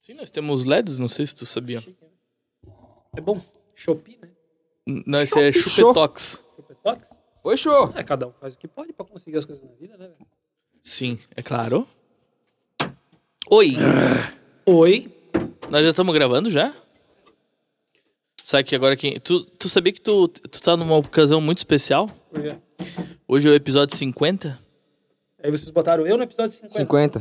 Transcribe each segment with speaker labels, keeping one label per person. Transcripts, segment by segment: Speaker 1: Sim, nós temos LEDs, não sei se tu sabia.
Speaker 2: É bom. Shopee, né?
Speaker 1: Não, esse é
Speaker 3: Show.
Speaker 1: Chupetox.
Speaker 2: Chopetox.
Speaker 3: Oi, show!
Speaker 2: Ah, cada um faz o que pode pra conseguir as coisas na vida, né, velho?
Speaker 1: Sim, é claro. Oi,
Speaker 2: Oi.
Speaker 1: nós já estamos gravando já? Sabe que agora quem... Tu, tu sabia que tu, tu tá numa ocasião muito especial? Hoje é o episódio 50?
Speaker 2: Aí vocês botaram eu no episódio 50.
Speaker 3: 50.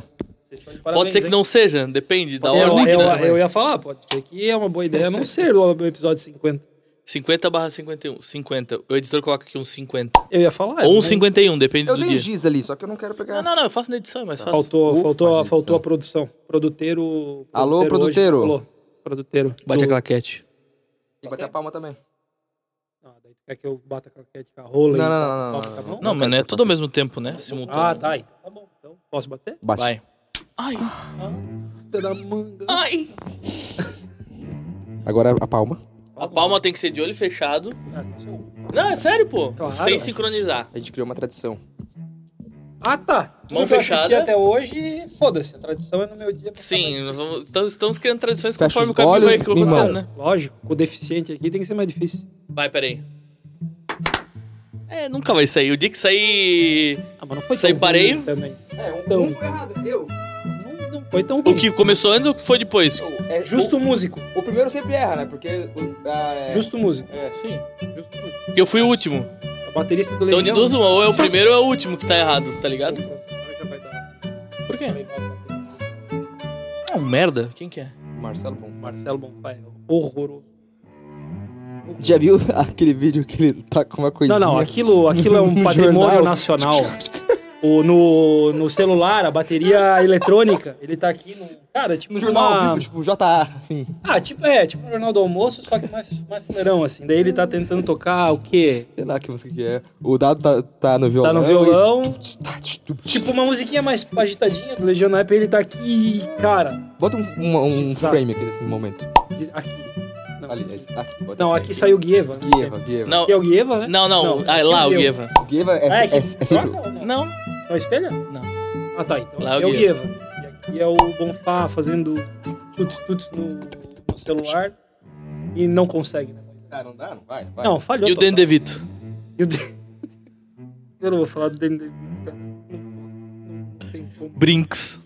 Speaker 2: Vocês estão de
Speaker 1: Pode
Speaker 2: parabéns,
Speaker 1: ser que
Speaker 2: hein?
Speaker 1: não seja, depende da
Speaker 2: Eu,
Speaker 1: ordem,
Speaker 2: eu,
Speaker 1: né?
Speaker 2: eu ia falar, pode ser que é uma boa ideia não ser o episódio 50.
Speaker 1: 50 barra 51, 50. O editor coloca aqui um 50.
Speaker 2: Eu ia falar. né?
Speaker 1: Ou um
Speaker 2: mas
Speaker 1: 51, depende
Speaker 3: Eu
Speaker 1: do
Speaker 3: dei um
Speaker 1: dia.
Speaker 3: giz ali, só que eu não quero pegar.
Speaker 1: Não, não, não, eu faço na edição, é mais fácil.
Speaker 2: Faltou,
Speaker 3: Ufa,
Speaker 2: faltou, a,
Speaker 3: gente,
Speaker 2: faltou a
Speaker 3: tá.
Speaker 2: produção. Produteiro.
Speaker 3: Alô,
Speaker 2: hoje.
Speaker 3: produteiro.
Speaker 2: Alô, produteiro.
Speaker 1: Bate
Speaker 2: Do-
Speaker 1: a claquete.
Speaker 3: Tem que
Speaker 1: é.
Speaker 3: bater a palma também.
Speaker 2: Ah, daí tu quer que eu bata a claquete com a rola
Speaker 3: Não,
Speaker 2: e
Speaker 3: não, não, não,
Speaker 2: toca com a
Speaker 3: não,
Speaker 2: mão?
Speaker 1: Não, mas não é
Speaker 3: essa
Speaker 1: tudo ao mesmo tempo, né? Simultâneo.
Speaker 2: Ah, tá. aí. Tá bom. Então, posso bater?
Speaker 3: Bate.
Speaker 1: Vai. Ai,
Speaker 2: Puta da manga.
Speaker 1: ai.
Speaker 3: Agora a palma.
Speaker 1: A palma tem que ser de olho fechado.
Speaker 2: Ah, sou-
Speaker 1: Não, é sério, pô.
Speaker 2: Claro.
Speaker 1: Sem sincronizar.
Speaker 3: A gente criou uma tradição.
Speaker 2: Ah, tá. Tudo
Speaker 1: Mão
Speaker 2: que eu assisti
Speaker 1: fechada.
Speaker 2: até hoje, foda-se. A tradição é no meu dia.
Speaker 1: Sim, nós vamos- então estamos criando tradições
Speaker 3: Fecha
Speaker 1: conforme
Speaker 3: os
Speaker 1: o caminho
Speaker 3: olhos,
Speaker 1: vai acontecendo,
Speaker 3: mimão.
Speaker 1: né?
Speaker 2: Lógico, com o deficiente aqui tem que ser mais difícil.
Speaker 1: Vai, peraí. É, nunca vai sair. O dia que sair.
Speaker 2: Ah, mas não foi
Speaker 1: Sem
Speaker 2: tão
Speaker 1: pareio?
Speaker 2: ruim também.
Speaker 3: É, um,
Speaker 2: Então.
Speaker 3: um foi errado. Eu.
Speaker 2: Não, não foi tão ruim.
Speaker 1: O que começou antes ou o que foi depois?
Speaker 3: É,
Speaker 2: Justo músico.
Speaker 3: O, o primeiro sempre erra, né? Porque. o- ah, é-
Speaker 2: Justo músico.
Speaker 3: É.
Speaker 1: Sim.
Speaker 2: Justo músico.
Speaker 1: Eu fui o último.
Speaker 2: A baterista do
Speaker 1: Então,
Speaker 2: Legião...
Speaker 1: de duas, uma. Ou é o primeiro ou é o último que tá errado, tá ligado?
Speaker 2: Agora já vai dar.
Speaker 1: Por quê?
Speaker 2: Falei mal da bateria.
Speaker 1: É um merda. Quem que é?
Speaker 3: Marcelo Bom.
Speaker 2: Marcelo Bonfá é horroroso.
Speaker 3: Já viu aquele vídeo que ele tá com uma
Speaker 2: Não,
Speaker 3: coisinha?
Speaker 2: não, aquilo, aquilo é um
Speaker 3: No
Speaker 2: patrimônio
Speaker 3: jornal.
Speaker 2: nacional. O, no, no celular, a bateria eletrônica, ele tá aqui no. Cara, tipo.
Speaker 3: No jornal,
Speaker 2: uma-
Speaker 3: vivo, tipo, JA, assim.
Speaker 2: Ah, tipo, é, tipo um jornal do almoço, só que mais, mais fuleirão, assim. Daí ele tá tentando tocar o quê?
Speaker 3: Sei lá que música que é. O dado tá, tá no
Speaker 2: Tá
Speaker 3: violão.
Speaker 2: no violão.
Speaker 3: e-
Speaker 2: Tipo uma musiquinha mais agitadinha do Legião Naipe, ele tá aqui, cara.
Speaker 3: Bota um, um- um
Speaker 2: Desastre.
Speaker 3: frame aqui nesse momento.
Speaker 2: Aqui. Não,
Speaker 3: Ali, é
Speaker 2: aqui,
Speaker 3: esse- aqui. Bota
Speaker 2: não, aqui saiu o Guieva. né?
Speaker 3: Guieva, Guieva.
Speaker 1: Não,
Speaker 2: Aqui é o Guieva, né?
Speaker 1: não, não.
Speaker 2: Não,
Speaker 1: Ah, é lá o
Speaker 2: aqui é o-
Speaker 1: Guieva.
Speaker 3: Guieva é,
Speaker 2: Ah,
Speaker 3: é,
Speaker 2: que
Speaker 3: é sempre.
Speaker 2: troca ou não?
Speaker 1: Não,
Speaker 2: É o espelho?
Speaker 1: não.
Speaker 2: Ah, tá. Então
Speaker 1: Lá é
Speaker 2: é
Speaker 1: o
Speaker 2: o Guieva. E aqui é o Bonfá fazendo tuts-tuts no, no celular e não consegue, né?
Speaker 3: Ah, não dá, não vai. vai.
Speaker 2: Não, falhou.
Speaker 1: E o
Speaker 2: total.
Speaker 1: Dan DeVito?
Speaker 2: E o Den- Eu não vou falar do Dendê. Não tem como.
Speaker 1: Brinks.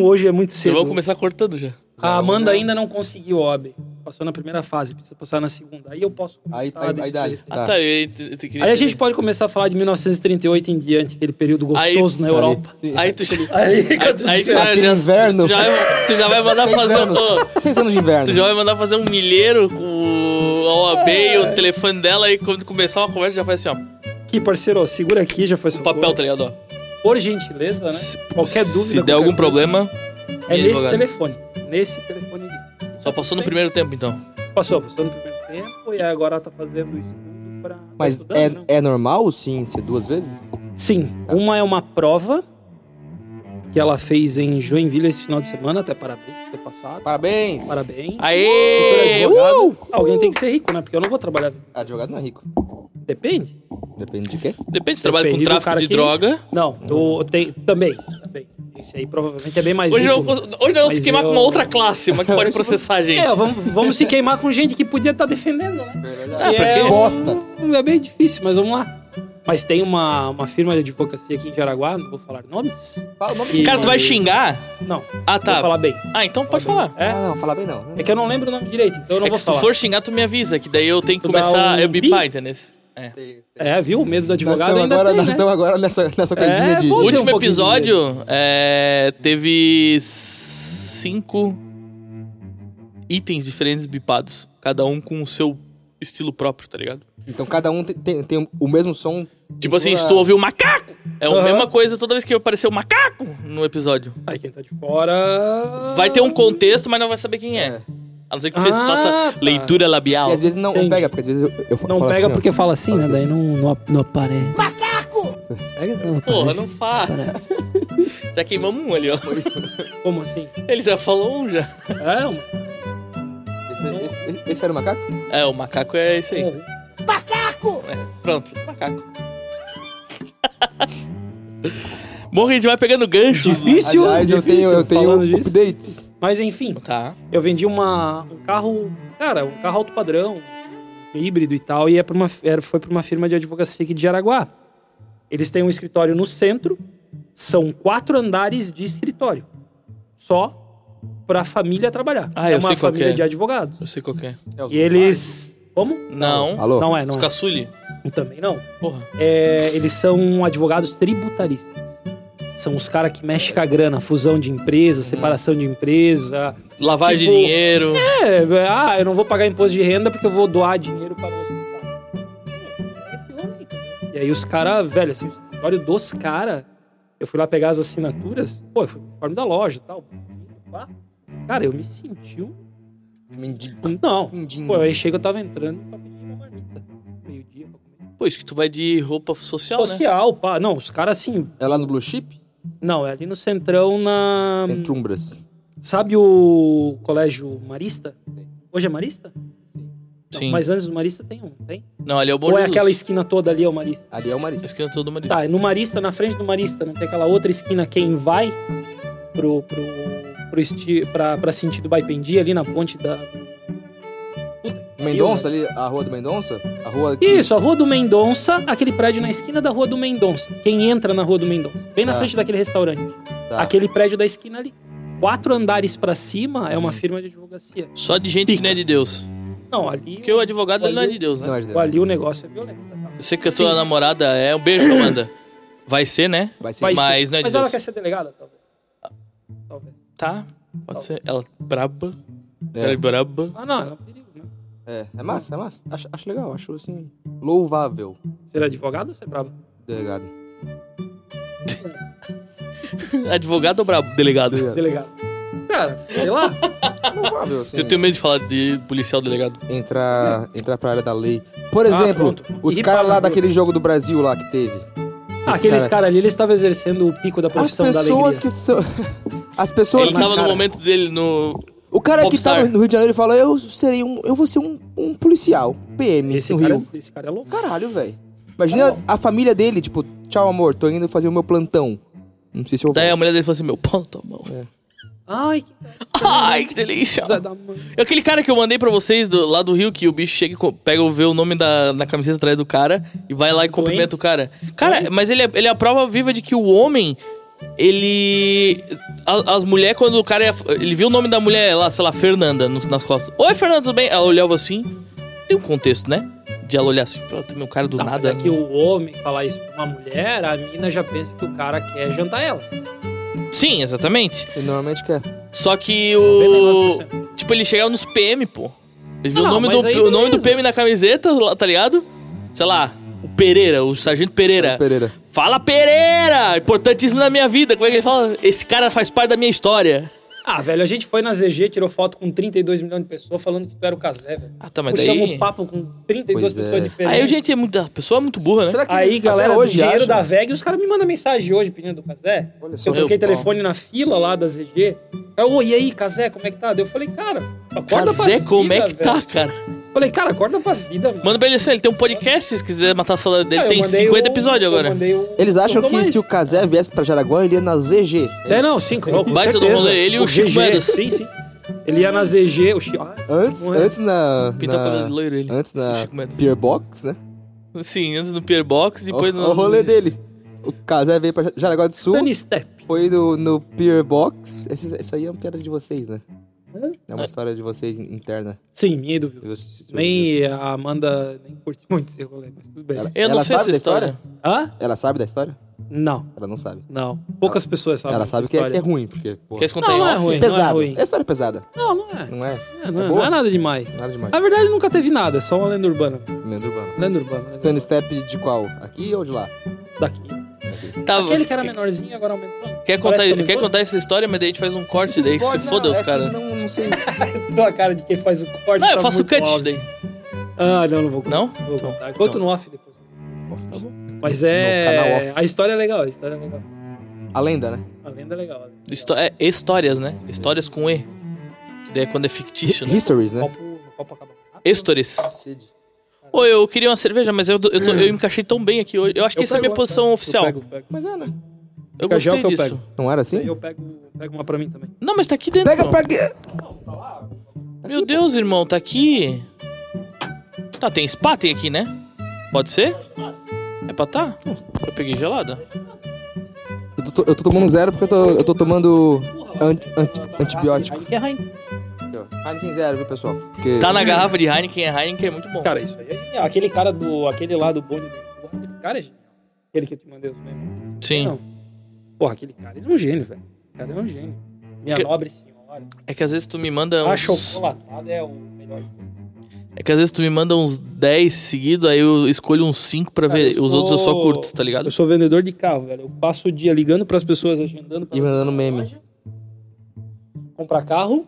Speaker 2: Hoje é muito cedo.
Speaker 1: Vamos começar cortando já.
Speaker 2: A Amanda ainda não conseguiu, OB. Passou na primeira fase, precisa passar na segunda. Aí eu posso começar
Speaker 3: Aí,
Speaker 2: a
Speaker 3: aí, aí dá.
Speaker 2: destruir.
Speaker 1: Ah, tá. Eu, eu te- queria
Speaker 2: Aí a
Speaker 1: entender.
Speaker 2: gente pode começar a falar de 1938 em diante, aquele período
Speaker 1: Aí-
Speaker 2: gostoso na Europa.
Speaker 3: Sim.
Speaker 1: Aí tu. Aí,
Speaker 2: Aí,
Speaker 1: aí,
Speaker 2: aí,
Speaker 1: tu, já,
Speaker 3: Aquele inverno.
Speaker 1: tu, já, tu já vai mandar
Speaker 3: Seis
Speaker 1: fazer um.
Speaker 3: anos. Seis anos de inverno.
Speaker 1: Tu já vai mandar fazer um milheiro com a OAB e o telefone dela e quando começar uma conversa já faz assim, ó.
Speaker 2: aqui, parceiro, ó, segura aqui, já foi seu
Speaker 1: Papel, tá ligado? Ó.
Speaker 2: por gentileza, né?
Speaker 1: Se-
Speaker 2: Qualquer dúvida.
Speaker 1: Se der
Speaker 2: qualquer
Speaker 1: algum
Speaker 2: coisa,
Speaker 1: problema,
Speaker 2: É
Speaker 1: me
Speaker 2: nesse
Speaker 1: advogado.
Speaker 2: telefone. Nesse telefone aqui.
Speaker 1: só passou no primeiro tempo, então.
Speaker 2: Passou, passou no primeiro tempo e agora ela tá fazendo estudo pra. tá
Speaker 3: Mas
Speaker 2: estudando, né?
Speaker 3: é, é normal, sim, ser duas vezes?
Speaker 2: Sim, uma é uma prova que ela fez em Joinville esse final de semana, até parabéns por ter passado.
Speaker 3: Parabéns!
Speaker 2: Parabéns.
Speaker 1: Aê!
Speaker 2: Futura advogada.
Speaker 1: Uh!
Speaker 2: É, Alguém tem que ser rico, né? Porque eu não vou trabalhar.
Speaker 3: Advogado não é rico.
Speaker 2: Depende.
Speaker 3: Depende de quê?
Speaker 1: Depende se trabalha com
Speaker 2: Depende do
Speaker 1: tráfico
Speaker 2: cara
Speaker 1: de
Speaker 2: que-
Speaker 1: droga.
Speaker 2: Não, eu tenho. Também. Também. Esse aí provavelmente é bem mais
Speaker 1: Hoje, eu,
Speaker 2: rico.
Speaker 1: hoje nós vamos se
Speaker 2: Mas
Speaker 1: queimar
Speaker 2: eu-
Speaker 1: com uma outra classe, uma que pode processar a gente.
Speaker 2: É, vamos, vamos se queimar com gente que podia estar defendendo, né?
Speaker 1: Ah,
Speaker 2: E
Speaker 1: pra
Speaker 2: é,
Speaker 1: quê?
Speaker 3: Bosta.
Speaker 2: um- É bem difícil, mas vamos lá. Mas tem uma, uma firma de advocacia aqui em Jaraguá, não vou falar nomes.
Speaker 3: Fala o nome
Speaker 2: E-
Speaker 3: do
Speaker 1: Cara, tu vai xingar?
Speaker 2: Não,
Speaker 1: Ah,
Speaker 2: vou
Speaker 1: tá.
Speaker 2: falar bem.
Speaker 1: Ah, então pode falar.
Speaker 3: Ah,
Speaker 2: É,
Speaker 3: não, fala bem não.
Speaker 2: é que eu não lembro o nome direito, então eu não
Speaker 1: É que
Speaker 2: vou
Speaker 1: se tu
Speaker 2: falar.
Speaker 1: for xingar, tu me avisa, que daí eu tenho que
Speaker 2: Tu dá
Speaker 1: começar
Speaker 2: um
Speaker 1: a
Speaker 2: bi?
Speaker 1: bipar, entendeu? É.
Speaker 2: É, viu? O medo do
Speaker 3: Nós
Speaker 2: advogado
Speaker 3: estamos
Speaker 2: ainda
Speaker 3: agora,
Speaker 2: tem,
Speaker 3: nós
Speaker 2: né?
Speaker 3: estamos agora nessa, nessa coisinha de...
Speaker 1: O
Speaker 2: bom. Ou tem um
Speaker 1: último
Speaker 2: pouquinho
Speaker 1: episódio é, teve cinco itens diferentes bipados, cada um com o seu estilo próprio, tá ligado?
Speaker 3: Então cada um tem, tem- tem o mesmo som.
Speaker 1: Tipo assim,
Speaker 3: Boa.
Speaker 1: se tu ouvir o macaco, é a
Speaker 2: Aham.
Speaker 1: mesma coisa toda vez que aparecer o macaco no episódio.
Speaker 2: Aí quem tá de fora...
Speaker 1: Vai ter um contexto, mas não vai saber quem é. A não ser que tu fez-
Speaker 2: Ah,
Speaker 1: faça
Speaker 2: tá.
Speaker 1: leitura labial.
Speaker 3: E às vezes não
Speaker 2: Entendi.
Speaker 3: pega, porque às vezes eu, eu
Speaker 2: Não
Speaker 3: falo
Speaker 2: pega
Speaker 3: assim, ó.
Speaker 2: porque fala assim, né?
Speaker 3: Fala
Speaker 2: Daí não, não, ap- não aparece. Macaco! Pega, não
Speaker 1: Porra,
Speaker 2: aparece,
Speaker 1: não faz.
Speaker 2: aparece.
Speaker 1: Já queimamos um ali, ó.
Speaker 2: Como assim?
Speaker 1: Ele já falou um já.
Speaker 2: É, uma...
Speaker 3: Esse, esse- esse era o macaco?
Speaker 1: É, o macaco é esse aí.
Speaker 2: é.
Speaker 1: É, pronto, macaco. Bom, a gente vai pegando gancho.
Speaker 2: Difícil,
Speaker 3: Aliás, eu tenho,
Speaker 2: difícil
Speaker 3: eu tenho um
Speaker 2: falando disso.
Speaker 3: updates.
Speaker 2: Mas enfim,
Speaker 1: Tá.
Speaker 2: eu vendi uma, um carro, cara, um carro alto padrão, híbrido e tal, e é pra uma, era, foi para uma firma de advocacia aqui de Jaraguá. Eles têm um escritório no centro, são quatro andares de escritório, só pra família trabalhar.
Speaker 1: Ah,
Speaker 2: é
Speaker 1: eu
Speaker 2: uma
Speaker 1: sei qual que
Speaker 2: família
Speaker 1: é.
Speaker 2: de advogados.
Speaker 1: Eu sei qual que é.
Speaker 2: E eles... Como?
Speaker 1: Não.
Speaker 3: Alô?
Speaker 2: Não é, não
Speaker 1: Os
Speaker 2: é.
Speaker 1: caçule.
Speaker 2: Também não.
Speaker 1: Porra.
Speaker 2: É, eles são advogados tributaristas. São os caras que mexem com a grana, fusão de
Speaker 1: Uhum.
Speaker 2: empresa, separação de empresa.
Speaker 1: Lavagem
Speaker 2: Tipo,
Speaker 1: de dinheiro.
Speaker 2: É, é, ah, eu não vou pagar imposto de renda porque eu vou doar dinheiro para o hospital. É esse rolê, entendeu? E aí os caras, velho, assim, o escritório dos caras, eu fui lá pegar as assinaturas, pô, eu fui no forma da loja e tal. pá. Cara, eu me senti um.
Speaker 3: Mendigo.
Speaker 2: Não.
Speaker 3: Mendigo.
Speaker 2: Pô, eu achei que eu tava entrando pra pedir uma marmita. Meio-dia pra comer.
Speaker 1: Pô, isso que tu vai de roupa social, né?
Speaker 2: Social, pá. Não, os caras assim,
Speaker 3: É lá no Blue Chip?
Speaker 2: Não, é ali no centrão na.
Speaker 3: Centrumbras.
Speaker 2: Sabe o Colégio Marista? Hoje é Marista? Não,
Speaker 1: Sim.
Speaker 2: mas antes do Marista tem um, tem?
Speaker 1: Não, ali é o bom
Speaker 2: Ou é
Speaker 1: Jesus.
Speaker 2: aquela esquina toda ali é o Marista?
Speaker 3: Ali é o
Speaker 1: A
Speaker 3: Marista.
Speaker 1: esquina toda uma lista.
Speaker 2: Tá, e no Marista, na frente do Marista, não tem aquela outra esquina quem vai pro. pro. pro esti... pra, pra sentido Baipendi ali na ponte da.
Speaker 3: Mendonça, ali, a rua do Mendonça? A rua que-
Speaker 2: Isso, a Rua do Mendonça, aquele prédio na esquina da Rua do Mendonça. Quem entra na Rua do Mendonça? Bem na
Speaker 3: Tá.
Speaker 2: frente daquele restaurante.
Speaker 3: Tá.
Speaker 2: Aquele prédio da esquina ali. Quatro andares pra cima é
Speaker 1: Uhum.
Speaker 2: uma firma de advocacia.
Speaker 1: Só de gente que não é de Deus.
Speaker 2: Não, ali.
Speaker 1: Porque o advogado ele não é de Deus, né?
Speaker 3: Não, é de Deus.
Speaker 2: Ali o negócio é violento. tá?
Speaker 1: Eu sei que a tua
Speaker 2: Sim.
Speaker 1: namorada é um beijo, Amanda. Vai ser, né?
Speaker 3: Vai ser.
Speaker 2: Vai ser.
Speaker 1: Mas não é de
Speaker 2: Mas ela
Speaker 1: Deus.
Speaker 2: quer ser delegada, talvez. Talvez.
Speaker 1: Tá, pode ser. Ela braba. Ela é
Speaker 3: É.
Speaker 1: braba.
Speaker 2: Ah, não, ela é um perigo, né?
Speaker 3: É. é massa, é massa. Acho, acho legal, acho assim, louvável, tá
Speaker 2: Ser advogado ou é ser brava?
Speaker 3: delegado.
Speaker 1: Advogado ou brabo? Delegado.
Speaker 3: Delegado.
Speaker 2: Delegado. Cara, sei lá.
Speaker 3: Louvável, assim.
Speaker 1: Eu tenho medo de falar de policial delegado.
Speaker 3: Entrar, entrar pra área da lei. Por exemplo,
Speaker 2: Ah, pronto.
Speaker 3: os
Speaker 2: Irreparável.
Speaker 3: caras lá daquele jogo do Brasil lá que teve.
Speaker 2: Ah, aqueles
Speaker 3: cara-
Speaker 2: caras ali, eles estavam exercendo o pico da
Speaker 3: As
Speaker 2: profissão da alegria.
Speaker 3: pessoas que são. As pessoas
Speaker 1: Ele
Speaker 3: que.
Speaker 1: tava no
Speaker 3: cara,
Speaker 1: momento dele no.
Speaker 3: o cara que tá
Speaker 1: Popstar.
Speaker 3: no Rio de Janeiro e fala: Eu serei um. Eu vou ser um, um policial. PM
Speaker 2: Esse
Speaker 3: no
Speaker 2: cara,
Speaker 3: Rio.
Speaker 2: é- esse cara é louco.
Speaker 3: Caralho, velho.
Speaker 1: Tá
Speaker 3: Imagina a família dele, tipo, tchau amor, tô indo fazer o meu plantão. Não sei se eu vou.
Speaker 1: Daí a mulher dele falou assim: meu pau na tua mão.
Speaker 2: Ai, que
Speaker 1: Ai, que delícia.
Speaker 2: coisa da mãe.
Speaker 1: É Aquele cara que eu mandei pra vocês do- lá do Rio, que o bicho chega e co- pega, vê o nome da, na camiseta atrás do cara e vai lá e cumprimenta o cara. Cara, mas ele é, ele é a prova viva de que o homem, ele. a- as mulheres, quando o cara. ia- ele viu o nome da mulher lá, sei lá, Fernanda, nos- nas costas. Oi, Fernanda, tudo bem? Ela olhava assim. Tem um contexto, né? De ela olhar assim, pronto, meu cara do
Speaker 2: Não,
Speaker 1: nada.
Speaker 2: nada.
Speaker 3: né?
Speaker 2: que o homem falar isso pra uma mulher, a mina já pensa que o cara quer jantar ela.
Speaker 1: Sim, exatamente.
Speaker 3: Ele normalmente quer.
Speaker 1: Só que o. Tipo, ele chegava nos PM, pô. Ele viu
Speaker 2: Ah,
Speaker 1: o, nome
Speaker 2: não,
Speaker 1: do,
Speaker 2: mas aí
Speaker 1: o nome do
Speaker 2: beleza.
Speaker 1: PM na camiseta, lá, tá ligado? Sei lá, o Pereira, o Sargento Pereira.
Speaker 3: Pereira.
Speaker 1: Fala Pereira! Importantíssimo na minha vida. Como é que ele fala? Esse cara faz parte da minha história.
Speaker 2: Ah, velho, a gente foi na ZG, tirou foto com 32 milhões de pessoas falando que tu era o Casé, velho.
Speaker 1: Ah, tá, mas
Speaker 2: Puxamos
Speaker 1: daí.
Speaker 2: um papo com 32
Speaker 3: Pois é.
Speaker 2: pessoas diferentes.
Speaker 1: Aí, gente, é muito, a pessoa é muito burra, né?
Speaker 3: Será que
Speaker 2: Aí,
Speaker 3: eles- até
Speaker 2: galera, do
Speaker 3: hoje
Speaker 2: dinheiro
Speaker 3: acham?
Speaker 2: da VEG, os caras me mandam mensagem hoje pedindo do Casé.
Speaker 3: Olha só,
Speaker 2: Eu
Speaker 1: Meu
Speaker 2: troquei
Speaker 1: pau.
Speaker 2: telefone na fila lá da ZG. Aí, Ô, e aí, Casé, como é que tá? Daí Eu falei, cara, acorda pra
Speaker 1: Casé,
Speaker 2: vida,
Speaker 1: como é que tá,
Speaker 2: velho.
Speaker 1: cara?
Speaker 2: Falei, cara, acorda pra vida, mano.
Speaker 1: Manda pra ele assim, ele tem um podcast, se quiser matar a saudade dele,
Speaker 2: Ah, eu
Speaker 1: tem
Speaker 2: mandei
Speaker 1: 50
Speaker 2: o-
Speaker 1: episódios
Speaker 2: eu
Speaker 1: agora.
Speaker 2: mandei o-
Speaker 3: Eles acham
Speaker 2: Não tô
Speaker 3: que
Speaker 2: mais.
Speaker 3: se o Casé viesse pra Jaraguá, ele ia na ZG. É
Speaker 2: É,
Speaker 3: isso?
Speaker 2: não, sim, claro, com
Speaker 1: Baita do
Speaker 2: certeza.
Speaker 1: rolê, ele e o Chico
Speaker 2: GG,
Speaker 1: Mendes.
Speaker 2: Sim, sim. Ele ia na ZG, o Chico... Ah,
Speaker 3: Antes,
Speaker 2: Não é?
Speaker 3: antes na.
Speaker 1: Pintou o cabelo de
Speaker 3: na...
Speaker 1: loiro ele.
Speaker 3: Antes na
Speaker 1: Chico Mendes.
Speaker 3: Pier Box, né?
Speaker 1: Sim, antes no Pier Box, depois
Speaker 3: o,
Speaker 1: no.
Speaker 3: o rolê dele. O Casé veio pra Jaraguá do Sul,
Speaker 2: Dani Step.
Speaker 3: foi no, no Pier Box. Essa, essa aí é uma piada de vocês, né?
Speaker 2: Hã?
Speaker 3: É uma história de vocês interna.
Speaker 2: Sim, minha e do Vilso.
Speaker 3: Eu- se-
Speaker 2: Nem a Amanda nem curte muito esse rolê, mas tudo bem.
Speaker 3: Ela,
Speaker 1: Eu não
Speaker 3: ela
Speaker 1: sei
Speaker 3: sabe
Speaker 1: essa
Speaker 3: da história?
Speaker 1: história.
Speaker 2: Hã?
Speaker 3: Ela sabe da história?
Speaker 2: Não,
Speaker 3: Ela não sabe.
Speaker 2: não. Poucas pessoas sabem
Speaker 3: ela
Speaker 2: dessa
Speaker 3: sabe que é, que é
Speaker 2: história.
Speaker 3: ruim, porque. Pô,
Speaker 1: Quer se contar
Speaker 2: Não,
Speaker 1: em
Speaker 2: não é
Speaker 1: off?
Speaker 2: ruim.
Speaker 3: pesado.
Speaker 2: ruim.
Speaker 3: É, história pesada,
Speaker 2: Não, não é.
Speaker 3: não é?
Speaker 2: É, não, é, não
Speaker 3: boa?
Speaker 2: é nada demais.
Speaker 3: Nada demais.
Speaker 2: Na verdade, nunca teve nada, é só uma lenda urbana.
Speaker 3: Lenda urbana.
Speaker 2: Lenda urbana. Lenda
Speaker 3: Stand step de qual? Aqui ou de lá?
Speaker 2: urbana. Daqui.
Speaker 1: Tá,
Speaker 2: Aquele que era menorzinho, agora aumentou.
Speaker 1: Quer
Speaker 2: Parece
Speaker 1: contar,
Speaker 2: que aumentou.
Speaker 1: quer contar essa história, mas daí a gente faz um corte daí, que se
Speaker 3: Pode,
Speaker 1: foda
Speaker 3: não,
Speaker 1: os
Speaker 3: é que
Speaker 1: caras. Não,
Speaker 3: Não, não sei se.
Speaker 2: Tua cara de quem faz o corte.
Speaker 1: eu
Speaker 2: tá
Speaker 1: faço o
Speaker 2: muito
Speaker 1: cut
Speaker 2: alto.
Speaker 1: daí.
Speaker 2: Ah, não, não vou contar.
Speaker 1: Não?
Speaker 2: Vou
Speaker 1: Então,
Speaker 2: contar. Conto
Speaker 1: então.
Speaker 2: no off depois.
Speaker 3: Tá bom.
Speaker 2: Mas
Speaker 3: No canal
Speaker 2: é.
Speaker 3: off.
Speaker 2: A história é legal, a história é legal.
Speaker 3: A lenda, né?
Speaker 2: A lenda é legal. a lenda é legal.
Speaker 1: Histó- é, histórias, né? Histórias com E. Que daí é quando é fictício, né?
Speaker 3: Histories, né?
Speaker 2: Copo, no copo acaba.
Speaker 1: Histórias.
Speaker 3: Cid.
Speaker 1: Ô, eu queria uma cerveja, mas eu, eu, tô- eu me encaixei tão bem aqui hoje. Eu acho que essa é a minha é posição oficial.
Speaker 2: Eu pego, eu pego.
Speaker 3: Mas é, né?
Speaker 1: Eu
Speaker 2: Fica gel
Speaker 1: gostei
Speaker 2: que eu
Speaker 1: disso.
Speaker 3: Não era assim?
Speaker 2: Aí eu pego, pego uma pra mim também.
Speaker 1: Não, mas tá aqui dentro.
Speaker 3: Pega,
Speaker 1: ó.
Speaker 3: pega.
Speaker 1: Meu Deus, irmão, tá aqui. Tá, tem spa, tem aqui, né? Pode ser? É pra tá? Eu peguei gelada.
Speaker 3: Eu tô, eu tô tomando zero porque eu tô, eu tô tomando anti, anti- antibiótico.
Speaker 2: Aí que é Heineken.
Speaker 3: Heineken zero, viu, pessoal? Porque...
Speaker 1: Tá na garrafa de Heineken, é Heineken, é muito bom.
Speaker 2: Cara, isso aí é genial. Aquele cara do. Aquele lá do Boni. Aquele cara é genial. Aquele que eu te mandei os memes.
Speaker 1: Sim.
Speaker 2: Não. Porra, aquele cara, ele é um gênio, velho. O cara é um gênio. Minha
Speaker 1: Que-
Speaker 2: nobre senhora.
Speaker 1: É que às vezes tu me manda
Speaker 3: Então,
Speaker 2: A
Speaker 1: uns...
Speaker 2: chocolatada é o melhor.
Speaker 1: É que às vezes tu me manda uns 10 seguidos, aí eu escolho uns 5 pra
Speaker 2: Cara,
Speaker 1: ver.
Speaker 2: eu
Speaker 1: Os outros eu só
Speaker 2: sou-
Speaker 1: curto, tá ligado?
Speaker 2: Eu sou vendedor de carro, velho. Eu passo o dia ligando pras pessoas, agendando. pra
Speaker 3: E mandando meme.
Speaker 2: loja, Comprar carro.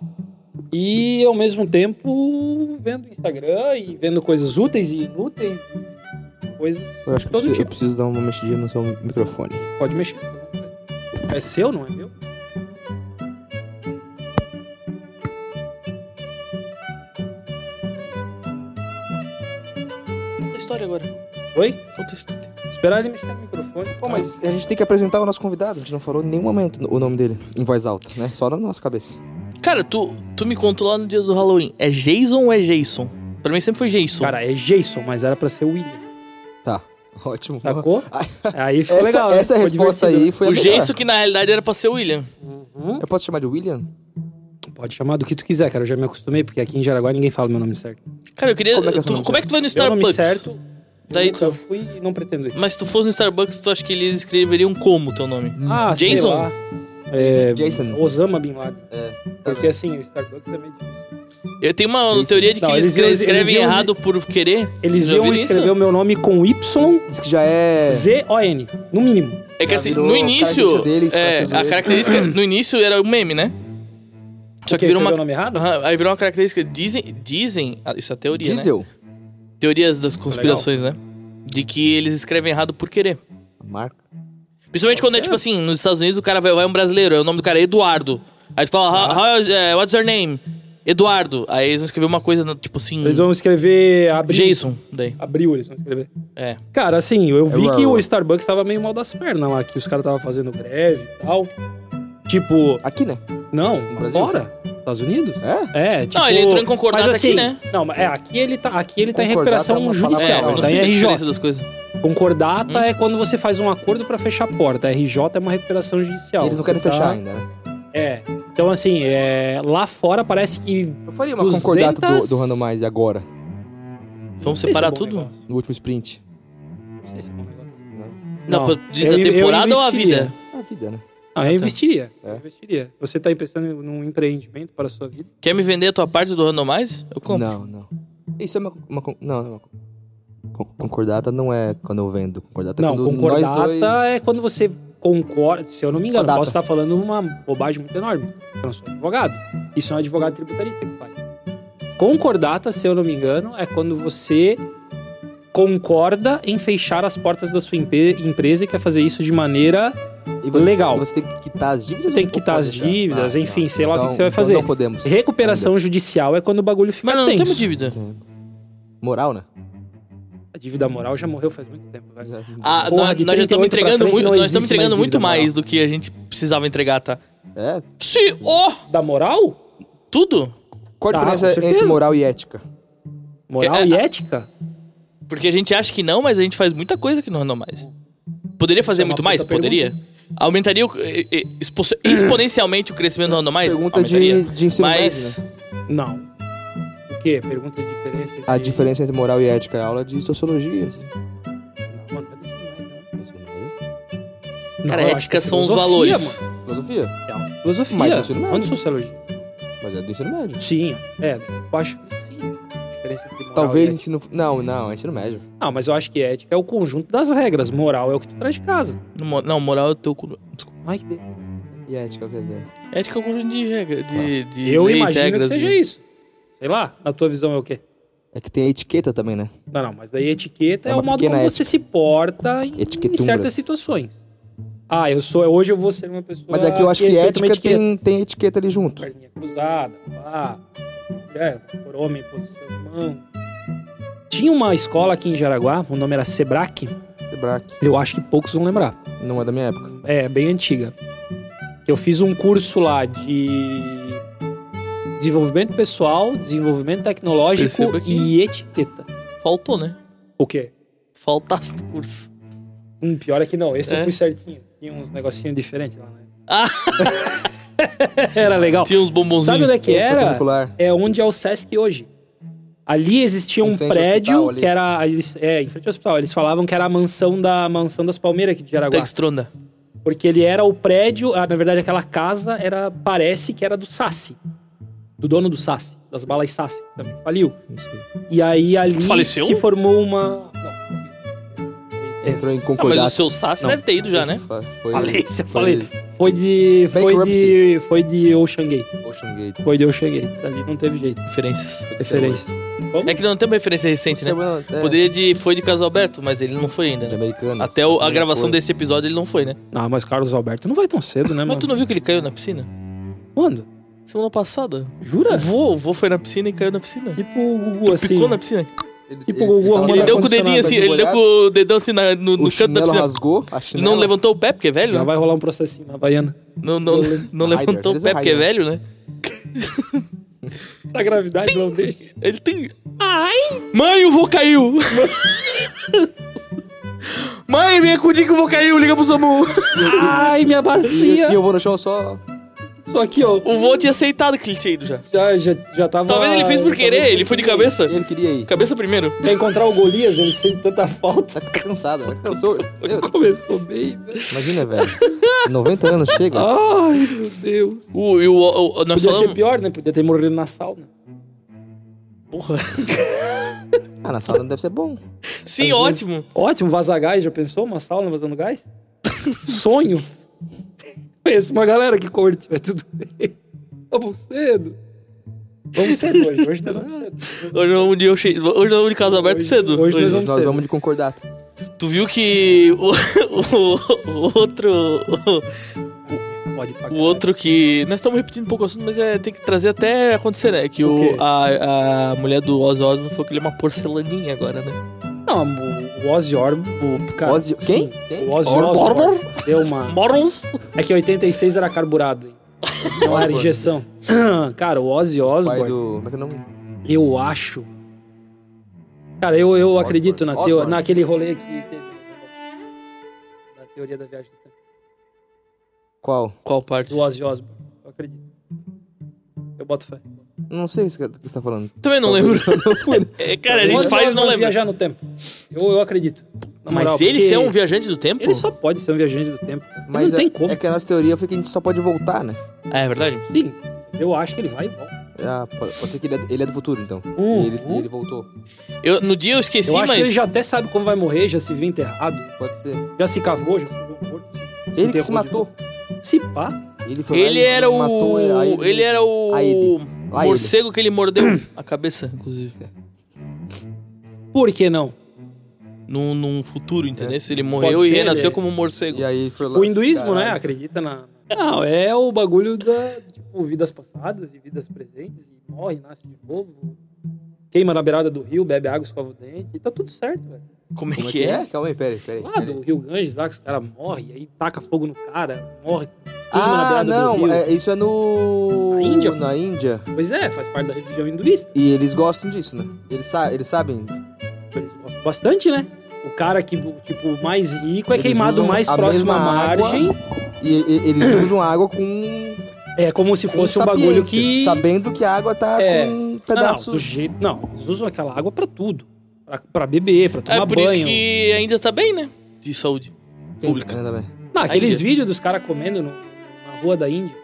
Speaker 2: E ao mesmo tempo vendo Instagram e vendo coisas úteis e inúteis. e Coisas.
Speaker 3: Eu acho que
Speaker 2: Todo
Speaker 3: eu preciso,
Speaker 2: tipo.
Speaker 3: eu preciso dar uma mexidinha no seu microfone.
Speaker 2: Pode mexer. É seu, não é meu?
Speaker 1: Conta a história agora.
Speaker 2: Oi?
Speaker 1: Conta a história.
Speaker 2: Esperar ele mexer no microfone.
Speaker 3: Pô, mas a gente tem que apresentar o nosso convidado. A gente não falou em nenhum momento o nome dele em voz alta, né? Só na nossa cabeça.
Speaker 1: Cara, tu, tu me contou lá no dia do Halloween. É Jason ou é Jason? Pra mim sempre foi Jason.
Speaker 2: Cara, é Jason, mas era pra ser William.
Speaker 3: Tá, ótimo.
Speaker 2: Sacou? Aí ficou
Speaker 3: Essa,
Speaker 2: legal. né?
Speaker 3: essa
Speaker 2: Ficou
Speaker 3: resposta
Speaker 2: divertido.
Speaker 3: aí foi a
Speaker 1: o
Speaker 3: melhor.
Speaker 1: Jason que na realidade era pra ser o William.
Speaker 2: Uhum.
Speaker 3: Eu posso chamar de William?
Speaker 2: Pode chamar do que tu quiser, cara. Eu já me acostumei, porque aqui em Jaraguá ninguém fala meu nome certo.
Speaker 1: Cara, eu queria...
Speaker 3: Como é que é o seu
Speaker 1: tu,
Speaker 3: nome
Speaker 1: como é que tu vai no
Speaker 2: Meu nome
Speaker 1: Starbucks?
Speaker 2: certo,
Speaker 1: Daí
Speaker 2: eu nunca fui e não pretendo ir.
Speaker 1: Mas se tu fosse no Starbucks, tu acha que eles escreveriam como teu nome?
Speaker 2: Ah, sei
Speaker 1: Jason?
Speaker 2: lá. É,
Speaker 3: Jason.
Speaker 1: Uhum.
Speaker 2: Osama Bin Laden.
Speaker 1: tá
Speaker 3: É.
Speaker 2: Porque assim, o Starbucks é meio difícil.
Speaker 1: Eu tenho uma
Speaker 3: Jason.
Speaker 1: teoria de que
Speaker 2: Não,
Speaker 1: eles,
Speaker 2: eles
Speaker 1: escre-
Speaker 2: iam- eles
Speaker 1: escrevem
Speaker 2: iam-
Speaker 1: errado por querer. Vocês
Speaker 2: Eles
Speaker 1: já
Speaker 2: iam
Speaker 1: ouviram
Speaker 2: escrever o meu nome com Y,
Speaker 3: Diz que já é.
Speaker 2: Z, O, N. No mínimo.
Speaker 1: É que
Speaker 3: Já
Speaker 1: assim,
Speaker 3: virou
Speaker 1: no
Speaker 3: a
Speaker 1: início.
Speaker 3: característica deles pra
Speaker 1: é,
Speaker 3: ser
Speaker 1: a
Speaker 3: zoeiro.
Speaker 1: característica. no início era o meme, né? Só que
Speaker 2: Porque
Speaker 1: virou uma. Hum.
Speaker 2: escreveu o nome errado?
Speaker 1: Aham, aí virou uma característica. Dizem. Dizem. ah, Isso é teoria. né?
Speaker 3: Diesel.
Speaker 1: Teorias das conspirações, né? De que eles escrevem errado por querer.
Speaker 3: A marca.
Speaker 1: Principalmente quando é tipo assim, nos Estados Unidos o cara vai, vai um brasileiro, aí o nome do cara é Eduardo. Aí tu
Speaker 2: Tá.
Speaker 1: fala, "How- how- eh, what's your name? Eduardo. Aí eles vão escrever uma coisa, na- tipo assim,
Speaker 2: Eles vão escrever abril.
Speaker 1: Jason. Daí.
Speaker 2: Abril eles vão escrever.
Speaker 1: É.
Speaker 2: Cara, assim, eu vi
Speaker 3: uau,
Speaker 2: que
Speaker 3: uau.
Speaker 2: o Starbucks tava meio mal das pernas lá, que os caras tava fazendo greve e tal. Tipo,
Speaker 3: Aqui, né?
Speaker 2: não,
Speaker 3: No Brasil?
Speaker 2: fora. Estados Unidos?
Speaker 3: É?
Speaker 2: É, tipo...
Speaker 1: Não, ele entrou em concordata
Speaker 2: mas, assim,
Speaker 1: aqui, né?
Speaker 2: Não, mas é, aqui ele tá, aqui ele tá em
Speaker 3: Concordata é
Speaker 2: recuperação
Speaker 3: uma
Speaker 1: É,
Speaker 2: judicial,
Speaker 1: eu
Speaker 3: palavra,
Speaker 2: tá
Speaker 1: não
Speaker 3: daí
Speaker 1: sei a
Speaker 2: em RJ.
Speaker 1: diferença das coisas.
Speaker 2: Concordata
Speaker 1: Uhum.
Speaker 2: é quando você faz um acordo pra fechar a porta. RJ é uma recuperação judicial.
Speaker 3: Eles não querem
Speaker 2: Tá?
Speaker 3: fechar ainda, né?
Speaker 2: É. Então, assim, é, lá fora parece que...
Speaker 3: Eu faria uma
Speaker 2: 200
Speaker 3: concordata do, do Randomize agora,
Speaker 1: Vamos
Speaker 2: Não sei se é
Speaker 1: separar
Speaker 2: bom
Speaker 1: tudo?
Speaker 2: negócio.
Speaker 3: no último sprint. Né?
Speaker 2: Não sei se é bom negócio.
Speaker 1: Não,
Speaker 2: Não,
Speaker 1: diz
Speaker 2: eu-
Speaker 1: a
Speaker 2: eu
Speaker 1: temporada ou a
Speaker 2: investiria.
Speaker 1: vida?
Speaker 3: A vida, né?
Speaker 2: Ah, eu investiria.
Speaker 3: É.
Speaker 2: Eu investiria. Você tá aí pensando num empreendimento para a sua vida?
Speaker 1: Quer me vender a tua parte do Randomize? Eu compro.
Speaker 3: Não, não. Isso é uma. uma con- não, é uma con- concordata não é quando eu vendo. Concordata é
Speaker 2: Não,
Speaker 3: quando
Speaker 2: concordata
Speaker 3: nós dois.
Speaker 2: é quando você concorda. Se eu não me engano,
Speaker 3: Concordata.
Speaker 2: posso estar falando uma bobagem muito enorme. Eu não sou advogado. Isso é um advogado tributarista que faz. Concordata, se eu não me engano, é quando você concorda em fechar as portas da sua empe- empresa e quer fazer isso de maneira.
Speaker 3: E você-
Speaker 2: legal.
Speaker 3: e Você tem que quitar as dívidas?
Speaker 2: Você tem
Speaker 3: ou
Speaker 2: que quitar
Speaker 3: pode
Speaker 2: as
Speaker 3: deixar?
Speaker 2: dívidas, enfim, sei lá o que
Speaker 3: então-
Speaker 2: que você vai
Speaker 3: então
Speaker 2: fazer.
Speaker 3: Não podemos.
Speaker 2: Recuperação judicial é quando o bagulho fica
Speaker 1: Mas não, não
Speaker 2: tenso.
Speaker 1: temos dívida.
Speaker 3: ainda. Moral, né? é,
Speaker 2: A dívida moral já morreu faz muito tempo. velho.
Speaker 1: Ah,
Speaker 2: Porra,
Speaker 1: nós,
Speaker 2: de
Speaker 1: nós já
Speaker 2: 38
Speaker 1: estamos
Speaker 2: pra
Speaker 1: entregando
Speaker 2: frente
Speaker 1: muito,
Speaker 2: não
Speaker 1: nós
Speaker 2: existe
Speaker 1: estamos entregando
Speaker 2: mais
Speaker 1: muito
Speaker 2: dívida moral.
Speaker 1: mais do que a gente precisava entregar, tá?
Speaker 3: É.
Speaker 1: Se, ó,
Speaker 2: Da moral?
Speaker 1: tudo.
Speaker 3: Qual a
Speaker 2: Tá,
Speaker 3: diferença
Speaker 2: com certeza.
Speaker 3: entre moral e ética?
Speaker 2: Moral
Speaker 1: Que-
Speaker 2: e ética?
Speaker 1: Porque a gente acha que não, mas a gente faz muita coisa que não anda mais. Poderia fazer
Speaker 2: é uma
Speaker 1: muito mais?
Speaker 2: puta
Speaker 1: Poderia. Aumentaria o- e- e- expo- exponencialmente o crescimento do mais?
Speaker 3: Pergunta de,
Speaker 1: Aumentaria.
Speaker 3: de ensino médio,
Speaker 1: Mas
Speaker 3: né?
Speaker 2: Não. O quê? Pergunta a diferença entre...
Speaker 3: A diferença entre moral e ética é aula de sociologia. assim.
Speaker 2: Não, mano, mas isso não é, não.
Speaker 3: Ensino médio.
Speaker 1: Cara,
Speaker 2: Não, eu acho
Speaker 1: ética
Speaker 2: que é
Speaker 1: são os
Speaker 2: filosofia,
Speaker 1: valores.
Speaker 2: mano.
Speaker 3: Filosofia.
Speaker 2: É uma Filosofia.
Speaker 3: Mas você não é.
Speaker 2: Onde sociologia?
Speaker 3: Mas é do ensino médio.
Speaker 2: Sim, é. Eu acho que sim. A diferença entre moral
Speaker 3: Talvez
Speaker 2: E ética.
Speaker 3: ensino. Não, não, é ensino médio.
Speaker 2: Não, mas eu acho que ética é o conjunto das regras. Moral é o que tu traz de casa.
Speaker 1: No mo- Não, moral é o teu. cu- Desculpa.
Speaker 2: Ai, que de...
Speaker 3: E ética, o que é?
Speaker 1: Ética é um conjunto de regras. De, de
Speaker 2: Tá. Eu
Speaker 1: leis,
Speaker 2: imagino
Speaker 1: regras.
Speaker 2: que seja
Speaker 1: e-
Speaker 2: isso. Sei lá, na tua visão é o quê?
Speaker 3: É que tem a etiqueta também, né?
Speaker 2: Não, não, mas daí etiqueta é,
Speaker 3: É uma
Speaker 2: o modo
Speaker 3: pequena
Speaker 2: como você se porta em, em
Speaker 3: Etiquetumbras.
Speaker 2: certas situações. Ah, eu sou. Hoje eu vou ser uma pessoa.
Speaker 3: Mas é
Speaker 1: Ah,
Speaker 3: que eu acho que
Speaker 2: respeita uma
Speaker 3: ética tem, tem etiqueta ali junto.
Speaker 2: perninha cruzada, pá, mulher, por homem, posição de mão. Tinha uma escola aqui em Jaraguá, o nome era Sebrac,
Speaker 3: Braque.
Speaker 2: eu acho que poucos vão lembrar.
Speaker 3: Não é da minha época.
Speaker 2: é bem antiga. Eu fiz um curso lá de desenvolvimento pessoal, desenvolvimento
Speaker 1: Perceba
Speaker 2: tecnológico
Speaker 1: que-
Speaker 2: e etiqueta.
Speaker 1: Faltou, né?
Speaker 2: O quê?
Speaker 1: Faltasse do curso.
Speaker 2: Hum, pior é que não, esse
Speaker 1: É?
Speaker 2: eu fui certinho. Tinha uns negocinhos diferentes lá, né?
Speaker 1: Ah.
Speaker 2: Era legal.
Speaker 1: Tinha uns
Speaker 2: Sabe
Speaker 1: bombonzinhos.
Speaker 2: onde é que era?
Speaker 3: Extracurricular.
Speaker 2: É onde é o Sesc hoje. Ali existia
Speaker 3: Em
Speaker 2: um
Speaker 3: frente ao
Speaker 2: prédio
Speaker 3: hospital, ali.
Speaker 2: que era. eles- É, em frente ao hospital. Eles falavam que era a mansão da mansão das Palmeiras aqui de Jaraguá.
Speaker 1: Textrona. Ah,
Speaker 2: Porque ele era o prédio, ah, na verdade aquela casa era parece que era do Sassi. Do dono do Sassi, das balas Sassi também. Faliu.
Speaker 3: Não sei.
Speaker 2: E aí ali
Speaker 1: Faleceu?
Speaker 2: se formou uma não.
Speaker 3: Entrou em
Speaker 1: Ah, mas
Speaker 3: concordância.
Speaker 1: o seu Sassi
Speaker 2: Não.
Speaker 1: deve ter ido já, né?
Speaker 3: Foi
Speaker 2: Falência,
Speaker 3: foi-
Speaker 2: falei. Foi de foi de
Speaker 3: Bankruptcy.
Speaker 2: foi de Ocean Gate.
Speaker 3: Ocean Gates.
Speaker 2: Foi de Ocean Gate. Ali não teve jeito.
Speaker 1: Referências.
Speaker 2: Referências.
Speaker 1: É que não tem uma referência recente, né?
Speaker 3: É,
Speaker 1: Poderia de... Foi de Caso Alberto, mas ele não foi ainda,
Speaker 3: de
Speaker 1: né?
Speaker 3: americanos.
Speaker 1: Até o- a
Speaker 3: Também
Speaker 1: gravação
Speaker 3: foi.
Speaker 1: desse episódio ele não foi, né?
Speaker 2: Não, mas Carlos Alberto não vai tão cedo, né,
Speaker 1: Mas
Speaker 2: mano?
Speaker 1: tu não viu que ele caiu na piscina?
Speaker 2: Quando?
Speaker 1: Semana passada.
Speaker 2: Jura?
Speaker 1: O vô, o vô foi na piscina e caiu na piscina.
Speaker 2: Tipo o Gugu É. assim.
Speaker 1: Ficou na piscina.
Speaker 3: Ele,
Speaker 2: Tipo, o Gugu
Speaker 3: tava
Speaker 2: arrumando
Speaker 1: Ele
Speaker 3: só
Speaker 1: deu com o
Speaker 3: condicionado
Speaker 1: dedinho assim,
Speaker 3: de
Speaker 1: ele deu
Speaker 3: olhar,
Speaker 1: com o dedão assim na- no, no
Speaker 3: O
Speaker 1: canto da
Speaker 3: chinelo
Speaker 1: piscina.
Speaker 3: rasgou, a
Speaker 1: Ele
Speaker 3: chinela...
Speaker 1: não levantou o pé porque é velho,
Speaker 2: Já
Speaker 1: né?
Speaker 2: vai rolar um processinho na Havaiana.
Speaker 1: Não, não, não
Speaker 3: Raider,
Speaker 1: levantou o
Speaker 3: eles é
Speaker 1: pé porque é
Speaker 3: Raider.
Speaker 1: velho, né?
Speaker 2: A gravidade
Speaker 1: um
Speaker 2: não deixa.
Speaker 1: Ele tem. Mãe, o vô caiu! Mãe, vem acudir que o vô caiu, liga pro SAMU!
Speaker 2: Ai, minha
Speaker 3: E,
Speaker 2: bacia!
Speaker 3: e eu vou no chão só...
Speaker 2: Só aqui, ó.
Speaker 1: O vô tinha aceitado que ele tinha ido já.
Speaker 2: Já, já, já tava.
Speaker 1: Talvez ele fez por querer,
Speaker 2: talvez
Speaker 1: ele foi de cabeça.
Speaker 3: Ele queria ir.
Speaker 1: Cabeça primeiro.
Speaker 2: Pra encontrar o Golias, ele sente tanta falta.
Speaker 3: Tá cansado, tá cansou. Meu,
Speaker 2: Começou bem, velho.
Speaker 3: imagina, velho. 90 anos, chega.
Speaker 1: Ah.
Speaker 2: Ai, meu Deus.
Speaker 1: O, e o, o- o- nós
Speaker 2: Podia ser
Speaker 1: falamos.
Speaker 2: pior, né? Podia ter morrido na sauna.
Speaker 1: Porra.
Speaker 3: Ah, na sala não deve ser bom.
Speaker 1: Sim,
Speaker 2: Às vezes-
Speaker 1: ótimo.
Speaker 2: Ótimo, vazar gás. Já pensou uma sauna vazando gás? Sonho. Conheço uma galera que curte, mas tudo bem. Vamos cedo. Vamos cedo hoje. Hoje nós vamos cedo.
Speaker 1: Hoje é um dia eu che... Hoje é um de caso aberto
Speaker 2: Hoje-
Speaker 1: cedo.
Speaker 2: hoje nós
Speaker 3: Nós
Speaker 2: Vamos ser.
Speaker 3: vamos de concordata.
Speaker 1: Tu viu que o, o- o outro. O,
Speaker 2: Pode pagar.
Speaker 1: outro que. Nós estamos repetindo um pouco o assunto, mas é, tem que trazer até acontecer, né? Que
Speaker 2: O
Speaker 1: o,
Speaker 2: quê?
Speaker 1: a, a mulher do Ozzy Osbourne falou que ele é uma porcelaninha agora, né?
Speaker 2: Não, o- o Ozzy Osbourne... o- cara,
Speaker 3: Ozzy- quem?
Speaker 2: sim,
Speaker 3: Quem?
Speaker 2: O Ozzy
Speaker 1: Or-
Speaker 2: Osbourne deu uma...
Speaker 1: Morons?
Speaker 2: É que 86 era carburado, hein? Não era injeção. Cara, o Ozzy
Speaker 3: Pai
Speaker 2: Osbourne,
Speaker 3: do... Como é que é o nome?
Speaker 2: eu acho... Cara, eu, eu acredito na teo...
Speaker 3: Osbourne.
Speaker 2: naquele rolê que teve... né? Na teoria da viagem do tempo.
Speaker 3: Qual?
Speaker 1: Qual parte?
Speaker 2: Do Ozzy Osbourne. Eu acredito. Eu boto fé.
Speaker 3: Não sei o que você tá falando.
Speaker 1: Também não lembro. É, cara, a
Speaker 2: O
Speaker 1: gente
Speaker 2: Ozzy
Speaker 1: faz e não
Speaker 2: Osbourne
Speaker 1: lembra.
Speaker 2: viajar no tempo. Eu, eu acredito. Na
Speaker 1: Mas
Speaker 2: moral,
Speaker 1: ele
Speaker 2: porque
Speaker 1: ser um viajante do tempo?
Speaker 2: Ele só pode ser um viajante do tempo. Mas
Speaker 3: Mas
Speaker 2: não
Speaker 3: é,
Speaker 2: tem como.
Speaker 3: é que a nossa teoria foi que a gente só pode voltar, né?
Speaker 1: Ah, é verdade?
Speaker 2: Sim, eu acho que ele vai e volta.
Speaker 3: Ah, pode, pode ser que ele é, ele é do futuro, então.
Speaker 2: Hum,
Speaker 3: e ele,
Speaker 2: hum.
Speaker 3: ele voltou.
Speaker 1: Eu, no dia eu esqueci,
Speaker 2: eu acho que
Speaker 1: mas.
Speaker 2: ele já até sabe como vai morrer, já se viu enterrado,
Speaker 3: Pode ser.
Speaker 2: já se cavou, já subiu o corpo.
Speaker 3: Ele que se
Speaker 2: enterrou de-
Speaker 3: matou.
Speaker 2: Se pá.
Speaker 3: Ele foi lá
Speaker 1: Ele
Speaker 3: e
Speaker 1: era
Speaker 3: matou a
Speaker 1: o.
Speaker 3: ele.
Speaker 1: Ele era o.
Speaker 3: a ele. A ele.
Speaker 1: Morcego que ele mordeu a cabeça, inclusive.
Speaker 2: Por que não?
Speaker 1: Num, num futuro, entendeu? Se ele morreu
Speaker 2: É. Pode
Speaker 1: e
Speaker 2: ser, é.
Speaker 1: renasceu
Speaker 2: ele-
Speaker 1: como um morcego.
Speaker 3: E aí ele foi lá.
Speaker 2: O hinduísmo, né?
Speaker 3: Caralho.
Speaker 2: Acredita na. Não, é o bagulho da. Tipo, vidas passadas e vidas presentes, e morre, nasce de novo. Queima na beirada do rio, bebe água, escova o dente, e tá tudo certo, velho.
Speaker 1: Como é
Speaker 3: Como
Speaker 1: que é?
Speaker 3: Calma aí, peraí, peraí.
Speaker 2: Lá
Speaker 3: peraí.
Speaker 2: do Rio Ganges, lá que os caras morrem, aí taca fogo no cara, morre, queima na
Speaker 3: Ah,
Speaker 2: beirada do
Speaker 3: não.
Speaker 2: rio.
Speaker 3: é- isso é no.
Speaker 2: Na Índia, pô.
Speaker 3: Na Índia.
Speaker 2: Pois é, faz parte da religião hinduísta.
Speaker 3: E eles gostam disso, né? Eles, sa eles sabem.
Speaker 2: Eles gostam bastante, né? O cara que, tipo, mais rico é
Speaker 3: Eles
Speaker 2: queimado
Speaker 3: usam
Speaker 2: mais
Speaker 3: a
Speaker 2: próximo à
Speaker 3: mesma água.
Speaker 2: margem.
Speaker 3: E, e- eles usam água com.
Speaker 2: É como se
Speaker 3: com
Speaker 2: fosse um
Speaker 3: sapiência,
Speaker 2: bagulho que.
Speaker 3: Sabendo que a água tá
Speaker 2: É.
Speaker 3: com
Speaker 2: Não,
Speaker 3: pedaços.
Speaker 2: Não, do jeito... não, eles usam aquela água pra tudo. Pra, pra beber, pra tomar
Speaker 1: É por
Speaker 2: banho.
Speaker 1: isso que ainda tá bem, né? De saúde. pública.
Speaker 3: É, também.
Speaker 2: Não, aqueles
Speaker 1: Índia.
Speaker 2: vídeos dos caras comendo no- na rua da Índia.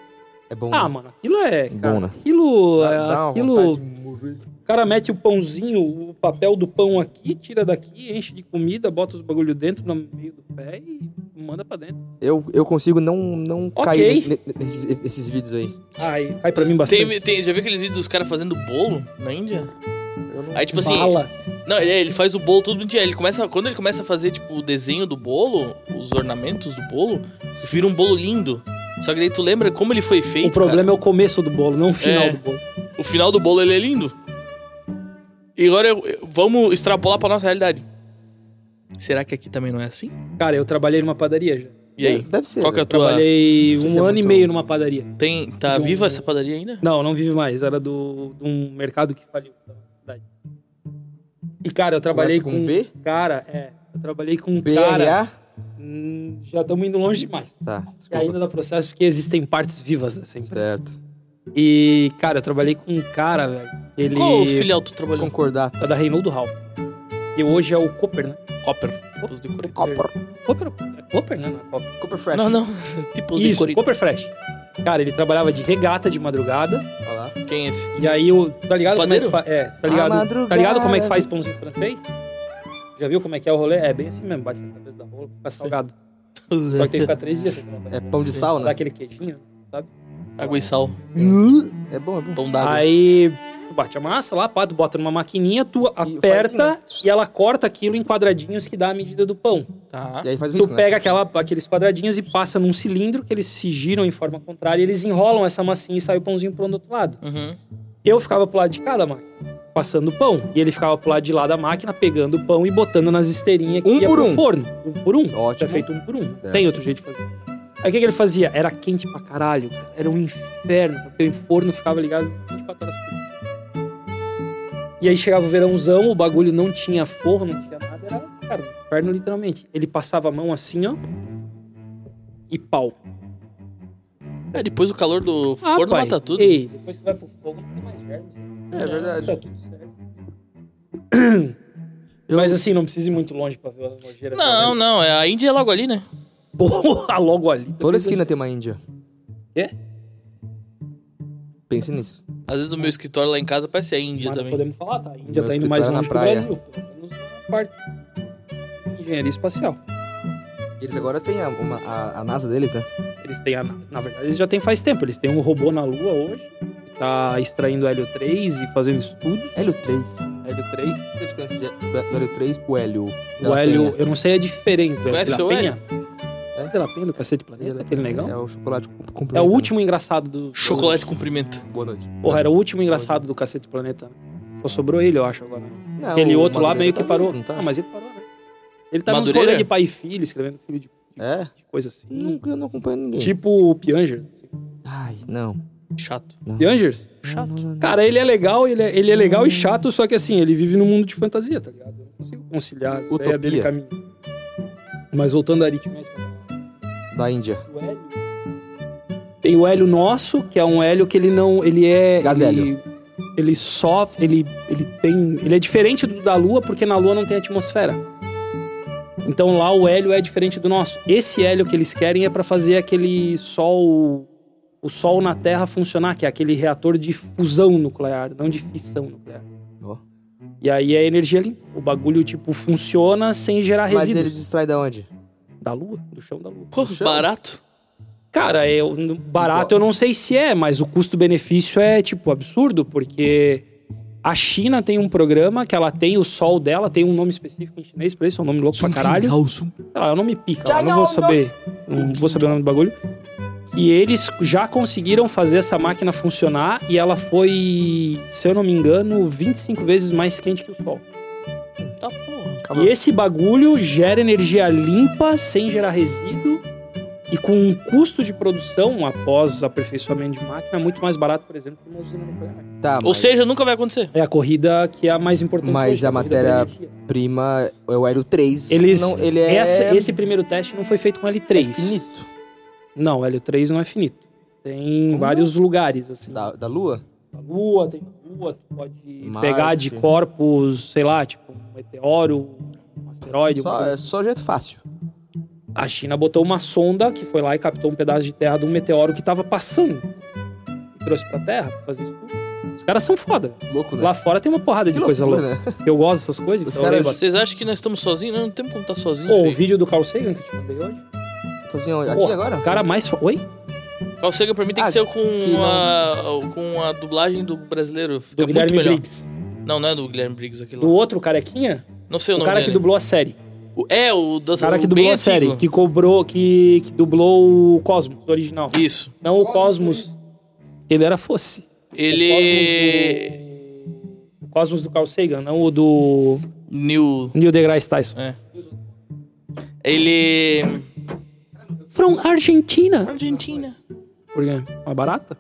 Speaker 3: É bom.
Speaker 2: Ah,
Speaker 3: né?
Speaker 2: mano, aquilo é.
Speaker 3: Bom,
Speaker 2: Cara,
Speaker 3: né?
Speaker 2: Aquilo.
Speaker 3: Dá-
Speaker 2: é-
Speaker 3: dá uma
Speaker 2: aquilo
Speaker 3: vontade de morrer.
Speaker 2: o cara mete o pãozinho, o papel do pão aqui, tira daqui, enche de comida, bota os bagulho dentro no meio do pé e manda pra dentro.
Speaker 3: Eu, eu consigo não, não
Speaker 2: Ok.
Speaker 3: cair ne- ne- nesses, nesses vídeos aí.
Speaker 2: Ai, cai pra mim bastante.
Speaker 1: Tem, tem- já viu aqueles vídeos dos caras fazendo bolo na Índia?
Speaker 3: Eu não-
Speaker 1: Aí, tipo assim.
Speaker 2: Bala.
Speaker 1: Não, ele, ele faz o bolo todo dia. Ele começa, quando ele começa a fazer, tipo, o desenho do bolo, os ornamentos do bolo, vira um bolo lindo. Só que daí tu lembra como ele foi feito.
Speaker 2: O problema é o começo do bolo, não o final
Speaker 1: É.
Speaker 2: do bolo.
Speaker 1: cara. O final do bolo ele é lindo. E agora eu- eu- vamos extrapolar pra nossa realidade. Será que aqui também não é assim?
Speaker 2: Cara, eu trabalhei numa padaria já.
Speaker 1: E aí?
Speaker 3: Deve ser.
Speaker 1: Qual que é a
Speaker 3: né?
Speaker 1: tua...
Speaker 2: Trabalhei
Speaker 3: Isso
Speaker 2: um ano
Speaker 3: é
Speaker 2: e
Speaker 3: muito-
Speaker 2: meio numa padaria.
Speaker 1: Tem... Tá
Speaker 2: de um-
Speaker 1: viva essa padaria ainda?
Speaker 2: Não, não vive mais. Era do, de um mercado que faliu da cidade. E, cara, eu trabalhei
Speaker 3: com
Speaker 2: com... um
Speaker 3: B?
Speaker 2: Cara, é. Eu trabalhei com um cara...
Speaker 3: BRA?
Speaker 2: Hum, já estamos indo longe demais.
Speaker 3: Tá,
Speaker 2: E
Speaker 3: desculpa.
Speaker 2: ainda dá processo porque existem partes vivas nessa empresa.
Speaker 3: Certo.
Speaker 2: E, cara, eu trabalhei com um cara, velho. Ele...
Speaker 1: Qual filial tu trabalhou?
Speaker 3: Concordar.
Speaker 2: É da Reinaldo Hall. E hoje é o Cooper, né?
Speaker 1: Copper. Tipos de cor.
Speaker 3: Copper.
Speaker 2: Cooper, é Cooper né? Não é Cooper.
Speaker 3: Copper Fresh.
Speaker 1: Não, não. Tipos de
Speaker 2: Isso,
Speaker 1: cor.
Speaker 2: Cooper Fresh. Cara, ele trabalhava de regata de madrugada.
Speaker 3: Olha lá.
Speaker 1: Quem é esse?
Speaker 2: E aí o. Tá ligado
Speaker 1: Padeiro?
Speaker 2: como é que faz. É, tá
Speaker 3: A
Speaker 2: ligado? Tá
Speaker 3: madrugada.
Speaker 2: ligado como é que faz pãozinho francês? Já viu como é que é o rolê? É bem assim mesmo, bate na cabeça da rola, fica salgado. Só que tem que ficar três dias. Assim,
Speaker 3: É pão de sal,
Speaker 2: Dá
Speaker 3: né?
Speaker 2: aquele queijinho.
Speaker 1: Água e sal.
Speaker 3: É bom, é bom.
Speaker 1: Pão d'água.
Speaker 2: Aí tu bate a massa lá, pá, tu bota numa maquininha, tu aperta
Speaker 3: assim, ó.
Speaker 2: e ela corta aquilo em quadradinhos que dá a medida do pão.
Speaker 1: Tá.
Speaker 3: E aí faz um
Speaker 2: Tu
Speaker 3: risco, né?
Speaker 2: pega aquela, aqueles quadradinhos e passa num cilindro que eles se giram em forma contrária, e eles enrolam essa massinha e sai o pãozinho pro outro lado.
Speaker 1: Uhum.
Speaker 2: Eu ficava pro lado de cada máquina, passando o pão. E ele ficava pro lado de lá da máquina, pegando o pão e botando nas esteirinhas que
Speaker 3: Um
Speaker 2: ia
Speaker 3: por
Speaker 2: pro
Speaker 3: um.
Speaker 2: forno. Um por um.
Speaker 3: Ótimo.
Speaker 2: Tinha feito um por um.
Speaker 3: Certo.
Speaker 2: Tem outro jeito de fazer. Aí o que, que ele fazia? Era quente pra caralho, cara. Era um inferno. Porque o forno ficava ligado 24 horas por dia. E aí chegava o verãozão, o bagulho não tinha forro, não tinha nada. Era, cara, um inferno literalmente. Ele passava a mão assim, ó. E pau. Ah,
Speaker 1: É, depois o calor do forno
Speaker 2: pai.
Speaker 1: mata tudo.
Speaker 2: Ei, depois que vai pro fogo, não tem mais né? germes.
Speaker 3: É verdade.
Speaker 2: Tá tudo certo. Mas assim, não precisa ir muito longe pra ver as nojeiras.
Speaker 1: Não, não. É a Índia é logo ali, né?
Speaker 2: Porra, logo ali.
Speaker 3: Toda esquina tem uma Índia.
Speaker 2: Quê?
Speaker 3: Pense nisso.
Speaker 1: Às vezes o meu escritório lá em casa parece a Índia
Speaker 2: Mas não
Speaker 1: também.
Speaker 2: podemos falar, tá? A Índia
Speaker 3: Meu
Speaker 2: tá indo mais
Speaker 3: escritório é na
Speaker 2: longe que o
Speaker 3: praia.
Speaker 2: Brasil. Pelo menos na parte de engenharia espacial.
Speaker 3: Eles agora têm a, uma- a- a NASA deles, né?
Speaker 2: Eles têm, a, na verdade, eles já têm faz tempo. Eles têm um robô na Lua hoje. que Tá extraindo hélio 3 e fazendo estudos.
Speaker 3: Hélio 3. Qual
Speaker 2: Hélio 3.
Speaker 3: é a diferença de hé- do hélio 3 pro hélio?
Speaker 2: O hélio, eu não sei, é diferente. É
Speaker 1: Conhece o hélio?
Speaker 2: Penha? É pela Penha do Cacete Planeta, aquele negão.
Speaker 3: É o chocolate com- com
Speaker 2: É o
Speaker 3: pimenta,
Speaker 2: último engraçado do.
Speaker 1: Chocolate cumprimento.
Speaker 3: né? Boa noite.
Speaker 2: Porra, era o último engraçado do Cacete Planeta. né? Só sobrou ele, eu acho, agora.
Speaker 3: Não,
Speaker 2: Aquele
Speaker 3: É o
Speaker 2: outro lá
Speaker 3: Madureira
Speaker 2: meio que
Speaker 3: tá
Speaker 2: parou.
Speaker 3: vivo, não tá?
Speaker 2: Ah, mas ele parou, né? Ele tá nos
Speaker 1: Madureira?
Speaker 2: rolês de pai e filho, escrevendo filho de
Speaker 3: É?
Speaker 2: coisa assim.
Speaker 3: Nunca, eu não acompanho ninguém.
Speaker 2: Tipo o Piangers. assim.
Speaker 3: Ai, não.
Speaker 1: Chato.
Speaker 2: Piangers? Chato. Cara, ele é legal, ele é, ele é legal e chato, só que assim, ele vive num mundo de fantasia, tá ligado? Eu não consigo conciliar a
Speaker 3: Utopia.
Speaker 2: ideia dele caminho. Mas voltando à aritmética.
Speaker 3: Da Índia.
Speaker 2: o hélio- Tem o hélio nosso, que é um hélio que ele não. Ele é.
Speaker 3: Gazélio.
Speaker 2: Ele, ele sofre. Ele, ele tem. Ele é diferente do da Lua, porque na Lua não tem atmosfera. Então lá o hélio é diferente do nosso. Esse hélio que eles querem é pra fazer aquele sol. O sol na Terra funcionar, que é aquele reator de fusão nuclear, não de fissão nuclear.
Speaker 3: Ó.
Speaker 2: E aí é energia limpa. O bagulho, tipo, funciona sem gerar
Speaker 3: Mas
Speaker 2: resíduos.
Speaker 3: eles extraem da onde?
Speaker 2: Da Lua, do chão da Lua.
Speaker 1: Pô, barato.
Speaker 2: Cara, eu, n- barato eu não sei se é, mas o custo-benefício é, tipo, absurdo, porque a China tem um programa que ela tem o sol dela, tem um nome específico em chinês pra isso, é um nome louco pra caralho. Sei lá, eu não me pica, eu não vou saber. Não vou saber o nome do bagulho. E eles já conseguiram fazer essa máquina funcionar e ela foi, se eu não me engano, 25 vezes mais quente que o sol.
Speaker 1: Tá porra.
Speaker 3: Calma.
Speaker 2: E esse bagulho gera energia limpa, sem gerar resíduo e com um custo de produção após aperfeiçoamento de máquina muito mais barato, por exemplo, que uma usina nuclear.
Speaker 3: Tá,
Speaker 1: Ou
Speaker 3: mas-
Speaker 1: seja, nunca vai acontecer.
Speaker 2: É a corrida que é a mais importante.
Speaker 3: Mas
Speaker 2: hoje,
Speaker 3: a
Speaker 2: corrida por
Speaker 3: matéria-
Speaker 2: energia.
Speaker 3: Prima, é o Hélio 3.
Speaker 2: Eles-
Speaker 3: Não, ele é...
Speaker 2: Essa- esse primeiro teste não foi feito com
Speaker 3: é
Speaker 2: L3.
Speaker 3: finito.
Speaker 2: Não, L3 não é finito. Tem
Speaker 3: Uhum.
Speaker 2: vários lugares, assim.
Speaker 3: Da, da Lua?
Speaker 2: Na Lua, tem na Lua, tu pode
Speaker 3: Tá. Marte.
Speaker 2: pegar de corpos, sei lá, tipo um meteoro, um asteroide, uma
Speaker 3: Só,
Speaker 2: coisa
Speaker 3: é só jeito fácil.
Speaker 2: A China botou uma sonda que foi lá e captou um pedaço de terra de um meteoro que tava passando. E trouxe pra terra pra fazer isso tudo. Os caras são foda.
Speaker 3: Louco, né?
Speaker 2: Lá fora tem uma porrada de
Speaker 3: Que
Speaker 2: coisa
Speaker 3: loucura,
Speaker 2: louca.
Speaker 3: né?
Speaker 2: Eu gosto dessas coisas,
Speaker 3: Os
Speaker 2: então eu leio
Speaker 3: caras-
Speaker 2: bastante.
Speaker 1: Vocês acham que nós estamos sozinhos? Não, não temos como estar sozinho.
Speaker 2: Pô, o
Speaker 1: filho.
Speaker 2: vídeo do Carl Sagan que eu te mandei hoje.
Speaker 3: Tô assim, ó, aqui
Speaker 2: Porra,
Speaker 3: agora?
Speaker 2: O cara mais. fo- Oi?
Speaker 1: Carl Sagan pra mim tem que
Speaker 3: Ah,
Speaker 1: ser com,
Speaker 3: que
Speaker 1: a, com a dublagem do brasileiro. Fica
Speaker 2: Do Guilherme
Speaker 1: muito melhor.
Speaker 2: Briggs.
Speaker 1: Não, não é do Guilherme Briggs aquilo.
Speaker 2: Do outro carequinha?
Speaker 1: Não sei o,
Speaker 2: O
Speaker 1: nome
Speaker 2: cara que
Speaker 1: dele.
Speaker 2: dublou a série.
Speaker 1: O- É, o do
Speaker 2: O cara que
Speaker 1: o bem
Speaker 2: dublou a série.
Speaker 1: antigo.
Speaker 2: Que cobrou. Que, que dublou o Cosmos o original.
Speaker 1: Isso.
Speaker 2: Não o Cosmos. Ele era fosse.
Speaker 1: Ele...
Speaker 2: O Cosmos do, o Cosmos do Carl Sagan, não o do
Speaker 1: New...
Speaker 2: Neil deGrasse Tyson.
Speaker 1: Ele...
Speaker 2: From Argentina.
Speaker 1: Argentina.
Speaker 2: Por quê? Mais é barata?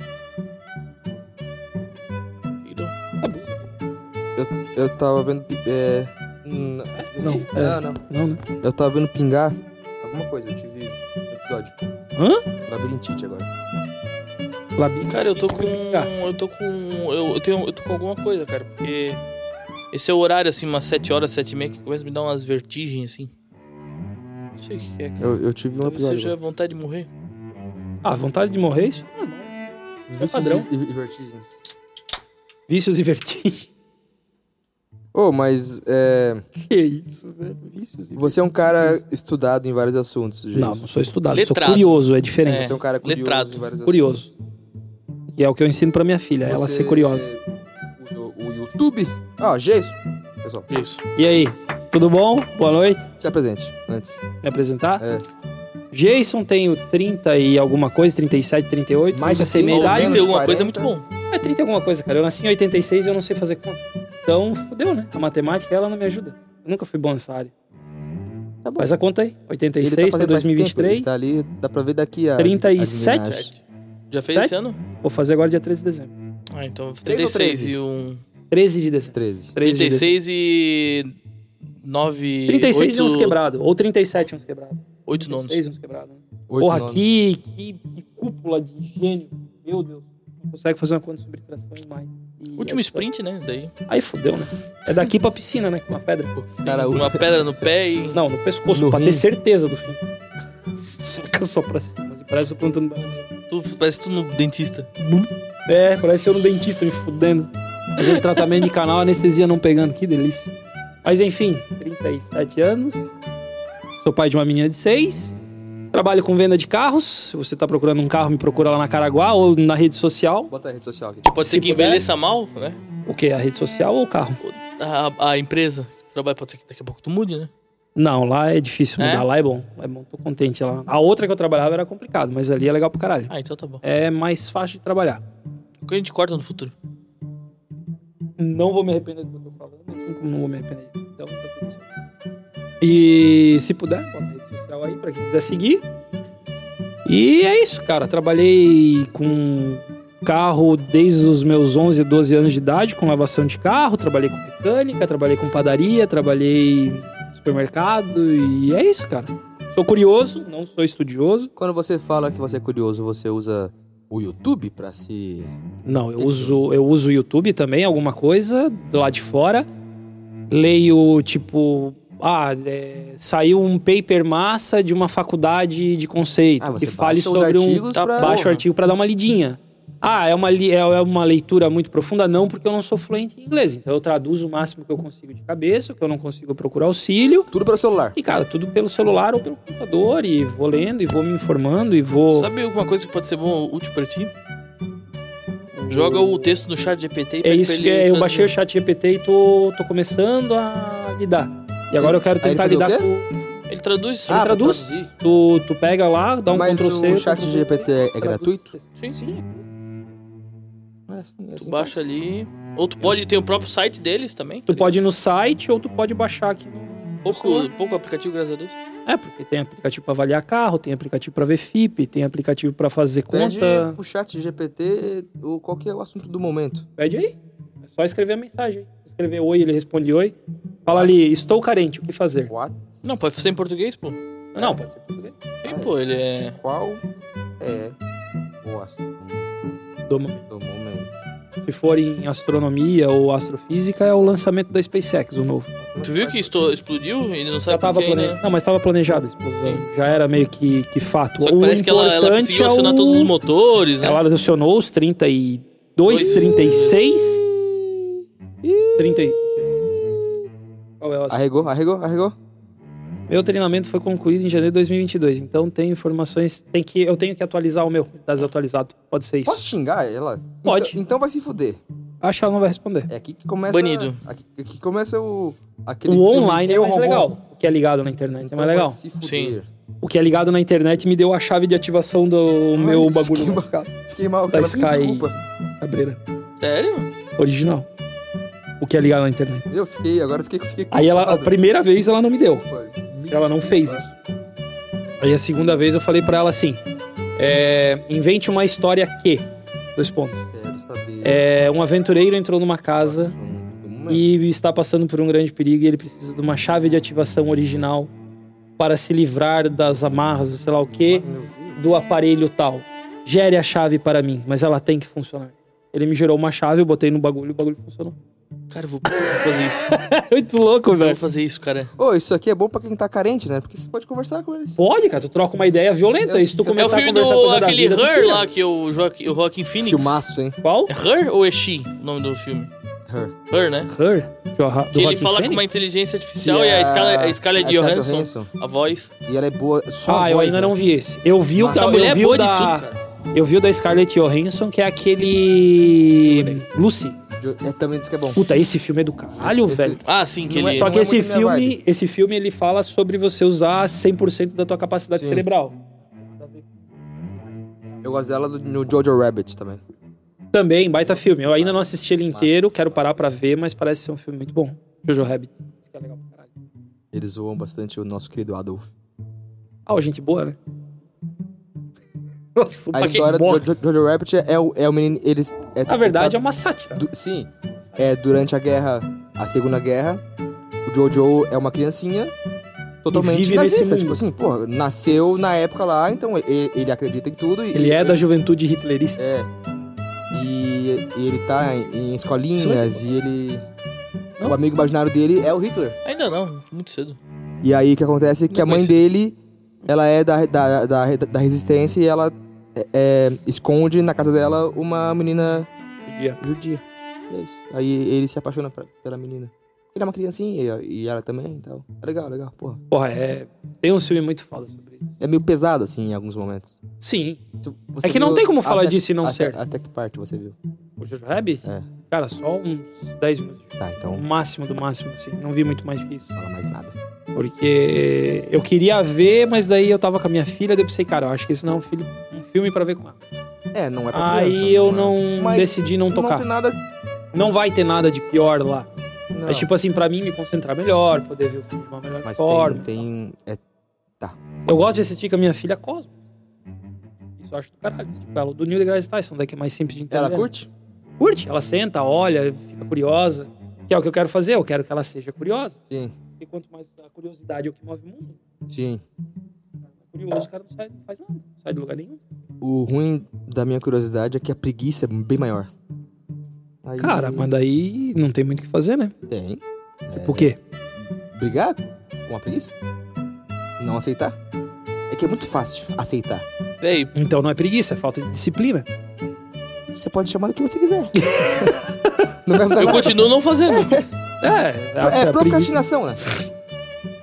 Speaker 3: Eu, eu tava vendo. pi- É, hum, esse daqui?
Speaker 2: Não, é.
Speaker 3: não, não.
Speaker 2: Não, né?
Speaker 3: Eu tava vendo pingar alguma coisa. Eu tive um episódio.
Speaker 2: Hã?
Speaker 3: Labirintite agora.
Speaker 2: Labinho.
Speaker 1: Cara, eu tô com.
Speaker 2: Ah.
Speaker 1: Eu tô com. Eu, eu tenho, eu tô com alguma coisa, cara, porque. Esse é o horário, assim, umas 7 horas, 7 e meia, que começa a me dar umas vertigens, assim. Não sei o que é, cara.
Speaker 3: Eu, eu tive um
Speaker 1: Talvez
Speaker 3: episódio.
Speaker 2: né?
Speaker 1: seja vontade de morrer.
Speaker 2: Ah, vontade de morrer? Isso é normal.
Speaker 3: agora. Vícios
Speaker 2: padrão.
Speaker 3: e, e vertigens.
Speaker 2: Vícios e vertigens.
Speaker 3: Ô, mas é,
Speaker 2: Que isso, velho? Vícios e
Speaker 3: você é um cara estudado em vários assuntos, gente.
Speaker 2: Não, não sou estudado,
Speaker 1: Letrado.
Speaker 2: sou curioso, é diferente.
Speaker 3: Você é um cara curioso
Speaker 1: Letrado.
Speaker 3: em vários
Speaker 2: Curioso. E é o que eu ensino pra minha filha,
Speaker 3: assuntos.
Speaker 2: ela
Speaker 3: Você
Speaker 2: ser curiosa.
Speaker 3: Usou o YouTube. Ó, Jason. Pessoal,
Speaker 1: Isso.
Speaker 2: E aí, tudo bom? Boa noite.
Speaker 3: se apresente antes.
Speaker 2: Me apresentar?
Speaker 3: É.
Speaker 2: Jason tem o 30 e alguma coisa, 37, 38.
Speaker 3: Mais
Speaker 2: nunca
Speaker 3: de
Speaker 2: sei minha
Speaker 1: Ou
Speaker 3: 30
Speaker 2: idade.
Speaker 3: anos.
Speaker 1: 30 e alguma coisa é
Speaker 3: 40.
Speaker 1: muito bom.
Speaker 2: É 30 e alguma coisa, cara. Eu nasci em 86 e eu não sei fazer conta. Então, fudeu, né? A matemática, ela não me ajuda. Eu nunca fui bom nessa área.
Speaker 3: Tá bom.
Speaker 2: Faz a conta aí.
Speaker 3: Ele
Speaker 2: 86
Speaker 3: tá
Speaker 2: pra
Speaker 3: fazendo faz tempo, ele
Speaker 2: 2023.
Speaker 3: tá ali, dá pra ver daqui a...
Speaker 2: 37?
Speaker 1: Sete. Já fez
Speaker 2: Sete?
Speaker 1: esse ano?
Speaker 2: Vou fazer agora dia 13 de dezembro.
Speaker 1: Ah, então
Speaker 3: ou
Speaker 1: 36
Speaker 3: 13?
Speaker 1: e um.
Speaker 2: 13 de dezembro.
Speaker 3: 13.
Speaker 2: 13 de dezembro.
Speaker 1: 36 e. 9.
Speaker 2: 36 e uns
Speaker 1: quebrados.
Speaker 2: quebrados. Ou 37 e uns quebrados.
Speaker 1: 8 nomes.
Speaker 2: 36 e uns quebrados. né?
Speaker 3: Oito
Speaker 2: Porra,
Speaker 3: nomes.
Speaker 2: que, que, que cúpula de gênio. Meu Deus. Não consegue fazer uma conta de subtração e mais. E
Speaker 1: Último
Speaker 2: adição.
Speaker 1: sprint, né? Daí.
Speaker 2: Aí fudeu, né? É daqui pra piscina, né? Com uma pedra.
Speaker 3: Cara, o-
Speaker 1: Uma pedra no pé e.
Speaker 2: Não, no pescoço,
Speaker 3: No
Speaker 2: pra
Speaker 3: rim.
Speaker 2: ter certeza do fim. Soca só pra cima. assim, Parece eu plantando bananeira.
Speaker 1: Tu, parece tu no dentista.
Speaker 2: É, parece eu no dentista me fudendo. Fazendo tratamento de canal, anestesia não pegando. Que delícia. Mas enfim, 37 anos. Sou pai de uma menina de 6. Trabalho com venda de carros. Se você tá procurando um carro, me procura lá na Caraguá ou na rede social.
Speaker 3: Bota a rede social aqui.
Speaker 1: Pode
Speaker 2: Se
Speaker 1: ser que
Speaker 2: puder.
Speaker 1: envelheça mal, né?
Speaker 2: O quê? A rede social ou o carro?
Speaker 1: A, a empresa que tu trabalha, pode ser que daqui a pouco tu mude, né?
Speaker 2: Não, lá é difícil mudar.
Speaker 1: É?
Speaker 2: Lá é bom. Lá é bom. Tô contente lá. A outra que eu trabalhava era complicado, mas ali é legal pro caralho.
Speaker 1: Ah, então tá bom.
Speaker 2: É mais fácil de trabalhar.
Speaker 1: O que a gente corta no futuro?
Speaker 2: Não vou me arrepender do que eu tô falando, assim como não vou me arrepender. Então, tá tudo certo. E se puder, bota a rede social aí pra quem quiser seguir. E é isso, cara. Trabalhei com carro desde os meus 11, 12 anos de idade, com lavação de carro. Trabalhei com mecânica, trabalhei com padaria, trabalhei em supermercado. E é isso, cara. Sou curioso, não sou estudioso.
Speaker 3: Quando você fala que você é curioso, você usa o YouTube pra se...
Speaker 2: Não, eu
Speaker 3: Entendi.
Speaker 2: uso, eu uso o YouTube também, alguma coisa do lado de fora. Leio, tipo, ah, é, saiu um paper massa de uma faculdade de conceito
Speaker 3: Ah, você
Speaker 2: que fale
Speaker 3: baixa os
Speaker 2: sobre um
Speaker 3: artigos
Speaker 2: tá,
Speaker 3: pra-
Speaker 2: baixo artigo para dar uma lidinha. Ah, é uma, li- é uma leitura muito profunda? Não, porque eu não sou fluente em inglês. Então eu traduzo o máximo que eu consigo de cabeça, o que eu não consigo eu procuro auxílio.
Speaker 3: Tudo pelo celular.
Speaker 2: E, cara, tudo pelo celular ou pelo computador. E vou lendo, e vou me informando, e vou.
Speaker 1: Sabe alguma coisa que pode ser bom, útil pra ti? Joga o texto no chat GPT e
Speaker 2: É
Speaker 1: pede
Speaker 2: isso
Speaker 1: pra ele
Speaker 2: que é, eu
Speaker 1: traduzir.
Speaker 2: baixei o chat GPT e tô, tô começando a lidar. E agora eu quero
Speaker 3: Aí ele
Speaker 2: tentar
Speaker 3: fazia
Speaker 2: lidar
Speaker 3: o
Speaker 2: com.
Speaker 1: Ele traduz?
Speaker 3: Ah, pra
Speaker 2: traduz?
Speaker 3: traduzir.
Speaker 2: Tu, tu pega lá, dá um
Speaker 3: Mas
Speaker 2: Ctrl C.
Speaker 3: o chat
Speaker 2: Ctrl+V,
Speaker 3: GPT é
Speaker 2: traduz.
Speaker 3: gratuito?
Speaker 1: Sim, sim.
Speaker 3: É assim, é assim
Speaker 1: Tu
Speaker 3: que
Speaker 1: baixa ali. Ou tu pode ter o próprio site deles também. é
Speaker 2: Tu pode ir no site ou tu pode baixar aqui no.
Speaker 1: Pouco, pouco aplicativo, graças a Deus.
Speaker 2: É, porque tem aplicativo pra avaliar carro, tem aplicativo pra ver FIP, tem aplicativo pra fazer
Speaker 3: Pede
Speaker 2: conta.
Speaker 3: pro chat GPT ou qual que é o assunto do momento.
Speaker 2: Pede aí. É só escrever a mensagem. Escrever oi, ele responde oi. Fala ali, estou carente, o que fazer?
Speaker 3: What?
Speaker 1: Não, pode ser em português, pô. Sim,
Speaker 2: Não, pode ser português.
Speaker 1: pô, ele é.
Speaker 3: Qual é o assunto
Speaker 2: Do momento.
Speaker 3: do momento?
Speaker 2: Se for em astronomia ou astrofísica, é o lançamento da SpaceX, o novo.
Speaker 1: Tu viu que esto- explodiu? Ele não
Speaker 2: Já
Speaker 1: sabe
Speaker 2: tava
Speaker 1: por quê,
Speaker 2: planejado.
Speaker 1: né?
Speaker 2: Não, mas estava planejada a explosão.
Speaker 1: Sim.
Speaker 2: Já era meio que, que fato.
Speaker 1: Só que
Speaker 2: O
Speaker 1: parece que ela, ela
Speaker 2: importante
Speaker 1: conseguiu
Speaker 2: é
Speaker 1: acionar
Speaker 2: o-
Speaker 1: todos os motores, né?
Speaker 2: Ela acionou os 32,
Speaker 1: Dois.
Speaker 2: 36. 30. e- Qual é o assunto?
Speaker 3: Arregou, arregou, arregou.
Speaker 2: Meu treinamento foi concluído em janeiro de 2022, então tem informações. Tem que, eu tenho que atualizar o meu, tá desatualizado. Pode ser isso.
Speaker 3: Posso xingar ela?
Speaker 2: Pode.
Speaker 3: Então, então vai se fuder.
Speaker 2: Acho que ela não vai responder.
Speaker 3: É aqui que começa.
Speaker 1: Banido.
Speaker 3: Aqui, aqui que começa o. Aquele
Speaker 2: O
Speaker 3: filme,
Speaker 2: online é
Speaker 3: Eu,
Speaker 2: mais
Speaker 3: Robô.
Speaker 2: legal. O que é ligado na internet
Speaker 3: Então
Speaker 2: é mais
Speaker 3: vai
Speaker 2: legal.
Speaker 3: Se fuder.
Speaker 2: O que é ligado na internet me deu a chave de ativação do meu
Speaker 3: isso
Speaker 2: bagulho
Speaker 3: que
Speaker 2: lá
Speaker 3: ba-
Speaker 2: de casa.
Speaker 3: Fiquei mal,
Speaker 2: Da
Speaker 3: cara. Sky...
Speaker 2: Sky.
Speaker 3: Desculpa.
Speaker 2: Cabreira.
Speaker 1: Sério?
Speaker 2: Original. O que é ligado na internet.
Speaker 3: Eu fiquei, agora eu fiquei, fiquei
Speaker 2: Aí ela, a
Speaker 3: culpado.
Speaker 2: primeira vez ela não me deu.
Speaker 3: Desculpa. Me
Speaker 2: Ela não
Speaker 3: desculpa.
Speaker 2: fez isso. Aí a segunda vez eu falei pra ela assim: é, invente uma história que. Dois pontos.
Speaker 3: Quero saber.
Speaker 2: É, um aventureiro entrou numa casa
Speaker 3: Hum,
Speaker 2: e está passando por um grande perigo e ele precisa de uma chave de ativação original para se livrar das amarras, do sei lá o quê, do aparelho tal. Gere a chave para mim, mas ela tem que funcionar. Ele me gerou uma chave, eu botei no bagulho e o bagulho funcionou. É
Speaker 1: Cara, eu vou vou fazer isso.
Speaker 2: Muito louco,
Speaker 1: Eu vou
Speaker 2: velho.
Speaker 1: fazer isso, cara.
Speaker 3: Ô, isso aqui é bom pra quem tá carente, né? Porque você pode conversar com eles.
Speaker 2: Pode, cara, tu troca uma ideia violenta. E se tu
Speaker 1: É o
Speaker 2: começar a
Speaker 1: filme
Speaker 2: conversar
Speaker 1: do
Speaker 2: coisa da
Speaker 1: aquele
Speaker 2: vida, tu
Speaker 1: Her
Speaker 2: pira.
Speaker 1: lá que é o Joaquim, o Joaquim Phoenix.
Speaker 3: Filmaço, hein?
Speaker 2: Qual?
Speaker 1: É Her ou é She o nome do filme?
Speaker 3: Her.
Speaker 1: Her, né?
Speaker 2: Her? Do
Speaker 1: Que ele
Speaker 2: Joaquim
Speaker 1: fala
Speaker 2: Fênix?
Speaker 1: com uma inteligência artificial
Speaker 3: Que
Speaker 1: e a
Speaker 3: a-
Speaker 1: escala, a escala é de
Speaker 3: a Scarlett
Speaker 1: Johansson,
Speaker 3: Johansson.
Speaker 1: a voz.
Speaker 3: E ela é boa. Só
Speaker 2: Ah,
Speaker 3: a
Speaker 2: eu
Speaker 3: voz,
Speaker 2: ainda
Speaker 3: né?
Speaker 2: não vi esse. Eu vi o
Speaker 3: Nossa,
Speaker 2: da,
Speaker 1: Essa mulher
Speaker 2: eu
Speaker 1: é
Speaker 2: vi
Speaker 1: boa
Speaker 2: o da,
Speaker 1: de tudo, cara.
Speaker 2: Eu vi o da Scarlett Johansson, que é aquele. Lucy.
Speaker 3: Jo- É, também diz que é bom.
Speaker 2: Puta, esse filme é do caralho,
Speaker 3: Esse-
Speaker 2: velho.
Speaker 1: Ah, sim, que
Speaker 3: Não é
Speaker 1: ele...
Speaker 2: Só que
Speaker 3: é
Speaker 2: esse
Speaker 3: muito minha
Speaker 2: filme,
Speaker 3: vibe.
Speaker 2: esse filme ele fala sobre você usar 100% da tua capacidade
Speaker 3: Sim.
Speaker 2: cerebral.
Speaker 3: Eu gosto dela do- no Jojo Rabbit também.
Speaker 2: Também, baita filme. Eu ainda não assisti ele inteiro, quero parar pra ver, mas parece ser um filme muito bom. Jojo Rabbit. Isso que é legal pra caralho.
Speaker 3: Eles zoam bastante o nosso querido Adolf.
Speaker 2: Ah, ô, gente boa, né? Nossa,
Speaker 3: A
Speaker 2: pra quem
Speaker 3: história do
Speaker 2: morre.
Speaker 3: Jojo, Jojo Rabbit é o, é o menino. Eles. É,
Speaker 2: Na verdade, é
Speaker 3: é
Speaker 2: uma sátira.
Speaker 3: Sim. É durante a guerra, a Segunda Guerra, o Jojo é uma criancinha totalmente
Speaker 2: vive nesse
Speaker 3: nazista.
Speaker 2: mundo.
Speaker 3: Tipo assim, porra, nasceu na época lá, então e- ele, acredita em tudo. E,
Speaker 2: Ele é da juventude hitlerista.
Speaker 3: É. E, e ele tá em, em escolinhas e ele.
Speaker 2: é Não.
Speaker 3: O amigo imaginário dele é o Hitler.
Speaker 1: Ainda não, muito cedo.
Speaker 3: E aí o que acontece é que
Speaker 1: Não
Speaker 3: a mãe
Speaker 1: conheci.
Speaker 3: dele, ela é da, da, da, da resistência e ela é, é, esconde na casa dela uma menina judia. E é isso. Aí ele se apaixona pra- pela menina. Ele é uma criancinha e, e ela também e tal. É legal, legal, porra.
Speaker 2: Porra, é. Tem um filme muito foda sobre isso.
Speaker 3: É meio pesado, assim, em alguns momentos.
Speaker 2: Sim.
Speaker 3: Você- você
Speaker 2: É que não
Speaker 3: viu
Speaker 2: tem como falar
Speaker 3: até-
Speaker 2: disso e não
Speaker 3: até,
Speaker 2: ser.
Speaker 3: Até que parte você viu?
Speaker 2: O Jojo Rabbit?
Speaker 3: É.
Speaker 2: Cara, só uns 10 minutos.
Speaker 3: Tá,
Speaker 2: O
Speaker 3: então
Speaker 2: máximo do máximo, assim. Não vi muito mais que isso.
Speaker 3: não fala mais nada.
Speaker 2: Porque eu queria ver, mas daí eu tava com a minha filha, daí eu pensei, cara, eu acho que isso não é um, filho- um filme pra ver com ela.
Speaker 3: É, não é pra criança.
Speaker 2: Aí eu
Speaker 3: é.
Speaker 2: não
Speaker 3: Mas
Speaker 2: decidi não
Speaker 3: Não
Speaker 2: tocar.
Speaker 3: tem
Speaker 2: Não,
Speaker 3: nada.
Speaker 2: vai ter nada de pior lá.
Speaker 3: Não.
Speaker 2: Mas, tipo assim, pra mim me concentrar melhor, poder ver o filme de uma melhor
Speaker 3: Mas
Speaker 2: forma.
Speaker 3: tem, tem. É
Speaker 2: Eu gosto de assistir com a minha filha Cosmo. Isso eu acho do caralho. Tipo, ela, do Neil deGrasse Tyson, daqui é mais simples de entender.
Speaker 3: Ela
Speaker 2: né?
Speaker 3: curte?
Speaker 2: curte, ela senta, olha, fica curiosa. Que é o que eu quero fazer, eu quero que ela seja curiosa.
Speaker 3: Sim,
Speaker 2: Porque quanto mais a curiosidade é o que move o mundo,
Speaker 3: sim.
Speaker 2: curioso o cara não, sai, não faz nada, não sai de lugar nenhum.
Speaker 3: O ruim da minha curiosidade é que a preguiça é bem maior. Aí-
Speaker 2: Cara, mas daí não tem muito o que fazer, né? É
Speaker 3: Tem.
Speaker 2: Por quê?
Speaker 3: Brigar com a preguiça? Não aceitar? É que é muito fácil aceitar.
Speaker 1: Véi,
Speaker 2: Então não é preguiça, é falta de disciplina.
Speaker 3: Você pode chamar do que você quiser. não vai mudar
Speaker 1: eu
Speaker 3: nada.
Speaker 1: continuo não fazendo.
Speaker 2: É, a,
Speaker 3: É
Speaker 2: a preguiça.
Speaker 3: procrastinação, né?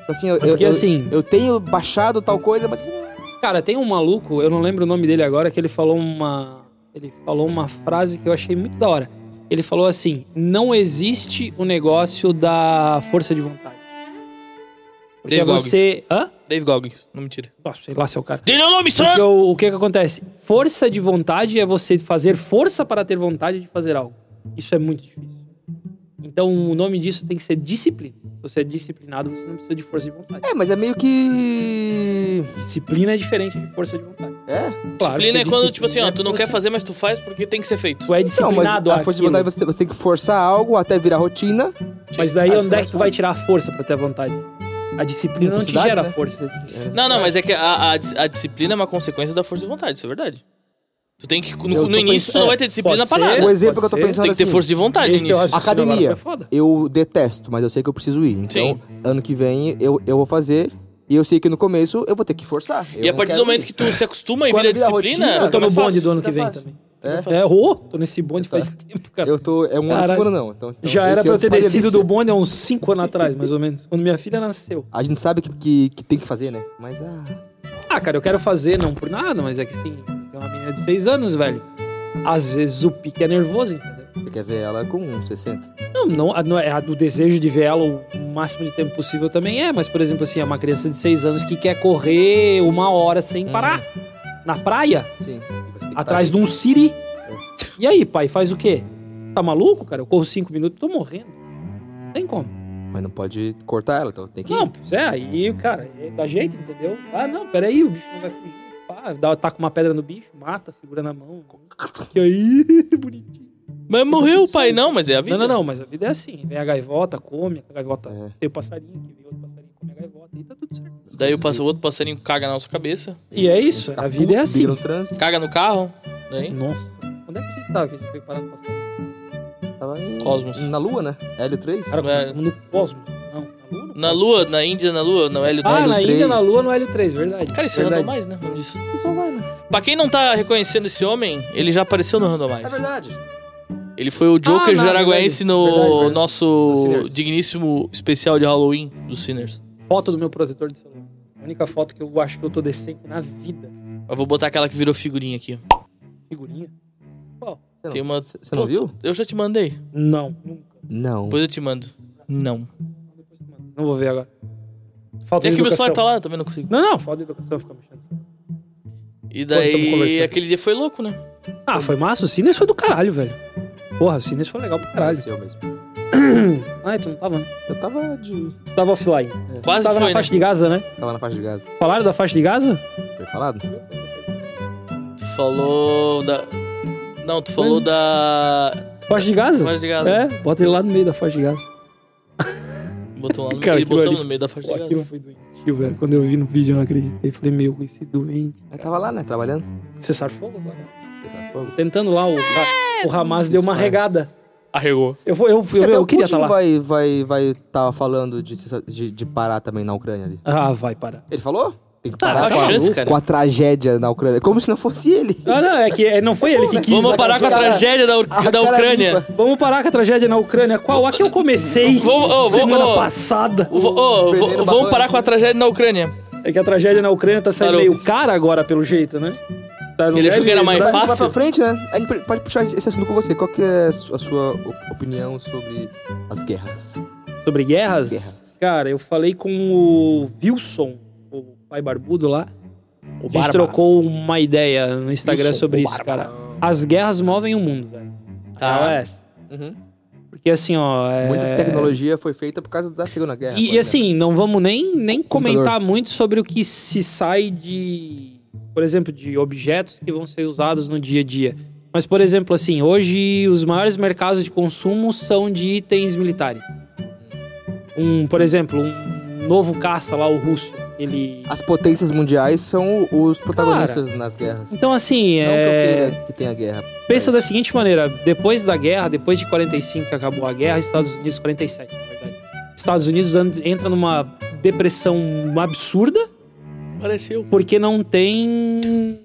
Speaker 3: Assim, eu,
Speaker 2: É Porque
Speaker 3: eu-
Speaker 2: assim,
Speaker 3: eu tenho baixado tal coisa, mas. é,
Speaker 2: cara, tem um maluco, eu não lembro o nome dele agora, que ele falou uma. Ele falou uma frase que eu achei muito da hora. Ele falou assim: não existe o negócio da força de vontade. Porque
Speaker 1: Dave
Speaker 2: é você. Hã?
Speaker 1: Dave Goggins, não mentira.
Speaker 2: Ah, sei lá se é o cara.
Speaker 1: Dele é o nome,
Speaker 2: Porque
Speaker 1: sir!
Speaker 2: o, o que que acontece? Força de vontade é você fazer força para ter vontade de fazer algo. Isso é muito difícil. Então, o nome disso tem que ser disciplina. Se você é disciplinado, você não precisa de força de vontade.
Speaker 3: É, mas é meio que.
Speaker 2: Disciplina é diferente de força de vontade.
Speaker 3: É?
Speaker 2: Claro,
Speaker 1: Disciplina é
Speaker 2: porque
Speaker 1: quando, tipo assim, ó, tu não
Speaker 2: é
Speaker 1: quer
Speaker 2: você-
Speaker 1: fazer, mas tu faz porque tem que ser feito.
Speaker 2: Tu é
Speaker 3: Não, então, mas
Speaker 2: disciplinado
Speaker 3: a força de
Speaker 2: àquilo.
Speaker 3: vontade é você tem- você tem que forçar algo até virar rotina.
Speaker 1: Tipo,
Speaker 2: Mas daí
Speaker 3: Ah,
Speaker 2: onde é que
Speaker 3: tu
Speaker 2: tu vai tirar a força para ter a vontade? A disciplina não te
Speaker 3: Necessidade,
Speaker 2: gera
Speaker 3: né?
Speaker 2: força.
Speaker 1: Não, não, mas é que a, a dis- a disciplina é uma consequência da força de vontade, isso é verdade. Tu tem que.
Speaker 3: Eu
Speaker 1: No,
Speaker 3: tô
Speaker 1: no início, tu
Speaker 3: pensando-
Speaker 1: não vai ter disciplina
Speaker 2: pode
Speaker 1: pra
Speaker 2: ser.
Speaker 1: nada.
Speaker 3: O exemplo que
Speaker 2: Pode
Speaker 3: eu tô
Speaker 2: ser.
Speaker 1: Tu
Speaker 3: pensando
Speaker 1: tem que
Speaker 3: assim,
Speaker 1: ter força de vontade no
Speaker 2: Esse teu
Speaker 1: início.
Speaker 2: raciocínio agora
Speaker 3: Academia.
Speaker 2: foi foda.
Speaker 3: eu detesto, mas eu sei que eu preciso ir. Então,
Speaker 1: é Sim.
Speaker 3: ano que vem eu, eu vou fazer e eu sei que no começo eu vou ter que forçar.
Speaker 1: E a partir do momento que tu se acostuma e
Speaker 3: Quando
Speaker 1: vira
Speaker 3: vira
Speaker 1: disciplina,
Speaker 3: rotina,
Speaker 2: Eu
Speaker 1: fica
Speaker 2: tô no
Speaker 1: mais
Speaker 2: bonde
Speaker 1: fácil.
Speaker 2: do ano que
Speaker 3: Fica
Speaker 2: vem
Speaker 3: fácil.
Speaker 2: também.
Speaker 3: É?
Speaker 2: É, ô, tô nesse bonde faz tempo, cara.
Speaker 3: Tá. Eu tô. É um ano
Speaker 2: Caralho.
Speaker 3: segura, não. Então, então,
Speaker 2: Já era
Speaker 3: esse
Speaker 2: pra eu
Speaker 3: ano
Speaker 2: ter
Speaker 3: foi uma
Speaker 2: descido
Speaker 3: delícia.
Speaker 2: do bonde há uns 5 anos atrás, mais ou menos. Quando minha filha nasceu.
Speaker 3: A gente sabe que, que, que tem que fazer, né? Mas ah,
Speaker 2: Ah, cara, eu quero fazer, não por nada, mas é que sim. Tem uma menina de 6 anos, velho. Às vezes o pique é nervoso, entendeu?
Speaker 3: você quer ver ela com um uns 60.
Speaker 2: Não, não, a- não é, a- o desejo de ver ela o máximo de tempo possível também é, mas, por exemplo, assim, é uma criança de 6 anos que quer correr uma hora
Speaker 3: Hum.
Speaker 2: sem parar. Na praia,
Speaker 3: Sim. E você tem que
Speaker 2: atrás
Speaker 3: tá-
Speaker 2: de um siri. E aí, pai, faz o quê? Tá maluco, cara? Eu corro 5 minutos, tô morrendo. Não tem como.
Speaker 3: mas não pode cortar ela, então tem que.
Speaker 2: Não, pois é, aí, cara, é da jeito, entendeu? Ah, não, peraí, o bicho não vai fugir. Pá, dá, taca uma pedra no bicho, mata, segura na mão. E aí, bonitinho.
Speaker 1: Mas morreu o pai, não, mas é a vida.
Speaker 2: Não, não, não, mas a vida é assim. Vem a gaivota, come, a gaivota
Speaker 3: É.
Speaker 2: tem o passarinho, que vem outro passarinho, come a gaivota, e tá tudo certo.
Speaker 1: Daí o passo- o outro passarinho caga na nossa cabeça,
Speaker 2: E é isso,
Speaker 3: Fica
Speaker 2: a vida é
Speaker 3: puto,
Speaker 2: assim.
Speaker 3: briga no trânsito,
Speaker 1: caga no carro, né? daí
Speaker 2: Nossa, onde é que a gente tava que a gente foi parar no passarinho?
Speaker 3: tava em-
Speaker 1: Cosmos.
Speaker 3: Na lua, né? Hélio 3.
Speaker 2: Cara,
Speaker 1: Velho.
Speaker 2: começamos no Cosmos. Não, é na Lua? no
Speaker 1: na
Speaker 2: Cosmos.
Speaker 1: lua, na Índia, na lua, não, Hélio
Speaker 2: Ah,
Speaker 1: três.
Speaker 2: na
Speaker 3: Hélio
Speaker 2: Índia, na
Speaker 3: 3.
Speaker 2: Lua, no Hélio 3, verdade.
Speaker 1: Cara, isso é
Speaker 2: verdade.
Speaker 1: randomais, né? Vamos disso.
Speaker 2: é
Speaker 3: Só vai, né?
Speaker 1: Pra quem não tá reconhecendo esse homem, ele já apareceu no
Speaker 3: É
Speaker 1: randomais.
Speaker 3: verdade.
Speaker 1: Ele foi o Joker
Speaker 2: não,
Speaker 1: jaraguense
Speaker 2: Ah, verdade.
Speaker 1: no
Speaker 2: Verdade, verdade.
Speaker 1: nosso
Speaker 3: No Sinners.
Speaker 1: digníssimo especial de Halloween dos Sinners.
Speaker 2: Foto do meu protetor de celular. A única foto que eu acho que eu tô decente na vida.
Speaker 1: Eu vou botar aquela que virou figurinha aqui.
Speaker 2: Figurinha? Qual?
Speaker 3: Você não,
Speaker 1: Tem uma.
Speaker 3: Você não
Speaker 1: Pô,
Speaker 3: viu?
Speaker 1: Eu já te mandei.
Speaker 2: Não, nunca.
Speaker 3: Não.
Speaker 1: Depois eu te mando. Não.
Speaker 2: Não vou ver agora. Falta
Speaker 1: Até
Speaker 2: de
Speaker 1: que meu
Speaker 2: educação.
Speaker 1: celular tá lá, eu também não consigo.
Speaker 2: Não, não, falta de educação ficar mexendo.
Speaker 1: E
Speaker 2: Pô, tamo
Speaker 1: daí,
Speaker 2: conversando.
Speaker 1: aquele dia foi louco, né?
Speaker 2: Ah, foi massa. O Sinners foi do caralho, velho. Porra, o Sinners foi legal pro caralho.
Speaker 3: Apareceu mesmo.
Speaker 2: Ah, tu não tava, né?
Speaker 3: Eu tava de.
Speaker 2: Tu tava offline. Tu
Speaker 1: Quase
Speaker 2: tava
Speaker 1: foi,
Speaker 2: na
Speaker 1: né?
Speaker 2: faixa de Gaza, né?
Speaker 3: Tava na faixa de Gaza.
Speaker 2: Falaram da faixa de Gaza?
Speaker 3: Foi falado?
Speaker 1: Tu falou da... Não, tu falou da...
Speaker 2: Faixa de Gaza?
Speaker 1: Faixa de Gaza.
Speaker 2: É, bota ele lá no meio da faixa de Gaza.
Speaker 1: Botou lá no,
Speaker 2: Cara,
Speaker 1: meio,
Speaker 2: que
Speaker 1: botamos
Speaker 2: horrível.
Speaker 1: no meio da faixa
Speaker 2: Pô,
Speaker 1: de Gaza.
Speaker 2: aquilo foi doentio, velho. Quando eu vi no vídeo, eu não acreditei. Falei, meu, esse doente.
Speaker 3: Eu tava lá, né? Trabalhando.
Speaker 2: Cessar fogo agora?
Speaker 3: Cessar fogo.
Speaker 2: Tentando lá, o, o Hamas deu uma
Speaker 3: Ceasefire.
Speaker 2: regada.
Speaker 1: Arregou.
Speaker 2: Eu, vou- eu,
Speaker 3: Diz que
Speaker 2: eu, eu,
Speaker 3: até o
Speaker 2: queria
Speaker 3: Putin
Speaker 2: estar lá.
Speaker 3: vai, vai, vai tá falando de, cessar- de, de parar também na Ucrânia ali.
Speaker 2: Ah, vai parar.
Speaker 3: Ele falou? Tem que
Speaker 2: Tá,
Speaker 3: parar
Speaker 1: Qual
Speaker 3: com
Speaker 1: a
Speaker 3: a,
Speaker 1: chance,
Speaker 2: maluco,
Speaker 1: cara?
Speaker 3: com a tragédia na Ucrânia. Como se não fosse ele.
Speaker 2: Ah, não, é que é, não foi ele que quis.
Speaker 1: Vamos parar com a
Speaker 3: cara-
Speaker 1: tragédia da,
Speaker 3: A
Speaker 1: da
Speaker 3: cara
Speaker 1: Ucrânia.
Speaker 3: limpa.
Speaker 2: Vamos parar com a tragédia na Ucrânia. Qual a que eu comecei
Speaker 1: Vamos- ô,
Speaker 2: semana
Speaker 1: vamos- ô.
Speaker 2: passada?
Speaker 1: Vo- ô, vo-
Speaker 3: veneno
Speaker 1: vamos
Speaker 3: babando.
Speaker 1: parar com a tragédia na Ucrânia.
Speaker 2: É que a tragédia na Ucrânia tá saindo
Speaker 1: Parou.
Speaker 2: meio cara agora, pelo jeito, né? Tá no
Speaker 1: Ele achou que era mais
Speaker 3: Pra- pra-
Speaker 1: fácil?
Speaker 3: Pra frente, né? A gente pode puxar esse assunto com você. Qual que é a su- a sua op- opinião sobre as guerras?
Speaker 2: Sobre guerras?
Speaker 3: Guerras.
Speaker 2: Cara, eu falei com o Wilson, o pai barbudo lá.
Speaker 1: O
Speaker 2: A gente trocou uma ideia no Instagram
Speaker 1: Wilson,
Speaker 2: sobre
Speaker 1: o
Speaker 2: isso,
Speaker 1: Bárbara.
Speaker 2: cara. As guerras movem o mundo, velho.
Speaker 1: Tá.
Speaker 2: Real é essa. Porque assim, ó. é-
Speaker 3: Uhum. Muita tecnologia foi feita por causa da Segunda Guerra.
Speaker 2: E,
Speaker 3: por
Speaker 2: e
Speaker 3: exemplo.
Speaker 2: assim, não vamos nem, nem
Speaker 3: É, Computador.
Speaker 2: comentar muito sobre o que se sai de, por exemplo, de objetos que vão ser usados no dia a dia. Mas, por exemplo, assim, hoje os maiores mercados de consumo são de itens militares. Um, por exemplo, um novo caça lá, o russo. Ele.
Speaker 3: As potências mundiais são os protagonistas nas guerras.
Speaker 2: Então, assim,
Speaker 3: Não que eu
Speaker 2: é...
Speaker 3: queira que tenha guerra.
Speaker 2: pensa da
Speaker 3: mas-
Speaker 2: seguinte maneira: depois da guerra, depois de 45 que acabou a guerra, Estados Unidos 47, na verdade. Estados Unidos an- entra numa depressão absurda.
Speaker 1: Apareceu.
Speaker 2: Porque não tem.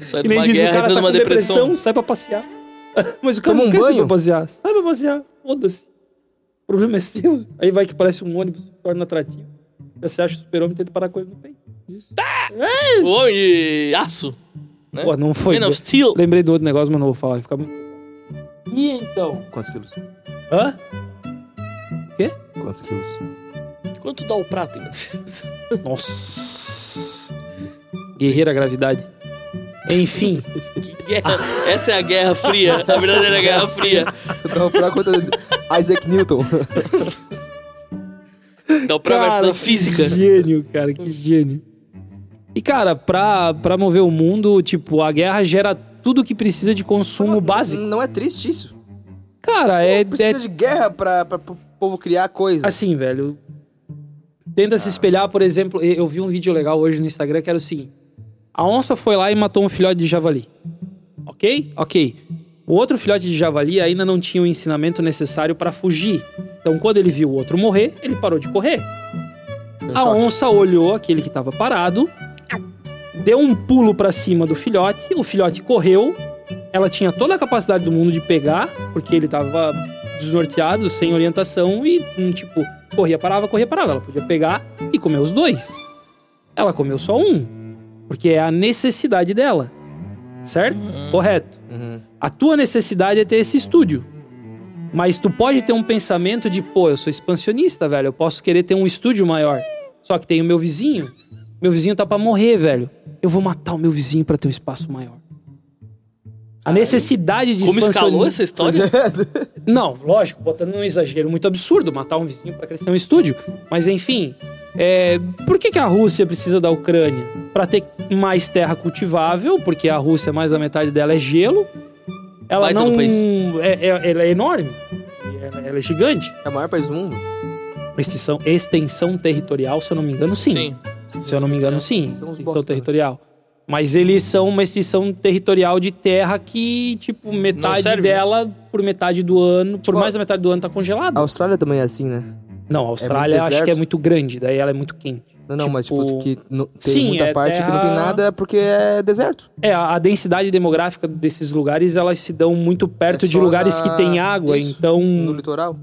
Speaker 1: Sai
Speaker 2: Que
Speaker 1: de É uma
Speaker 2: nem diz o
Speaker 1: guerra,
Speaker 2: cara
Speaker 1: entra
Speaker 2: tá
Speaker 1: numa
Speaker 2: com depressão.
Speaker 1: depressão.
Speaker 2: sai pra passear. Mas o cara
Speaker 3: Toma
Speaker 2: não
Speaker 3: um
Speaker 2: quer sair
Speaker 3: banho.
Speaker 2: pra passear. Sai pra passear, foda-se. O problema é seu. Aí vai que parece um ônibus, se torna atrativo. Aí Você acha o super-homem e tenta parar com ele no peito.
Speaker 1: Homem de aço. É.
Speaker 2: Pô, não foi.
Speaker 1: Man of Steel.
Speaker 2: Lembrei do outro negócio, mas não vou falar. vai Ficar muito... E então?
Speaker 3: Quantos quilos?
Speaker 2: Hã?
Speaker 3: Quantos quilos?
Speaker 1: Quanto dá o prato? hein?
Speaker 2: Nossa. Guerreira gravidade. Enfim.
Speaker 1: Que guerra. Essa é a Guerra Fria. A verdadeira Guerra Fria.
Speaker 3: Eu tava pra conta de Isaac Newton.
Speaker 1: Dá o pra
Speaker 2: Cara,
Speaker 1: versão
Speaker 2: que
Speaker 1: física.
Speaker 2: Gênio, cara, que gênio. E, cara, pra, pra mover o mundo, tipo, a guerra gera tudo que precisa de consumo básico.
Speaker 3: Não é triste isso?
Speaker 2: Cara, é, é
Speaker 3: Precisa de guerra pra, pra pro povo criar coisas.
Speaker 2: assim, velho. Tenta se espelhar, por exemplo, eu vi um vídeo legal hoje no Instagram que era o seguinte: a onça foi lá e matou um filhote de javali. Ok? Ok. O outro filhote de javali ainda não tinha o ensinamento necessário para fugir. Então, quando ele viu o outro morrer, ele parou de correr. Assim, A
Speaker 3: Só que-
Speaker 2: onça olhou aquele que estava parado, deu um pulo para cima do filhote, o filhote correu. Ela tinha toda a capacidade do mundo de pegar, porque ele estava desnorteado, sem orientação e, hum, tipo, corria, parava, corria, parava. Ela podia pegar e comer os dois. Ela comeu só um, porque é a necessidade dela. Certo? Correto.
Speaker 3: Uhum.
Speaker 2: A tua necessidade é ter esse estúdio. Mas tu pode ter um pensamento de, pô, eu sou expansionista, velho. Eu posso querer ter um estúdio maior. Só que tem o meu vizinho. Meu vizinho tá pra morrer, velho. Eu vou matar o meu vizinho pra ter um espaço maior. A necessidade de
Speaker 1: Como
Speaker 2: expansionismo-
Speaker 1: escalou essa história?
Speaker 2: é. Não, lógico, botando num exagero muito absurdo matar um vizinho pra crescer um estúdio. Mas enfim, é, por que, que a Rússia precisa da Ucrânia? Pra ter mais terra cultivável, porque a Rússia, mais da metade dela é gelo. Ela
Speaker 1: Baita
Speaker 2: não
Speaker 1: do país.
Speaker 2: É, é- ela é enorme. Ela, ela é gigante.
Speaker 3: É o maior país do mundo?
Speaker 2: Extensão, extensão territorial, se eu não me engano,
Speaker 1: Sim.
Speaker 2: se eu não me engano, sim.
Speaker 3: São uns
Speaker 2: Extinção
Speaker 3: bosta, né?
Speaker 2: territorial. Mas eles são uma extinção territorial de terra que, tipo, metade
Speaker 1: serve.
Speaker 2: dela por metade do ano, por
Speaker 3: Tipo,
Speaker 2: mais da metade do ano tá
Speaker 3: A
Speaker 2: congelada.
Speaker 3: Austrália também é assim, né?
Speaker 2: Não, a Austrália eu acho
Speaker 3: deserto.
Speaker 2: que é muito grande, daí ela é muito quente.
Speaker 3: Não, não, mas tipo,
Speaker 2: Tipo,
Speaker 3: que não- tem
Speaker 2: sim,
Speaker 3: muita
Speaker 2: é
Speaker 3: parte que não tem
Speaker 2: terra-
Speaker 3: nada porque é deserto.
Speaker 2: É, a a densidade demográfica desses lugares, elas se dão muito perto
Speaker 3: É
Speaker 2: de
Speaker 3: só
Speaker 2: lugares
Speaker 3: na-
Speaker 2: que tem água,
Speaker 3: Isso,
Speaker 2: então...
Speaker 3: No litoral.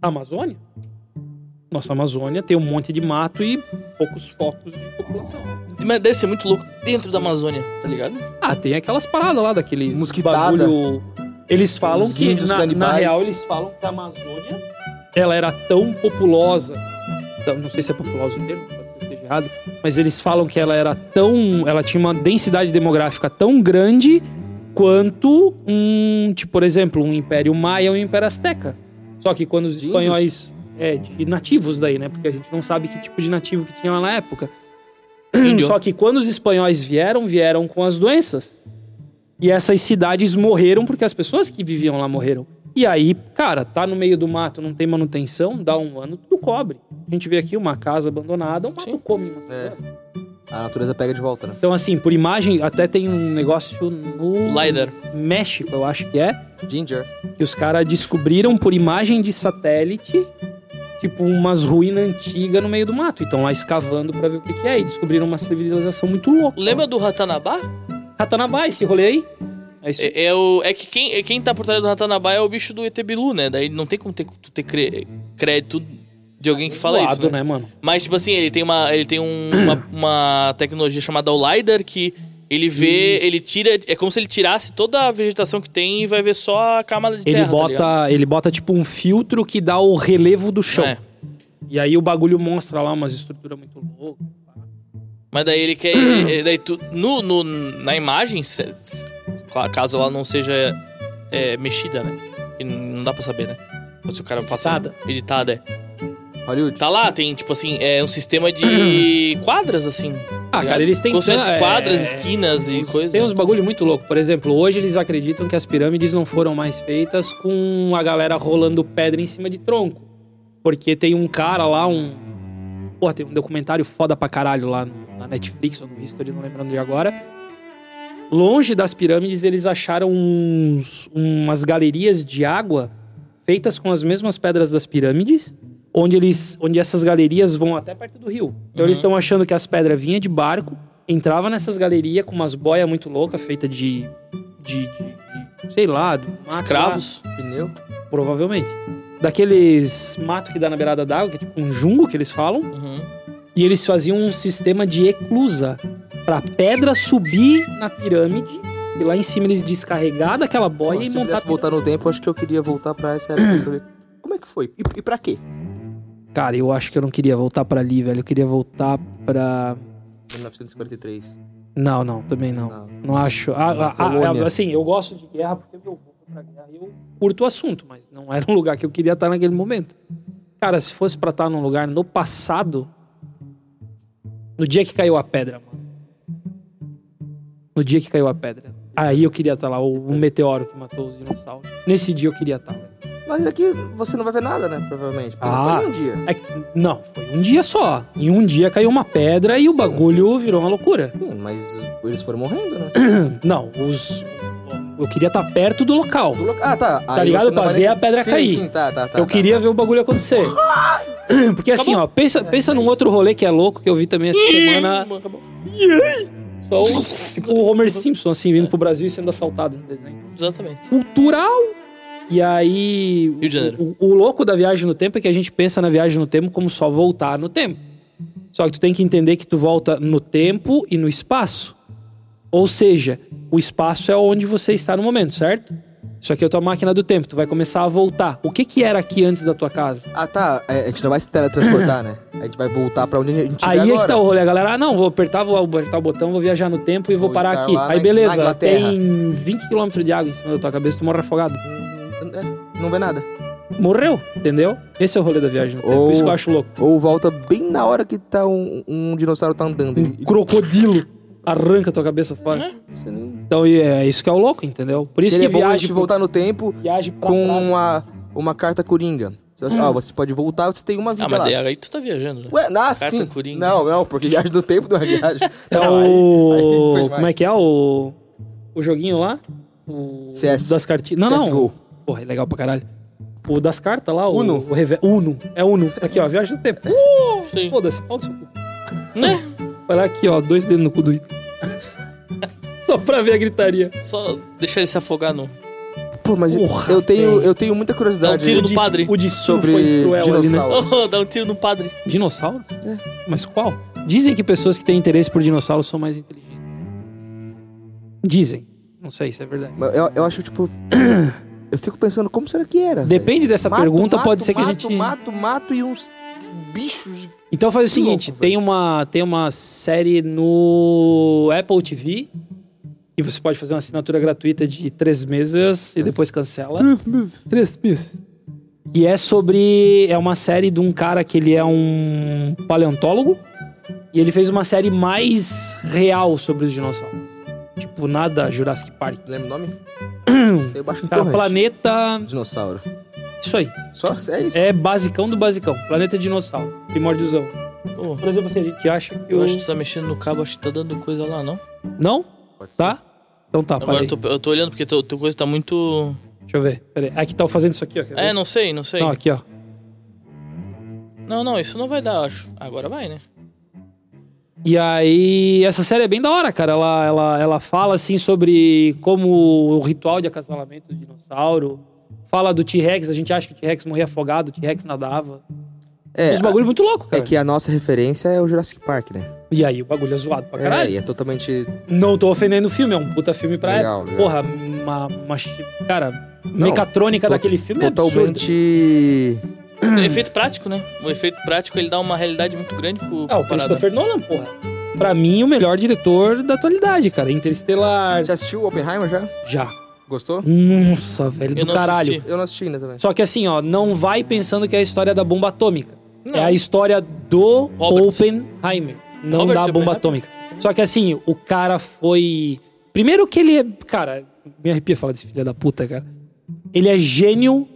Speaker 2: A Amazônia? Nossa, a Amazônia tem um monte de mato e poucos focos de população.
Speaker 1: Mas deve ser muito louco dentro da Amazônia, tá ligado?
Speaker 2: Ah, tem aquelas paradas lá daqueles
Speaker 3: Mosquitada.
Speaker 2: bagulho. Eles falam
Speaker 3: Os
Speaker 2: que
Speaker 3: índios
Speaker 2: na,
Speaker 3: canibais.
Speaker 2: na real eles falam que a Amazônia ela era tão populosa, tão- não sei se é populosa o termo, pode ser que esteja errado, mas eles falam que ela era tão, ela tinha uma densidade demográfica tão grande quanto um, tipo, por exemplo, um império maia ou um império asteca. Só que quando os
Speaker 3: De
Speaker 2: espanhóis é, de nativos daí, né? Porque a gente não sabe que tipo de nativo que tinha lá na época.
Speaker 1: Índio.
Speaker 2: Só que quando os espanhóis vieram, vieram com as doenças. E essas cidades morreram porque as pessoas que viviam lá morreram. E aí, cara, tá no meio do mato, não tem manutenção, dá um ano, tudo cobre. A gente vê aqui uma casa abandonada, um mato
Speaker 1: Sim.
Speaker 2: come. Uma
Speaker 3: É.
Speaker 2: semana.
Speaker 3: A natureza pega de volta, né?
Speaker 2: Então, assim, por imagem, até tem um negócio no
Speaker 1: LiDAR.
Speaker 2: México, eu acho que é,
Speaker 3: Ginger.
Speaker 2: que os caras descobriram por imagem de satélite, tipo, umas ruínas antigas no meio do mato. Então lá escavando pra ver o que, que é. E descobriram uma civilização muito louca.
Speaker 1: Lembra do Ratanabá?
Speaker 2: Ratanabá, tá esse rolê aí? É isso.
Speaker 1: É, é o, é que quem, é quem tá por trás do Ratanabá é o bicho do ET Bilu, né? Daí não tem como ter, tu ter cre- crédito de alguém que fala
Speaker 2: Zoado,
Speaker 1: isso. Né?
Speaker 2: né, mano?
Speaker 1: Mas, tipo assim, ele tem uma, ele tem um- uma, uma tecnologia chamada o LiDAR que ele vê,
Speaker 2: Isso.
Speaker 1: ele tira. É como se ele tirasse toda a vegetação que tem e vai ver só a camada de
Speaker 2: Ele
Speaker 1: terra. tá ligado?
Speaker 2: bota, ele bota tipo um filtro que dá o relevo do chão.
Speaker 1: É.
Speaker 2: E aí o bagulho mostra lá umas estruturas muito loucas.
Speaker 1: Tá Mas daí ele quer. eh, daí tu, no, no- na imagem, se- se- cla- caso ela não seja eh, mexida, né? E não dá pra saber, né? Pode ser o cara faça.
Speaker 2: Editada.
Speaker 1: Editada, é.
Speaker 3: Hollywood.
Speaker 1: Tá lá, tem, tipo assim, é um sistema de quadras, assim.
Speaker 2: Ah,
Speaker 1: ligado?
Speaker 2: cara, eles têm
Speaker 1: Como são as
Speaker 2: é,
Speaker 1: quadras, esquinas e
Speaker 2: uns-
Speaker 1: coisas.
Speaker 2: Tem uns bagulho muito louco. Por exemplo, hoje eles acreditam que as pirâmides não foram mais feitas com a galera rolando pedra em cima de tronco. Porque tem um cara lá, um. Porra, tem um documentário foda pra caralho lá no- na Netflix ou no History, não lembrando de agora. Longe das pirâmides, eles acharam uns- umas galerias de água feitas com as mesmas pedras das pirâmides, onde eles, onde essas galerias vão até perto do rio. Então eles estão achando que as pedras vinham de barco, entrava nessas galerias com umas boias muito loucas feitas de, de, de- de- sei lá, do mato lá,
Speaker 1: Escravos.
Speaker 3: Pneu.
Speaker 2: provavelmente. Daqueles mato que dá na beirada d'água, que é tipo um jungo que eles falam.
Speaker 1: Uhum.
Speaker 2: E eles faziam um sistema de eclusa pra pedra subir na pirâmide e lá em cima eles descarregar daquela boia
Speaker 3: Pô,
Speaker 2: e
Speaker 3: se eu
Speaker 2: montar. a
Speaker 3: pudesse voltar no tempo, eu acho que eu queria voltar pra essa época pra ver como é que foi e, e pra quê.
Speaker 2: pirâmide. Cara, eu acho que eu não queria voltar pra ali, velho. Eu queria voltar pra.
Speaker 3: 1943.
Speaker 2: Não, não, também não. Não,
Speaker 3: Não.
Speaker 2: acho. Ah, ah, ah,
Speaker 3: Colônia.
Speaker 2: assim, eu gosto de guerra porque meu avô foi pra guerra. e Eu curto o assunto, mas não era um lugar que eu queria estar naquele momento. Cara, se fosse pra estar num lugar no passado, no dia que caiu a pedra, mano. No dia que caiu a pedra. Aí eu queria estar lá, ou um meteoro que matou os dinossauros. Nesse dia eu queria estar. velho.
Speaker 3: Mas aqui você não vai ver nada, né? Provavelmente. Porque
Speaker 2: Ah.
Speaker 3: não foi nem um dia.
Speaker 2: É que- não, foi um dia só. Em um dia caiu uma pedra e o
Speaker 3: Sim.
Speaker 2: bagulho virou uma loucura.
Speaker 3: Sim, mas eles foram morrendo, né?
Speaker 2: Não, os. Eu queria estar perto do local.
Speaker 3: Do loca- Ah, tá. Aí
Speaker 2: ligado?
Speaker 3: você não
Speaker 2: Pra
Speaker 3: vai
Speaker 2: ver
Speaker 3: nem-
Speaker 2: a pedra
Speaker 3: sim,
Speaker 2: cair.
Speaker 3: Sim, tá, tá, tá.
Speaker 2: eu
Speaker 3: tá,
Speaker 2: queria
Speaker 3: tá.
Speaker 2: ver o bagulho acontecer. Porque assim, ó, pensa, pensa num outro rolê que é louco que eu vi também essa semana.
Speaker 1: Acabou.
Speaker 2: Só o, o Homer Simpson, assim, vindo pro Brasil e sendo assaltado no desenho.
Speaker 1: Exatamente.
Speaker 2: Cultural! E aí.
Speaker 1: Rio de Janeiro.
Speaker 2: O, o louco da viagem no tempo é que a gente pensa na viagem no tempo como só voltar no tempo. Só que tu tem que entender que tu volta no tempo e no espaço. Ou seja, o espaço é onde você está no momento, certo? Isso aqui é a tua máquina do tempo, tu vai começar a voltar. O que que era aqui antes da tua casa?
Speaker 3: Ah, tá. É, a gente não vai se teletransportar, né? A gente vai voltar pra onde a gente estiver
Speaker 2: Aí é
Speaker 3: agora.
Speaker 2: que tá o rolê, a galera. Ah, não, vou apertar, vou apertar o botão, vou viajar no tempo e vou,
Speaker 3: Vou
Speaker 2: parar
Speaker 3: estar
Speaker 2: aqui.
Speaker 3: lá
Speaker 2: Aí
Speaker 3: na-
Speaker 2: beleza,
Speaker 3: na Inglaterra.
Speaker 2: tem 20 km de água em cima da tua cabeça, tu morre afogado.
Speaker 3: Hum, é, não vê nada.
Speaker 2: Morreu, entendeu? Esse é o rolê da viagem no tempo.
Speaker 3: Ou-
Speaker 2: Isso que eu acho louco.
Speaker 3: Ou volta bem na hora que tá um, um dinossauro tá andando. Ele,
Speaker 2: Um crocodilo arranca a tua cabeça fora.
Speaker 3: você nem...
Speaker 2: Então e é isso que é o louco, entendeu? Por isso
Speaker 3: Seria
Speaker 2: que
Speaker 3: bom a
Speaker 2: viagem
Speaker 3: gente
Speaker 2: pro-
Speaker 3: voltar no tempo
Speaker 2: viagem pra
Speaker 3: com
Speaker 2: trás.
Speaker 3: uma, uma carta coringa. Você acha, ah, você pode voltar, você tem uma vida
Speaker 1: Ah, mas
Speaker 3: lá.
Speaker 1: daí aí tu tá viajando, né?
Speaker 3: Ué, ah, sim.
Speaker 1: coringa.
Speaker 3: Não, não, porque viagem do tempo não é viagem.
Speaker 2: É
Speaker 3: Não, aí- aí
Speaker 2: o.
Speaker 3: foi demais.
Speaker 2: Como é que é o. O joguinho lá? O.
Speaker 3: CS.
Speaker 2: Das cartinhas. Não, não.
Speaker 3: CSGO.
Speaker 2: Porra, é legal pra caralho. O das cartas lá, o.
Speaker 3: Uno.
Speaker 2: O reve... Uno. É Uno. Aqui, ó, viagem no tempo. Uh!
Speaker 1: Sim. Né?
Speaker 2: Foda-se, pau no seu cu. Vai lá aqui, ó, dois dedos no cu do Ito. Só pra ver a gritaria.
Speaker 1: Só deixar ele se afogar no.
Speaker 3: Pô, mas
Speaker 2: Porra,
Speaker 3: eu, tenho,
Speaker 2: velho.
Speaker 3: eu tenho muita
Speaker 1: Dá um
Speaker 3: curiosidade.
Speaker 1: tiro no
Speaker 2: de-
Speaker 1: padre.
Speaker 2: O de Sul
Speaker 3: Sobre
Speaker 2: foi cruel ali,
Speaker 3: dinossauro.
Speaker 1: Oh, dá um tiro no padre.
Speaker 2: né? Dinossauro?
Speaker 3: É.
Speaker 2: Mas qual? Dizem que pessoas que têm interesse por dinossauros são mais inteligentes. Dizem. Não sei se é verdade.
Speaker 3: Mas Eu, eu acho, tipo. eu fico pensando, como será que era? velho?
Speaker 2: Depende dessa
Speaker 3: Mato,
Speaker 2: pergunta,
Speaker 3: mato,
Speaker 2: pode ser que a
Speaker 3: mato,
Speaker 2: gente.
Speaker 3: Mato, mato e uns bichos.
Speaker 2: Então faz o
Speaker 3: Que
Speaker 2: seguinte,
Speaker 3: louco,
Speaker 2: tem uma tem uma série no Apple TV e você pode fazer uma assinatura gratuita de três meses e depois cancela. Três meses. E é sobre é uma série de um cara que ele é um paleontólogo e ele fez uma série mais real sobre os dinossauros. Tipo nada Jurassic Park.
Speaker 3: Lembra o nome? eu baixo um
Speaker 2: Cara,
Speaker 3: torrent.
Speaker 2: planeta,
Speaker 3: Dinossauro.
Speaker 2: isso aí.
Speaker 3: Só é isso?
Speaker 2: É basicão do basicão. Planeta dinossauro, primordiozão.
Speaker 1: Oh,
Speaker 2: Por exemplo, assim, a gente acha que
Speaker 1: eu
Speaker 2: o-
Speaker 1: acho que tu tá mexendo no cabo, acho que tá dando coisa lá, não?
Speaker 2: Não?
Speaker 3: Pode ser.
Speaker 2: Tá? Então tá,
Speaker 1: Agora
Speaker 2: parei.
Speaker 1: eu tô, eu tô olhando porque teu, teu coisa tá muito.
Speaker 2: Deixa eu ver. Peraí. Aqui tá eu fazendo isso aqui, ó. quer ver?
Speaker 1: É, não sei, não sei.
Speaker 2: Não, aqui, ó.
Speaker 1: Não, não, isso não vai dar, eu acho. Agora vai, né?
Speaker 2: E aí, essa série é bem da hora, cara. Ela, ela, ela fala, assim, sobre como o ritual de acasalamento do dinossauro. Fala do T-Rex, a gente acha que o T-Rex morria afogado, o T-Rex nadava.
Speaker 3: É,
Speaker 2: Os bagulho muito louco,
Speaker 3: é
Speaker 2: cara.
Speaker 3: que a nossa referência é o Jurassic Park, né?
Speaker 2: E aí, o bagulho é zoado pra
Speaker 3: É,
Speaker 2: caralho.
Speaker 3: e é totalmente.
Speaker 2: Não tô ofendendo o filme, é um puta filme pra
Speaker 3: Legal,
Speaker 2: época.
Speaker 3: legal.
Speaker 2: Porra, uma, uma chi- Cara, mecatrônica
Speaker 3: to-
Speaker 2: daquele filme é absurda.
Speaker 3: totalmente.
Speaker 1: efeito prático, né? O efeito prático ele dá uma realidade muito grande pro, pro
Speaker 2: Ah, o
Speaker 1: parada.
Speaker 2: Christopher Nolan, porra. Pra mim, o melhor diretor da atualidade, cara. Interestelar.
Speaker 3: Você assistiu Oppenheimer já?
Speaker 2: Já.
Speaker 3: Gostou?
Speaker 2: Nossa, velho,
Speaker 1: Eu
Speaker 2: do
Speaker 1: não
Speaker 2: caralho.
Speaker 1: assisti.
Speaker 3: Eu não assisti ainda também.
Speaker 2: Só que assim, ó, não vai pensando que é a história da bomba atômica.
Speaker 1: Não.
Speaker 2: É a história do
Speaker 1: Roberts.
Speaker 2: Oppenheimer, não
Speaker 1: Robert
Speaker 2: da bomba
Speaker 1: Oppenheimer.
Speaker 2: atômica. Só que assim, o cara foi. Primeiro que ele é. Cara, me arrepia falar desse filho da puta, cara. Ele é gênio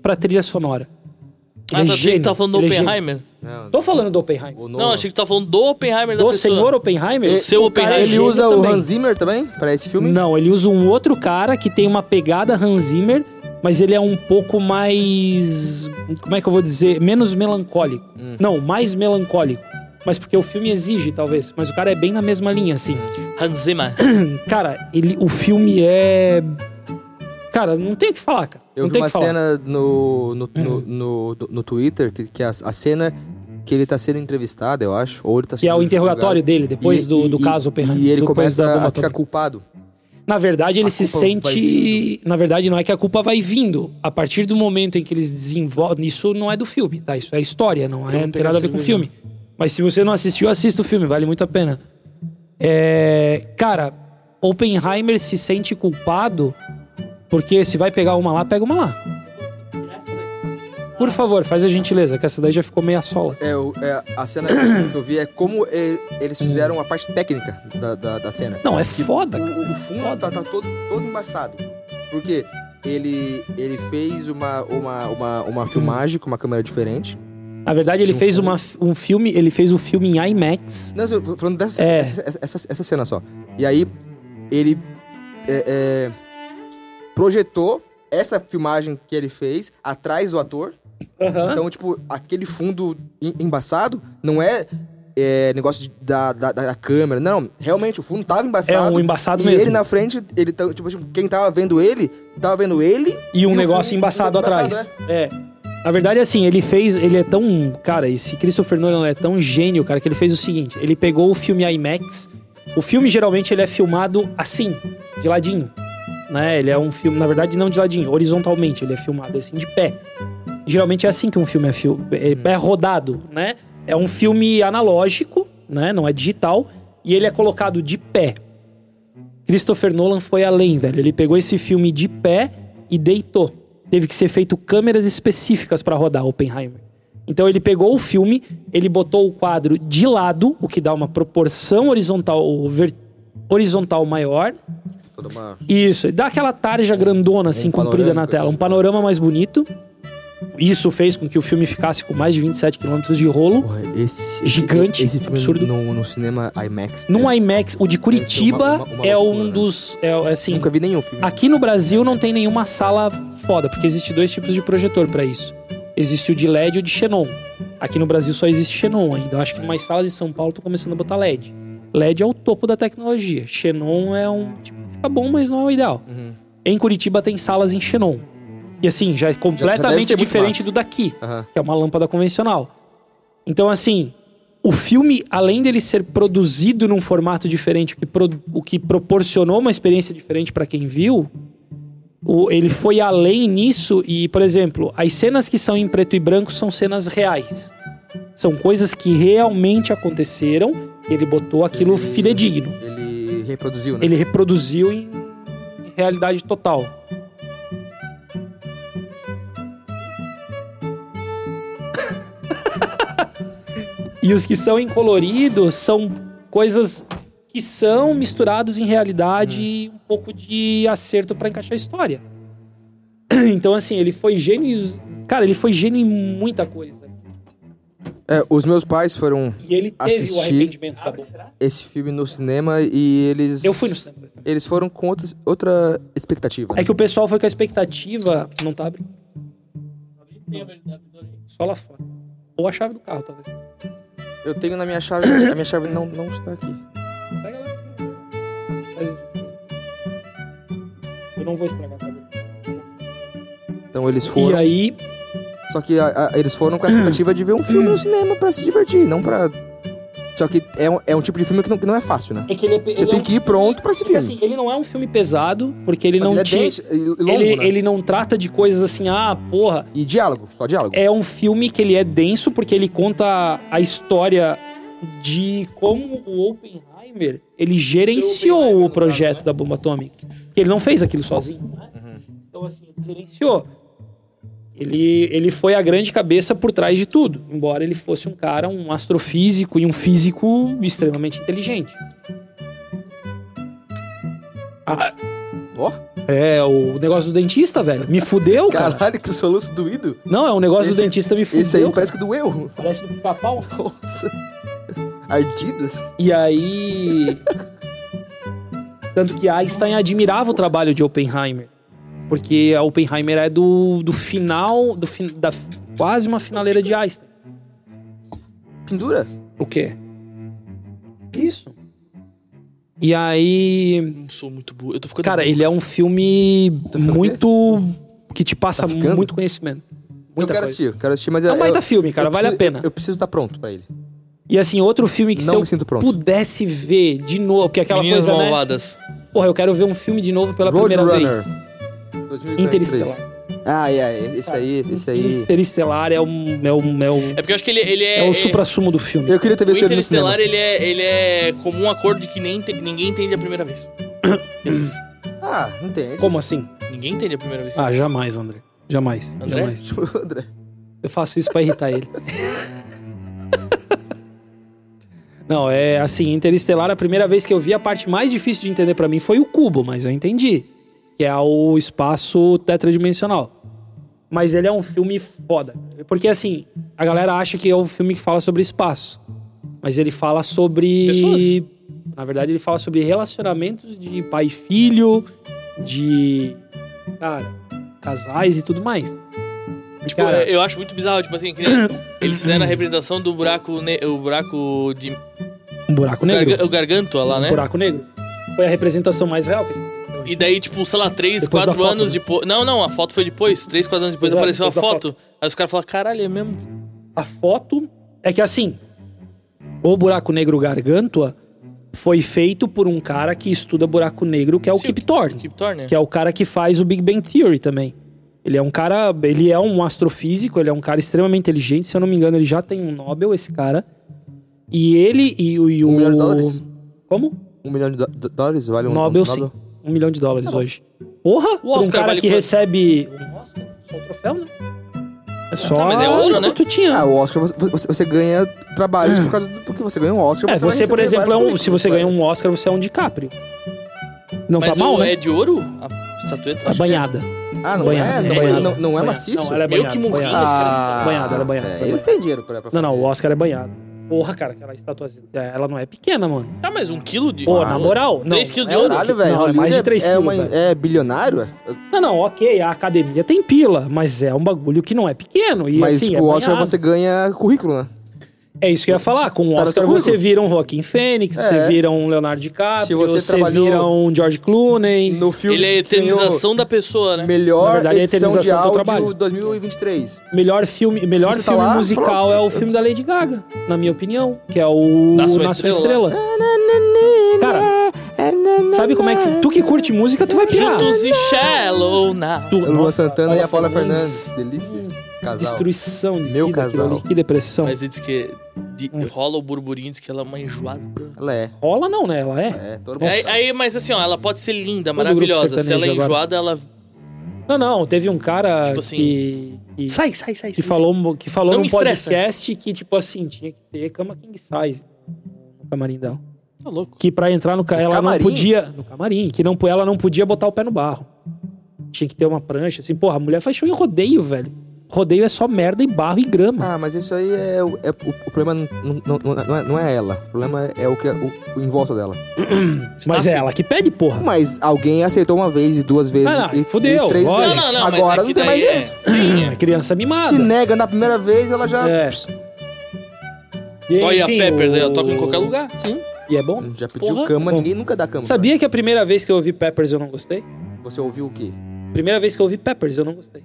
Speaker 2: pra trilha sonora. Ele
Speaker 1: Ah,
Speaker 2: é
Speaker 1: tá, achei que
Speaker 2: gênio.
Speaker 1: tu tá falando do
Speaker 2: Ele é gênio.
Speaker 1: Oppenheimer.
Speaker 3: Não,
Speaker 2: Tô falando do Oppenheimer.
Speaker 3: o Nolan.
Speaker 1: Não, achei que tu tá falando do Oppenheimer da
Speaker 2: Do
Speaker 1: pessoa.
Speaker 2: senhor Oppenheimer?
Speaker 1: O seu
Speaker 2: cara
Speaker 1: Oppenheimer.
Speaker 2: é
Speaker 1: Ele
Speaker 3: Ele
Speaker 2: gênio
Speaker 3: usa o
Speaker 2: também.
Speaker 3: Hans Zimmer também pra esse filme?
Speaker 2: Não, ele usa um outro cara que tem uma pegada Hans Zimmer, mas ele é um pouco mais. Como é que eu vou dizer? Menos melancólico.
Speaker 3: Hum.
Speaker 2: Não, mais melancólico. Mas porque o filme exige, talvez. Mas o cara é bem na mesma linha, assim.
Speaker 1: Hans Zimmer.
Speaker 2: Cara, ele, o filme é. Cara, não tem o que falar, cara.
Speaker 3: Eu
Speaker 2: não
Speaker 3: vi
Speaker 2: tem o
Speaker 3: uma
Speaker 2: que falar.
Speaker 3: cena no, no, no, no, no Twitter, que, que a, a cena que ele tá sendo entrevistado, eu acho, ou ele tá
Speaker 2: Que é o
Speaker 3: sendo
Speaker 2: interrogatório
Speaker 3: julgado.
Speaker 2: dele, depois
Speaker 3: E-
Speaker 2: do,
Speaker 3: e-
Speaker 2: do
Speaker 3: e-
Speaker 2: caso Oppenheimer.
Speaker 3: E ele
Speaker 2: do coisa
Speaker 3: começa
Speaker 2: da bomba
Speaker 3: a ficar
Speaker 2: atômica.
Speaker 3: culpado.
Speaker 2: Na verdade, ele
Speaker 3: A
Speaker 2: se
Speaker 3: culpa vai
Speaker 2: sente. Na verdade, não é que a culpa vai vindo. A partir do momento em que eles desenvolvem. Isso não é do filme, tá? Isso é história, não é
Speaker 1: vou
Speaker 2: não tem
Speaker 1: pegar
Speaker 2: nada a
Speaker 1: essa
Speaker 2: ver com o
Speaker 1: cerveja.
Speaker 2: filme. Mas se você não assistiu, assista o filme, vale muito a pena. É, Cara, Oppenheimer se sente culpado porque se vai pegar uma lá, pega uma lá. Por favor, faz a gentileza, que essa daí já ficou meia sola.
Speaker 3: É, o- é, a cena que eu vi é como e- eles fizeram a parte técnica da, da, da cena.
Speaker 2: Não, é foda, cara.
Speaker 3: O, o fundo tá, tá todo, todo embaçado. Porque ele, ele fez uma, uma, uma, uma filmagem com uma câmera diferente.
Speaker 2: Na verdade, ele
Speaker 3: Um
Speaker 2: fez
Speaker 3: filme.
Speaker 2: uma, um filme. Ele fez o filme em IMAX.
Speaker 3: Não, eu tô falando dessa
Speaker 2: É.
Speaker 3: essa, essa- essa- essa cena só. E aí, ele é, é, projetou essa filmagem que ele fez atrás do ator. Então, tipo, aquele fundo em- embaçado não é, é, negócio de- da, da, da câmera. Não, realmente, o fundo tava
Speaker 2: É
Speaker 3: embaçado.
Speaker 2: um embaçado
Speaker 3: Então, e
Speaker 2: mesmo.
Speaker 3: ele na frente, ele tá, tipo, tipo, quem tava vendo ele, tava vendo ele.
Speaker 2: e um
Speaker 3: E o
Speaker 2: negócio
Speaker 3: fundo
Speaker 2: embaçado
Speaker 3: embaçado, né?
Speaker 2: atrás. É. Na verdade, assim, ele fez. Ele é tão. Cara, esse Christopher Nolan é tão gênio, cara, que ele fez o seguinte: ele pegou o filme IMAX. O filme geralmente ele é filmado assim, de ladinho. né? Ele é um filme, na verdade, não de ladinho, horizontalmente, ele é filmado assim de pé. Geralmente é assim que um filme é, fil
Speaker 3: Uhum.
Speaker 2: é, é rodado, né? É um filme analógico, né? Não é digital, e ele é colocado de pé. Christopher Nolan foi além, velho. Ele pegou esse filme de pé e deitou. Teve que ser feito câmeras específicas para rodar Oppenheimer. Então ele pegou o filme, ele botou o quadro de lado, o que dá uma proporção horizontal, horizontal maior,
Speaker 4: Toda uma...
Speaker 2: isso, dá aquela
Speaker 3: É,
Speaker 2: tarja grandona, assim,
Speaker 4: um
Speaker 2: comprida na
Speaker 4: panorâmico,
Speaker 2: tela,
Speaker 4: assim.
Speaker 2: um panorama mais bonito. Isso fez com que o filme ficasse com mais de 27 km de rolo.
Speaker 3: Porra, esse, esse-
Speaker 2: Gigante,
Speaker 3: esse filme
Speaker 2: absurdo.
Speaker 3: No, no cinema IMAX.
Speaker 2: Num
Speaker 3: né?
Speaker 2: IMAX, o de Curitiba
Speaker 3: uma- uma
Speaker 2: é
Speaker 3: loucura,
Speaker 2: um
Speaker 3: né?
Speaker 2: dos. É, assim,
Speaker 3: Nunca vi nenhum filme.
Speaker 2: Aqui no Brasil não tem nenhuma sala foda, porque existe dois tipos de projetor pra isso. Existe o de LED e o de xenon. Aqui no Brasil só existe xenon ainda. Eu acho que umas salas de São Paulo estão começando a botar LED. LED é o topo da tecnologia. Xenon é um tipo, fica bom, mas não é o ideal.
Speaker 3: Uhum.
Speaker 2: Em Curitiba tem salas em xenon. E assim, já é completamente
Speaker 3: tá, ser muito
Speaker 2: diferente do
Speaker 3: massa.
Speaker 2: daqui
Speaker 3: Aham.
Speaker 2: que é uma lâmpada convencional. Então, assim, o filme, além dele ser produzido num formato diferente, o que, pro- o que proporcionou uma experiência diferente para quem viu, o- ele foi além nisso e, por exemplo, as cenas que são em preto e branco são cenas reais. São coisas que realmente aconteceram. Ele botou aquilo fidedigno.
Speaker 3: Ele reproduziu, né?
Speaker 2: Ele reproduziu em em realidade total. e os que são em colorido são coisas que são misturados em realidade e um pouco de acerto pra encaixar a história. Então, assim, ele foi gênio. Cara, ele foi gênio em muita coisa.
Speaker 3: É, os meus pais foram
Speaker 2: E ele teve o
Speaker 3: Assistir.
Speaker 2: arrependimento da bomba.
Speaker 3: esse filme no cinema e eles...
Speaker 2: Eu fui no cinema.
Speaker 3: Eles foram com outra, outra expectativa. né?
Speaker 2: É que o pessoal foi com a expectativa. Não tá abrindo. Só lá fora. Ou a chave do carro, talvez.
Speaker 3: Eu tenho na minha chave... a minha chave não, não está aqui.
Speaker 2: Pega lá. Faz isso. Eu não vou estragar a cabelo.
Speaker 3: Então eles
Speaker 2: E
Speaker 3: foram...
Speaker 2: aí,
Speaker 3: Só que a- a- eles foram com a expectativa de ver um filme no cinema pra se divertir, não pra... Só que é um, é um tipo de filme que não, que não é fácil, né?
Speaker 2: é que ele é. pe-
Speaker 3: Você
Speaker 2: ele é
Speaker 3: tem
Speaker 2: um-
Speaker 3: que ir pronto pra esse
Speaker 2: porque,
Speaker 3: filme.
Speaker 2: assim, ele não é um filme pesado, porque ele
Speaker 3: Mas
Speaker 2: não
Speaker 3: ele é
Speaker 2: te-
Speaker 3: denso e longo,
Speaker 2: ele,
Speaker 3: né?
Speaker 2: ele não trata de coisas assim, ah, porra.
Speaker 3: E diálogo, só diálogo.
Speaker 2: É um filme que ele é denso porque ele conta a história de como o Oppenheimer ele gerenciou
Speaker 1: Oppenheimer,
Speaker 2: o
Speaker 1: no
Speaker 2: projeto
Speaker 1: caso, né?
Speaker 2: da bomba atômica. Ele não fez aquilo sozinho, né?
Speaker 3: Uhum.
Speaker 2: Então assim, ele gerenciou. Ele, ele foi a grande cabeça por trás de tudo, embora ele fosse um cara, um astrofísico e um físico extremamente inteligente. Ah,
Speaker 3: Ó,
Speaker 2: é, o negócio do dentista, velho. Me fudeu, cara.
Speaker 3: caralho, que soluço doído.
Speaker 2: Não, é o negócio
Speaker 3: Esse-
Speaker 2: do dentista me fudeu.
Speaker 3: Esse aí
Speaker 2: cara.
Speaker 3: parece que doeu.
Speaker 2: Parece do pica-pau.
Speaker 3: Nossa. Ardidas?
Speaker 2: E aí. Tanto que Einstein admirava o trabalho de Oppenheimer. Porque a Oppenheimer é do, do final. Do fin- da quase uma finaleira de Einstein.
Speaker 3: Pendura?
Speaker 2: O quê? Isso. E aí.
Speaker 1: Não sou muito burro. Eu tô ficando.
Speaker 2: Cara, ele é um filme
Speaker 3: ficando
Speaker 2: muito. que te passa
Speaker 3: Tá ficando?
Speaker 2: muito conhecimento.
Speaker 3: eu
Speaker 2: Muita coisa.
Speaker 3: quero assistir, quero assistir, mas
Speaker 2: É
Speaker 3: eu,
Speaker 2: um baita
Speaker 3: eu-
Speaker 2: filme, cara,
Speaker 3: eu
Speaker 2: vale a
Speaker 3: preciso-
Speaker 2: pena.
Speaker 3: Eu preciso estar pronto pra ele.
Speaker 2: E assim, outro filme que
Speaker 3: Não me
Speaker 2: se eu
Speaker 3: sinto pronto.
Speaker 2: pudesse ver de novo, porque aquela
Speaker 1: Meninas
Speaker 2: coisa, né?
Speaker 1: malvadas.
Speaker 2: Porra, eu quero ver um filme de novo pela
Speaker 3: Road
Speaker 2: primeira
Speaker 3: Runner.
Speaker 2: vez.
Speaker 3: 2043.
Speaker 2: Interestelar.
Speaker 3: Ah, é, é, esse aí, esse aí.
Speaker 2: Interestelar é um. É, um, é, um,
Speaker 1: É porque eu acho que ele, ele é.
Speaker 2: é o
Speaker 1: é-
Speaker 2: supra-sumo do filme.
Speaker 3: Eu queria ter
Speaker 1: o
Speaker 3: visto ele no cinema.
Speaker 1: Interestelar, ele é, ele é comum acordo de que nem te- ninguém entende a primeira vez.
Speaker 3: Ah, não tem.
Speaker 2: Como assim?
Speaker 1: Ninguém entende a primeira vez.
Speaker 2: Ah, jamais, André. Jamais.
Speaker 1: André?
Speaker 2: Jamais.
Speaker 3: André.
Speaker 2: Eu faço isso pra irritar ele. Não, é assim, Interestelar, a primeira vez que eu vi, a parte mais difícil de entender pra mim foi o cubo, mas eu entendi. Que é o espaço tetradimensional. Mas ele é um filme foda. Porque assim, a galera acha que é um filme que fala sobre espaço. Mas ele fala sobre.
Speaker 1: Pessoas.
Speaker 2: Na verdade, ele fala sobre relacionamentos de pai e filho, de. Cara, casais e tudo mais.
Speaker 1: Tipo,
Speaker 2: Cara,
Speaker 1: eu acho muito bizarro, tipo assim, que nem eles fizeram a representação do buraco. ne- o buraco de.
Speaker 2: um buraco
Speaker 1: O,
Speaker 2: negro. Um
Speaker 1: garga- o gargantua lá, né?
Speaker 2: Buraco Negro. Foi a representação mais real. que a gente tem hoje.
Speaker 1: E daí, tipo, sei lá, 3,
Speaker 2: Depois
Speaker 1: 4
Speaker 2: da foto,
Speaker 1: anos
Speaker 2: né?
Speaker 1: depois. Não, não, a foto foi depois. 3, 4 anos depois
Speaker 2: Pois é,
Speaker 1: apareceu a
Speaker 2: depois da
Speaker 1: foto. Aí os caras falaram, caralho, é mesmo.
Speaker 2: A foto é que assim, o Buraco Negro Gargantua foi feito por um cara que estuda buraco negro, que é o
Speaker 1: Sim,
Speaker 2: Kip Thorne,
Speaker 1: Keep Thorne.
Speaker 2: que é o cara que faz o Big Bang Theory também. Ele é um cara, ele é um astrofísico, ele é um cara extremamente inteligente, se eu não me engano, ele já tem um Nobel esse cara. E ele e, o- e o
Speaker 3: Um milhão de dólares?
Speaker 2: Como?
Speaker 3: Um milhão de do- do- dólares vale um
Speaker 2: Nobel,
Speaker 3: um
Speaker 2: sim. Um milhão de dólares hoje. Porra! pra um
Speaker 1: Oscar
Speaker 2: cara
Speaker 1: vale
Speaker 2: que
Speaker 1: quanto?
Speaker 2: recebe. Nossa, só o troféu, né? É só
Speaker 1: tá, mas é ouro,
Speaker 2: a
Speaker 1: né?
Speaker 2: estatutinha.
Speaker 3: Ah, o Oscar, você, você- você ganha trabalhos por causa do... Porque você ganha um Oscar,
Speaker 2: É,
Speaker 3: vai
Speaker 2: você, por
Speaker 3: receber
Speaker 2: exemplo, é
Speaker 3: vários
Speaker 2: um, se você ganha
Speaker 3: currículos,
Speaker 2: um Oscar, você é um DiCaprio. Não
Speaker 1: Mas
Speaker 2: tá mal,
Speaker 1: o-
Speaker 2: né?
Speaker 1: é de ouro? A estatueta?
Speaker 2: A banhada.
Speaker 3: velho. Ah, não
Speaker 2: Banhada.
Speaker 3: é? Não,
Speaker 2: banhada.
Speaker 3: é, não, não é
Speaker 2: Banhada.
Speaker 3: maciço?
Speaker 2: né? Não, ela é
Speaker 1: Meio
Speaker 2: banhada.
Speaker 1: que né? morrinho,
Speaker 2: banhada.
Speaker 1: os caras-
Speaker 3: Ah,
Speaker 2: Banhada, ela é banhada,
Speaker 3: é,
Speaker 2: ela é
Speaker 3: eles
Speaker 2: banhada.
Speaker 3: têm dinheiro pra, pra
Speaker 2: Não, não,
Speaker 3: fazer.
Speaker 2: o Oscar é banhado. Porra, cara, aquela estatuazinha. Ela não é pequena, mano.
Speaker 1: Tá, mas um quilo de...
Speaker 2: Pô,
Speaker 1: Ah,
Speaker 2: na moral. Não,
Speaker 1: 3 quilos de
Speaker 2: é
Speaker 1: ouro?
Speaker 3: Caralho,
Speaker 2: ouro.
Speaker 3: velho.
Speaker 2: Não, é
Speaker 3: Hollywood
Speaker 2: mais de 3
Speaker 3: é,
Speaker 2: quilos.
Speaker 3: uma-
Speaker 2: velho.
Speaker 3: é bilionário? É-
Speaker 2: Ah, Não, não, ok, a academia tem pila, mas é um bagulho que não é pequeno. E,
Speaker 3: Mas
Speaker 2: assim, é
Speaker 3: com o Oscar
Speaker 2: banhado.
Speaker 3: você ganha currículo, né?
Speaker 2: É isso que eu ia falar. Com o
Speaker 3: Tá no
Speaker 2: Oscar
Speaker 3: seu currículo.
Speaker 2: você vira um Joaquim Fênix,
Speaker 3: É.
Speaker 2: você vira um Leonardo DiCaprio,
Speaker 3: Se você
Speaker 2: você
Speaker 3: trabalhou
Speaker 2: vira um George Clooney.
Speaker 3: No filme
Speaker 1: Ele é a
Speaker 3: que ganhou
Speaker 1: eternização da pessoa, né?
Speaker 3: Melhor
Speaker 2: Na verdade, é a
Speaker 3: edição de
Speaker 2: eternização do trabalho.
Speaker 3: áudio 2023.
Speaker 2: Melhor filme, melhor
Speaker 3: Se você
Speaker 2: filme
Speaker 3: falar,
Speaker 2: musical
Speaker 3: pronto.
Speaker 2: é o filme da Lady Gaga, na minha opinião, que é o
Speaker 1: Nasce uma
Speaker 2: Nasce uma
Speaker 1: Estrela.
Speaker 2: Estrela. Cara,
Speaker 3: né,
Speaker 2: sabe como é que tu que curte música, tu vai pirar.
Speaker 1: Juntos e Shallow Now.
Speaker 2: Tu-
Speaker 3: Lua
Speaker 2: Nossa,
Speaker 3: Santana e a Paula
Speaker 2: Fernandes.
Speaker 3: Fernandes. Delícia. Casal.
Speaker 2: Destruição de
Speaker 3: Meu
Speaker 2: vida, aquilo
Speaker 3: casal.
Speaker 2: ali, que depressão.
Speaker 1: Mas diz que de-
Speaker 2: Nossa.
Speaker 1: rola o burburinho, diz que ela é uma enjoada.
Speaker 3: Ela é.
Speaker 2: Rola não, né? Ela é.
Speaker 3: É, todo mundo.
Speaker 1: Aí, aí, mas assim, ó, ela pode ser linda,
Speaker 2: grupo tá
Speaker 1: maravilhosa. Se ela é
Speaker 2: sertanejo
Speaker 1: enjoada, ela.
Speaker 2: Não, não, teve um cara
Speaker 1: Tipo assim,
Speaker 2: que, que,
Speaker 1: Sai, sai, sai.
Speaker 2: que
Speaker 1: sai,
Speaker 2: falou, um que falou
Speaker 1: Não
Speaker 2: num
Speaker 1: me estressa.
Speaker 2: podcast que, tipo assim, tinha que ter cama king size no camarim dela.
Speaker 1: sai. Tá louco.
Speaker 2: que pra entrar no, ca- ela
Speaker 3: camarim?
Speaker 2: não podia no camarim, que não ela não podia botar o pé no barro. Tinha que ter uma prancha assim, porra, a mulher faz show em rodeio, velho. Rodeio é só merda e barro e grama.
Speaker 3: Ah, mas isso aí é. o- é- o, o problema não, não- não- não é, não é ela. O problema é o que é o, o em volta dela.
Speaker 2: Mas
Speaker 1: Staff.
Speaker 2: é ela que pede, porra.
Speaker 3: Mas alguém aceitou uma vez e duas vezes
Speaker 2: Ah, não,
Speaker 3: e,
Speaker 2: fudeu,
Speaker 3: e três
Speaker 2: olha.
Speaker 1: Não,
Speaker 3: vezes.
Speaker 1: não, não. mas
Speaker 3: Agora
Speaker 1: é
Speaker 3: não
Speaker 1: que
Speaker 3: tem mais
Speaker 1: daí
Speaker 3: jeito.
Speaker 1: é- Sim,
Speaker 2: É criança mimada.
Speaker 3: Se nega na primeira vez, ela já.
Speaker 2: É.
Speaker 3: Sim.
Speaker 2: E,
Speaker 1: é. Olha a
Speaker 2: enfim,
Speaker 1: Peppers aí,
Speaker 2: o-
Speaker 1: ela toca em qualquer lugar.
Speaker 2: E é bom.
Speaker 3: Já pediu
Speaker 1: Porra.
Speaker 3: cama, ninguém nunca dá cama.
Speaker 2: Sabia que a primeira vez que eu ouvi Peppers eu não gostei?
Speaker 3: cara. Você ouviu o quê?
Speaker 2: Primeira vez que eu ouvi Peppers eu não gostei.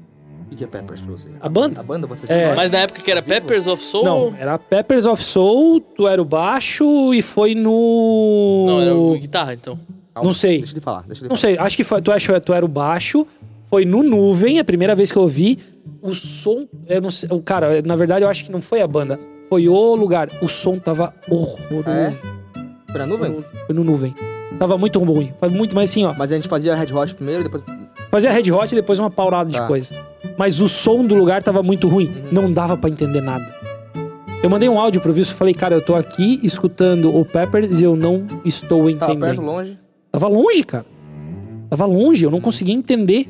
Speaker 3: O que é Peppers pra você?
Speaker 2: A banda?
Speaker 3: A banda você
Speaker 2: É.
Speaker 3: tinha?
Speaker 1: Mas na época que era Peppers of Soul.
Speaker 2: Não,
Speaker 1: Não,
Speaker 2: era Peppers of Soul, tu era o baixo e foi no
Speaker 1: era o guitarra, então.
Speaker 3: Calma,
Speaker 2: não sei.
Speaker 3: Deixa ele falar, deixa ele
Speaker 2: Não
Speaker 3: falar.
Speaker 2: sei, acho que foi, tu, achou, tu era o baixo, foi no Nuvem, a primeira vez que eu ouvi. O som, eu não sei, o cara, na verdade eu acho que não foi a banda, foi o lugar. O som tava horroroso.
Speaker 3: É? Pra nuvem?
Speaker 2: horroroso. Foi no Nuvem. Tava muito ruim, foi muito, mas assim, ó.
Speaker 3: Mas a gente fazia Red Hot primeiro, depois.
Speaker 2: Fazia Red Hot e depois uma paulada de
Speaker 3: Tá. Uhum.
Speaker 2: coisa. Mas o som do lugar tava muito ruim, não dava pra entender nada. Eu mandei um áudio pro Wilson e falei, cara, eu tô aqui escutando o Peppers e eu não estou
Speaker 3: Tava
Speaker 2: entendendo.
Speaker 3: perto, longe.
Speaker 2: Tava longe, cara. Tava longe, eu não conseguia entender.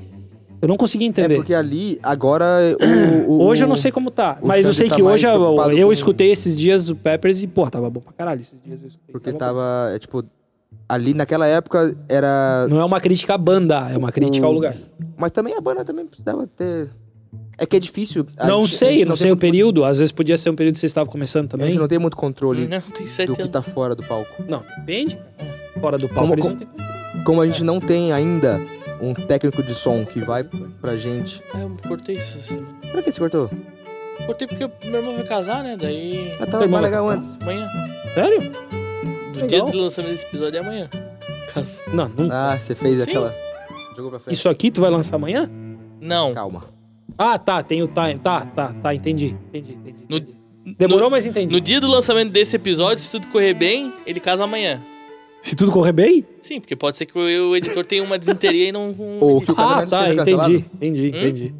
Speaker 2: Eu não conseguia
Speaker 3: É
Speaker 2: entender.
Speaker 3: porque ali, agora. o- o-
Speaker 2: hoje eu não sei como tá,
Speaker 3: o
Speaker 2: mas eu
Speaker 3: Xande
Speaker 2: sei
Speaker 3: tá
Speaker 2: que
Speaker 3: mais
Speaker 2: hoje eu,
Speaker 3: preocupado
Speaker 2: eu
Speaker 3: com-
Speaker 2: escutei esses dias o Peppers e, pô, tava bom pra caralho esses dias. Eu escutei,
Speaker 3: Porque
Speaker 2: bom.
Speaker 3: tava. É, tipo, ali naquela época era.
Speaker 2: Não é uma crítica à banda, é uma crítica ao lugar.
Speaker 3: Mas também a banda também precisava ter. É que é difícil. a
Speaker 2: não
Speaker 3: gente- a
Speaker 2: sei,
Speaker 3: gente
Speaker 2: não, sei o
Speaker 3: tem,
Speaker 2: período. Às vezes podia ser um período que vocês estavam começando
Speaker 3: A
Speaker 2: também.
Speaker 3: gente não tem muito controle
Speaker 1: Não, tem
Speaker 3: do
Speaker 1: sete
Speaker 3: que
Speaker 1: anos.
Speaker 3: tá fora do palco.
Speaker 2: Não, depende. cara. Fora do palco,
Speaker 3: Como-
Speaker 2: eles
Speaker 3: como-
Speaker 2: não têm-
Speaker 3: Como a gente não tem ainda um técnico de som que vai pra gente.
Speaker 1: Ah, eu cortei isso. assim.
Speaker 3: Pra que você cortou?
Speaker 1: Cortei porque meu irmão vai casar, né? Daí.
Speaker 3: Já
Speaker 2: Seu
Speaker 3: tava
Speaker 2: irmão vai
Speaker 3: mais legal
Speaker 2: cantar?
Speaker 3: antes.
Speaker 1: Amanhã.
Speaker 2: Sério?
Speaker 1: Do
Speaker 2: Legal.
Speaker 1: dia do lançamento desse episódio é amanhã. Casa.
Speaker 2: Não, não.
Speaker 3: Ah, você fez
Speaker 1: Sim.
Speaker 3: aquela. Jogou pra frente.
Speaker 2: Isso aqui tu vai lançar amanhã?
Speaker 1: Não.
Speaker 3: Calma.
Speaker 2: Ah, tá, tem o time. Tá, tá, tá, entendi. Entendi, entendi.
Speaker 1: No,
Speaker 2: Demorou,
Speaker 1: no-
Speaker 2: mas entendi.
Speaker 1: No dia do lançamento desse episódio, se tudo correr bem, ele casa amanhã.
Speaker 2: Se tudo correr bem,
Speaker 1: Sim, porque pode ser que o o editor tenha uma desinteria e não. não
Speaker 3: Ou
Speaker 1: edite.
Speaker 3: que- casamento seja cancelado?
Speaker 2: Ah, tá, entendi, entendi,
Speaker 1: Hum?
Speaker 2: entendi.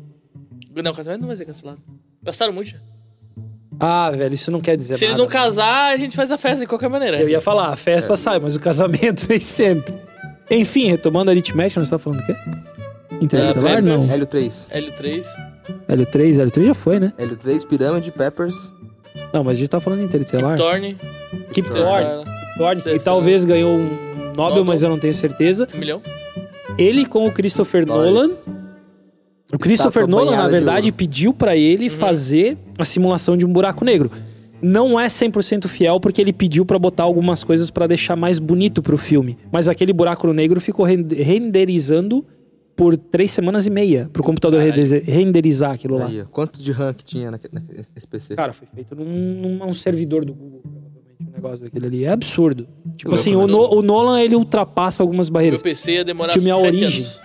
Speaker 1: Não, o casamento não vai ser cancelado. Gastaram muito já.
Speaker 2: Ah, velho, isso não quer dizer
Speaker 1: Se eles
Speaker 2: nada.
Speaker 1: não casar, a gente faz a festa de qualquer maneira.
Speaker 2: Eu ia falar, a festa sai, mas o casamento nem sempre. Enfim, retomando a aritmética, nós estamos falando do quê? Interestelar?
Speaker 1: Peppers.
Speaker 2: não.
Speaker 3: Hélio 3.
Speaker 1: L3.
Speaker 2: L3, L3 já foi, né?
Speaker 3: Hélio 3, Pirâmide, Peppers.
Speaker 2: Não, mas a gente tá falando de Interestelar.
Speaker 1: Torne.
Speaker 2: Kip
Speaker 3: Thorne.
Speaker 2: Thorne, Thorne, que
Speaker 1: Interestelar.
Speaker 2: talvez ganhou um Nobel,
Speaker 1: Nobel.
Speaker 2: mas eu não tenho certeza.
Speaker 1: Um milhão.
Speaker 2: Ele com o Christopher Nolan.
Speaker 3: Dólares.
Speaker 2: O Christopher
Speaker 3: Estátua
Speaker 2: Nolan, na
Speaker 3: banhada de
Speaker 2: verdade,
Speaker 3: ouro.
Speaker 2: pediu pra ele fazer a simulação de um buraco negro. Não é 100% fiel porque ele pediu pra botar algumas coisas pra deixar mais bonito pro filme, mas aquele buraco negro ficou ren- renderizando por três semanas e meia pro computador
Speaker 1: Caralho.
Speaker 2: renderiza- renderizar aquilo lá.
Speaker 3: Aí, ó. quanto de rank tinha naque- naque- nesse PC?
Speaker 2: Cara, foi feito num, num- num servidor do Google, provavelmente. Um negócio daquele ali. É absurdo. Tipo
Speaker 1: louco,
Speaker 2: assim,
Speaker 1: né?
Speaker 2: o, No- o Nolan, ele ultrapassa algumas
Speaker 1: Meu
Speaker 2: barreiras.
Speaker 1: PC ia demorar
Speaker 2: Filme é A
Speaker 1: 7
Speaker 2: Origem.
Speaker 1: anos.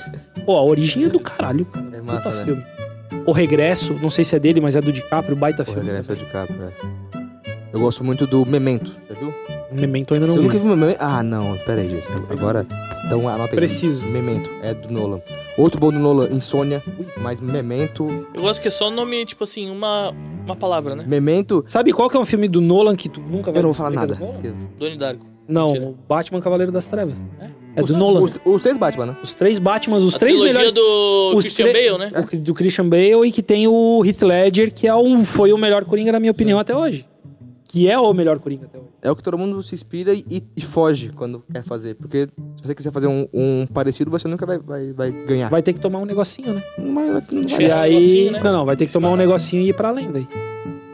Speaker 2: Pô, a origem é do caralho, cara.
Speaker 3: É massa,
Speaker 2: Puta
Speaker 3: né?
Speaker 2: filme. O Regresso, não sei se é dele, mas é do DiCaprio, baita
Speaker 3: O
Speaker 2: filme.
Speaker 3: regresso é de capa, né? Eu gosto muito do Memento, já viu?
Speaker 2: Memento ainda não
Speaker 3: Você
Speaker 2: vi.
Speaker 3: nunca viu Memento? Ah, não, pera aí, Jason. Agora, então anota aí.
Speaker 2: Preciso.
Speaker 3: Memento, é do Nolan. Outro bom do Nolan, Insônia, mas Memento...
Speaker 1: Eu gosto que é só nome, tipo assim, uma, uma palavra, né?
Speaker 3: Memento...
Speaker 2: Sabe qual que é um filme do Nolan que tu nunca vai
Speaker 3: Eu não vou falar
Speaker 2: explicar
Speaker 3: nada.
Speaker 2: do Nolan?
Speaker 3: porque-
Speaker 1: Donnie Darko.
Speaker 2: Não,
Speaker 1: Mentira.
Speaker 2: o Batman Cavaleiro das Trevas. É,
Speaker 3: Os-
Speaker 2: do Nolan. Os,
Speaker 3: Os, os três Batman, né?
Speaker 2: três Batmans, os
Speaker 1: A
Speaker 2: três
Speaker 1: trilogia
Speaker 2: melhores...
Speaker 1: do
Speaker 2: os
Speaker 1: Christian
Speaker 2: tre-
Speaker 1: Bale, né?
Speaker 2: o- do Christian Bale e que tem o Heath Ledger, que é um, foi o melhor Coringa, na minha opinião, até hoje. Que é o melhor Coringa até hoje.
Speaker 3: É o que todo mundo se inspira e, e foge quando quer fazer. Porque se você quiser fazer um, um parecido, você nunca vai, vai, vai ganhar.
Speaker 2: Vai ter que tomar um negocinho, né?
Speaker 3: Não vai, não vai
Speaker 1: Vai
Speaker 2: e
Speaker 1: dar um
Speaker 2: aí...
Speaker 1: negocinho, né?
Speaker 2: Não, não, vai ter que tomar um negocinho e ir pra além daí.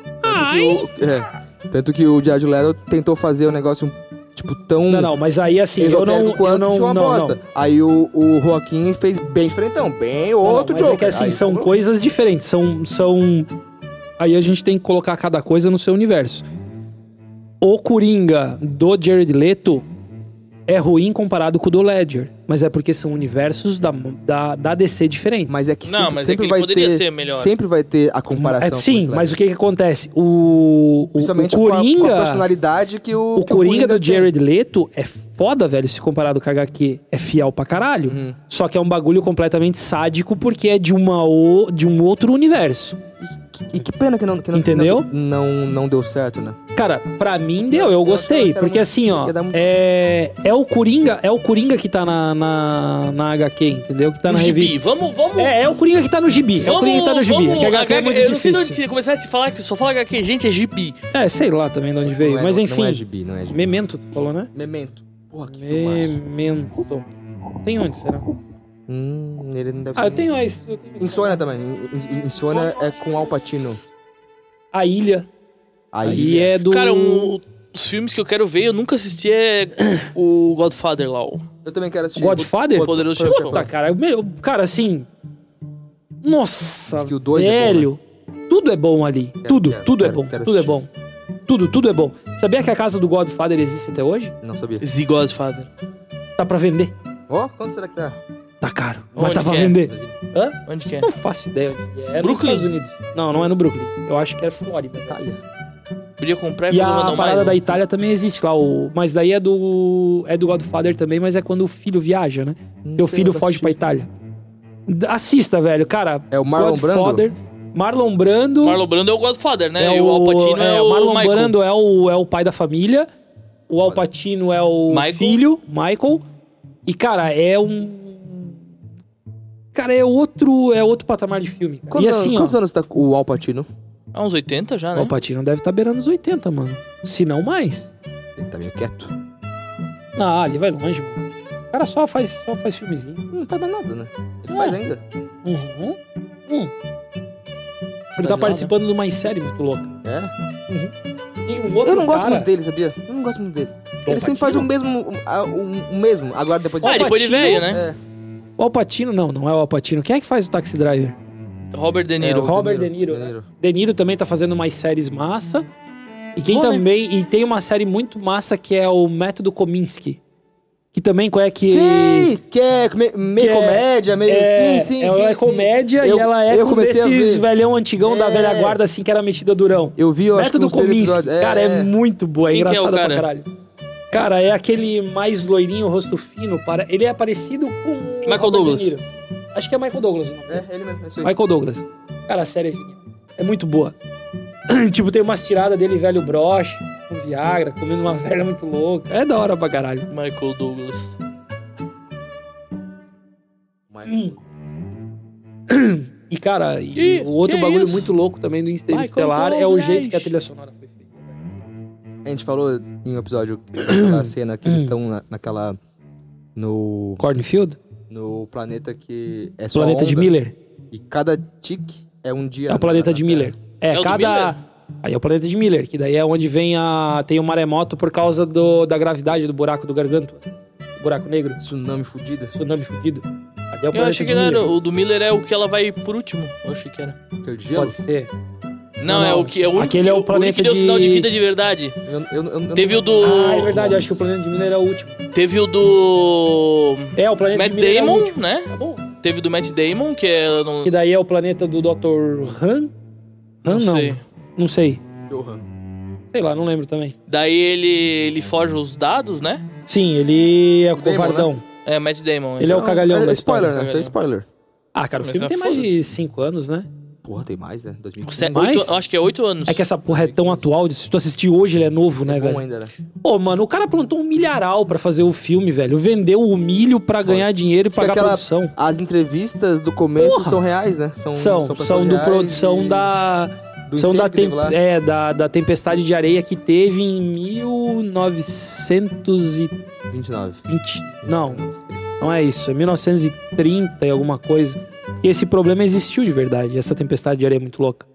Speaker 3: Tanto que o, é, tanto que o Jared Leto tentou fazer um negócio, tipo, tão
Speaker 2: Não, não, mas aí assim, eu não...
Speaker 3: esotérico
Speaker 2: eu
Speaker 3: quanto
Speaker 2: não,
Speaker 3: foi uma
Speaker 2: não,
Speaker 3: bosta.
Speaker 2: não.
Speaker 3: Aí o, o Joaquim fez bem diferentão, bem
Speaker 2: Não, não,
Speaker 3: outro
Speaker 2: mas
Speaker 3: jogo.
Speaker 2: É que assim, são coisas diferentes. São, são. Aí a gente tem que colocar cada coisa no seu universo. O Coringa do Jared Leto é ruim comparado com o do Ledger. Mas é porque são universos da, da, da DC diferentes.
Speaker 3: Mas é que
Speaker 1: Não,
Speaker 3: sempre,
Speaker 1: mas é
Speaker 3: sempre
Speaker 1: que
Speaker 3: vai
Speaker 1: poderia
Speaker 3: ter.
Speaker 1: ser melhor.
Speaker 3: Sempre vai ter a comparação.
Speaker 2: É,
Speaker 3: com
Speaker 2: sim, mas
Speaker 3: o Flash.
Speaker 2: o que, que acontece? O, o, o
Speaker 3: Principalmente com a-
Speaker 2: Coringa.
Speaker 3: com a, personalidade que o.
Speaker 2: O
Speaker 3: que
Speaker 2: Coringa do
Speaker 3: tem.
Speaker 2: Jared Leto é foda, velho, se comparado com o HQ. É fiel pra caralho.
Speaker 3: Uhum.
Speaker 2: Só que é um bagulho completamente sádico porque é de, uma o- de um outro universo.
Speaker 3: E que pena que não. Que não
Speaker 2: Entendeu?
Speaker 3: que Não, não, não deu certo, né?
Speaker 2: Cara, pra mim deu, eu gostei.
Speaker 3: quero
Speaker 2: Porque
Speaker 3: muito-
Speaker 2: assim, ó,
Speaker 3: quero dar muito-
Speaker 2: é, é o Coringa, é o Coringa que tá na, na, na HQ, entendeu? Que tá
Speaker 1: No
Speaker 2: na
Speaker 1: gibi.
Speaker 2: revista.
Speaker 1: Vamos, vamos.
Speaker 2: É, é o Coringa que tá no gibi. é o Coringa que tá no gibi.
Speaker 1: vamos-
Speaker 2: que a HQ é muito
Speaker 1: eu não sei de onde
Speaker 2: difícil.
Speaker 1: você começar a se falar que só fala HQ, gente, é gibi.
Speaker 2: É, sei lá também de onde veio.
Speaker 3: Não é-
Speaker 2: Mas enfim.
Speaker 3: Não é gibi, não é gibi.
Speaker 2: Memento, tu falou, né?
Speaker 3: Memento. Porra, que filmaço.
Speaker 2: Memento. Tem onde, será?
Speaker 3: Hum, ele não deve
Speaker 2: Ah, eu
Speaker 3: ser.
Speaker 2: tenho ah, isso. Eu tenho isso.
Speaker 3: Insônia também. In- in- Insônia é com Alpatino.
Speaker 2: A ilha.
Speaker 3: Aí
Speaker 2: Aí é do.
Speaker 1: Cara, um- os filmes que eu quero ver, eu nunca assisti é o Godfather lá. o-
Speaker 3: Eu também quero assistir.
Speaker 2: Godfather?
Speaker 3: Pod-
Speaker 1: Poderoso
Speaker 3: Pod-
Speaker 1: Chefão.
Speaker 2: Puta, cara, o melhor- cara, assim. Nossa,
Speaker 3: Diz que o dois é
Speaker 2: velho. tudo é bom ali. tudo,
Speaker 3: quero,
Speaker 2: tudo é
Speaker 3: quero,
Speaker 2: bom.
Speaker 3: quero
Speaker 2: tudo é
Speaker 3: assistir.
Speaker 2: bom. Tudo, tudo é bom. Sabia que a casa do Godfather existe até hoje?
Speaker 3: Não sabia.
Speaker 1: The Godfather.
Speaker 2: Tá pra vender.
Speaker 3: Ó, quanto será que tá?
Speaker 2: Tá caro.
Speaker 1: Onde
Speaker 2: mas tá pra
Speaker 1: que é?
Speaker 2: vender. Hã?
Speaker 1: Onde que é?
Speaker 2: Não faço ideia. onde É É nos
Speaker 1: Brooklyn?
Speaker 2: Estados Unidos. Não, não é no Brooklyn. Eu acho que é Flórida.
Speaker 3: Itália.
Speaker 1: Podia comprar e
Speaker 2: E
Speaker 1: fazer uma
Speaker 2: a
Speaker 1: não
Speaker 2: parada
Speaker 1: mais.
Speaker 2: da
Speaker 1: né?
Speaker 2: Itália também existe lá. O... Mas daí é do. É do Godfather também, mas é quando o filho viaja, né?
Speaker 3: Não
Speaker 2: Teu
Speaker 3: sei,
Speaker 2: filho
Speaker 3: nunca
Speaker 2: foge
Speaker 3: assisti.
Speaker 2: pra Itália. D- Assista, velho. Cara,
Speaker 3: É o Marlon Brando?
Speaker 2: Godfather, Marlon Brando.
Speaker 1: Marlon Brando é o Godfather, né?
Speaker 2: é
Speaker 1: e o Al Pacino é, o
Speaker 2: Marlon
Speaker 1: Michael.
Speaker 2: Brando é o, é o pai da família. O Al Pacino é o
Speaker 1: Michael.
Speaker 2: filho, Michael. E, cara, é um... Cara, é outro, é outro patamar de filme. cara.
Speaker 3: Quantos,
Speaker 2: e assim,
Speaker 3: anos, quantos
Speaker 2: ó,
Speaker 3: anos tá o Alpatino?
Speaker 1: Ah, uns 80 já,
Speaker 2: o
Speaker 1: né?
Speaker 2: Al Pacino deve estar beirando os 80, mano. Se não mais.
Speaker 3: Ele tá meio quieto.
Speaker 2: Ah, ele vai longe, mano. O cara só faz, só faz filmezinho.
Speaker 3: Não faz mais nada, né? Ele
Speaker 2: É.
Speaker 3: faz ainda.
Speaker 2: Uhum. Hum. Ele
Speaker 1: Tá
Speaker 2: tá
Speaker 1: jovem.
Speaker 2: participando de uma série muito louca.
Speaker 3: É.
Speaker 2: Tem um outro
Speaker 3: Eu não gosto
Speaker 2: cara-
Speaker 3: muito dele, sabia? Eu não gosto muito dele. ele
Speaker 2: Pacino?
Speaker 3: sempre faz o mesmo. um- a- um- o mesmo. Agora depois de.
Speaker 1: Ah, depois ele veio,
Speaker 2: Pacino
Speaker 1: né?
Speaker 3: É.
Speaker 2: O Alpatino, não, não é o Alpatino. Quem é que faz o Taxi Driver?
Speaker 1: Robert De
Speaker 3: É,
Speaker 1: Niro.
Speaker 3: o
Speaker 2: Robert De Niro, De Niro também tá fazendo umas séries massa. E quem
Speaker 1: Bom, né?
Speaker 2: também. E tem uma série muito massa que é o Método Kominsky. Que também qual é que.
Speaker 3: Sim, que é me- meio
Speaker 2: Que é-
Speaker 3: comédia, meio.
Speaker 2: É,
Speaker 3: sim, sim,
Speaker 2: ela
Speaker 3: sim.
Speaker 2: é
Speaker 3: sim.
Speaker 2: comédia
Speaker 3: Eu-
Speaker 2: e ela é
Speaker 3: eu
Speaker 2: com
Speaker 3: comecei a
Speaker 2: desses
Speaker 3: ver.
Speaker 2: velhão antigão da
Speaker 3: É.
Speaker 2: velha guarda, assim, que era metida durão.
Speaker 3: Eu vi, eu acho que
Speaker 2: Método
Speaker 3: uns três
Speaker 2: Kominsky,
Speaker 3: episódios.
Speaker 2: cara, é, muito boa, é
Speaker 1: Quem que é o
Speaker 2: engraçado
Speaker 1: cara?
Speaker 2: pra caralho. Cara, é aquele mais loirinho, rosto fino, para... ele é parecido com... o
Speaker 1: Michael
Speaker 2: Robert
Speaker 1: Douglas.
Speaker 2: De Niro. Acho que é Michael Douglas o nome.
Speaker 3: É, ele mesmo, é isso aí.
Speaker 2: Michael Douglas. Cara, a série é genial. É muito boa. tipo, tem umas tiradas dele velho broche, com Viagra, comendo uma velha muito louca. É da hora pra caralho.
Speaker 1: Michael Douglas.
Speaker 2: hum. E, cara, e
Speaker 1: Que-
Speaker 2: o outro
Speaker 1: que
Speaker 2: bagulho
Speaker 1: isso?
Speaker 2: muito louco também do Interestelar
Speaker 1: Michael
Speaker 2: é o
Speaker 1: Douglas.
Speaker 2: jeito que a trilha sonora foi feita.
Speaker 3: A gente falou em um episódio
Speaker 2: Hum.
Speaker 3: daquela cena que eles estão na- naquela. No,
Speaker 2: Cornfield?
Speaker 3: no planeta que é só
Speaker 2: Planeta
Speaker 3: onda,
Speaker 2: de Miller.
Speaker 3: E cada tique é um dia.
Speaker 2: É o
Speaker 3: na-
Speaker 2: planeta
Speaker 3: na
Speaker 2: de
Speaker 3: Terra.
Speaker 2: Miller. É,
Speaker 1: É o do
Speaker 2: cada.
Speaker 1: Miller?
Speaker 2: Aí é o planeta de Miller, que daí é onde vem a. tem o maremoto por causa do, da gravidade do buraco do garganto. Do buraco negro.
Speaker 3: Tsunami fudida.
Speaker 2: Tsunami fudido. Ali é o
Speaker 1: Eu
Speaker 2: planeta
Speaker 1: achei
Speaker 2: de
Speaker 1: que não era.
Speaker 2: Miller.
Speaker 1: O do Miller é o que ela vai por último. Eu achei que era.
Speaker 3: Que é o de gelo.
Speaker 2: Pode ser.
Speaker 1: Não, é o que é o único,
Speaker 2: Aquele é o
Speaker 1: que, único
Speaker 2: planeta
Speaker 1: que deu
Speaker 2: de-
Speaker 1: sinal de vida de verdade.
Speaker 3: Eu, eu, eu- eu-
Speaker 1: Teve o do.
Speaker 2: Ah, é verdade, eu acho que o planeta de Miller é o último.
Speaker 1: Teve o do.
Speaker 2: É, o planeta
Speaker 1: Matt
Speaker 2: de Miller é o
Speaker 1: Damon,
Speaker 2: último.
Speaker 1: né?
Speaker 2: Tá bom.
Speaker 1: Teve o do Matt Damon, que é. Não,
Speaker 2: Que daí é o planeta do Dr. Han? Han não.
Speaker 1: não sei.
Speaker 2: Não sei. É
Speaker 3: Johan.
Speaker 2: Sei lá, não lembro também.
Speaker 1: Daí ele, ele forja os dados, né?
Speaker 2: Sim, ele é o
Speaker 3: Damon,
Speaker 2: covardão.
Speaker 1: É, Matt Damon.
Speaker 2: Ele é o cagalhão
Speaker 3: É,
Speaker 2: da
Speaker 3: é spoiler,
Speaker 2: história.
Speaker 3: né? Isso é spoiler.
Speaker 2: Ah, cara, o
Speaker 1: Mas
Speaker 2: filme
Speaker 1: é
Speaker 2: tem mais de
Speaker 1: foda-se.
Speaker 2: 5 anos, né?
Speaker 3: Porra, tem mais, né? 2015.
Speaker 1: Se-
Speaker 2: Mas-
Speaker 1: oito- eu acho que é oito anos.
Speaker 2: É que essa porra é tão atual, se tu assistir hoje ele é novo, né,
Speaker 3: Bom
Speaker 2: velho?
Speaker 3: ainda, né?
Speaker 2: Pô, mano, o cara plantou um milharal pra fazer o filme, velho. Vendeu o milho pra
Speaker 3: Foi.
Speaker 2: ganhar dinheiro e
Speaker 3: Diz que
Speaker 2: pagar
Speaker 3: aquela-
Speaker 2: produção.
Speaker 3: As entrevistas do começo
Speaker 2: Porra.
Speaker 3: são reais, né? São,
Speaker 2: São, são,
Speaker 3: pessoas
Speaker 2: do
Speaker 3: reais
Speaker 2: produção
Speaker 3: e-
Speaker 2: da.
Speaker 3: do
Speaker 2: são da,
Speaker 3: incêndio que teve
Speaker 2: tem-
Speaker 3: lá.
Speaker 2: é, da, da tempestade de areia que teve em 1920.
Speaker 3: 29.
Speaker 2: Não, Não é isso, é 1930 e alguma coisa. E esse problema existiu de verdade, essa tempestade de areia é muito louca.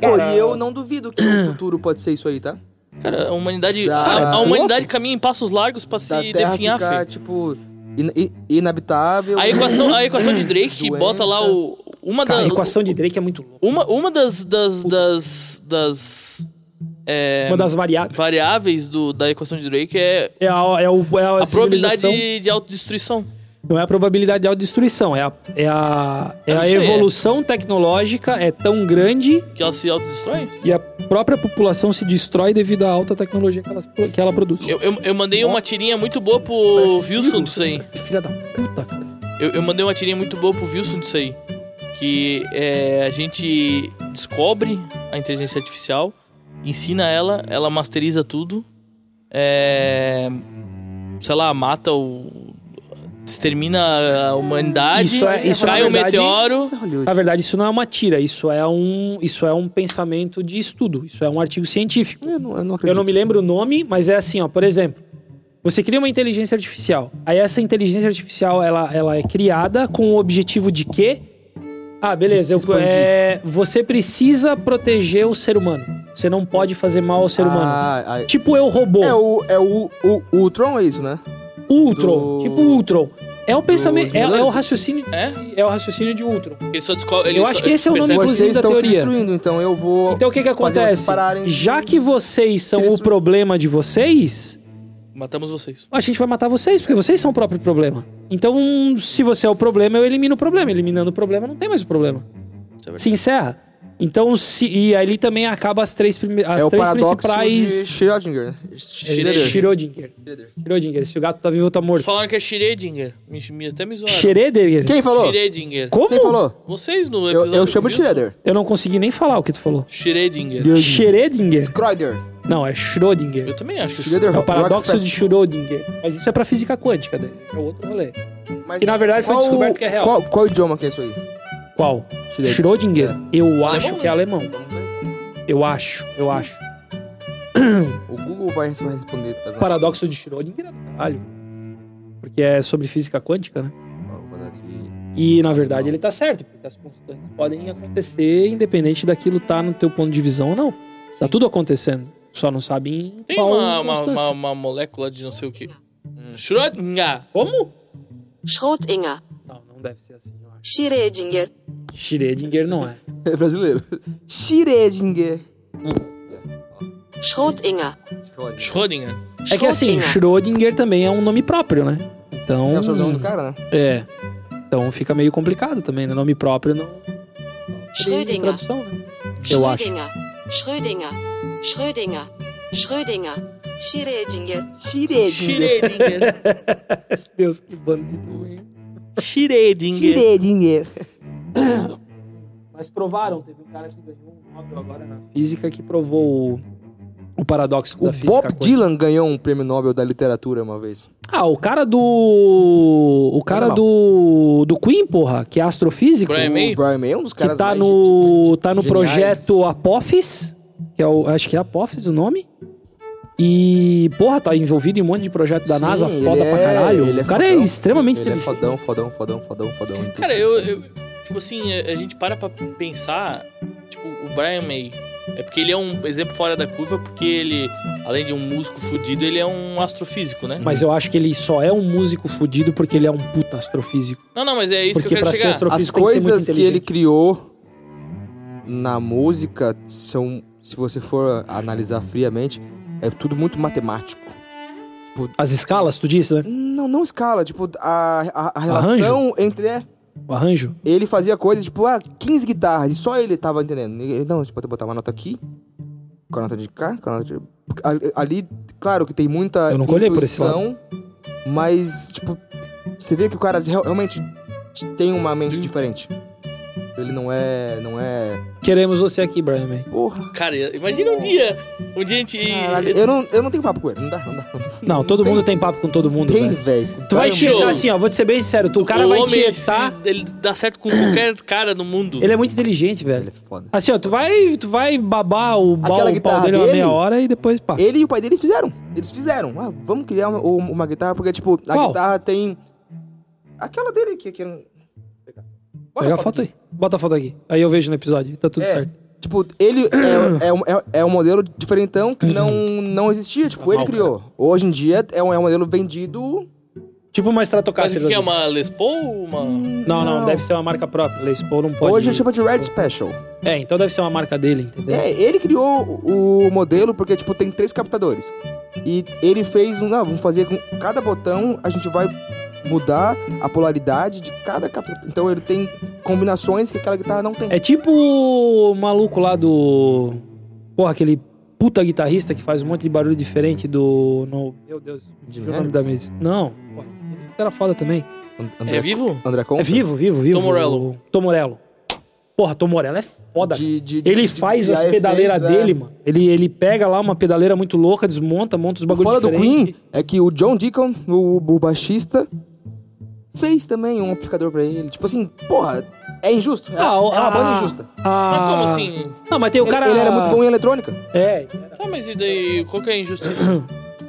Speaker 3: Pô, e eu não duvido que o futuro pode ser isso aí, tá?
Speaker 1: Cara, a humanidade,
Speaker 3: Da-
Speaker 1: cara, a
Speaker 3: da-
Speaker 1: humanidade caminha em passos largos pra
Speaker 3: Da
Speaker 1: se
Speaker 3: Terra
Speaker 1: definhar,
Speaker 3: ficar,
Speaker 1: filho.
Speaker 3: tipo, in- in- inabitável.
Speaker 1: A equação, a equação de Drake que
Speaker 3: Doença.
Speaker 1: bota lá o. Uma
Speaker 2: Cara,
Speaker 1: da,
Speaker 2: a equação de Drake é muito louca.
Speaker 1: Uma, uma das. das. das. das é,
Speaker 3: É
Speaker 2: Uma das variáveis
Speaker 1: variáveis do, da equação de Drake é
Speaker 2: é a, é o, é a,
Speaker 1: a probabilidade
Speaker 2: civilização.
Speaker 1: de, de autodestruição.
Speaker 2: Não é a probabilidade de autodestruição, é a, é a, é
Speaker 1: Eu não
Speaker 2: a
Speaker 1: sei, é.
Speaker 2: evolução tecnológica é tão grande
Speaker 1: Que ela se autodestrói?
Speaker 2: e a própria população se destrói devido à alta tecnologia que ela, que ela produz.
Speaker 1: Eu, eu, eu mandei uma tirinha muito boa pro
Speaker 3: Parece
Speaker 1: Wilson
Speaker 3: filho.
Speaker 1: disso aí.
Speaker 2: Filha da puta, cara.
Speaker 1: Eu, eu mandei uma tirinha muito boa pro Wilson disso aí. Que é, a gente descobre a inteligência artificial, ensina ela, ela masteriza tudo. É, sei lá, mata o. extermina a humanidade,
Speaker 2: Isso é- isso, na
Speaker 1: cai um
Speaker 2: verdade,
Speaker 1: meteoro.
Speaker 3: Isso é Hollywood.
Speaker 2: Na verdade, isso não é uma tira, isso é um, isso é um pensamento de estudo, isso é um artigo científico.
Speaker 3: Eu não, eu não acredito.
Speaker 2: Eu não me lembro o nome, mas é assim, ó. Por exemplo, você cria uma inteligência artificial. Aí essa inteligência artificial, ela, ela é criada com o objetivo de quê? Ah,
Speaker 3: Se-
Speaker 2: beleza.
Speaker 3: se
Speaker 2: eu-
Speaker 3: expandir.
Speaker 2: é, você precisa proteger o ser humano. Você não pode fazer mal ao ser humano.
Speaker 3: Ah, ah,
Speaker 2: Tipo eu robô.
Speaker 3: é o, é o, o, o Ultron, é isso, né?
Speaker 2: Ultron.
Speaker 3: do-
Speaker 2: Tipo Ultron. É o pensamento.
Speaker 3: dos
Speaker 2: É, é o
Speaker 3: vilões?
Speaker 2: raciocínio.
Speaker 1: É?
Speaker 2: É o raciocínio de Ultron.
Speaker 1: Ele só descobre. ele
Speaker 2: Eu
Speaker 1: só-
Speaker 2: acho que esse é o nome
Speaker 1: percebe-
Speaker 2: inclusive,
Speaker 3: Vocês
Speaker 2: da
Speaker 3: estão se
Speaker 2: teoria.
Speaker 3: destruindo, então eu vou...
Speaker 2: Então o que que
Speaker 3: fazer vocês
Speaker 2: acontece?
Speaker 3: pararem de
Speaker 2: Já que vocês são
Speaker 3: se
Speaker 2: o
Speaker 3: destruir.
Speaker 2: problema de vocês,
Speaker 1: Matamos vocês.
Speaker 2: a gente vai matar vocês, porque vocês são o próprio problema. Então, se você é o problema, eu elimino o problema. Eliminando o problema, não tem mais o problema.
Speaker 1: Isso é verdade.
Speaker 2: Se encerra. Então, se, e ali também acaba as três, prime, as
Speaker 3: é o
Speaker 2: três
Speaker 3: paradoxo de
Speaker 2: principais... é
Speaker 3: Schrödinger. né? Schrödinger.
Speaker 2: Schrödinger. Schrödinger. Se o gato tá vivo ou tá morto.
Speaker 1: Falaram que é Schrödinger. Me, me- até me zoaram.
Speaker 2: Schrödinger.
Speaker 3: Quem falou?
Speaker 1: Schrödinger.
Speaker 2: Como?
Speaker 3: Quem falou?
Speaker 1: Vocês no
Speaker 3: Eu,
Speaker 1: episódio.
Speaker 3: eu chamo de
Speaker 1: do Wilson?
Speaker 3: Schröder.
Speaker 2: Eu não consegui nem falar o que tu falou.
Speaker 1: Schrödinger.
Speaker 2: Schrödinger?
Speaker 3: Schröder.
Speaker 2: Não, é Schrödinger.
Speaker 1: Eu também acho que
Speaker 3: Schröder
Speaker 2: É o paradoxo de
Speaker 3: Rockfest.
Speaker 2: Schrödinger. Mas isso é pra física quântica, daí. É outro rolê.
Speaker 3: Mas
Speaker 2: E na verdade foi
Speaker 3: qual-
Speaker 2: descoberto que é real.
Speaker 3: Qual, qual idioma que é isso aí?
Speaker 2: Qual?
Speaker 3: Schrödinger.
Speaker 2: Schrödinger? Eu
Speaker 1: Alemão,
Speaker 2: acho
Speaker 1: né?
Speaker 2: que é alemão. Eu acho, eu acho.
Speaker 3: O Google vai vai responder. as nossas-
Speaker 2: O paradoxo de Schrödinger é do caralho. Porque é sobre física quântica, né?
Speaker 3: Ó, assim. vou dar aqui.
Speaker 2: E, na verdade, ele tá certo, porque as constantes podem acontecer independente daquilo tá no teu ponto de visão ou não. Tá tudo acontecendo. Só não sabe em
Speaker 1: Tem
Speaker 2: qual
Speaker 1: uma, uma,
Speaker 2: constância.
Speaker 1: uma- uma molécula de não sei o que. Schrödinger.
Speaker 2: Como?
Speaker 4: Schrödinger.
Speaker 2: Não, não deve ser assim, eu acho.
Speaker 4: Schrödinger.
Speaker 2: Schrödinger não é.
Speaker 3: É brasileiro. Schrödinger.
Speaker 4: Schrödinger.
Speaker 3: Schrödinger.
Speaker 1: Schrödinger.
Speaker 2: É que assim,
Speaker 4: Schrödinger.
Speaker 2: Schrödinger também é um nome próprio, né? Então.
Speaker 3: É o sobrenome do cara, né?
Speaker 2: É. Então fica meio complicado também, né? Nome próprio não. tem
Speaker 4: Schrödinger.
Speaker 2: tradução, né? Eu acho.
Speaker 4: Schrödinger. Schrödinger. Schrödinger. Schrödinger. Schrödinger.
Speaker 3: Schrödinger.
Speaker 1: Schrödinger.
Speaker 2: Deus, que bando de doente.
Speaker 1: Schrödinger.
Speaker 3: Schrödinger.
Speaker 2: Mas provaram, teve um cara que ganhou um Nobel agora na física que provou o, o paradoxo
Speaker 3: O
Speaker 2: da física.
Speaker 3: Bob
Speaker 2: quântica.
Speaker 3: Dylan ganhou um prêmio Nobel da literatura uma vez.
Speaker 2: Ah, o cara do. O cara
Speaker 3: Animal.
Speaker 2: do. Do Queen, porra, que é astrofísico.
Speaker 1: Brian May?
Speaker 3: O Brian May é um dos
Speaker 2: Que
Speaker 3: caras
Speaker 2: tá
Speaker 3: mais
Speaker 2: no,
Speaker 3: gente-
Speaker 2: tá no
Speaker 3: geniais.
Speaker 2: projeto Apophis, que é o, acho que é Apophis o nome. E, porra, tá envolvido em um monte de projeto da
Speaker 3: Sim,
Speaker 2: NASA,
Speaker 3: ele
Speaker 2: foda pra
Speaker 3: é-
Speaker 2: caralho.
Speaker 3: ele é
Speaker 2: o cara é
Speaker 3: fodão.
Speaker 2: extremamente
Speaker 3: Ele é
Speaker 2: inteligente.
Speaker 3: fodão, fodão, fodão, fodão, fodão. em tudo.
Speaker 1: Cara, eu, eu- Tipo assim, a a gente para pra pensar. Tipo, o Brian May. É porque ele é um exemplo fora da curva, porque ele, além de um músico fudido, ele é um astrofísico, né?
Speaker 2: Mas eu acho que ele só é um músico fudido porque ele é um puta astrofísico.
Speaker 1: Não, não, mas é isso que
Speaker 2: porque
Speaker 1: eu
Speaker 2: pra
Speaker 1: quero
Speaker 2: ser
Speaker 1: chegar.
Speaker 2: astrofísico
Speaker 3: As
Speaker 2: tem que ser muito
Speaker 3: coisas que ele
Speaker 2: inteligente.
Speaker 3: criou na música são, se você for analisar friamente, é tudo muito matemático. Tipo,
Speaker 2: As escalas, tu disse, né?
Speaker 3: não, não escala, tipo, a, a, a relação entre. é,
Speaker 2: O arranjo.
Speaker 3: Ele fazia coisas, tipo, ah, 15 guitarras, e só ele tava entendendo. Ele, não, tipo, botar uma nota aqui, com a nota de cá, com a nota de... Ali- Ali, claro que tem muita
Speaker 2: Eu nunca olhei por esse lado.
Speaker 3: intuição, mas, tipo, você vê que o cara real- realmente tem uma mente diferente. Ele não é... não é...
Speaker 2: Queremos você aqui, Brian May.
Speaker 3: Porra,
Speaker 1: Cara, imagina um dia. Um dia a gente.
Speaker 3: caralho. Eu não, eu não tenho papo com ele, não dá, não dá.
Speaker 2: Não, todo mundo tem papo com todo mundo,
Speaker 3: Tem,
Speaker 2: velho.
Speaker 3: velho.
Speaker 2: Tu vai
Speaker 1: Vai,
Speaker 2: chegar
Speaker 1: meu.
Speaker 2: assim, ó, vou te ser bem sério, tu, o cara
Speaker 1: o
Speaker 2: vai te
Speaker 1: homem, é assim. se-
Speaker 2: etar.
Speaker 1: ele dá certo com qualquer cara no mundo.
Speaker 2: Ele é muito inteligente,
Speaker 3: Ele
Speaker 2: velho.
Speaker 3: é foda.
Speaker 2: Assim, ó, tu vai, tu vai babar o, bal-
Speaker 3: Aquela
Speaker 2: o pau
Speaker 3: guitarra
Speaker 2: dele uma
Speaker 3: dele?
Speaker 2: meia hora e depois pá.
Speaker 3: Ele e o pai dele fizeram. Eles fizeram. Ah, vamos criar uma, uma- uma guitarra, porque, tipo, a
Speaker 2: Qual?
Speaker 3: guitarra tem. Aquela dele que. que... Bota
Speaker 2: Pega a foto
Speaker 3: aqui.
Speaker 2: aí. Bota a foto aqui. Aí eu vejo no episódio, tá tudo
Speaker 3: É.
Speaker 2: certo.
Speaker 3: Tipo, ele é, é, um- é, é um modelo diferentão que não, não existia. Tipo, ele criou. Hoje em dia é um, é um modelo vendido.
Speaker 2: Tipo uma
Speaker 1: Mas
Speaker 2: Stratocaster.
Speaker 1: o que é
Speaker 2: da vida.
Speaker 1: uma Les Paul? ou Uma...
Speaker 2: Não, não,
Speaker 3: Não.
Speaker 2: deve ser uma marca própria. Les Paul não pode.
Speaker 3: Hoje chama de Red Special.
Speaker 2: É, então deve ser uma marca dele, entendeu?
Speaker 3: É, ele criou o o modelo porque, tipo, tem três captadores. E ele fez um. Ah, vamos fazer com cada botão, a gente vai mudar a polaridade de cada captador. Então ele tem combinações que aquela guitarra não tem.
Speaker 2: É tipo o maluco lá do. Porra, aquele puta guitarrista que faz um monte de barulho diferente do. No... Meu Deus,
Speaker 3: Jimi
Speaker 2: esqueci o nome
Speaker 3: Hendrix?
Speaker 2: da mesa. Não, porra, ele era foda também.
Speaker 3: And-
Speaker 1: É
Speaker 3: André,
Speaker 1: vivo?
Speaker 3: André Conta?
Speaker 2: É vivo, vivo, vivo.
Speaker 1: Tom Morello.
Speaker 2: Tom Morello. Porra, Tom Morello é foda.
Speaker 3: De- de- de-
Speaker 2: Ele
Speaker 3: de
Speaker 2: faz
Speaker 3: criar
Speaker 2: as pedaleiras
Speaker 3: efeitos, é.
Speaker 2: dele, mano. Ele, ele pega lá uma pedaleira muito louca, desmonta, monta os
Speaker 3: O
Speaker 2: bagulhos
Speaker 3: foda do
Speaker 2: diferentes.
Speaker 3: Queen é que o John Deacon, o, o baixista, fez também um amplificador pra ele. Tipo assim, porra, é injusto. É,
Speaker 2: Ah, o-
Speaker 3: é uma
Speaker 2: a-
Speaker 3: banda injusta.
Speaker 2: a-
Speaker 1: Mas como assim?
Speaker 2: Não, mas tem o
Speaker 3: Ele,
Speaker 2: cara...
Speaker 3: ele era muito bom em eletrônica.
Speaker 2: É.
Speaker 1: Tá, mas e daí? Qual que é a injustiça?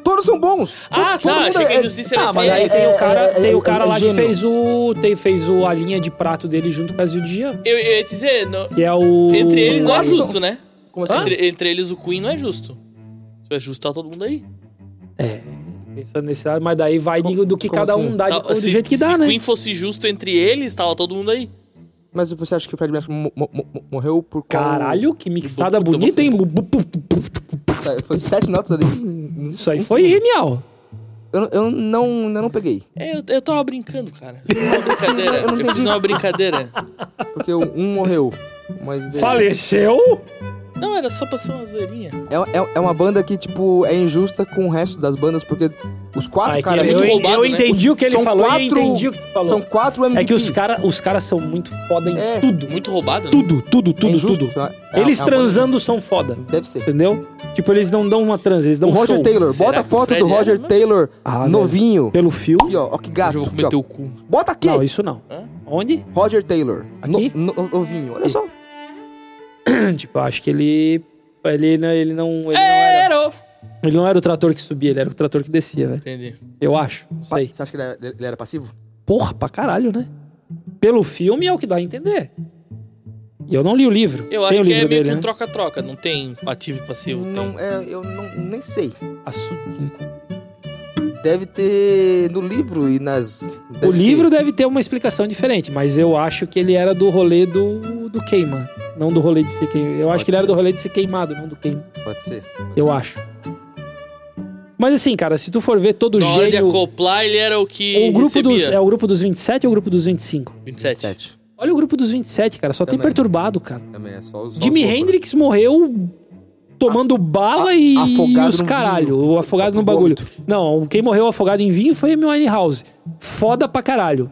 Speaker 3: Todos são bons. To-
Speaker 1: ah,
Speaker 3: todo
Speaker 1: tá.
Speaker 3: mundo
Speaker 1: Achei que a
Speaker 3: é-
Speaker 1: injustiça era
Speaker 2: Ah, mas
Speaker 1: ter-
Speaker 2: aí tem
Speaker 3: é-
Speaker 2: o cara,
Speaker 3: é-
Speaker 2: tem o
Speaker 3: é-
Speaker 2: cara
Speaker 3: é
Speaker 2: lá que
Speaker 3: gênio.
Speaker 2: fez o... Tem, fez o, a linha de prato dele junto com a Zil de Jean,
Speaker 1: Eu, eu ia dizer, no-
Speaker 2: Que é o...
Speaker 1: entre eles não é
Speaker 3: Quatro
Speaker 1: justo, né?
Speaker 3: Como assim?
Speaker 1: Entre, entre eles o Queen não é justo. Se vai ajustar todo mundo aí.
Speaker 2: É. Pensando nesse lado, mas daí vai de- do que
Speaker 3: Como
Speaker 2: cada
Speaker 3: assim?
Speaker 2: um dá de-
Speaker 1: Tá,
Speaker 2: do
Speaker 1: se,
Speaker 2: jeito que dá,
Speaker 1: se
Speaker 2: né?
Speaker 1: Queen fosse justo entre eles, tava todo mundo aí.
Speaker 3: Mas você acha que o Fred Mercury mo- mo- mo- morreu por qual-
Speaker 2: Caralho, que mixada
Speaker 1: Puta,
Speaker 2: bonita, hein?
Speaker 3: Sa- Tá, Foi sete notas ali. em- em-
Speaker 2: Isso aí
Speaker 3: em
Speaker 2: foi
Speaker 3: cima.
Speaker 2: genial.
Speaker 3: Eu, eu não, eu não peguei.
Speaker 1: É, eu, eu tava brincando, cara. Eu fiz uma brincadeira.
Speaker 3: Eu não
Speaker 1: Eu fiz
Speaker 3: entendi.
Speaker 1: uma brincadeira.
Speaker 3: Porque o- um morreu. Mas daí-
Speaker 2: Faleceu?
Speaker 1: Não, era só pra ser uma zoeirinha.
Speaker 3: É, é, é uma banda que, tipo, é injusta com o resto das bandas, porque os quatro
Speaker 2: Ai, que
Speaker 3: caras.
Speaker 1: é
Speaker 2: eu,
Speaker 1: muito roubado,
Speaker 2: eu
Speaker 1: né?
Speaker 2: entendi o que ele
Speaker 3: São
Speaker 2: falou e eu
Speaker 3: quatro-
Speaker 2: entendi o que tu falou.
Speaker 3: São quatro MVP.
Speaker 2: É que os caras os cara são muito foda em
Speaker 3: É.
Speaker 2: tudo.
Speaker 1: Muito roubado, né?
Speaker 2: Tudo, tudo,
Speaker 3: É
Speaker 2: tudo,
Speaker 3: injusto.
Speaker 2: tudo.
Speaker 3: É- é-
Speaker 2: Eles
Speaker 3: é uma
Speaker 2: transando são foda,
Speaker 3: banda- Deve ser.
Speaker 2: entendeu? Tipo, eles não dão uma trans, eles dão
Speaker 3: O
Speaker 2: um
Speaker 3: Roger
Speaker 2: show.
Speaker 3: Taylor,
Speaker 1: Será
Speaker 3: bota a
Speaker 1: que o
Speaker 3: foto do
Speaker 1: Fred
Speaker 3: Roger
Speaker 1: Mercury-
Speaker 3: Taylor
Speaker 2: Ah, velho.
Speaker 3: novinho.
Speaker 2: Pelo fio?
Speaker 3: Aqui, ó, ó que
Speaker 1: Hoje
Speaker 3: gato.
Speaker 1: eu vou comer
Speaker 3: Aqui, ó.
Speaker 1: teu cu.
Speaker 3: Bota aqui,
Speaker 2: Não, isso não.
Speaker 1: Hã?
Speaker 2: Onde?
Speaker 3: Roger Taylor. No-
Speaker 2: Aqui?
Speaker 3: no- novinho, olha só.
Speaker 2: Tipo, acho que ele... Ele, não- ele não... Ele não
Speaker 1: É!
Speaker 2: era...
Speaker 1: Era.
Speaker 2: Ele não era o trator que subia, ele era o trator que descia, velho.
Speaker 1: Entendi.
Speaker 2: Eu acho. Não
Speaker 3: Pa-
Speaker 2: sei.
Speaker 3: Você acha que ele era, ele era passivo?
Speaker 2: Porra, pra caralho, né? Pelo filme é o que dá a entender. E eu não li o livro.
Speaker 1: Eu
Speaker 2: Tem
Speaker 1: acho
Speaker 2: o
Speaker 1: que
Speaker 2: livro
Speaker 1: é meio
Speaker 2: dele,
Speaker 1: que um
Speaker 2: né?
Speaker 1: troca-troca. Não tem ativo e passivo. tem.
Speaker 3: Não, é, eu não, nem sei.
Speaker 2: Assunto.
Speaker 3: Deve ter no livro e nas. deve
Speaker 2: O
Speaker 3: ter.
Speaker 2: livro deve ter uma explicação diferente, mas eu acho que ele era do rolê do, do queima. Não do rolê de ser queimado. Eu acho
Speaker 3: Pode
Speaker 2: que ele era
Speaker 3: ser.
Speaker 2: do rolê de ser queimado, não do queima.
Speaker 3: Pode ser.
Speaker 2: Eu acho. Mas assim, cara, se tu for ver todo
Speaker 1: Na hora de
Speaker 2: gênio...
Speaker 1: acoplar, ele era o que
Speaker 2: O grupo dos,
Speaker 1: recebia.
Speaker 2: é o grupo dos 27 ou o grupo dos 25?
Speaker 1: 27.
Speaker 3: Sete.
Speaker 2: Olha o grupo dos 27, cara. Só
Speaker 1: É
Speaker 2: tem
Speaker 3: Também.
Speaker 2: perturbado, cara.
Speaker 3: Também é só os. só
Speaker 2: Jimi
Speaker 3: os loucos.
Speaker 2: Hendrix morreu tomando bala
Speaker 3: a-
Speaker 2: e
Speaker 3: afogado
Speaker 2: os
Speaker 3: no
Speaker 2: caralho.
Speaker 3: vinho.
Speaker 2: O afogado no
Speaker 3: Pro
Speaker 2: bagulho.
Speaker 3: vômito.
Speaker 2: Não, quem morreu afogado em vinho foi Amy Winehouse. Foda pra caralho.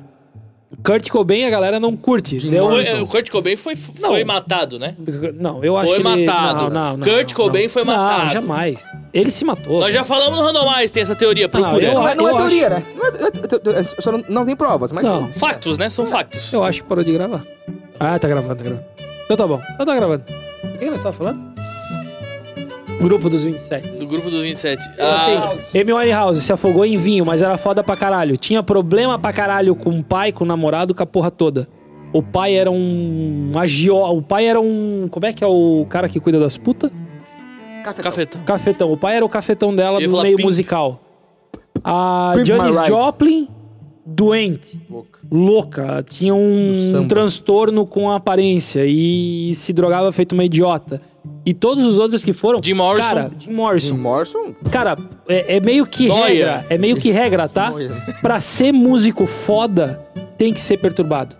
Speaker 2: Kurt Cobain a galera não curte.
Speaker 3: Jim
Speaker 2: Deu- um-
Speaker 1: Foi, é,
Speaker 3: Morrison.
Speaker 1: o Kurt Cobain foi, foi matado, né?
Speaker 2: Não, eu acho
Speaker 1: Foi
Speaker 2: que ele-
Speaker 1: matado.
Speaker 2: Não, não, não,
Speaker 1: Kurt
Speaker 2: não,
Speaker 1: Cobain
Speaker 2: não.
Speaker 1: foi
Speaker 2: Não,
Speaker 1: matado.
Speaker 2: jamais. Ele se matou.
Speaker 1: Nós já falamos no Randomize, tem essa teoria. Procura.
Speaker 2: eu-
Speaker 3: Não, é- não é
Speaker 2: acho-
Speaker 3: teoria, né? Não é- eu- eu- eu- eu só não, não tem provas, mas
Speaker 2: Não.
Speaker 3: sim.
Speaker 1: Factos, né? São factos.
Speaker 2: Eu acho que parou de gravar. Ah, tá gravando, tá gravando. Então tá bom. Então tá gravando. O que nós tava falando? Grupo dos 27.
Speaker 1: Do grupo dos 27.
Speaker 2: Então,
Speaker 1: Ah,
Speaker 2: assim, Amy Winehouse se afogou em vinho, mas era foda pra caralho. Tinha problema pra caralho com o pai, com o namorado, com a porra toda. O pai era um agió... O pai era um... Como é que é o cara que cuida das putas?
Speaker 3: Cafetão.
Speaker 1: cafetão.
Speaker 2: Cafetão. O pai era o cafetão dela
Speaker 1: Eu ia
Speaker 2: do
Speaker 1: falar
Speaker 2: meio
Speaker 1: Pink.
Speaker 2: musical. A
Speaker 3: Pimp My
Speaker 2: Janis
Speaker 3: Ride.
Speaker 2: Joplin doente,
Speaker 3: Louca.
Speaker 2: louca, tinha
Speaker 3: Do
Speaker 2: um
Speaker 3: samba.
Speaker 2: transtorno com a aparência e se drogava feito uma idiota. E todos os outros que foram.
Speaker 1: Jim Morrison.
Speaker 2: Cara, Jim Morrison.
Speaker 3: Jim Morrison?
Speaker 2: Cara, é, é meio que
Speaker 1: Noia.
Speaker 2: regra. É meio que regra, tá?
Speaker 3: Noia.
Speaker 2: Pra ser músico foda, tem que ser perturbado.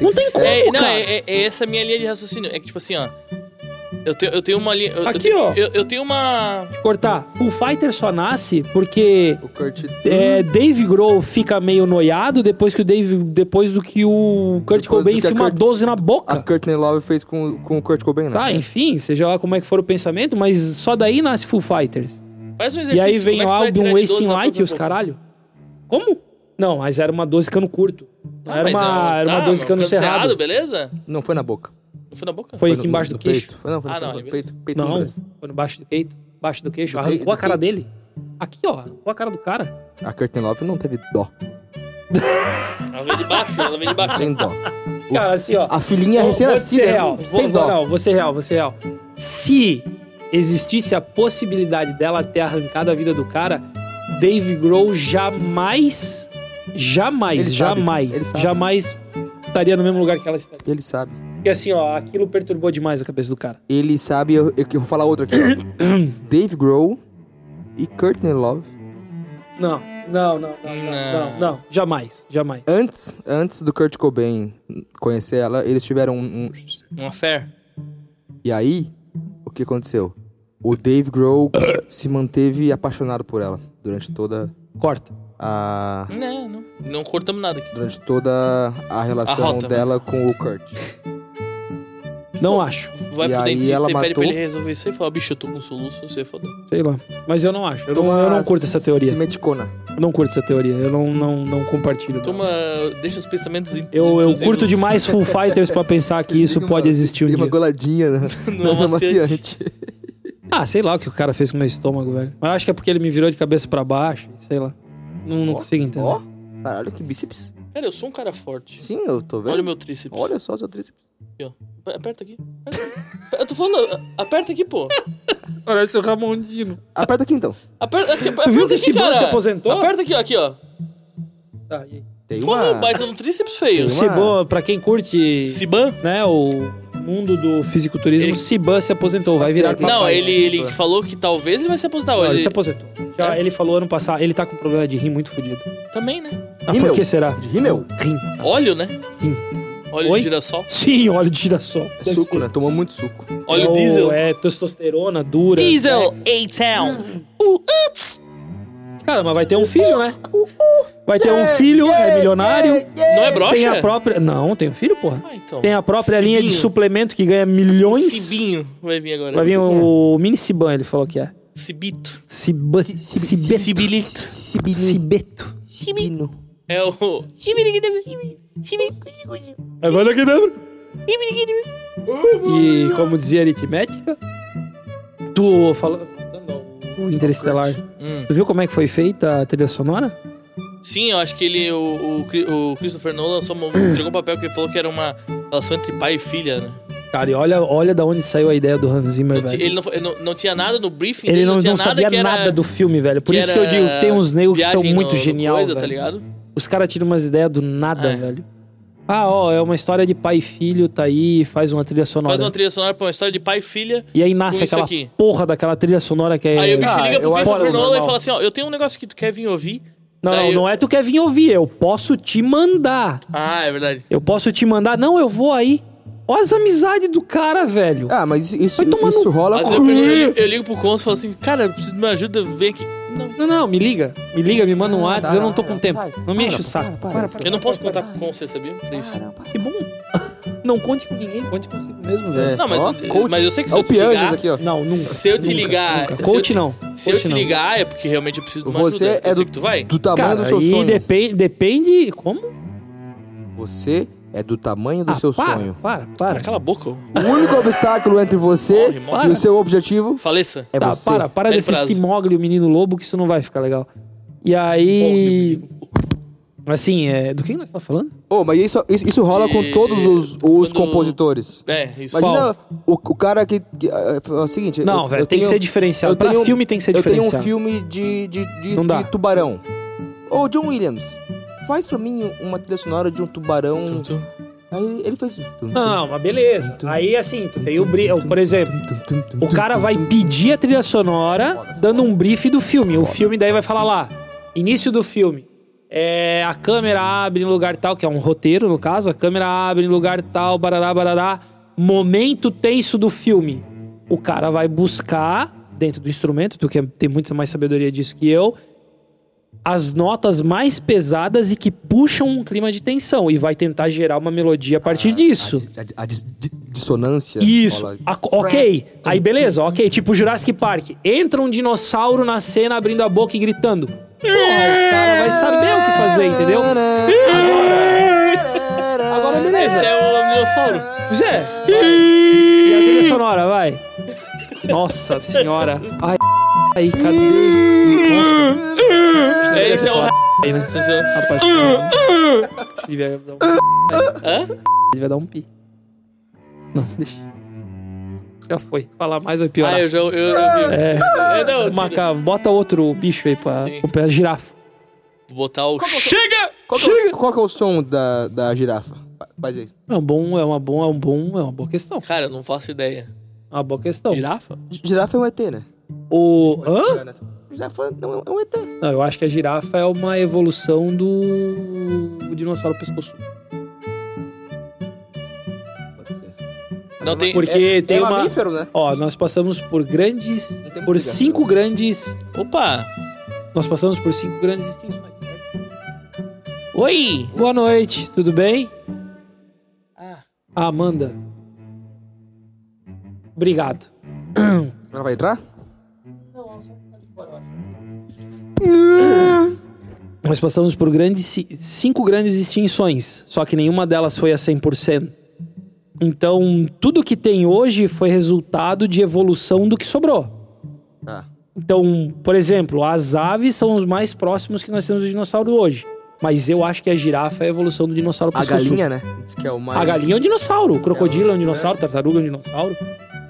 Speaker 2: Não tem como,
Speaker 1: É, não,
Speaker 2: cara.
Speaker 1: é, é- é essa minha linha de raciocínio. É que, tipo assim, ó. Eu tenho, eu tenho uma linha. eu- eu
Speaker 2: Aqui,
Speaker 1: tenho-
Speaker 2: ó.
Speaker 1: Eu, eu tenho uma.
Speaker 2: Cortar. Full Fighter só nasce porque
Speaker 3: O Kurt...
Speaker 2: é, Dave Grohl fica meio noiado depois que o Dave, depois do que o Kurt
Speaker 3: Depois do
Speaker 2: Cobain
Speaker 3: que a
Speaker 2: enfia uma
Speaker 3: Kurt-
Speaker 2: 12 na
Speaker 3: A
Speaker 2: boca.
Speaker 3: Courtney Love fez com, com o Kurt Cobain, né?
Speaker 2: Tá, enfim, seja lá como é que for o pensamento, mas só daí nasce Full Fighters.
Speaker 1: Faz um
Speaker 2: E
Speaker 1: exercício.
Speaker 2: aí vem
Speaker 1: como é que
Speaker 2: o
Speaker 1: tu vai tirar
Speaker 2: álbum
Speaker 1: de 12
Speaker 2: Wasting
Speaker 1: na
Speaker 2: Light e os
Speaker 1: próxima-
Speaker 2: caralho. Como? Não, mas era uma 12 cano curto. Não,
Speaker 1: Ah,
Speaker 2: era,
Speaker 1: mas
Speaker 2: uma,
Speaker 1: é,
Speaker 2: era uma
Speaker 1: tá,
Speaker 2: 12
Speaker 1: um
Speaker 2: cano cerrado.
Speaker 1: beleza?
Speaker 3: Não, foi na boca.
Speaker 1: Não foi na boca?
Speaker 2: Foi
Speaker 3: no-
Speaker 2: aqui embaixo
Speaker 3: no
Speaker 2: do queixo. é
Speaker 3: Peito. Foi, não, foi,
Speaker 1: Ah,
Speaker 3: foi-
Speaker 1: não,
Speaker 3: foi
Speaker 1: aí
Speaker 3: peito, peito no
Speaker 2: Não,
Speaker 3: braço.
Speaker 2: foi no baixo do peito. Baixo do queixo.
Speaker 3: Do
Speaker 2: Arrancou
Speaker 3: peito,
Speaker 2: a cara
Speaker 3: do
Speaker 2: dele. Aqui, ó. Arrancou a cara do cara.
Speaker 3: A Courtney Love não teve dó.
Speaker 1: Ela veio de baixo, ela veio de baixo.
Speaker 3: Sem dó.
Speaker 2: Cara, assim, ó.
Speaker 3: A filhinha
Speaker 2: Vou- vou
Speaker 3: recém-nascida
Speaker 2: ser
Speaker 3: era
Speaker 2: real.
Speaker 3: um- sem
Speaker 2: vou, vou-
Speaker 3: dó.
Speaker 2: Não, vou ser real, vou ser real. Se existisse a possibilidade dela ter arrancado a vida do cara, Dave Grohl jamais, jamais,
Speaker 3: Ele sabe,
Speaker 2: jamais,
Speaker 3: ele sabe.
Speaker 2: jamais estaria no mesmo lugar que ela está.
Speaker 3: Ele sabe.
Speaker 2: Porque assim, ó, aquilo perturbou demais a cabeça do cara.
Speaker 3: Ele sabe... Eu, eu, eu vou falar outra aqui, ó. Dave Grohl e Courtney Love.
Speaker 2: Não, não, não, não, não,
Speaker 1: Não.
Speaker 2: não, não, jamais, jamais.
Speaker 3: Antes, antes do Kurt Cobain conhecer ela, eles tiveram um... um-
Speaker 1: Uma fé.
Speaker 3: E aí, o que aconteceu? O Dave Grohl se manteve apaixonado por ela durante toda
Speaker 2: Corta.
Speaker 3: a...
Speaker 1: Não, não. Não cortamos nada aqui.
Speaker 3: Durante toda a relação
Speaker 1: A rota, né?
Speaker 3: dela com o Kurt.
Speaker 2: Não acho,
Speaker 1: Vai
Speaker 3: E
Speaker 1: pro
Speaker 3: aí
Speaker 1: dentista
Speaker 3: ela
Speaker 1: e pede
Speaker 3: matou-
Speaker 1: pra ele resolver isso e fala, bicho, eu tô com soluço, você é foda.
Speaker 2: sei lá. Mas eu não acho. Eu, não, eu não curto essa teoria.
Speaker 3: Simeticona.
Speaker 2: Eu não curto essa teoria. Eu não, não, não compartilho.
Speaker 1: Toma, deixa os pensamentos in-
Speaker 2: Eu, eu
Speaker 1: intrusivos
Speaker 2: curto demais Full Fighters pra pensar que isso
Speaker 3: Liga
Speaker 2: pode
Speaker 3: uma-
Speaker 2: existir um
Speaker 3: liga
Speaker 2: dia.
Speaker 3: uma goladinha na,
Speaker 1: no
Speaker 3: na
Speaker 1: amaciante.
Speaker 3: amaciante.
Speaker 2: Ah, sei lá o que o cara fez com meu estômago, velho. Mas acho que é porque ele me virou de cabeça pra baixo, sei lá. Não, não
Speaker 3: Ó,
Speaker 2: consigo entender.
Speaker 3: Ó, caralho, que bíceps.
Speaker 1: Cara, eu sou um cara forte.
Speaker 3: Sim, eu tô vendo.
Speaker 1: Olha o meu tríceps.
Speaker 3: Olha só o seu tríceps.
Speaker 1: P- Aperta aqui. Aperta. Eu tô falando, aperta aqui, pô.
Speaker 2: Parece o Ramondino.
Speaker 3: Aperta aqui então.
Speaker 1: Aperta aqui, aperta
Speaker 2: viu que
Speaker 1: aqui,
Speaker 2: esse
Speaker 1: cara.
Speaker 2: Bono se aposentou?
Speaker 1: Aperta aqui, ó, aqui, ó.
Speaker 2: Tá, e aí?
Speaker 3: Tem
Speaker 1: Pô,
Speaker 3: uma...
Speaker 1: baita no tríceps feio.
Speaker 3: Tem uma-
Speaker 2: Siban, pra quem curte
Speaker 1: Siban?
Speaker 2: né, o mundo do fisiculturismo,
Speaker 1: Ele-
Speaker 2: Siban se aposentou, vai
Speaker 3: Mas
Speaker 2: virar
Speaker 3: tem-
Speaker 2: papai.
Speaker 1: Não, ele, ele
Speaker 3: Siban.
Speaker 1: falou que talvez ele vai se aposentar.
Speaker 2: Não, ele
Speaker 1: ele...
Speaker 2: se aposentou. Já
Speaker 1: É?
Speaker 2: ele falou ano passado, ele tá com problema de rim muito fodido.
Speaker 1: Também, né?
Speaker 2: Ah,
Speaker 3: Rímel?
Speaker 2: por que será?
Speaker 3: De rímel.
Speaker 2: Rim.
Speaker 1: Óleo, né?
Speaker 2: Rim.
Speaker 1: Óleo
Speaker 2: Oi?
Speaker 1: de girassol.
Speaker 2: Sim, óleo de girassol.
Speaker 3: É suco, né? Tomou muito suco.
Speaker 1: Óleo
Speaker 2: É o-
Speaker 1: diesel.
Speaker 2: É, testosterona dura.
Speaker 1: Diesel A-Town. Uh, ups.
Speaker 2: Cara, mas vai ter um filho, né?
Speaker 1: Uh.
Speaker 2: Vai ter um filho, é milionário.
Speaker 1: Não é brocha?
Speaker 2: Tem a própria. Não, tem um filho, porra.
Speaker 1: Ah, então.
Speaker 2: Tem a própria
Speaker 1: Cibinho.
Speaker 2: linha de suplemento que ganha milhões.
Speaker 1: Cibinho vai vir agora.
Speaker 2: Vai vir
Speaker 3: Não sei quem é.
Speaker 2: o mini Ciban, ele falou que é.
Speaker 1: Cibito.
Speaker 2: Ciba,
Speaker 3: Si- si-
Speaker 2: Cibeto.
Speaker 1: Cibilito.
Speaker 3: Sibino.
Speaker 2: Cibeto.
Speaker 3: Sibino.
Speaker 1: É o...
Speaker 2: Aí É, vai daqui dentro. E como dizia aritmética, tu falando o Interestelar.
Speaker 1: Hum.
Speaker 2: Tu viu como é que foi feita a trilha sonora?
Speaker 1: Sim, eu acho que ele... O, o, Cri- o Christopher Nolan só mo- entregou um papel que ele falou que era uma relação entre pai e filha, né?
Speaker 2: Cara, e olha, olha da onde saiu a ideia do Hans Zimmer,
Speaker 1: Não ti-
Speaker 2: velho.
Speaker 1: Ele, não, ele não, não tinha nada no briefing
Speaker 2: Ele
Speaker 1: dele,
Speaker 2: não,
Speaker 1: tinha
Speaker 2: não sabia
Speaker 1: que
Speaker 2: nada,
Speaker 1: era,
Speaker 2: do filme, velho. Por
Speaker 1: que
Speaker 2: isso que eu
Speaker 1: era
Speaker 2: digo que tem uns negros que são
Speaker 1: viagem
Speaker 2: muito
Speaker 1: no- no
Speaker 2: genial,
Speaker 1: coisa,
Speaker 2: velho.
Speaker 1: tá ligado?
Speaker 2: Os caras tiram umas ideias do nada,
Speaker 1: É.
Speaker 2: velho. Ah, ó, é uma história de pai e filho, tá aí, faz uma trilha sonora.
Speaker 1: Faz uma trilha sonora pra uma história de pai e filha.
Speaker 2: E aí
Speaker 1: com
Speaker 2: nasce
Speaker 1: isso
Speaker 2: aquela
Speaker 1: aqui.
Speaker 2: porra daquela trilha sonora que é.
Speaker 1: Aí o bicho
Speaker 3: Ah,
Speaker 1: liga pro
Speaker 3: eu acho
Speaker 1: Christopher Nolan e
Speaker 2: normal.
Speaker 1: fala assim, ó, eu tenho um negócio que tu quer vir ouvir.
Speaker 2: não, não,
Speaker 1: daí eu-
Speaker 2: não é tu quer vir ouvir, eu posso te mandar.
Speaker 1: Ah, é verdade.
Speaker 2: Eu posso te mandar. Não, eu vou aí. Olha as amizades do cara, velho.
Speaker 3: Ah, mas isso,
Speaker 2: Vai tomar
Speaker 3: isso
Speaker 2: no-
Speaker 3: rola um,
Speaker 1: Às vezes eu, pergunto- eu- eu ligo pro Cons e falo assim, cara, eu preciso de uma ajuda, vem aqui. Não,
Speaker 2: Não, não, me liga. Me liga, me manda um
Speaker 3: Ah,
Speaker 2: WhatsApp,
Speaker 3: dá,
Speaker 2: eu não tô
Speaker 3: dá,
Speaker 2: com
Speaker 3: dá,
Speaker 2: tempo.
Speaker 3: sai.
Speaker 2: Não me
Speaker 3: Para,
Speaker 2: enche o saco.
Speaker 3: para, para, para.
Speaker 1: eu não posso contar com o Cons, você sabia? Por isso.
Speaker 2: Que bom. Não conte com ninguém, conte consigo mesmo, velho.
Speaker 3: É.
Speaker 1: Não, mas
Speaker 3: Ó,
Speaker 1: eu-
Speaker 3: coach.
Speaker 1: mas eu sei que se
Speaker 3: É
Speaker 1: eu
Speaker 3: o Pianjas
Speaker 1: desligar-
Speaker 3: aqui, ó.
Speaker 2: Não, nunca.
Speaker 1: Se eu te
Speaker 2: nunca,
Speaker 1: ligar-
Speaker 2: nunca.
Speaker 1: se eu
Speaker 2: Coach
Speaker 1: te-
Speaker 2: não.
Speaker 1: Se eu
Speaker 2: coach
Speaker 1: te
Speaker 2: não.
Speaker 1: ligar, é porque realmente eu preciso de uma
Speaker 3: Você
Speaker 1: ajuda. Eu sei
Speaker 3: é do,
Speaker 1: que tu vai.
Speaker 3: do tamanho
Speaker 2: Cara,
Speaker 3: do seu
Speaker 2: aí
Speaker 3: sonho.
Speaker 2: Depende, depende. Como?
Speaker 3: Você é do tamanho do
Speaker 2: Ah,
Speaker 3: seu
Speaker 2: para,
Speaker 3: sonho.
Speaker 2: Para, para.
Speaker 1: Cala a boca. ô.
Speaker 3: O único obstáculo entre você
Speaker 1: Morre, morre.
Speaker 3: e o seu objetivo
Speaker 1: Faleça.
Speaker 3: é
Speaker 2: Tá,
Speaker 3: você.
Speaker 2: para, para
Speaker 1: Dá
Speaker 2: desse
Speaker 1: prazo.
Speaker 2: Stimogli, o menino lobo, que isso não vai ficar legal. E aí. Assim, é, do que nós estamos falando?
Speaker 3: Ô, mas isso, isso, isso rola
Speaker 1: E
Speaker 3: com todos os, os
Speaker 1: quando-
Speaker 3: compositores.
Speaker 1: É, isso.
Speaker 3: Imagina o, o cara que. que, ah, é o seguinte.
Speaker 2: Não,
Speaker 3: eu-
Speaker 2: velho,
Speaker 3: eu
Speaker 2: tem que
Speaker 3: tenho-
Speaker 2: ser diferenciado.
Speaker 3: eu
Speaker 2: Pra
Speaker 3: tenho-
Speaker 2: filme tem que ser
Speaker 3: Eu tenho um
Speaker 2: diferenciado.
Speaker 3: filme de, de, de-
Speaker 2: Não dá.
Speaker 3: de tubarão. Ou John Williams. faz pra mim uma trilha sonora de um tubarão.
Speaker 1: Tum, tum.
Speaker 3: Aí ele fez. tum, tum,
Speaker 2: Não, mas beleza.
Speaker 3: tum,
Speaker 2: Aí, assim, tu
Speaker 3: tum,
Speaker 2: tem o
Speaker 3: tum,
Speaker 2: brilho.
Speaker 3: tum,
Speaker 2: Por exemplo,
Speaker 3: tum, tum, tum,
Speaker 2: o
Speaker 3: tum,
Speaker 2: cara
Speaker 3: tum,
Speaker 2: vai
Speaker 3: tum.
Speaker 2: pedir a trilha sonora dando um brief do filme. O filme daí vai falar lá, início do filme. É, a câmera abre em lugar tal, que é um roteiro no caso, a câmera abre em lugar tal, barará, barará. Momento tenso do filme. O cara vai buscar, dentro do instrumento, tu que é, tem muita mais sabedoria disso que eu, as notas mais pesadas e que puxam um clima de tensão. E vai tentar gerar uma melodia a partir disso.
Speaker 3: A, dis- a dis- di- dissonância.
Speaker 2: Isso.
Speaker 3: rola.
Speaker 2: A- ok. Aí beleza, ok. Tipo Jurassic Park. Entra um dinossauro na cena abrindo a boca e gritando. Porra, o cara vai saber o que fazer, entendeu? Agora, agora
Speaker 1: Esse
Speaker 2: beleza.
Speaker 1: é o Laminossauro.
Speaker 2: Zé. E a trilha sonora, vai. Nossa senhora. Ai, ai, cadê? Nossa.
Speaker 1: É, esse é o.
Speaker 2: Aí, né?
Speaker 1: Esse é o-
Speaker 2: Rapaz, ele vai dar um...
Speaker 1: uh. Hã?
Speaker 2: Ele vai dar um pi. Não, deixa. Já foi. Falar mais é vai piorar.
Speaker 1: Ah, eu já eu, eu vi.
Speaker 2: É,
Speaker 1: É, não,
Speaker 2: uma
Speaker 1: tira.
Speaker 2: ca- bota outro bicho aí pra,
Speaker 1: Sim.
Speaker 2: pra girafa.
Speaker 1: Vou botar o. Chega!
Speaker 3: Qual que, é, o- qual que é o som da, da girafa? Faz aí.
Speaker 2: É um bom, é uma bom, é um bom, é uma boa questão.
Speaker 1: Cara, eu não faço ideia.
Speaker 2: É uma boa questão.
Speaker 1: Girafa?
Speaker 3: Gi- Girafa é um ET, né?
Speaker 2: O hã?
Speaker 3: Girafa não é é um ET.
Speaker 2: Não, eu acho que a girafa é uma evolução do o dinossauro pescoço.
Speaker 3: Pode ser.
Speaker 1: Não tem.
Speaker 2: Porque
Speaker 3: É-
Speaker 2: tem
Speaker 3: é
Speaker 2: uma
Speaker 3: mamífero, né?
Speaker 2: Ó, nós passamos por grandes
Speaker 3: Não tem
Speaker 2: por
Speaker 3: ligação.
Speaker 2: cinco grandes,
Speaker 1: Opa!
Speaker 2: nós passamos por cinco grandes extinções. né?
Speaker 1: Oi!
Speaker 2: Boa noite, tudo bem? Ah, Amanda. Obrigado.
Speaker 3: Ela vai entrar?
Speaker 2: Nós passamos por grandes, ci- cinco grandes extinções, só que nenhuma delas foi a 100%. Então, tudo que tem hoje foi resultado de evolução do que sobrou.
Speaker 3: Tá.
Speaker 2: Então, por exemplo, as aves são os mais próximos que nós temos do dinossauro hoje. Mas eu acho que a girafa é a evolução do dinossauro
Speaker 3: A
Speaker 2: pescoçudo.
Speaker 3: galinha, né? Diz que é o mais...
Speaker 2: A galinha é um dinossauro, o crocodilo é um dinossauro, tartaruga é um dinossauro,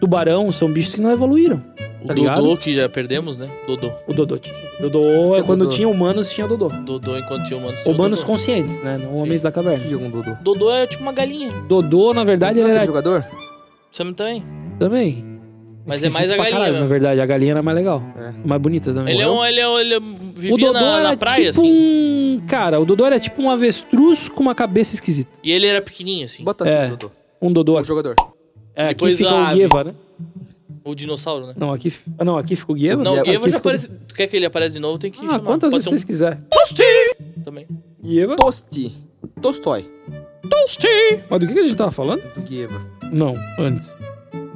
Speaker 2: tubarão são bichos que não evoluíram.
Speaker 1: O
Speaker 2: Tá ligado?
Speaker 1: Dodô que já perdemos, né? Dodô.
Speaker 2: O Dodô tinha. Dodô é
Speaker 3: é
Speaker 2: quando
Speaker 3: Dodô?
Speaker 2: tinha humanos, tinha Dodô.
Speaker 1: Dodô enquanto tinha humanos. tinha o
Speaker 2: Humanos
Speaker 1: Dodô.
Speaker 2: conscientes, né? Não homens da caverna.
Speaker 3: Que joga um Dodô?
Speaker 1: Dodô é tipo uma galinha.
Speaker 2: Dodô, na verdade, ele
Speaker 3: Aquele
Speaker 2: era
Speaker 3: jogador?
Speaker 1: Sam também.
Speaker 2: também.
Speaker 1: Mas é mais a
Speaker 2: pra
Speaker 1: galinha
Speaker 2: caralho,
Speaker 1: mesmo.
Speaker 2: na verdade, a galinha era mais legal.
Speaker 3: É.
Speaker 2: Mais bonita também.
Speaker 1: Ele é um. Ele é um. Ele é-
Speaker 2: o
Speaker 1: vivia
Speaker 2: Dodô
Speaker 1: na,
Speaker 2: era
Speaker 1: na praia,
Speaker 2: tipo
Speaker 1: assim.
Speaker 2: um... Cara, o Dodô era tipo um avestruz com uma cabeça esquisita.
Speaker 1: E ele era pequenininho, assim.
Speaker 3: Bota aqui
Speaker 2: É.
Speaker 3: o Dodô.
Speaker 2: Um Dodô
Speaker 3: O
Speaker 2: aqui.
Speaker 3: jogador.
Speaker 2: É, aqui
Speaker 1: Depois
Speaker 2: fica
Speaker 1: a
Speaker 2: o
Speaker 1: ave.
Speaker 2: Gueva, né?
Speaker 1: O dinossauro, né?
Speaker 2: Não, aqui... ah, Não, aqui fica o Gueva.
Speaker 1: Não, o
Speaker 2: aqui
Speaker 1: Eva já
Speaker 2: fica o-
Speaker 1: aparece. Tu quer que ele apareça de novo? Tem que
Speaker 2: Ah,
Speaker 1: chamar.
Speaker 2: quantas
Speaker 1: Pode
Speaker 2: vezes
Speaker 1: ser
Speaker 2: vocês quiserem.
Speaker 1: um também.
Speaker 2: Gueva.
Speaker 3: Tosti. Tolstói.
Speaker 2: Mas do que que a gente tava falando?
Speaker 3: Do Guieva.
Speaker 2: Não, antes.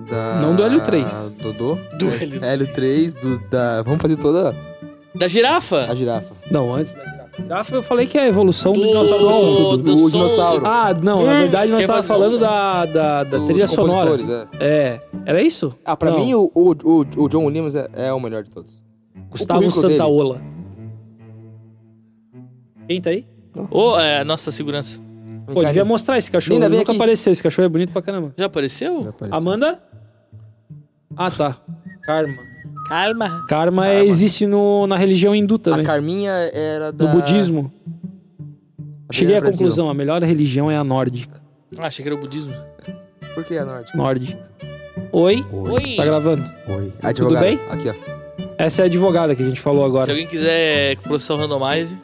Speaker 3: Da...
Speaker 2: Não do Hélio três.
Speaker 3: Dodô.
Speaker 1: Do
Speaker 3: É,
Speaker 1: Hélio
Speaker 3: Hélio 3. Do, da... Vamos fazer toda
Speaker 1: Da girafa.
Speaker 3: a girafa.
Speaker 2: Não, antes da girafa. Girafa eu falei que é a evolução do,
Speaker 1: Do-
Speaker 2: dinossauro.
Speaker 1: do-
Speaker 2: pescoçudo.
Speaker 1: do
Speaker 3: o
Speaker 1: som-
Speaker 3: dinossauro.
Speaker 2: Ah, não, na verdade nós
Speaker 1: Quer
Speaker 2: tava
Speaker 1: fazer- um-
Speaker 2: falando da, da, da
Speaker 3: Hum, Dos
Speaker 2: trilha sonora.
Speaker 3: compositores, é.
Speaker 2: É, era isso?
Speaker 3: Ah, pra
Speaker 2: Não.
Speaker 3: mim o, o, o, o John Williams é, é o melhor de todos.
Speaker 2: Gustavo
Speaker 3: currículo dele.
Speaker 2: Santaola. Quem tá aí?
Speaker 1: Ô, é, nossa segurança.
Speaker 2: Pô,
Speaker 3: cá,
Speaker 2: devia
Speaker 3: Nina.
Speaker 2: mostrar esse cachorro.
Speaker 3: Nina,
Speaker 2: Ele
Speaker 3: vem
Speaker 2: nunca
Speaker 3: aqui.
Speaker 2: apareceu. Esse cachorro é bonito pra caramba.
Speaker 1: Já apareceu?
Speaker 3: Apareceu.
Speaker 2: Amanda? Ah, tá. Karma.
Speaker 1: Calma.
Speaker 2: Karma é- existe no, na religião hindu
Speaker 3: A
Speaker 2: também.
Speaker 3: Carminha era da...
Speaker 2: Do budismo.
Speaker 3: da
Speaker 2: Cheguei à
Speaker 3: Brasil.
Speaker 2: conclusão. A melhor religião é a nórdica.
Speaker 1: Ah, achei que era o budismo.
Speaker 3: Por que a Norte?
Speaker 2: Nórdica. Oi?
Speaker 1: Oi.
Speaker 2: Tá gravando?
Speaker 3: Oi. Advogada.
Speaker 2: bem?
Speaker 3: Aqui, ó.
Speaker 2: Essa é a advogada que a gente falou
Speaker 1: Se
Speaker 2: agora.
Speaker 1: alguém quiser que o professor randomize.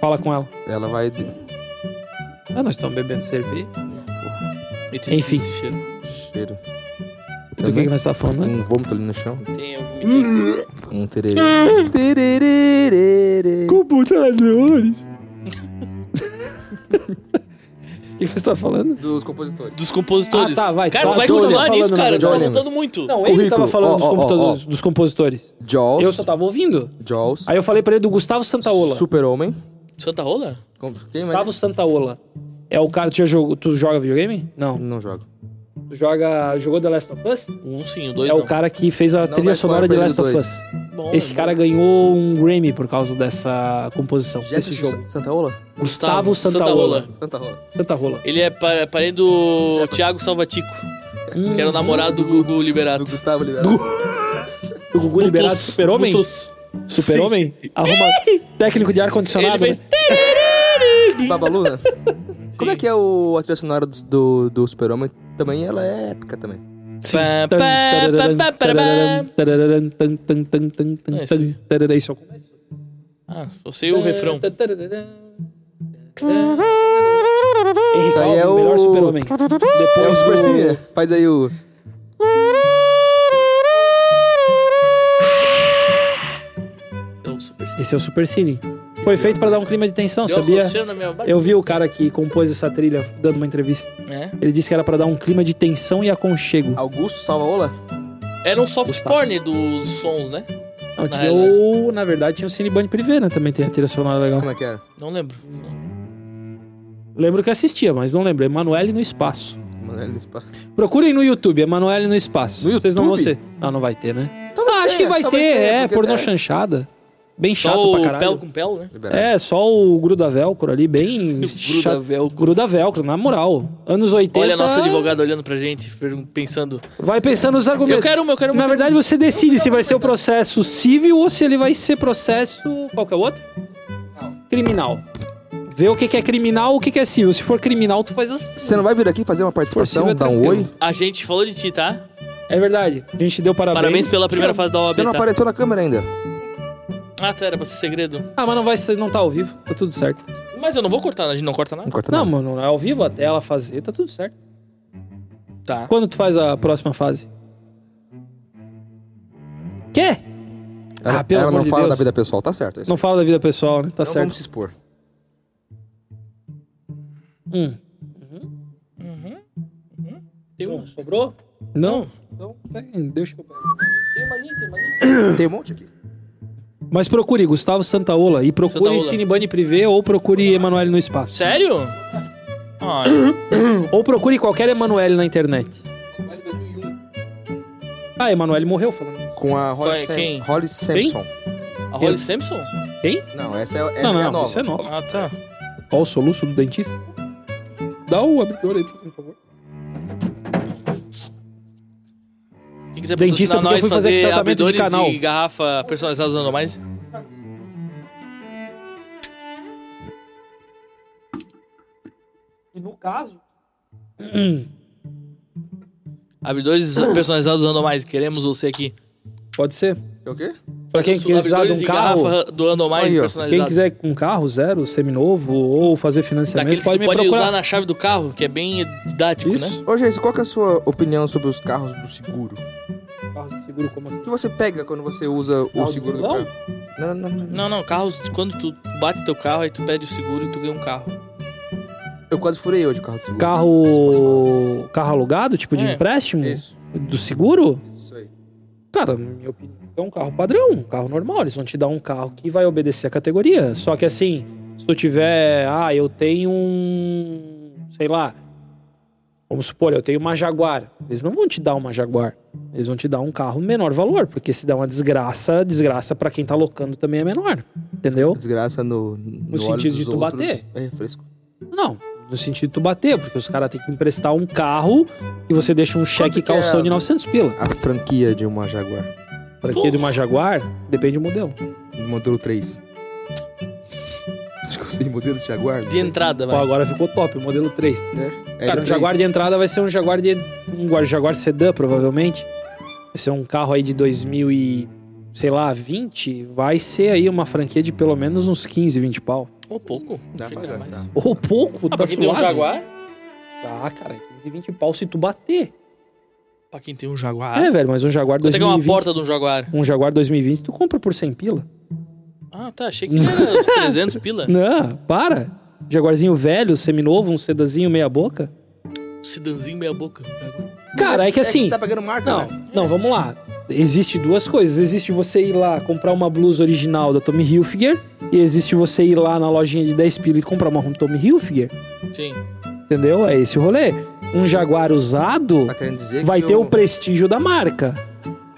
Speaker 2: Fala com ela.
Speaker 3: Ela vai...
Speaker 2: Ah, nós estamos bebendo cerveja.
Speaker 1: E tem
Speaker 2: Enfim.
Speaker 1: esse cheiro.
Speaker 3: Cheiro.
Speaker 2: Do que,
Speaker 3: Também.
Speaker 2: que nós tá falando? né?
Speaker 3: Um vômito ali no chão.
Speaker 1: Tem, eu vomitei.
Speaker 3: Um tererê. Tererê.
Speaker 2: Computadores. O que que você está falando?
Speaker 3: Dos compositores.
Speaker 1: Dos compositores.
Speaker 2: Ah, tá, vai.
Speaker 1: Cara,
Speaker 2: Tá,
Speaker 1: tu vai
Speaker 2: John
Speaker 1: continuar
Speaker 2: Williams
Speaker 1: nisso,
Speaker 2: falando,
Speaker 1: cara.
Speaker 2: né?
Speaker 1: Tu
Speaker 3: John
Speaker 1: tá
Speaker 3: Williams.
Speaker 1: voltando muito.
Speaker 2: Não, ele
Speaker 3: Currículo.
Speaker 2: estava falando
Speaker 3: Ó,
Speaker 2: dos,
Speaker 3: ó, ó,
Speaker 2: computadores- dos compositores.
Speaker 3: Jaws.
Speaker 2: Eu só tava ouvindo.
Speaker 3: Jaws.
Speaker 2: Aí é eu falei pra ele do Gustavo Santaola.
Speaker 3: Super-Homem.
Speaker 1: Santa Rola?
Speaker 3: Com- Quem mais?
Speaker 2: Gustavo Santaola. É o cara que já jogou. Tu joga videogame? Não.
Speaker 3: Não jogo.
Speaker 2: Tu joga. Jogou The Last of Us?
Speaker 1: Um sim, o dois
Speaker 2: É
Speaker 1: não.
Speaker 2: o cara que fez a
Speaker 3: Não,
Speaker 2: trilha
Speaker 3: mas
Speaker 2: sonora de
Speaker 3: qual é o
Speaker 2: Last of
Speaker 3: apelido
Speaker 2: Us.
Speaker 1: Bom,
Speaker 2: Esse
Speaker 1: né?
Speaker 2: cara ganhou um Grammy por causa dessa composição, desse
Speaker 3: Jefferson
Speaker 2: jogo.
Speaker 3: Sa- Santaola?
Speaker 2: Gustavo Santaola.
Speaker 3: Santaola.
Speaker 2: Santaola.
Speaker 1: Ele é pa- parente do Thiago Salvatico, que era
Speaker 2: Hum.
Speaker 1: o namorado do Gugu Liberato.
Speaker 3: Do Gustavo Liberato.
Speaker 2: O Gugu liberado
Speaker 1: Mutus,
Speaker 2: super-homem?
Speaker 1: Mutus.
Speaker 2: Super-Homem? Arruma técnico de
Speaker 1: Ele
Speaker 2: ar-condicionado.
Speaker 1: fez...
Speaker 2: né?
Speaker 3: Babalu, né? Como é que é o, a trilha sonora do, do, do Super-Homem? Também ela é épica também.
Speaker 1: Pá, pá, pá, pá, pá, pá. É isso aí.
Speaker 2: É isso.
Speaker 1: Ah, eu sei o refrão.
Speaker 2: Henry
Speaker 3: Isso aí é
Speaker 2: Cavill, melhor
Speaker 3: o-
Speaker 2: super-homem.
Speaker 3: É o
Speaker 2: Depois
Speaker 3: Super
Speaker 2: do-
Speaker 3: Cine, né? Faz aí o.
Speaker 1: É o Super Cine.
Speaker 2: Esse é o Super Cine. Foi feito pra dar um clima de tensão,
Speaker 1: Deu uma
Speaker 2: sabia?
Speaker 1: coceira na minha barriga.
Speaker 2: Eu vi o cara que compôs essa trilha dando uma entrevista.
Speaker 1: É.
Speaker 2: Ele disse que era pra dar um clima de tensão e aconchego.
Speaker 3: Augusto Salvaola?
Speaker 1: Era um soft
Speaker 2: Gustavo.
Speaker 1: porn dos sons, né?
Speaker 3: Ah,
Speaker 2: Não,
Speaker 1: na
Speaker 2: tinha
Speaker 1: realidade.
Speaker 2: o, na verdade, tinha o Cineband Privé, né? Também tem a trilha sonora legal.
Speaker 3: Como é que era?
Speaker 1: Não lembro.
Speaker 2: Lembro que assistia, mas não lembro. Emanuele no Espaço.
Speaker 3: Manoel do Espaço.
Speaker 2: Procurem no YouTube, Emanuele no Espaço.
Speaker 3: No
Speaker 2: Vocês não vão
Speaker 3: YouTube?
Speaker 2: ser. Não, não vai ter, né?
Speaker 3: Talvez
Speaker 2: ah, acho
Speaker 3: tenha,
Speaker 2: que vai ter,
Speaker 3: talvez tenha,
Speaker 2: é,
Speaker 3: porque
Speaker 2: pornô
Speaker 3: é-
Speaker 2: chanchada. Bem
Speaker 1: Só
Speaker 2: chato pra
Speaker 1: o
Speaker 2: caralho.
Speaker 1: pelo com pelo, né?
Speaker 3: Liberado.
Speaker 2: É, só o Gruda Velcro ali, bem.
Speaker 1: Gruda
Speaker 2: chato.
Speaker 1: Velcro.
Speaker 2: Gruda Velcro, na moral. Anos 80.
Speaker 1: Olha a nossa advogada olhando pra gente, pensando.
Speaker 2: Vai pensando nos argumentos.
Speaker 1: Eu quero uma, eu quero um. uma.
Speaker 2: Na verdade, você decide se vai ser o processo civil ou se ele vai ser processo. Qual que é o outro? Criminal. Vê o que, que é criminal o que, que é civil. Se for criminal, tu faz assim.
Speaker 3: Você não vai vir aqui fazer uma participação,
Speaker 2: Por cima é
Speaker 3: dar um
Speaker 2: tranquilo.
Speaker 3: oi?
Speaker 1: A gente falou de ti, tá?
Speaker 2: É verdade. A gente deu parabéns.
Speaker 1: Parabéns pela primeira fase da OAB,
Speaker 3: Você não
Speaker 1: tá?
Speaker 3: apareceu na câmera ainda.
Speaker 1: Ah, tá, era pra ser segredo.
Speaker 2: Ah, mas não vai ser, não tá ao vivo. Tá tudo certo.
Speaker 1: Mas eu não vou cortar, a gente não corta
Speaker 3: Não
Speaker 1: nada.
Speaker 3: corta
Speaker 2: Não,
Speaker 3: nada.
Speaker 2: mano, é ao vivo até ela fazer, tá tudo certo.
Speaker 1: Tá.
Speaker 2: Quando tu faz a próxima fase? Quer?
Speaker 3: Ela,
Speaker 2: Ah, pelo
Speaker 3: ela
Speaker 2: amor
Speaker 3: não
Speaker 2: de
Speaker 3: fala
Speaker 2: Deus.
Speaker 3: da vida pessoal, tá certo. é isso.
Speaker 2: Não fala da vida pessoal, né? Tá
Speaker 3: Não
Speaker 2: certo.
Speaker 3: vamos se expor.
Speaker 2: Hum.
Speaker 1: Tem um, sobrou?
Speaker 2: Não? Então, pega, deixa eu pegar.
Speaker 1: Tem uma linha, tem uma linha.
Speaker 3: Tem um monte aqui.
Speaker 2: Mas procure Gustavo Santaola e procure
Speaker 1: Santaola.
Speaker 2: Cinebani Privé ou procure Emanuele no Espaço.
Speaker 1: Sério? Ah,
Speaker 2: Ou procure qualquer Emanuele na internet. Ah, Emanuele morreu falando.
Speaker 3: Com a Holly,
Speaker 1: Qual é?
Speaker 3: Sam-
Speaker 1: Quem?
Speaker 3: Holly Sampson.
Speaker 1: a Holly Simpson?
Speaker 2: Quem?
Speaker 3: Não, essa é, essa
Speaker 2: Não,
Speaker 3: é
Speaker 2: não,
Speaker 3: a
Speaker 2: não,
Speaker 3: nova.
Speaker 2: isso é nova.
Speaker 1: Ah, tá.
Speaker 2: Ó, o soluço do dentista. Dá o abridor aí, por favor.
Speaker 1: Quem quiser
Speaker 2: Dentista,
Speaker 1: patrocinar
Speaker 2: porque eu
Speaker 1: nós,
Speaker 2: fui fazer
Speaker 1: fazer
Speaker 2: tratamento de
Speaker 1: abridores
Speaker 2: canal.
Speaker 1: e garrafa personalizados usando mais.
Speaker 2: E no caso.
Speaker 1: Abridores personalizados usando mais. Queremos você aqui.
Speaker 2: Pode ser.
Speaker 3: É o quê?
Speaker 2: Pra quem quiser de
Speaker 1: abridores
Speaker 2: um
Speaker 1: e
Speaker 2: carro.
Speaker 1: garrafa doando mais
Speaker 3: Aí, ó.
Speaker 1: personalizados.
Speaker 2: Quem quiser um carro zero, seminovo ou fazer financiamento,
Speaker 1: Daqueles que
Speaker 2: pode
Speaker 1: tu
Speaker 2: me
Speaker 1: pode
Speaker 2: procurar.
Speaker 1: usar na chave do carro, que é bem didático,
Speaker 2: Isso.
Speaker 1: né?
Speaker 3: Ô, Geis, qual que é a sua opinião sobre os carros do seguro?
Speaker 2: Carros de seguro como assim?
Speaker 3: O que você pega quando você usa o
Speaker 2: Carro do
Speaker 3: seguro do
Speaker 2: vilão?
Speaker 3: carro? Não, não, não, não.
Speaker 1: Não, não, carros, quando tu bate teu carro, aí tu pede o seguro e tu ganha um carro.
Speaker 3: Eu quase furei hoje o carro do seguro. Isso, posso falar.
Speaker 2: Carro. Carro alugado, tipo de
Speaker 1: É,
Speaker 2: empréstimo?
Speaker 3: Isso,
Speaker 2: Do seguro?
Speaker 3: isso aí.
Speaker 2: Cara, na minha opinião, é um carro padrão, um carro normal. Eles vão te dar um carro que vai obedecer a categoria. Só que assim, se tu tiver. Ah, eu tenho um. Sei lá. Vamos supor, eu tenho uma Jaguar. Eles não vão te dar uma Jaguar. Eles vão te dar um carro menor valor. Porque se dá uma desgraça, a desgraça pra quem tá locando também é menor. Entendeu?
Speaker 3: Desgraça no, no,
Speaker 2: No
Speaker 3: óleo
Speaker 2: sentido
Speaker 3: dos
Speaker 2: de tu
Speaker 3: outros.
Speaker 2: bater.
Speaker 3: É fresco.
Speaker 2: Não. No sentido de tu bater, porque os caras têm que emprestar um carro e você deixa um cheque
Speaker 3: Quanto que é
Speaker 2: calção
Speaker 3: a-
Speaker 2: de 900 pila.
Speaker 3: A franquia de uma Jaguar.
Speaker 2: Pra que de uma Jaguar, depende do modelo.
Speaker 3: Do modelo 3. Acho que eu sei modelo de Jaguar.
Speaker 1: De entrada,
Speaker 2: Ó,
Speaker 1: vai.
Speaker 2: agora ficou top, o modelo 3.
Speaker 3: É,
Speaker 2: Cara, um Jaguar de entrada vai ser um Jaguar de um Gua- Jaguar sedã, provavelmente. Vai ser um carro aí de 2000 e sei lá, 20, vai ser aí uma franquia de pelo menos uns 15, 20 pau.
Speaker 1: Ou pouco.
Speaker 3: Dá
Speaker 1: Achei
Speaker 3: pra
Speaker 1: que era
Speaker 3: gastar.
Speaker 1: mais.
Speaker 2: Ou pouco,
Speaker 1: Ah,
Speaker 2: tá
Speaker 1: pra quem tem um
Speaker 2: suave.
Speaker 1: Jaguar?
Speaker 2: Tá, cara, 15, 20 pau se tu bater.
Speaker 1: Pra quem tem um Jaguar.
Speaker 2: É, velho, mas um Jaguar
Speaker 1: Quanto é que é uma
Speaker 2: 2020,
Speaker 1: porta de um Jaguar?
Speaker 2: um Jaguar 2020 tu compra por 100 pila.
Speaker 1: Ah, tá. Achei que era uns 300 pila.
Speaker 2: Não, para. Jaguarzinho velho, seminovo, um sedazinho meia boca.
Speaker 1: Um Sedanzinho meia boca.
Speaker 2: Cara, é que assim,
Speaker 3: Tá pegando marca,
Speaker 2: Não,
Speaker 3: né?
Speaker 2: não, vamos lá. Existe duas coisas. Existe você ir lá comprar uma blusa original da Tommy Hilfiger e existe você ir lá na lojinha de 10 pila e comprar uma Tommy Hilfiger.
Speaker 1: Sim.
Speaker 2: Entendeu? É esse o rolê. Um Jaguar usado
Speaker 3: Tá querendo dizer
Speaker 2: vai
Speaker 3: que
Speaker 2: ter
Speaker 3: eu-
Speaker 2: o prestígio da marca,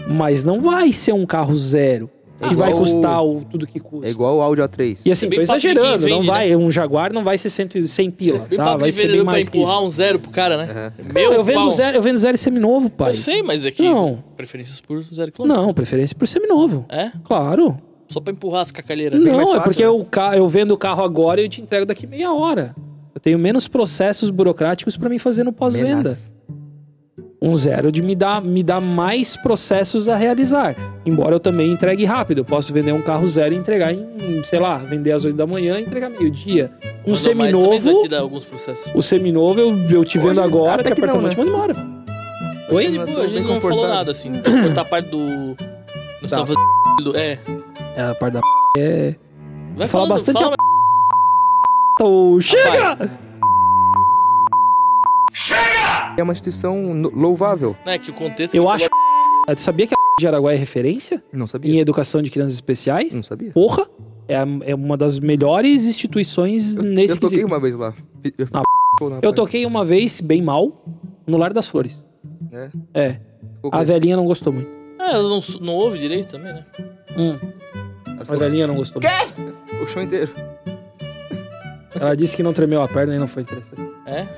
Speaker 2: mas não vai ser um carro zero
Speaker 3: É
Speaker 2: que vai
Speaker 3: igual-
Speaker 2: custar o, tudo que custa.
Speaker 3: É igual o Audi A3.
Speaker 2: E assim,
Speaker 1: É
Speaker 2: tô
Speaker 1: bem papo de quem
Speaker 2: exagerando, não
Speaker 1: vende, né?
Speaker 2: vai, um Jaguar não vai ser 100, 100 pila,
Speaker 1: Bem
Speaker 2: tá?
Speaker 1: papo
Speaker 2: Vai
Speaker 1: de
Speaker 2: ser bem
Speaker 1: vendedor pra
Speaker 2: mais que isso.
Speaker 1: empurrar um zero pro cara, né?
Speaker 3: Aham.
Speaker 1: Meu
Speaker 2: eu, vendo um
Speaker 1: pau.
Speaker 2: zero, eu vendo zero seminovo, pai.
Speaker 1: Eu sei, mas é aqui...
Speaker 2: Não.
Speaker 1: Preferências por zero quilômetro.
Speaker 2: Não, preferência por seminovo.
Speaker 1: É?
Speaker 2: Claro.
Speaker 1: Só pra empurrar as cacalheiras.
Speaker 3: bem
Speaker 2: Não,
Speaker 3: mais
Speaker 2: é
Speaker 3: fácil,
Speaker 2: porque
Speaker 3: né?
Speaker 2: eu, ca- eu vendo o carro agora e eu te entrego daqui meia hora. Eu tenho menos processos burocráticos pra mim fazer no pós-venda.
Speaker 3: Menas.
Speaker 2: Um zero de me dar, me dar mais processos a realizar. Embora eu também entregue rápido. Eu posso vender um carro zero e entregar em, sei lá, vender às 8 da manhã e entregar meio-dia. Um
Speaker 1: Mandar mais também Vai te
Speaker 2: seminovo.
Speaker 1: dar alguns processos.
Speaker 2: O seminovo eu, eu te
Speaker 3: Hoje,
Speaker 2: vendo agora,
Speaker 3: até
Speaker 2: que
Speaker 3: que não,
Speaker 2: apartamento
Speaker 3: né?
Speaker 2: te manda embora. Oi?
Speaker 1: Hoje,
Speaker 3: Nós
Speaker 1: tipo, a
Speaker 3: estamos
Speaker 1: gente
Speaker 3: bem
Speaker 1: não falou
Speaker 3: confortáveis.
Speaker 1: nada, assim. Vou Cortar a parte do... Nós
Speaker 2: Tá.
Speaker 1: tava do... É.
Speaker 2: É, a parte da p... é...
Speaker 1: Vai
Speaker 2: Fala
Speaker 1: falando,
Speaker 2: bastante
Speaker 1: fala,
Speaker 2: Ô, Chega!
Speaker 3: É uma instituição no- louvável.
Speaker 1: né, que o contexto...
Speaker 2: Eu
Speaker 1: que
Speaker 2: acho...
Speaker 1: falou-
Speaker 2: p****. Sabia que a de Araguá é referência
Speaker 3: Não
Speaker 2: em
Speaker 3: sabia.
Speaker 2: educação de crianças especiais?
Speaker 3: Não sabia.
Speaker 2: Porra! É, a- é uma das melhores instituições nesse
Speaker 3: eu toquei
Speaker 2: quesito.
Speaker 3: uma vez lá. Eu,
Speaker 2: Ah,
Speaker 3: pô, na
Speaker 2: Eu
Speaker 3: praia.
Speaker 2: toquei uma vez, bem mal, no Lar das Flores.
Speaker 3: É.
Speaker 2: É.
Speaker 3: Ficou
Speaker 2: A
Speaker 3: com-
Speaker 2: velhinha não gostou muito.
Speaker 1: Ah, ela não, não ouve direito também, né?
Speaker 2: Hum, a velhinha não gostou muito.
Speaker 3: O show inteiro.
Speaker 2: Ela disse que não tremeu a perna e não foi interessante.
Speaker 1: É?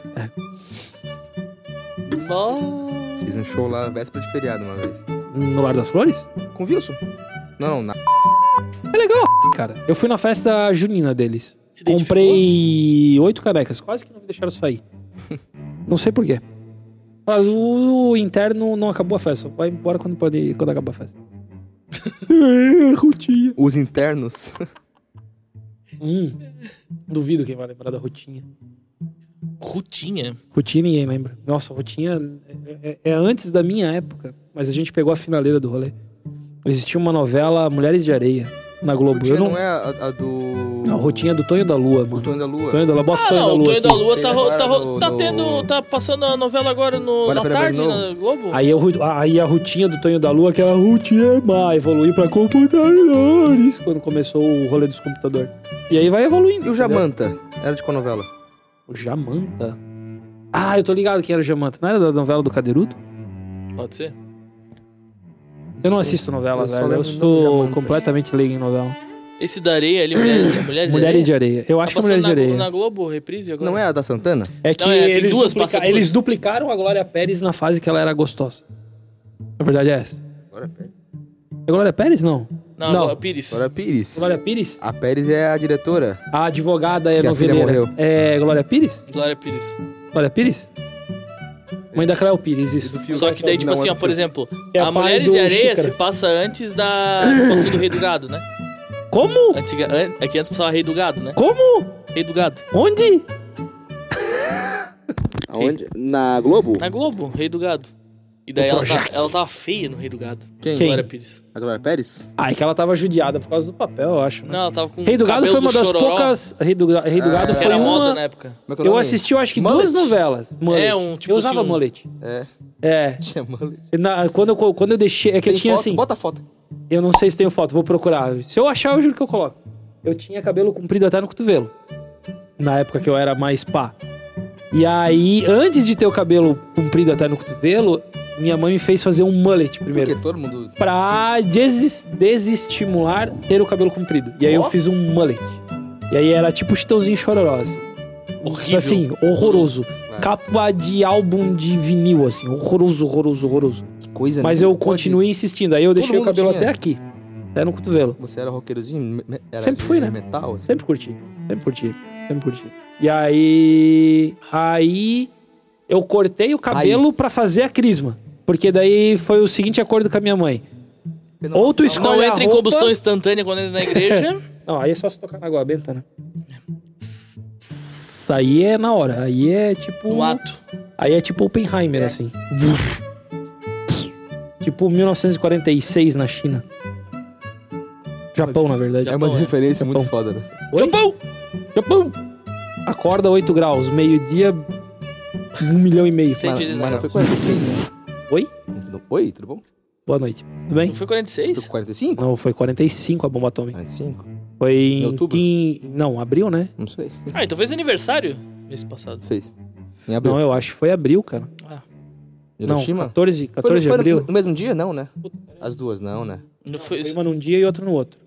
Speaker 1: Bom...
Speaker 3: Fiz um show lá véspera de feriado uma vez.
Speaker 2: No Lar das Flores?
Speaker 3: Com o Wilson? Não, na
Speaker 2: É legal, cara. Eu fui na festa junina deles.
Speaker 1: Se identificou?
Speaker 2: Comprei oito canecas. Quase que não me deixaram sair. não sei porquê. Mas o interno não acabou a festa. Vai embora quando, pode, quando acabar a festa. É, rotinha.
Speaker 3: Os internos.
Speaker 2: Hum, duvido quem vai lembrar da rotinha.
Speaker 1: Rutinha.
Speaker 2: Rotinha ninguém lembra. Nossa, rotinha é, é- é antes da minha época, mas a gente pegou a finaleira do rolê. Existia uma novela Mulheres de Areia na Globo.
Speaker 3: Rotinha
Speaker 2: Eu não...
Speaker 3: não... é a, a do.
Speaker 2: Não, rotinha é do Tonho da Lua,
Speaker 3: do
Speaker 2: mano.
Speaker 3: Tonho da Lua.
Speaker 2: Tonho da Lua, bota o
Speaker 1: Ah,
Speaker 2: Tonho da
Speaker 1: não, o
Speaker 2: Lua.
Speaker 1: Tonho da
Speaker 2: aqui.
Speaker 1: Lua tá,
Speaker 3: Tem agora
Speaker 1: tá,
Speaker 3: no-
Speaker 1: tá
Speaker 3: no-
Speaker 1: tendo. Tá passando a novela agora no,
Speaker 3: Vale
Speaker 1: na
Speaker 3: a pena ver de
Speaker 1: tarde,
Speaker 3: novo?
Speaker 1: na Globo.
Speaker 2: Aí eu, aí a rotinha do Tonho da Lua, que era rotinha má, evoluiu pra computadores quando começou o rolê dos computadores. E aí vai evoluindo.
Speaker 3: E o
Speaker 2: entendeu?
Speaker 3: Jamanta? Era de qual novela?
Speaker 2: O Jamanta? Ah, eu tô ligado quem era o Jamanta. Não era da novela do Cadeirudo?
Speaker 1: Pode ser?
Speaker 2: Eu não
Speaker 3: Sim.
Speaker 2: assisto novela,
Speaker 3: Eu só
Speaker 2: velho.
Speaker 3: lembro
Speaker 2: Eu
Speaker 3: do nome
Speaker 2: sou
Speaker 3: Jamanta.
Speaker 2: completamente leigo em novela.
Speaker 1: Esse da areia ali, mulher, mulher de
Speaker 2: Mulheres
Speaker 1: areia.
Speaker 2: de Areia. Eu acho
Speaker 1: tá
Speaker 2: que é Mulheres de
Speaker 1: passando
Speaker 2: Areia.
Speaker 1: na, na Globo, reprise agora.
Speaker 3: Não é a da Santana?
Speaker 2: É que
Speaker 1: Não, é, tem
Speaker 2: eles,
Speaker 1: duas,
Speaker 2: duplica-
Speaker 1: passa duas.
Speaker 2: eles duplicaram a Glória Pérez na fase que ela era gostosa. Na verdade é essa.
Speaker 3: Glória Pérez.
Speaker 2: É Glória Pérez? Não.
Speaker 1: Não,
Speaker 2: Não. é
Speaker 1: agora, é Pires.
Speaker 3: Glória Pires.
Speaker 2: Glória Pires?
Speaker 3: A Pérez é a diretora.
Speaker 2: A advogada é
Speaker 3: Que a filha
Speaker 2: noveleira.
Speaker 3: morreu.
Speaker 2: É Glória Pires?
Speaker 1: Glória Pires.
Speaker 2: Glória Pires? Mãe da Cléo Pires, isso.
Speaker 3: Do filme.
Speaker 1: Só que daí, tipo
Speaker 3: Não,
Speaker 1: assim,
Speaker 3: é
Speaker 1: ó,
Speaker 3: do
Speaker 1: por
Speaker 3: filme.
Speaker 1: exemplo,
Speaker 2: É a
Speaker 1: a
Speaker 2: pai
Speaker 1: Mulheres
Speaker 2: do
Speaker 1: de Areia
Speaker 2: Xícara.
Speaker 1: se passa antes da do Passeio do Rei do Gado, né?
Speaker 2: Como?
Speaker 1: Antiga, an- é que antes passava Rei do Gado, né?
Speaker 2: Como?
Speaker 1: Rei do Gado.
Speaker 2: Onde?
Speaker 3: Aonde? Na Globo?
Speaker 1: Na Globo, Rei do Gado. E daí
Speaker 2: O
Speaker 1: ela, tá,
Speaker 2: Projac.
Speaker 1: ela tava feia no Rei do Gado.
Speaker 3: Quem?
Speaker 2: Quem?
Speaker 1: Glória Pires.
Speaker 3: A Glória Pérez?
Speaker 2: Ah, é que ela tava judiada por causa do papel, eu acho. né?
Speaker 1: Não, ela tava com
Speaker 2: Rei do Gado
Speaker 1: cabelo
Speaker 2: foi uma das
Speaker 1: chororó,
Speaker 2: poucas. Rei do, Rei do
Speaker 3: Ah,
Speaker 2: Gado
Speaker 3: que
Speaker 1: Que
Speaker 2: foi
Speaker 1: era
Speaker 2: uma.
Speaker 1: moda na época.
Speaker 3: Como é que é o
Speaker 2: Eu
Speaker 3: nome?
Speaker 2: assisti, eu acho que
Speaker 3: Mullet?
Speaker 2: duas novelas. Mullet.
Speaker 1: É, um, tipo
Speaker 2: eu usava
Speaker 1: assim, um-
Speaker 2: mullet.
Speaker 3: É.
Speaker 2: É.
Speaker 3: Tinha mullet.
Speaker 2: Na- quando, eu, quando eu deixei. É que eu
Speaker 3: Tem
Speaker 2: tinha
Speaker 3: foto?
Speaker 2: assim.
Speaker 3: Bota a foto.
Speaker 2: Eu não sei se tenho foto, vou procurar. Se eu achar, eu juro que eu coloco. Eu tinha cabelo comprido até no cotovelo. Na época que eu era mais pá. E aí, antes de ter o cabelo comprido até no cotovelo, minha mãe me fez fazer um mullet primeiro.
Speaker 3: Porque todo mundo.
Speaker 2: Pra desis- desestimular ter o cabelo comprido. E aí eu
Speaker 3: Ó.
Speaker 2: fiz um mullet. E aí era tipo chitãozinho chororó. assim.
Speaker 1: Horrível.
Speaker 2: Assim, horroroso.
Speaker 3: Vai.
Speaker 2: Capa de álbum de vinil, assim. Horroroso, horroroso, horroroso.
Speaker 3: Que coisa,
Speaker 2: Mas
Speaker 3: né?
Speaker 2: eu
Speaker 3: Não pode-
Speaker 2: continuei insistindo. Aí eu deixei o
Speaker 3: mundo
Speaker 2: cabelo
Speaker 3: tinha.
Speaker 2: até aqui. Até no cotovelo.
Speaker 3: Você era roqueirozinho? Me- Era
Speaker 2: Sempre
Speaker 3: de
Speaker 2: fui, né?
Speaker 3: Metal? assim?
Speaker 2: Sempre curti. Sempre curti. Sempre curti. E aí. Aí. Eu cortei o cabelo pra fazer a crisma. Porque daí foi o seguinte acordo com a minha mãe.
Speaker 3: Eu não-
Speaker 2: Ou tu
Speaker 1: Não
Speaker 2: escolhe a
Speaker 1: entra em
Speaker 2: roupa-
Speaker 1: combustão instantânea quando entra na igreja.
Speaker 2: Não, aí é só se tocar na água benta, né? Isso aí é na hora. Aí é tipo.
Speaker 1: no ato.
Speaker 2: Aí é tipo Oppenheimer, assim. tipo 1946 na China. Japão, na verdade.
Speaker 3: É umas
Speaker 1: Japão, é.
Speaker 3: referências muito
Speaker 2: Japão.
Speaker 3: foda, né?
Speaker 2: Oi?
Speaker 1: Japão!
Speaker 2: Japão! Acorda 8 graus, meio-dia, 1 milhão e meio.
Speaker 1: Sei. Entendi,
Speaker 3: Mas, mas
Speaker 1: né?
Speaker 3: não foi 46, né?
Speaker 2: Oi?
Speaker 3: Tudo- Oi, tudo bom?
Speaker 2: Boa noite. Tudo bem?
Speaker 1: Não foi
Speaker 3: Foi
Speaker 1: 46?
Speaker 3: 45?
Speaker 2: Não, foi 45 a bomba atômica.
Speaker 3: 45?
Speaker 2: Foi em.
Speaker 3: outubro?
Speaker 2: quin- Não, abril, né?
Speaker 3: Não sei.
Speaker 1: Ah, então fez aniversário mês passado.
Speaker 3: Fez. Em abril.
Speaker 2: Não, eu acho que foi abril, cara. Não,
Speaker 3: Hiroshima?
Speaker 2: 14,
Speaker 3: Foi no-
Speaker 2: 14 de
Speaker 3: foi no-
Speaker 2: abril.
Speaker 3: No mesmo dia, não, né? As duas, não, né?
Speaker 1: Não foi
Speaker 2: Foi uma num dia e outra no outro.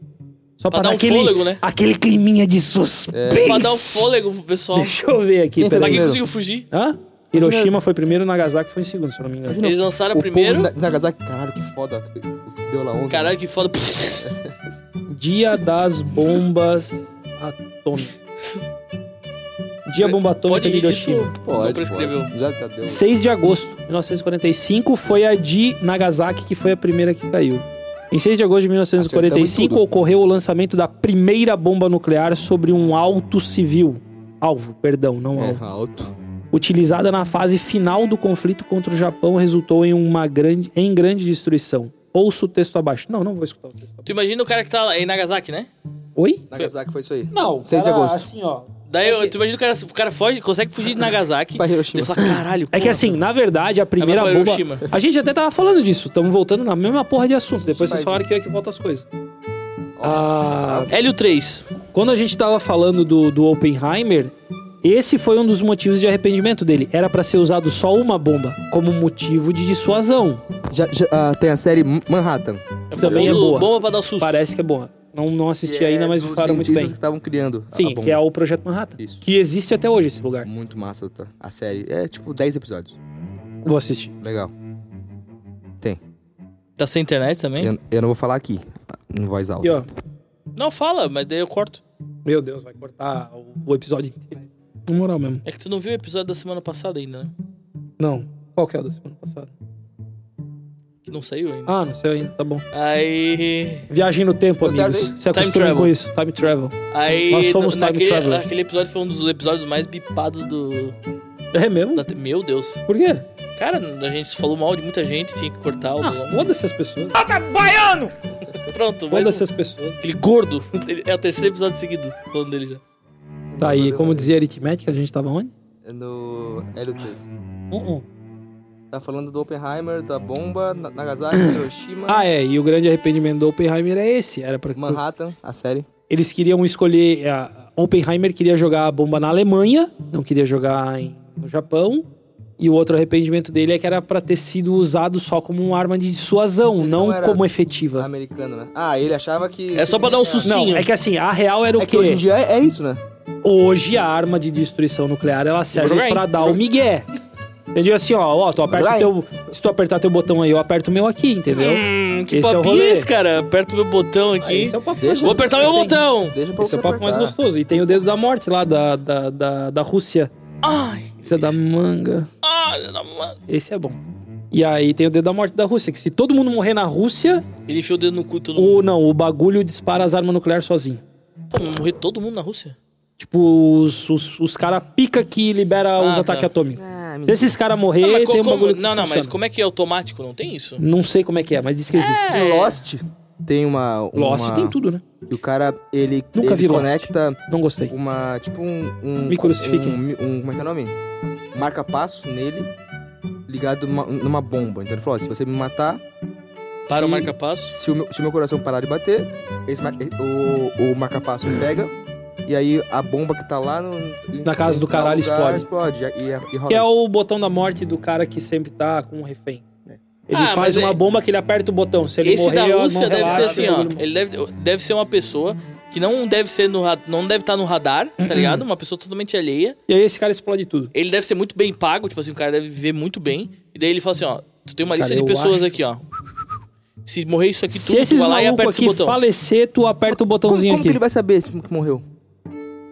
Speaker 2: Só
Speaker 1: Pra
Speaker 2: pra,
Speaker 1: dar um
Speaker 2: aquele,
Speaker 1: fôlego, né?
Speaker 2: aquele climinha de suspense.
Speaker 3: É.
Speaker 1: Pra dar um fôlego pro pessoal.
Speaker 2: Deixa eu ver aqui,
Speaker 3: Quem foi
Speaker 1: Pra
Speaker 2: peraí.
Speaker 1: quem
Speaker 3: Primeiro.
Speaker 1: conseguiu fugir.
Speaker 2: Hã? Hiroshima foi primeiro, Nagasaki foi em segundo, se eu não me engano.
Speaker 1: Eles lançaram
Speaker 3: o
Speaker 1: primeiro.
Speaker 3: povo de Na- Nagasaki, caralho, que foda. O que deu lá ontem.
Speaker 1: Caralho, que foda.
Speaker 2: Dia das bombas atômicas. Dia bomba atômica de Hiroshima.
Speaker 1: isso
Speaker 3: Pode.
Speaker 1: Não prescreveu.
Speaker 3: pode. Já já deu.
Speaker 2: 6 de agosto de 1945 foi a de Nagasaki, que foi a primeira que caiu. Em 6 de agosto de 1945
Speaker 3: Acertamos tudo.
Speaker 2: ocorreu o lançamento da primeira bomba nuclear sobre um alto civil. Alvo, perdão, não alvo.
Speaker 3: É alto.
Speaker 2: Utilizada na fase final do conflito contra o Japão, resultou em uma grande, em grande destruição. Ouça o texto abaixo. Não, não vou escutar o texto abaixo.
Speaker 1: Tu imagina o cara que tá lá em Nagasaki, né?
Speaker 2: Oi?
Speaker 3: Nagasaki foi isso aí.
Speaker 2: Não,
Speaker 3: 6 de cara, agosto.
Speaker 2: assim, ó.
Speaker 1: Daí eu- tu imagina o cara, o cara foge, consegue fugir de Nagasaki.
Speaker 3: Pra Hiroshima.
Speaker 1: Ele fala, caralho,
Speaker 2: É que
Speaker 1: porra,
Speaker 2: assim, na verdade, a primeira
Speaker 1: Vai pra
Speaker 2: bomba.
Speaker 1: Hiroshima.
Speaker 2: A gente até tava falando disso, estamos voltando na mesma porra de assunto. Depois vocês
Speaker 3: Faz
Speaker 2: falaram
Speaker 3: isso.
Speaker 2: que eu é que volta as coisas. Ah,
Speaker 1: Hélio 3.
Speaker 2: quando a gente tava falando do, do Oppenheimer, esse foi um dos motivos de arrependimento dele. Era pra ser usado só uma bomba como motivo de dissuasão.
Speaker 3: Já, já, ah, tem a série Manhattan.
Speaker 2: Também é
Speaker 1: Uso
Speaker 2: boa.
Speaker 1: bomba pra dar um susto.
Speaker 2: Parece que é boa. Não, não assisti
Speaker 3: Que é
Speaker 2: ainda, mas
Speaker 3: dos
Speaker 2: falaram muito
Speaker 3: cientistas
Speaker 2: bem.
Speaker 3: que estavam criando. a-
Speaker 2: Sim,
Speaker 3: a bomba.
Speaker 2: que é o Projeto Manhattan.
Speaker 3: Isso.
Speaker 2: Que existe até hoje esse lugar.
Speaker 3: Muito massa tá? a série. É tipo 10 episódios.
Speaker 2: Vou assistir.
Speaker 3: Legal.
Speaker 1: Tá sem internet também?
Speaker 3: Eu, eu não vou falar aqui, em voz alta.
Speaker 2: E ó,
Speaker 1: Não, fala, mas daí eu corto.
Speaker 2: meu Deus, vai cortar o, o episódio inteiro. Na moral mesmo.
Speaker 1: É que tu não viu o episódio da semana passada ainda, né?
Speaker 2: Não. Qual que é o da semana passada?
Speaker 1: Que não saiu ainda.
Speaker 2: Ah, não sei ainda, tá bom.
Speaker 1: Aí.
Speaker 2: Viagem no tempo,
Speaker 3: Tá certo,
Speaker 2: amigos. Se
Speaker 1: Time
Speaker 2: acostumem
Speaker 1: travel.
Speaker 2: com isso. Time travel.
Speaker 1: Aí.
Speaker 2: Nós somos
Speaker 1: no-
Speaker 2: time
Speaker 1: naquele,
Speaker 2: traveler.
Speaker 1: aquele episódio foi um dos episódios mais bipados do.
Speaker 2: É mesmo?
Speaker 1: da te- Meu Deus.
Speaker 2: Por quê?
Speaker 1: Cara, a gente falou mal de muita gente, tinha que cortar o.
Speaker 2: Ah, foda-se as pessoas.
Speaker 1: Pronto, mas.
Speaker 2: Foda-se as pessoas.
Speaker 1: Ele gordo. Ele- É o terceiro episódio seguido falando dele já.
Speaker 2: Tá aí, como dizia a aritmética, a gente tava onde?
Speaker 3: É No Hélio 3.
Speaker 2: Uh-uh.
Speaker 3: Tá falando do Oppenheimer, da bomba, Na- Nagasaki, Hiroshima,
Speaker 2: Ah, é. E o grande arrependimento do Oppenheimer é esse. Era pra...
Speaker 3: Manhattan, a série.
Speaker 2: Eles queriam escolher... eh, A... Oppenheimer queria jogar a bomba na Alemanha, não queria jogar em- no Japão. E o outro arrependimento dele é que era pra ter sido usado só como uma arma de dissuasão,
Speaker 3: Ele
Speaker 2: não,
Speaker 3: não Então era
Speaker 2: como efetiva.
Speaker 3: Americana, né? Ah, ele achava que.
Speaker 1: É só pra dar um susto.
Speaker 2: Não, é que assim, a real era o
Speaker 3: É
Speaker 2: quê?
Speaker 3: que hoje em dia é, é isso, né?
Speaker 2: Hoje a arma de destruição nuclear ela serve
Speaker 1: jogar, hein?
Speaker 2: pra dar
Speaker 1: Vou
Speaker 2: o migué. Entendeu? Assim, ó, ó, tu aperta
Speaker 3: jogar,
Speaker 2: o teu. Se tu apertar teu botão aí, eu aperto o meu aqui, entendeu?
Speaker 1: Hum, que
Speaker 2: Esse é o
Speaker 1: papinho
Speaker 2: rolê.
Speaker 1: é esse, cara? Aperta o meu botão
Speaker 2: Aí,
Speaker 1: aqui.
Speaker 2: esse é o papo
Speaker 3: Deixa-
Speaker 1: Vou apertar o meu
Speaker 2: Tem-
Speaker 1: botão.
Speaker 3: Deixa pra
Speaker 2: Esse
Speaker 3: você
Speaker 2: é o papo mais
Speaker 3: apertar.
Speaker 2: gostoso. E tem o dedo da morte lá da, da, da, da Rússia.
Speaker 1: Ai. Ah,
Speaker 2: Isso é da manga.
Speaker 1: Ai, na mão.
Speaker 2: Esse é bom. E aí tem o dedo da morte da Rússia, que se todo mundo morrer na Rússia,
Speaker 1: Ele enfiou o dedo no cu todo mundo.
Speaker 2: o não, o bagulho dispara as armas nucleares sozinho.
Speaker 1: Pô, mas morreu todo mundo na Rússia?
Speaker 2: Tipo, os, os, os caras pica que libera os
Speaker 1: tá.
Speaker 2: ataques atômicos.
Speaker 3: Ah,
Speaker 2: Se esses caras morrer,
Speaker 1: não, mas co-
Speaker 2: tem um
Speaker 1: como-
Speaker 2: bagulho que
Speaker 1: não, não, mas
Speaker 2: funciona.
Speaker 1: como é que é automático? Não tem isso?
Speaker 2: Não sei como é que é, mas diz que existe.
Speaker 3: Em Lost tem uma. É. uma
Speaker 2: Lost tem tudo, né?
Speaker 3: E o cara, ele,
Speaker 2: Nunca vi
Speaker 3: ele
Speaker 2: Lost.
Speaker 3: conecta
Speaker 2: Não gostei.
Speaker 3: uma. Tipo um. um
Speaker 2: Me crucifiquem.
Speaker 3: Um, um- como é que é o nome? Marca-passo nele, ligado numa, numa bomba. Então ele falou: ó, se você me matar.
Speaker 1: Para o
Speaker 3: se-
Speaker 1: marca-passo?
Speaker 3: se o, meu, se o meu coração parar de bater, esse mar- o, o marca-passo pega. E aí a bomba que tá lá no. em-
Speaker 2: Na casa do
Speaker 3: em tal
Speaker 2: caralho
Speaker 3: lugar, explode. E, e, e rola
Speaker 2: Que é
Speaker 3: isso.
Speaker 2: o botão da morte do cara que sempre tá com um refém. Ele
Speaker 1: Ah,
Speaker 2: faz
Speaker 1: mas
Speaker 2: uma
Speaker 1: é-
Speaker 2: bomba que ele aperta o botão. Se ele
Speaker 1: Esse
Speaker 2: morrer,
Speaker 1: da
Speaker 2: a mão
Speaker 1: Rússia deve
Speaker 2: relaxa,
Speaker 1: ser assim,
Speaker 2: o
Speaker 1: ó.
Speaker 2: bagulho-
Speaker 1: Ele deve, deve ser uma pessoa que não deve ser no ra- não deve estar no radar, tá ligado? Uma pessoa totalmente alheia.
Speaker 2: E aí esse cara explode tudo.
Speaker 1: Ele deve ser muito bem pago, tipo assim, o cara deve viver muito bem. E daí ele fala assim, ó, tu tem uma
Speaker 2: Cara,
Speaker 1: lista
Speaker 2: eu
Speaker 1: de pessoas
Speaker 2: acho-
Speaker 1: aqui, ó. Se morrer isso aqui
Speaker 2: Se
Speaker 1: tudo, tu
Speaker 2: esses
Speaker 1: vai lá e
Speaker 2: malucos
Speaker 1: aperta esse
Speaker 2: aqui
Speaker 1: botão.
Speaker 2: falecer, tu aperta o
Speaker 3: Como,
Speaker 2: botãozinho
Speaker 3: como que ele
Speaker 2: aqui.
Speaker 3: vai saber se que morreu?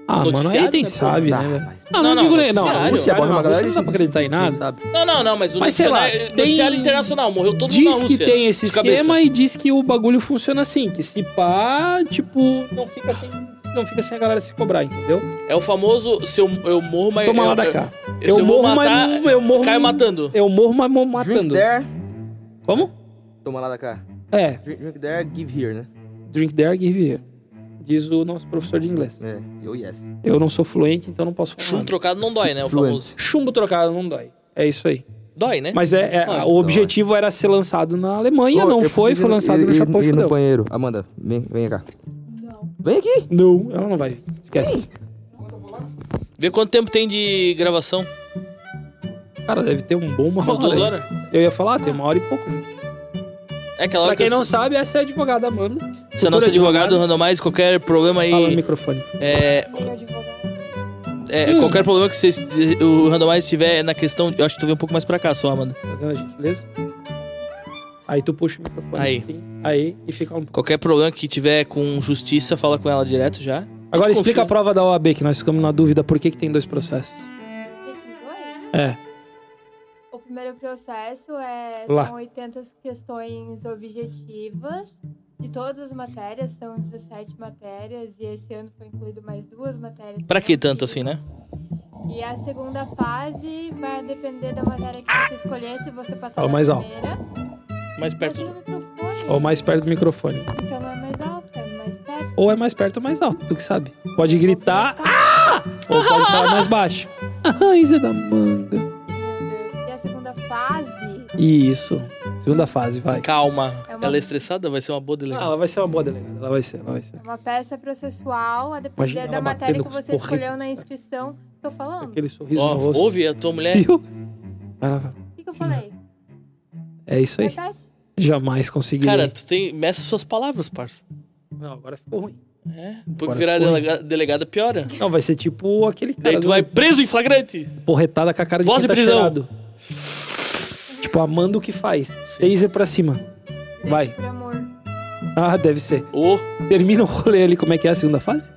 Speaker 2: Ah, mano, aí
Speaker 1: Noticiário,
Speaker 2: quem
Speaker 1: né,
Speaker 2: sabe,
Speaker 3: pô?
Speaker 2: né?
Speaker 3: Tá,
Speaker 2: velho?
Speaker 3: mas-
Speaker 2: Não,
Speaker 1: Não,
Speaker 2: não
Speaker 1: não,
Speaker 2: digo nem... Não, é
Speaker 1: noticiário. é
Speaker 2: a
Speaker 1: Rússia
Speaker 2: Rússia,
Speaker 3: morre
Speaker 2: não,
Speaker 3: uma
Speaker 2: a Rússia
Speaker 3: galera
Speaker 2: não dá pra acreditar em
Speaker 3: Quem
Speaker 2: nada.
Speaker 3: sabe?
Speaker 1: Não, não, não, mas o
Speaker 2: Mas sei lá,
Speaker 1: noticiário, é
Speaker 2: tem-
Speaker 1: noticiário internacional, morreu todo mundo
Speaker 2: Diz
Speaker 1: na
Speaker 2: que
Speaker 1: Rússia.
Speaker 2: tem esse
Speaker 1: de cabeça.
Speaker 2: esquema e diz que o bagulho funciona assim. Que se pá, tipo, não fica sem, não fica sem a galera se cobrar, entendeu?
Speaker 1: assim. É o famoso, se eu, eu morro, mas...
Speaker 2: Toma
Speaker 1: eu,
Speaker 2: lá da
Speaker 1: eu-
Speaker 2: cá.
Speaker 1: eu- se eu vou matar,
Speaker 2: mas eu morro.
Speaker 1: Caio matando.
Speaker 2: Eu morro, mas morro
Speaker 3: Drink
Speaker 2: matando.
Speaker 3: there,
Speaker 2: Vamos?
Speaker 3: toma lá da cá.
Speaker 2: É,
Speaker 3: Drink, drink there, give here, né?
Speaker 2: drink there, give here. Diz o nosso professor de inglês.
Speaker 3: É, eu yes.
Speaker 2: Eu não sou fluente, então não posso falar.
Speaker 1: Chumbo
Speaker 2: nada.
Speaker 1: trocado não dói, né? O
Speaker 3: Fluente.
Speaker 1: famoso.
Speaker 2: Chumbo trocado não dói. É isso aí.
Speaker 1: Dói, né?
Speaker 2: Mas é, é-
Speaker 1: Ah,
Speaker 2: o objetivo era ser lançado na Alemanha,
Speaker 3: Ô,
Speaker 2: não
Speaker 3: eu
Speaker 2: foi,
Speaker 3: preciso
Speaker 2: foi
Speaker 3: ir
Speaker 2: lançado
Speaker 3: ir-
Speaker 2: no Japão e
Speaker 3: ir no
Speaker 2: fudeu.
Speaker 3: banheiro. Amanda, vem, vem cá. Vem aqui.
Speaker 2: Não, ela não vai. vir. Esquece.
Speaker 1: Vê quanto tempo tem de gravação.
Speaker 2: Cara, deve ter um bom uma
Speaker 1: Umas
Speaker 2: hora.
Speaker 1: duas horas?
Speaker 2: Eu ia falar, tem uma hora e pouco.
Speaker 1: É aquela hora
Speaker 2: Pra quem
Speaker 1: que eu-
Speaker 2: não sabe, essa é a advogada
Speaker 1: Se
Speaker 2: Amanda.
Speaker 1: é
Speaker 2: Futura
Speaker 1: nosso advogado,
Speaker 2: advogada.
Speaker 1: randomize, qualquer problema aí.
Speaker 2: Fala no microfone.
Speaker 1: É, é,
Speaker 2: Hum.
Speaker 1: Qualquer problema que vocês, o randomize tiver na questão. Eu acho que tu vem um pouco mais pra cá só, Amanda.
Speaker 2: Fazendo a gentileza. Aí tu puxa o microfone
Speaker 1: Aí.
Speaker 2: assim, aí, e fica um pouco.
Speaker 1: Qualquer problema que tiver com justiça, fala com ela direto já.
Speaker 2: assim. Agora
Speaker 1: gente
Speaker 2: explica
Speaker 1: confia.
Speaker 2: a prova da OAB, que nós ficamos na dúvida por que, que tem dois processos.
Speaker 5: Oi?
Speaker 2: É.
Speaker 5: O primeiro processo é
Speaker 2: Lá.
Speaker 5: são 80 questões objetivas de todas as matérias, são 17 matérias e esse ano foi incluído mais duas matérias.
Speaker 1: Pra que
Speaker 5: são
Speaker 1: tanto assim,
Speaker 5: antigas.
Speaker 1: né?
Speaker 5: E a segunda fase vai depender da matéria que você escolher, se você passar
Speaker 2: Fala
Speaker 5: na
Speaker 2: mais alto.
Speaker 5: primeira.
Speaker 1: Mais
Speaker 5: Mas
Speaker 1: perto.
Speaker 5: tem o microfone,
Speaker 2: Ou mais perto do microfone.
Speaker 5: então não é mais alto, é mais perto. Então,
Speaker 2: Ou é mais perto ou mais alto, tu que sabe. Pode gritar, ou pode falar mais baixo. Ah, isso é da manga.
Speaker 5: Meu Deus. E a segunda fase
Speaker 2: Isso. Segunda fase, vai.
Speaker 1: Calma.
Speaker 5: É uma-
Speaker 1: Ela é estressada, vai ser uma boa
Speaker 2: Ah,
Speaker 1: delegada.
Speaker 2: ela vai ser uma boa delegada. Ela vai ser, ela vai ser.
Speaker 5: é uma peça processual, a depender
Speaker 2: Imagina
Speaker 5: da
Speaker 2: ela
Speaker 5: matéria
Speaker 2: batendo
Speaker 5: que
Speaker 2: com os
Speaker 5: você escolheu
Speaker 2: porretos.
Speaker 5: na inscrição. Tô falando?
Speaker 2: Aquele sorriso
Speaker 1: Ó,
Speaker 2: no rosto.
Speaker 1: ouve a tua mulher.
Speaker 2: Viu? Vai lá, vai.
Speaker 5: O que, que eu falei?
Speaker 2: É isso aí.
Speaker 5: Repete?
Speaker 2: Jamais conseguirei.
Speaker 1: Cara, tu tem. Meça suas palavras, parça.
Speaker 2: Não, agora ficou ruim.
Speaker 1: É. Porque
Speaker 2: Agora
Speaker 1: virar
Speaker 2: ficou
Speaker 1: delega- delegada piora.
Speaker 2: Não, vai ser tipo aquele cara.
Speaker 1: Daí tu
Speaker 2: do-
Speaker 1: vai preso em flagrante.
Speaker 2: Porretada com a cara de
Speaker 1: Voz
Speaker 2: quem
Speaker 1: de
Speaker 2: tá
Speaker 1: prisão.
Speaker 2: cheirado. Tipo, amando o que faz. Seis é pra cima. Vai.
Speaker 5: Por amor. É
Speaker 2: Ah, deve ser.
Speaker 1: Ô,
Speaker 2: Termina o rolê ali, como é que é a segunda fase?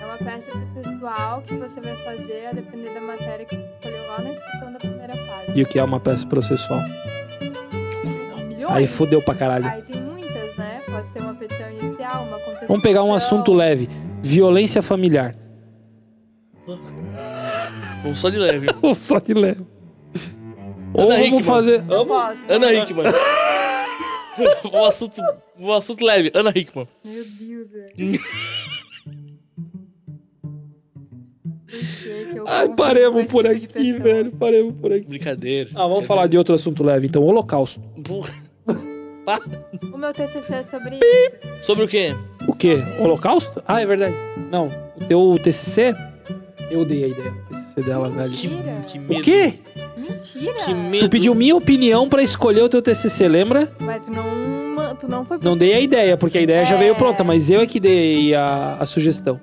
Speaker 5: É uma peça processual que você vai fazer a depender da matéria que você escolheu lá na inscrição da primeira fase.
Speaker 2: E o que é uma peça processual?
Speaker 5: Milhões.
Speaker 2: Aí fudeu pra caralho.
Speaker 5: Aí tem muitas, né? Pode ser uma petição inicial, uma contestação.
Speaker 2: Vamos pegar um assunto leve. Violência familiar.
Speaker 1: vamos só de leve.
Speaker 2: Ou só de leve. Ou vamos
Speaker 1: Hickman.
Speaker 2: fazer...
Speaker 5: Eu posso.
Speaker 1: Ana Hickman. um, assunto, um assunto leve. Ana Hickman.
Speaker 5: Meu Deus, velho. Por que que eu
Speaker 2: Ai,
Speaker 5: convivo com
Speaker 2: paremos
Speaker 5: esse
Speaker 2: por
Speaker 5: tipo de
Speaker 2: aqui,
Speaker 5: pessoa?
Speaker 2: velho. Paremos por aqui.
Speaker 1: Brincadeira.
Speaker 2: Ah, vamos falar de outro assunto leve, então. Holocausto.
Speaker 1: Porra. Pá.
Speaker 5: O meu TCC é sobre isso.
Speaker 1: Sobre o quê?
Speaker 2: O quê? Holocausto? Ah, é verdade. Não. O teu TCC? Eu dei a ideia do TCC dela, velho.
Speaker 5: Mentira.
Speaker 1: Que medo.
Speaker 2: O quê?
Speaker 5: Mentira.
Speaker 1: Que medo.
Speaker 2: Tu pediu minha opinião pra escolher o teu TCC, lembra?
Speaker 5: Mas tu não, tu não foi
Speaker 2: Não dei a ideia, porque a ideia já
Speaker 5: É.
Speaker 2: veio pronta, mas eu é que dei a, a sugestão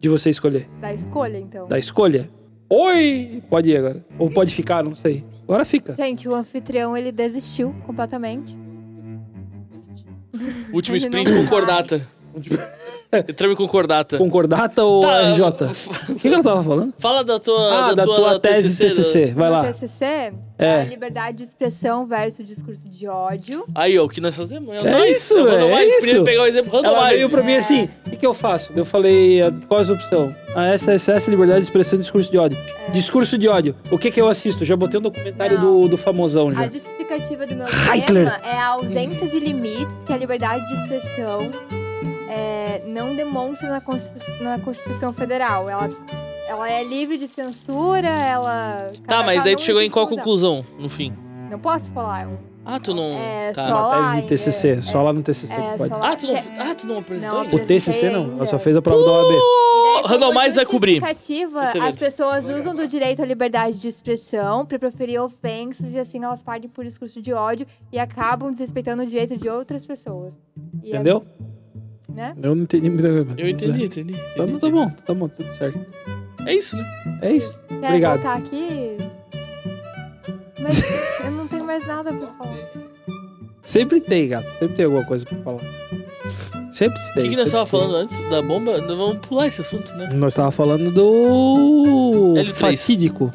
Speaker 2: de você escolher.
Speaker 5: da escolha, então.
Speaker 2: Da escolha. Oi! Pode ir agora. Ou pode ficar, não sei. Agora fica.
Speaker 5: Gente, o anfitrião ele desistiu completamente.
Speaker 1: Último
Speaker 5: Ele
Speaker 1: sprint
Speaker 5: não
Speaker 1: concordata. Entramos em concordata.
Speaker 2: Concordata ou
Speaker 1: Tá,
Speaker 2: RJ? O que, que ela tava falando?
Speaker 1: Fala da tua,
Speaker 2: Ah, da, tua, tese TCC. Vai
Speaker 5: no
Speaker 2: lá.
Speaker 5: TCC
Speaker 2: É.
Speaker 5: é. a liberdade de expressão versus discurso de ódio.
Speaker 1: Aí, ó, o que nós fazemos?
Speaker 2: É
Speaker 1: nós,
Speaker 2: isso,
Speaker 1: eu
Speaker 2: velho,
Speaker 1: rando
Speaker 2: é
Speaker 1: mais.
Speaker 2: isso.
Speaker 1: Primeiro pegar o exemplo, rando
Speaker 2: Ela
Speaker 1: mais.
Speaker 2: veio pra mim assim, o que, que eu faço? Eu falei, "Ah, qual é a opção? Ah, essa, essa, essa liberdade de expressão e discurso de ódio. Discurso de ódio. O que que eu assisto? Já botei um documentário
Speaker 5: É. Não.
Speaker 2: do, do famosão já.
Speaker 5: A justificativa do meu
Speaker 2: Hitler.
Speaker 5: tema é a ausência de limites que a liberdade de expressão é, não demonstra na Constituição, na Constituição Federal. Ela, ela é livre de censura, ela.
Speaker 1: Tá,
Speaker 5: cada-
Speaker 1: mas
Speaker 5: cada
Speaker 1: daí
Speaker 5: um
Speaker 1: tu chegou
Speaker 5: é
Speaker 1: em qual
Speaker 5: conclusão.
Speaker 1: conclusão, no fim?
Speaker 5: Não posso falar. é um-
Speaker 1: Ah, tu não...
Speaker 5: É,
Speaker 1: tá.
Speaker 5: só lá.
Speaker 2: Tese de TCC, só lá no TCC.
Speaker 5: É,
Speaker 2: que pode.
Speaker 5: só lá.
Speaker 1: Ah, tu não, ah, tu não apresentou?
Speaker 5: Não,
Speaker 1: ainda?
Speaker 2: O TCC não, ela só fez a prova da OAB.
Speaker 1: Pô,
Speaker 5: É Como
Speaker 1: Randomize vai
Speaker 2: é
Speaker 1: cobrir.
Speaker 5: justificativa,
Speaker 1: Excelente.
Speaker 5: as pessoas usam do direito à liberdade de expressão para proferir ofensas e assim elas partem por discurso de ódio e acabam desrespeitando o direito de outras pessoas. E é-
Speaker 2: Entendeu?
Speaker 5: né?
Speaker 2: Eu não entendi muita coisa.
Speaker 1: Eu entendi, entendi. entendi,
Speaker 2: Então tá
Speaker 1: entendi.
Speaker 2: bom, tá bom, tudo certo.
Speaker 1: É isso, né?
Speaker 2: É isso.
Speaker 5: Quer
Speaker 2: Obrigado.
Speaker 5: voltar aqui? Mas eu não tenho mais nada pra falar.
Speaker 2: Sempre tem, gato. Sempre tem alguma coisa pra falar. Sempre se
Speaker 1: O
Speaker 2: tem.
Speaker 1: que, que nós
Speaker 2: sempre
Speaker 1: tava
Speaker 2: se tem.
Speaker 1: falando antes da bomba? Nós vamos pular esse assunto, né?
Speaker 2: Nós tava falando do.
Speaker 1: L3.
Speaker 2: Fatídico.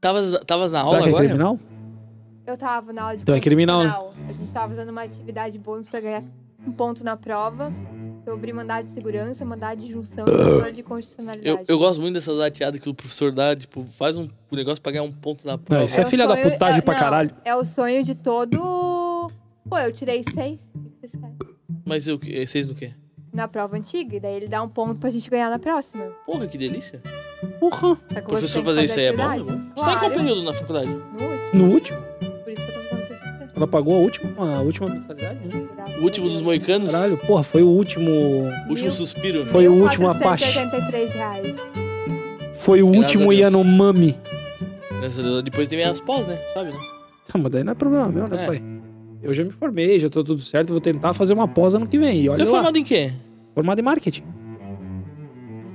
Speaker 1: Tavas, tavas na
Speaker 2: Será
Speaker 1: aula
Speaker 2: que é
Speaker 1: agora?
Speaker 2: criminal?
Speaker 5: Eu tava na aula de
Speaker 2: Então é criminal, né?
Speaker 5: constitucional. A gente tava fazendo uma atividade bônus pra ganhar um ponto na prova sobre mandado de segurança, mandado de junção e controle de
Speaker 1: eu,
Speaker 5: constitucionalidade.
Speaker 1: eu gosto muito dessas ateadas que o professor dá, tipo, faz um negócio pra ganhar um ponto na prova.
Speaker 2: Não, isso é,
Speaker 5: o
Speaker 2: filha da
Speaker 5: sonho-
Speaker 2: putagem
Speaker 5: é-
Speaker 2: pra
Speaker 5: não,
Speaker 2: caralho.
Speaker 5: É o sonho de todo. Pô, eu tirei seis o que vocês querem?
Speaker 1: Mas eu, eh, vocês do quê?
Speaker 5: na prova antiga, e daí ele dá um ponto pra gente ganhar na próxima.
Speaker 1: Porra, que delícia.
Speaker 2: Porra.
Speaker 5: Só que você
Speaker 1: O professor
Speaker 5: tem que
Speaker 1: fazer isso aí é bom?
Speaker 5: atividade.
Speaker 1: né? Tu tá em qual
Speaker 5: Claro,
Speaker 1: período na faculdade?
Speaker 5: no último.
Speaker 2: No último?
Speaker 5: Por isso que eu tô fazendo TCC.
Speaker 2: Ela pagou a última, a última mensalidade, né?
Speaker 5: graças
Speaker 1: O último
Speaker 5: a
Speaker 1: dos
Speaker 5: Deus.
Speaker 1: moicanos?
Speaker 2: Caralho, porra, foi o último.
Speaker 1: O último
Speaker 5: Mil-
Speaker 1: suspiro.
Speaker 2: Foi o último Apache.
Speaker 5: 1.483 reais.
Speaker 2: Foi o
Speaker 1: Graças
Speaker 2: último
Speaker 1: a Deus.
Speaker 2: Yanomami.
Speaker 1: Graças a Deus. Depois teve as pós, né? Sabe, né?
Speaker 2: Tá, mas daí não é problema meu, né,
Speaker 1: É.
Speaker 2: pai? Eu já me formei, já tô tudo certo, vou tentar fazer uma pós ano que vem. E
Speaker 1: Tu
Speaker 2: olha
Speaker 1: é
Speaker 2: lá,
Speaker 1: formado em quê?
Speaker 2: formado em marketing.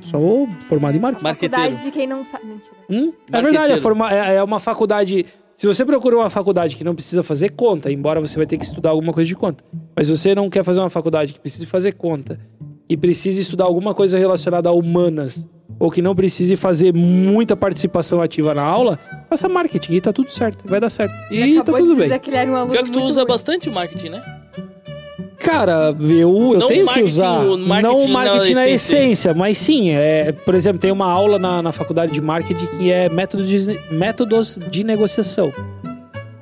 Speaker 2: Sou formado em marketing.
Speaker 1: Marqueteiro.
Speaker 5: Faculdade de quem não sabe. Mentira.
Speaker 2: Hum? É
Speaker 1: Marqueteiro.
Speaker 2: verdade, é, forma- é- é uma faculdade Se você procura uma faculdade que não precisa fazer conta, embora você vai ter que estudar alguma coisa de conta, mas você não quer fazer uma faculdade que precise fazer conta e precise estudar alguma coisa relacionada a humanas ou que não precise fazer muita participação ativa na aula, faça marketing e tá tudo certo, vai dar certo. E tá
Speaker 5: Acabou de
Speaker 2: tudo bem.
Speaker 5: dizer que ele era um aluno
Speaker 1: Pior que tu
Speaker 5: muito
Speaker 1: usa
Speaker 5: ruim.
Speaker 1: bastante marketing, né?
Speaker 2: Cara, eu, eu
Speaker 1: Não
Speaker 2: tenho que
Speaker 1: marketing,
Speaker 2: usar.
Speaker 1: o
Speaker 2: não
Speaker 1: marketing
Speaker 2: o
Speaker 1: na
Speaker 2: marketing na,
Speaker 1: essência.
Speaker 2: essência, mas sim. É, por exemplo, tem uma aula na, na faculdade de marketing que é métodos de, métodos de negociação.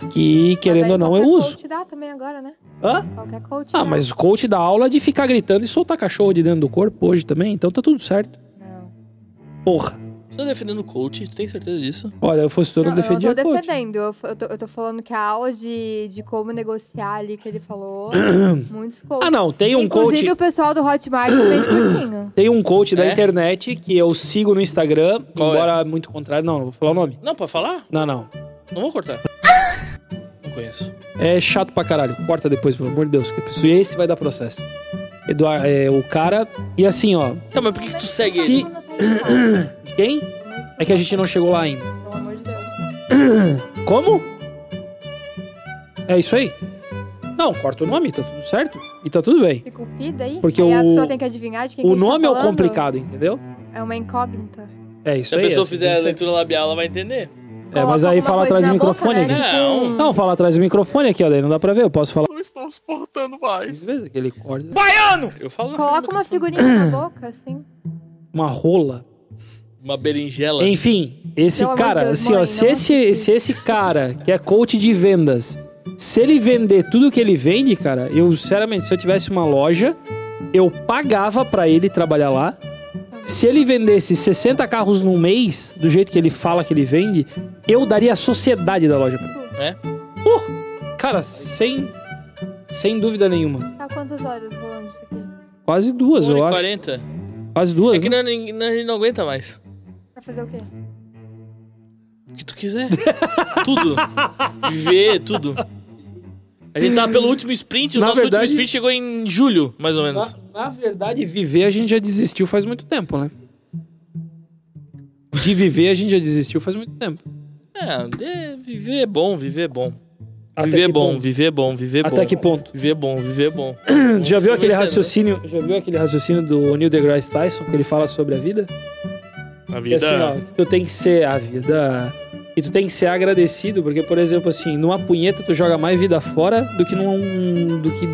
Speaker 2: Que,
Speaker 5: Mas
Speaker 2: querendo
Speaker 5: aí
Speaker 2: ou não, eu
Speaker 5: qualquer
Speaker 2: uso.
Speaker 5: coach dá também agora, né?
Speaker 2: Hã?
Speaker 5: Qualquer coach
Speaker 2: Ah,
Speaker 5: dá.
Speaker 2: mas o coach da aula é de ficar gritando e soltar cachorro de dentro do corpo hoje também, então tá tudo certo.
Speaker 5: Não.
Speaker 2: Porra.
Speaker 1: Você tá defendendo o coach, tu tem certeza disso?
Speaker 2: Olha, eu fosse todo
Speaker 5: Não, eu não
Speaker 2: defendia
Speaker 5: tô
Speaker 2: coach.
Speaker 5: defendendo, eu, f- eu tô, eu tô falando que a aula de, de como negociar ali que ele falou, muitos coaches.
Speaker 2: Ah, não, tem um
Speaker 5: Inclusive,
Speaker 2: coach.
Speaker 5: o pessoal do Hotmart também de cursinho.
Speaker 2: Tem um coach da
Speaker 1: É?
Speaker 2: internet que eu sigo no Instagram,
Speaker 1: Qual é?
Speaker 2: embora muito contrário. Não, não vou falar o nome.
Speaker 1: Não, pra falar?
Speaker 2: Não, não.
Speaker 1: Não vou cortar. Não conheço.
Speaker 2: É chato pra caralho. Corta depois, pelo amor de Deus. que isso- Esse vai dar processo. Eduardo, é, o cara. E assim, ó.
Speaker 1: Tá, mas por que, que tu segue
Speaker 2: Se-
Speaker 1: ele?
Speaker 2: Quem? É que a gente não chegou lá ainda.
Speaker 5: Pelo amor de Deus.
Speaker 2: Como? É isso aí? Não, corta o nome, tá tudo certo. E tá tudo bem.
Speaker 5: Fica cupido aí?
Speaker 2: Porque
Speaker 5: aí a
Speaker 2: o-
Speaker 5: pessoa tem que adivinhar de quem que
Speaker 2: o
Speaker 5: a gente tá
Speaker 2: nome é o
Speaker 5: falando?
Speaker 2: complicado, entendeu?
Speaker 5: É uma incógnita.
Speaker 2: É isso
Speaker 1: Se a
Speaker 2: aí.
Speaker 1: pessoa
Speaker 2: assim,
Speaker 1: fizer a
Speaker 2: tem que ser-
Speaker 1: leitura labial, ela vai entender.
Speaker 2: É, mas
Speaker 5: Coloca
Speaker 2: aí
Speaker 5: alguma
Speaker 2: fala
Speaker 5: coisa
Speaker 2: atrás
Speaker 5: na
Speaker 2: do
Speaker 5: boca,
Speaker 2: microfone
Speaker 5: né?
Speaker 1: aqui.
Speaker 5: Tipo
Speaker 1: Não.
Speaker 5: um-
Speaker 2: Não, fala atrás do microfone aqui, ó. Daí não dá pra ver. Eu posso falar.
Speaker 6: Não estão suportando
Speaker 2: Às
Speaker 6: mais.
Speaker 2: vezes que ele corta. então,
Speaker 1: Eu falo assim, na frente
Speaker 5: Coloca
Speaker 1: do
Speaker 5: uma figurinha na boca, assim.
Speaker 2: Uma rola.
Speaker 1: Uma berinjela.
Speaker 2: Enfim, esse
Speaker 5: Pelo amor de
Speaker 2: cara,
Speaker 5: Deus,
Speaker 2: assim,
Speaker 5: mãe,
Speaker 2: ó,
Speaker 5: não
Speaker 2: se esse,
Speaker 5: assiste
Speaker 2: se
Speaker 5: isso.
Speaker 2: esse cara que é coach de vendas, se ele vender tudo que ele vende, cara, eu sinceramente, se eu tivesse uma loja, eu pagava pra ele trabalhar lá. Se ele vendesse 60 carros no mês, do jeito que ele fala que ele vende, eu daria a sociedade da loja pra ele.
Speaker 1: É?
Speaker 2: Uh, cara, sem sem dúvida nenhuma.
Speaker 5: Tá quantas horas rolando isso aqui?
Speaker 2: Quase duas, eu acho.
Speaker 1: 40.
Speaker 2: Quase
Speaker 1: É
Speaker 2: duas.
Speaker 1: que
Speaker 2: né?
Speaker 1: não, ninguém- não, a gente não aguenta mais.
Speaker 5: Pra fazer o quê?
Speaker 1: O que tu quiser. tudo. Viver, tudo. A gente tá pelo último sprint, o
Speaker 2: Na
Speaker 1: nosso
Speaker 2: verdade-
Speaker 1: último sprint chegou em julho, mais ou menos.
Speaker 2: Na, na verdade, viver a gente já desistiu faz muito tempo, né? De viver a gente já desistiu faz muito tempo.
Speaker 1: É, é, viver é bom, viver é bom.
Speaker 2: Até
Speaker 1: viver é
Speaker 2: que
Speaker 1: bom,
Speaker 2: ponto?
Speaker 1: viver é bom, viver é bom.
Speaker 2: Até que ponto?
Speaker 1: Viver é bom, viver é bom.
Speaker 2: já
Speaker 1: Vamos
Speaker 2: viu aquele
Speaker 1: convencendo, né?
Speaker 2: raciocínio? Já viu aquele raciocínio do Neil deGrasse Tyson que ele fala sobre a vida?
Speaker 1: A
Speaker 2: Que
Speaker 1: vida.
Speaker 2: assim, ó, que tu tem que ser a vida. E tu tem que ser agradecido, porque, por exemplo, assim, numa punheta tu joga mais vida fora do que num. do que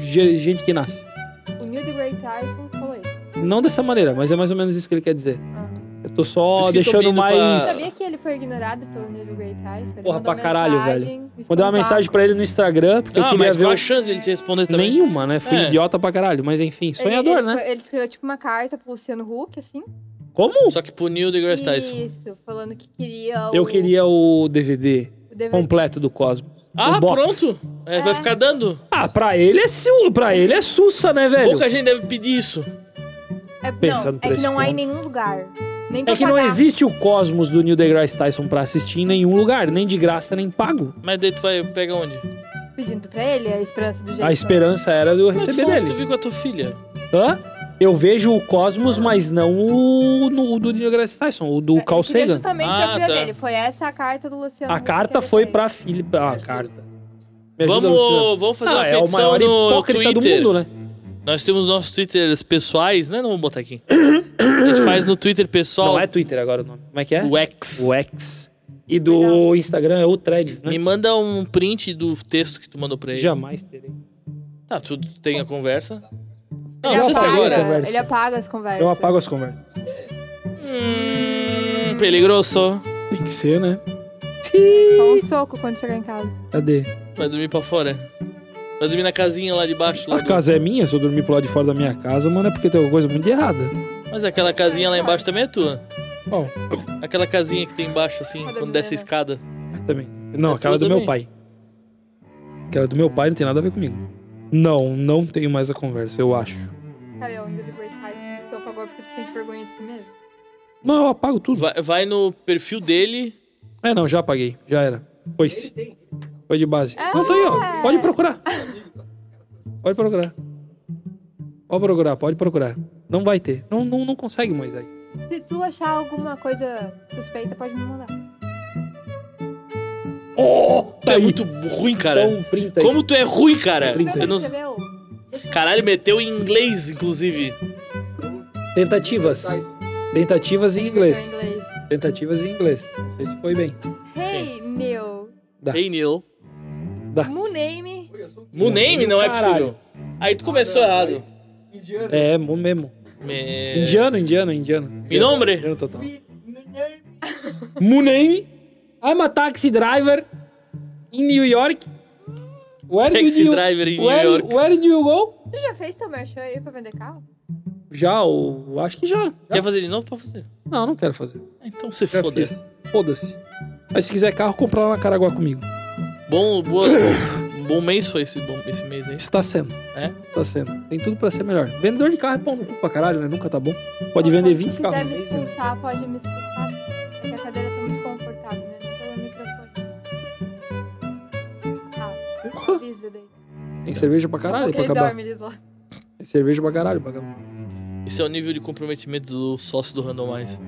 Speaker 2: ge- gente que nasce.
Speaker 5: O Neil deGrasse Tyson falou isso.
Speaker 2: Não dessa maneira, mas é mais ou menos isso que ele quer dizer.
Speaker 5: Ah.
Speaker 2: Eu tô
Speaker 1: Por
Speaker 2: só
Speaker 1: isso que eu tô
Speaker 2: deixando
Speaker 1: vindo pra-
Speaker 2: mais.
Speaker 5: Você Sabia que ele foi ignorado pelo Neil deGrasse Tyson? Ele
Speaker 2: Porra,
Speaker 5: mandou
Speaker 2: pra caralho,
Speaker 5: mensagem, e ficou
Speaker 2: Mandei uma
Speaker 5: um
Speaker 2: mensagem
Speaker 5: vácuo.
Speaker 2: pra ele no Instagram, porque eu
Speaker 1: ah,
Speaker 2: queria
Speaker 1: mas
Speaker 2: ver
Speaker 1: qual
Speaker 2: o
Speaker 1: a chance de ele te responder também?
Speaker 2: Nenhuma, né? Fui
Speaker 1: É.
Speaker 2: idiota pra caralho. Mas enfim,
Speaker 5: Ele-
Speaker 2: sonhador,
Speaker 5: ele
Speaker 2: né?
Speaker 5: foi- ele escreveu tipo uma carta pro Luciano Huck, assim.
Speaker 2: Como?
Speaker 1: Só que pro Neil deGrasse Tyson.
Speaker 5: Isso, falando que queria o...
Speaker 2: Eu queria o DVD
Speaker 5: o DVD.
Speaker 2: completo do Cosmos.
Speaker 1: Ah,
Speaker 2: o Um box.
Speaker 1: pronto. É, Vai ficar dando.
Speaker 2: Ah, pra ele é su... pra ele é sussa, né, velho?
Speaker 1: Pouca gente deve pedir isso.
Speaker 5: É,
Speaker 2: Pensa
Speaker 5: não,
Speaker 2: no
Speaker 5: é que
Speaker 2: preço,
Speaker 5: não há em
Speaker 2: pô.
Speaker 5: nenhum lugar. Nem pra
Speaker 2: É que não
Speaker 5: pagar.
Speaker 2: existe o Cosmos do Neil deGrasse Tyson pra assistir em nenhum lugar, nem de graça, nem pago.
Speaker 1: Mas daí tu vai pegar onde?
Speaker 5: Pedindo pra ele a esperança do jeito.
Speaker 2: A esperança era de eu
Speaker 1: Mas tu
Speaker 2: receber
Speaker 1: falou é que tu
Speaker 2: dele.
Speaker 1: viu com a tua filha.
Speaker 2: Hã? Eu vejo o Cosmos, mas não o, no- o do Neil deGrasse Tyson, o do Carl
Speaker 5: Ele É, queria
Speaker 2: Sagan.
Speaker 5: justamente
Speaker 1: Ah,
Speaker 5: pra filha
Speaker 1: tá.
Speaker 5: dele. Foi essa a carta do Luciano
Speaker 2: A
Speaker 5: Huck que
Speaker 2: carta
Speaker 5: ele
Speaker 2: foi
Speaker 5: fez.
Speaker 2: pra filha. Ah, a carta. Me ajuda, Luciano.
Speaker 1: Vamos, vamos fazer uma
Speaker 2: Ah, é o
Speaker 1: petição
Speaker 2: maior
Speaker 1: no
Speaker 2: hipócrita do
Speaker 1: Twitter.
Speaker 2: mundo, né?
Speaker 1: Nós temos nossos Twitters pessoais, né? Não vamos botar aqui. A gente faz no Twitter pessoal
Speaker 2: Não é Twitter agora o nome. Como é que é?
Speaker 1: o X.
Speaker 2: O X. E do Instagram é o Threads, né?
Speaker 1: Me manda um print do texto que tu mandou pra ele.
Speaker 2: Jamais terei.
Speaker 1: Tá, tu tem a conversa. Não, né?
Speaker 5: Ele
Speaker 1: não sei se
Speaker 5: apaga,
Speaker 1: agora.
Speaker 2: conversa.
Speaker 5: ele apaga as conversas.
Speaker 2: Eu apago as conversas.
Speaker 1: Hum, peligroso.
Speaker 2: Tem que ser, né?
Speaker 5: Só um soco quando chegar em casa.
Speaker 2: Cadê?
Speaker 1: Vai dormir pra fora. Vai dormir na casinha lá de baixo. lá
Speaker 2: A
Speaker 1: do-
Speaker 2: casa é minha, se eu dormir pro lado de fora da minha casa, mano, é porque tem alguma coisa muito errada.
Speaker 1: Mas aquela casinha lá embaixo também é tua.
Speaker 2: Bom,
Speaker 1: Aquela casinha que tem embaixo, assim,
Speaker 5: Cadê
Speaker 1: quando
Speaker 5: a
Speaker 1: desce a
Speaker 5: minha?
Speaker 1: escada.
Speaker 2: também. Não,
Speaker 1: É
Speaker 2: aquela do
Speaker 1: tudo
Speaker 2: meu
Speaker 1: bem.
Speaker 2: pai. Aquela do meu pai não tem nada a ver comigo. Não, não tenho mais a conversa, eu acho.
Speaker 5: Cara, o Neil deGrasse Tyson tu apagou porque tu sente vergonha de si mesmo.
Speaker 2: Não, eu apago tudo.
Speaker 1: Vai, vai no perfil dele.
Speaker 2: É, não, já apaguei. Já era. Foi-se. Foi de base. Não, tá aí, ó. Pode procurar. Pode procurar. Pode procurar, pode procurar. Não vai ter. Não, não, não consegue, Moisés.
Speaker 5: Se tu achar alguma coisa suspeita, pode me mandar.
Speaker 1: Oh, tu é
Speaker 2: aí.
Speaker 1: muito ruim, cara.
Speaker 2: Então, printa aí.
Speaker 1: Como tu é ruim, cara.
Speaker 2: Trinta aí.
Speaker 1: Eu não-
Speaker 5: Escreveu?
Speaker 1: Caralho, meteu em inglês, inclusive.
Speaker 2: Tentativas. Tentativas em
Speaker 5: Escreveu
Speaker 2: inglês.
Speaker 5: em inglês.
Speaker 2: Tentativas em inglês. Não sei se foi bem.
Speaker 5: Hey, Neil.
Speaker 2: Tá.
Speaker 1: Hey, Neil.
Speaker 5: Moon name.
Speaker 1: Mu name não é
Speaker 2: Caralho.
Speaker 1: possível. Aí tu começou
Speaker 5: Ah,
Speaker 1: errado.
Speaker 3: Indiano.
Speaker 2: É, mo- mesmo.
Speaker 1: Me...
Speaker 2: Indiano, indiano, indiano.
Speaker 1: Mi nombre?
Speaker 2: Indiano total. Muname. I'm a taxi driver in New York. Where did
Speaker 1: Taxi
Speaker 2: you-
Speaker 1: driver in New
Speaker 2: where-
Speaker 1: York.
Speaker 2: Where do you go?
Speaker 5: Tu já fez teu merchan aí pra vender carro?
Speaker 2: Já, o- acho que já. já.
Speaker 1: Quer fazer de novo? Pode fazer.
Speaker 2: Não, não quero fazer.
Speaker 1: Ah, Então você
Speaker 2: Já
Speaker 1: foda.
Speaker 2: fiz. Foda-se. Mas se quiser carro, compra lá na Caraguá comigo.
Speaker 1: Bom, boa, Um bom mês foi esse, bom, esse mês aí.
Speaker 2: Está sendo.
Speaker 1: É?
Speaker 2: Está sendo. Tem tudo pra ser melhor. Vendedor de carro é pão no cu pra caralho, né? Nunca tá bom. Pode vender 20
Speaker 5: Se
Speaker 2: carros.
Speaker 5: quiser
Speaker 2: no
Speaker 5: me
Speaker 2: mês, né?
Speaker 5: expulsar, pode me expulsar. É que a cadeira tá muito confortável, né? Não pelo microfone. Ah, avisa daí.
Speaker 2: Tem cerveja pra caralho pra
Speaker 5: Porque ele
Speaker 2: acabar.
Speaker 5: dorme eles lá.
Speaker 2: Tem cerveja pra caralho pra acabar.
Speaker 1: Esse é o nível de comprometimento do sócio do Randomize.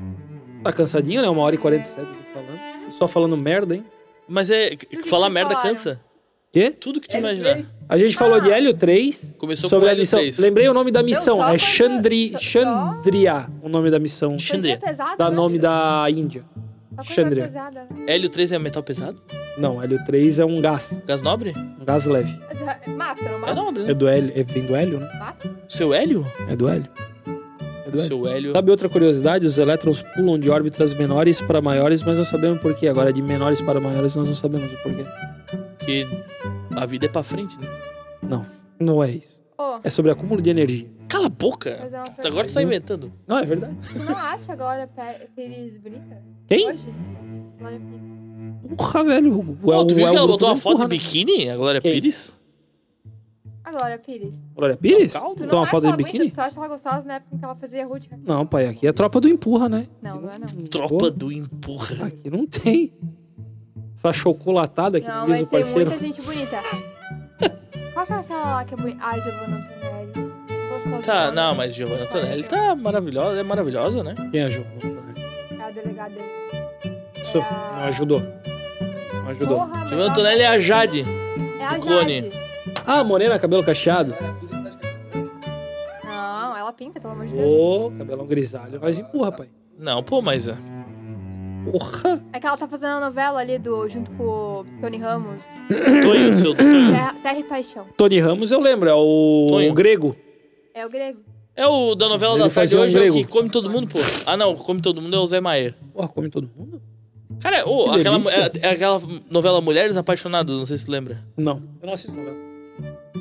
Speaker 2: Tá cansadinho, né? Uma hora e 47 aqui falando. Só falando merda, hein?
Speaker 1: Mas é.
Speaker 5: que
Speaker 1: falar
Speaker 5: vocês
Speaker 1: merda
Speaker 5: falaram?
Speaker 1: cansa.
Speaker 2: Quê?
Speaker 1: Tudo que tu imaginar.
Speaker 2: A gente falou de Hélio 3.
Speaker 1: Começou
Speaker 2: sobre
Speaker 1: com
Speaker 2: a
Speaker 1: Hélio
Speaker 2: missão.
Speaker 1: 3.
Speaker 2: Lembrei o nome da missão.
Speaker 5: Ah. só
Speaker 2: é
Speaker 5: quando-
Speaker 2: Chandri,
Speaker 5: só-
Speaker 2: Chandria, o nome da missão.
Speaker 5: Coisinha
Speaker 1: Xandria.
Speaker 5: pesada,
Speaker 2: Da
Speaker 5: né?
Speaker 2: nome da Índia.
Speaker 5: Só coisa
Speaker 2: Xandria.
Speaker 5: pesada, né?
Speaker 1: Hélio 3 é metal pesado?
Speaker 2: Não, Hélio 3 é um gás.
Speaker 1: Gás nobre?
Speaker 2: Um gás leve.
Speaker 5: Mas é- Mata, não
Speaker 1: É
Speaker 5: mata?
Speaker 1: nobre,
Speaker 2: É
Speaker 1: né?
Speaker 2: do Hélio. É, vem do Hélio, né?
Speaker 5: Mata?
Speaker 1: Seu Hélio?
Speaker 2: É do Hélio. É do Hélio.
Speaker 1: Seu Hélio.
Speaker 2: Sabe outra curiosidade? Os elétrons pulam de órbitas menores para maiores, mas não sabemos por quê. Agora, de menores para maiores, nós não sabemos o porquê.
Speaker 1: Que a vida é pra frente, né?
Speaker 2: Não é isso.
Speaker 5: Ô,
Speaker 2: É sobre acúmulo de energia.
Speaker 1: Cala a boca!
Speaker 5: mas é uma pergunta.
Speaker 1: Agora tu tá inventando.
Speaker 2: Não, é verdade.
Speaker 5: Tu não acha a Glória Pe- Pires bonita?
Speaker 2: Quem?
Speaker 5: Hoje? Glória Pires.
Speaker 2: Porra, velho. O-
Speaker 1: Pô, tu
Speaker 2: o-
Speaker 1: viu
Speaker 2: é
Speaker 1: que
Speaker 2: o
Speaker 1: ela
Speaker 2: grupo
Speaker 1: botou uma
Speaker 2: da
Speaker 1: foto de
Speaker 2: porra, né?
Speaker 1: biquíni? A Glória
Speaker 2: Quem?
Speaker 1: Pires?
Speaker 5: A Glória Pires.
Speaker 2: Glória Pires?
Speaker 1: É um caldo.
Speaker 5: Tu
Speaker 2: Botou
Speaker 5: não
Speaker 2: uma
Speaker 5: acha
Speaker 2: foto de
Speaker 5: ela
Speaker 2: biquíni?
Speaker 5: bonita, tu só acha ela gostosa na época em que ela fazia Ruth.
Speaker 2: Não, pai, aqui é tropa do empurra, né?
Speaker 5: Não, não é não.
Speaker 1: Tropa do empurra.
Speaker 2: Aqui não tem. Essa chocolatada que
Speaker 5: Não,
Speaker 2: diz
Speaker 5: mas
Speaker 2: o
Speaker 5: tem
Speaker 2: parceiro.
Speaker 5: muita gente bonita. Qual que é aquela lá que é bonita? Ai, Giovanna Antonelli. Gostosa.
Speaker 1: Tá, não, mas Giovanna Antonelli tá maravilhosa, é maravilhosa, né?
Speaker 2: Quem ajudou?
Speaker 5: É a delegada dele.
Speaker 2: Isso, Não ajudou. Não ajudou.
Speaker 5: Porra, mas
Speaker 1: Giovanna
Speaker 5: ela-
Speaker 1: Antonelli é a Jade.
Speaker 5: É a
Speaker 1: do clone.
Speaker 5: Jade.
Speaker 2: Ah, morena, cabelo cacheado.
Speaker 5: Não, ela pinta, pelo amor de Deus.
Speaker 2: Ô, cabelão grisalho. Mas empurra, pai.
Speaker 1: Não, pô, mas. é.
Speaker 2: Porra.
Speaker 5: É que ela tá fazendo a novela ali do, junto com o Tony Ramos.
Speaker 1: Tonho, seu
Speaker 2: Hum.
Speaker 1: Tonho.
Speaker 5: Terra, Terra e Paixão.
Speaker 2: Tony Ramos, eu lembro, é o,
Speaker 1: Tonho.
Speaker 2: o grego.
Speaker 5: É o grego.
Speaker 1: É o da novela
Speaker 2: Ele
Speaker 1: da tarde
Speaker 2: fazia um
Speaker 1: hoje, é o que
Speaker 2: grego.
Speaker 1: come todo mundo, pô. Ah, não, come todo mundo é o Zé Maier.
Speaker 2: Porra, come todo mundo?
Speaker 1: Cara, ô,
Speaker 2: Que
Speaker 1: aquela,
Speaker 2: delícia.
Speaker 1: é- é aquela novela Mulheres Apaixonadas, não sei se tu lembra.
Speaker 2: Não. Eu não assisto novela.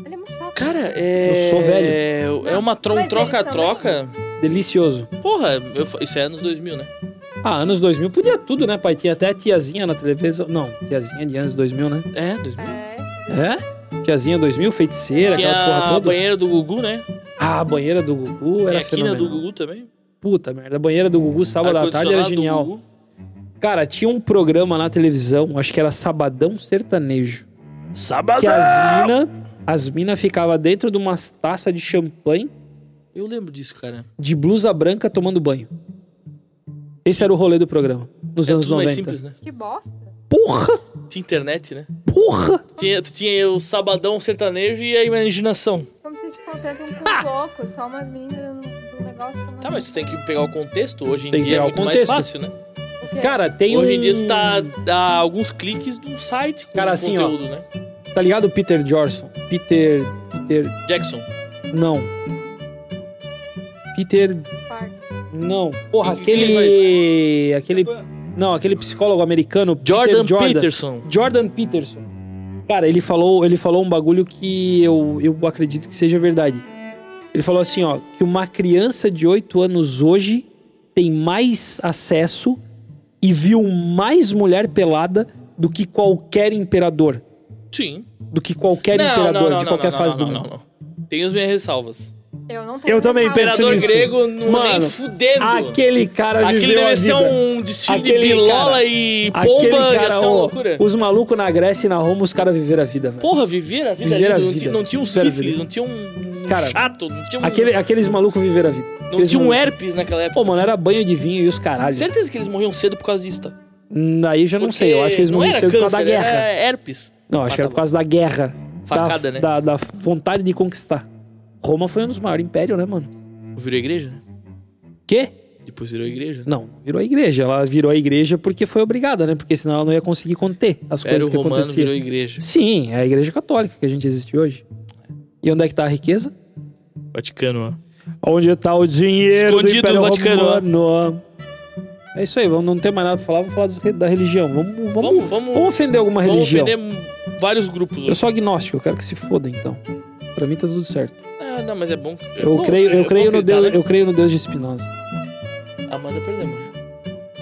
Speaker 5: Ele é muito chato.
Speaker 1: Cara, é.
Speaker 2: Eu sou velho.
Speaker 1: É, é uma
Speaker 5: Mas
Speaker 1: tron
Speaker 5: eles
Speaker 1: troca-troca.
Speaker 2: Delicioso.
Speaker 1: Porra, eu fa- isso é anos 2000, né?
Speaker 2: Ah, anos 2000 podia tudo, né, pai? Tinha até tiazinha na televisão. Não, tiazinha de anos 2000, né?
Speaker 1: É, 2000.
Speaker 5: É.
Speaker 2: É? Tiazinha 2000, feiticeira,
Speaker 1: Tinha
Speaker 2: aquelas porra
Speaker 1: a
Speaker 2: toda.
Speaker 1: banheira do Gugu, né?
Speaker 2: Ah, a banheira do Gugu
Speaker 1: E
Speaker 2: era
Speaker 1: a quina do
Speaker 2: fenomenal.
Speaker 1: Gugu também.
Speaker 2: Puta merda, a banheira do Gugu, sábado à tarde, era
Speaker 1: Ar-condicionado do
Speaker 2: genial.
Speaker 1: Gugu.
Speaker 2: Cara, tinha um programa na televisão, acho que era Sabadão Sertanejo,
Speaker 1: Sabadão!
Speaker 2: que as mina, as mina ficava dentro de umas taças de champanhe,
Speaker 1: Eu lembro disso, cara.
Speaker 2: de blusa branca, tomando banho. Esse era o rolê do programa, nos
Speaker 1: É
Speaker 2: anos
Speaker 1: tudo
Speaker 2: 90.
Speaker 1: mais simples, né?
Speaker 5: Que bosta.
Speaker 2: Porra,
Speaker 1: Tinha internet, né?
Speaker 2: porra!
Speaker 1: Tinha, tu tinha o sabadão sertanejo e a imaginação.
Speaker 5: Como vocês se contentam com um pouco. Só umas meninas do negócio. tomando-
Speaker 1: Tá, mas tu tem que pegar o contexto. Hoje em
Speaker 2: Tem que
Speaker 1: dia é
Speaker 2: pegar o
Speaker 1: muito mais fácil,
Speaker 2: contexto.
Speaker 1: né?
Speaker 5: O quê?
Speaker 2: Cara, tem
Speaker 1: Hoje
Speaker 2: um-
Speaker 1: em dia tu tá a alguns cliques de um site com
Speaker 2: Cara, assim, ó.
Speaker 1: conteúdo, né?
Speaker 2: Tá ligado o Peter Jorson? Peter... Peter...
Speaker 1: Jackson.
Speaker 2: Não. Peter...
Speaker 5: Parque.
Speaker 2: Não. Porra,
Speaker 1: Que- que ele
Speaker 2: aquele... Aquele... Não, aquele psicólogo americano,
Speaker 1: Jordan,
Speaker 2: Peter Jordan.
Speaker 1: Peterson.
Speaker 2: Jordan Peterson. Cara, ele falou, ele falou um bagulho que eu, eu acredito que seja verdade. Ele falou assim, ó, que uma criança de 8 anos hoje tem mais acesso e viu mais mulher pelada do que qualquer imperador,
Speaker 1: Sim.
Speaker 2: do que qualquer imperador de qualquer fase
Speaker 1: não,
Speaker 2: do
Speaker 1: não,
Speaker 2: mundo.
Speaker 1: não, não. Tem as minhas ressalvas.
Speaker 5: Eu não tenho.
Speaker 2: Eu também
Speaker 5: essa-
Speaker 2: penso
Speaker 1: Imperador
Speaker 2: nisso.
Speaker 1: grego não nem
Speaker 2: Mano,
Speaker 1: fudendo.
Speaker 2: Aquele cara
Speaker 1: Aquele
Speaker 2: viveu a
Speaker 1: deve ser
Speaker 2: vida.
Speaker 1: um desfile
Speaker 2: Aquele
Speaker 1: de bilola
Speaker 2: cara-
Speaker 1: e
Speaker 2: Aquele
Speaker 1: pomba e
Speaker 2: cara,
Speaker 1: essa
Speaker 2: ó,
Speaker 1: loucura.
Speaker 2: os malucos na Grécia e na Roma, os caras viveram a vida, velho.
Speaker 1: Porra, viver a vida
Speaker 2: Viver
Speaker 1: ali,
Speaker 2: a
Speaker 1: não,
Speaker 2: vida.
Speaker 1: Tinha, não tinha um
Speaker 2: Viver a
Speaker 1: sífilis,
Speaker 2: vida.
Speaker 1: não tinha um
Speaker 2: Cara,
Speaker 1: chato, não tinha um,
Speaker 2: Aquele- aqueles malucos viveram a vida.
Speaker 1: não tinha um
Speaker 2: malucos-
Speaker 1: herpes naquela época.
Speaker 2: Pô, mano, era banho de vinho e os caralho.
Speaker 1: Certeza que eles morriam cedo por causa disso, tá?
Speaker 2: Hum, Aí já não sei, eu acho que eles
Speaker 1: não era
Speaker 2: morreram por causa da
Speaker 1: câncer, né?
Speaker 2: guerra.
Speaker 1: Era herpes.
Speaker 2: Não, acho
Speaker 1: Ah,
Speaker 2: que era
Speaker 1: tá
Speaker 2: por causa da guerra.
Speaker 1: Facada,
Speaker 2: da,
Speaker 1: né?
Speaker 2: Da, da vontade de conquistar. Roma foi um dos maiores impérios, né, mano?
Speaker 1: Virou igreja, né?
Speaker 2: Quê?
Speaker 1: Depois virou igreja. né?
Speaker 2: Não, virou a igreja. Ela virou a igreja porque foi obrigada, né? Porque senão ela não ia conseguir conter as
Speaker 1: Era
Speaker 2: coisas
Speaker 1: o
Speaker 2: que
Speaker 1: romano, virou
Speaker 2: aconteciam.
Speaker 1: igreja.
Speaker 2: Sim, é a igreja católica que a gente existe hoje. E onde é que tá a riqueza?
Speaker 1: Vaticano, ó.
Speaker 2: Onde tá o dinheiro
Speaker 1: Escondido
Speaker 2: do Império
Speaker 1: no Vaticano.
Speaker 2: Romano? É isso aí, vamos, não tem mais nada pra falar, vamos falar dos re- da religião. Vamos, vamos,
Speaker 1: Vamos- vamos-
Speaker 2: vamos ofender alguma
Speaker 1: Vamos
Speaker 2: religião.
Speaker 1: ofender m- vários grupos
Speaker 2: Eu
Speaker 1: hoje.
Speaker 2: sou agnóstico, eu quero que se foda, então. Pra mim tá tudo certo.
Speaker 1: Ah, não, mas é bom. é
Speaker 2: Eu,
Speaker 1: bom-
Speaker 2: creio,
Speaker 1: é
Speaker 2: eu,
Speaker 1: bom
Speaker 2: creio no
Speaker 1: acreditar,
Speaker 2: Deus,
Speaker 1: né?
Speaker 2: eu creio no Deus de Spinoza.
Speaker 1: Amanda perdemos.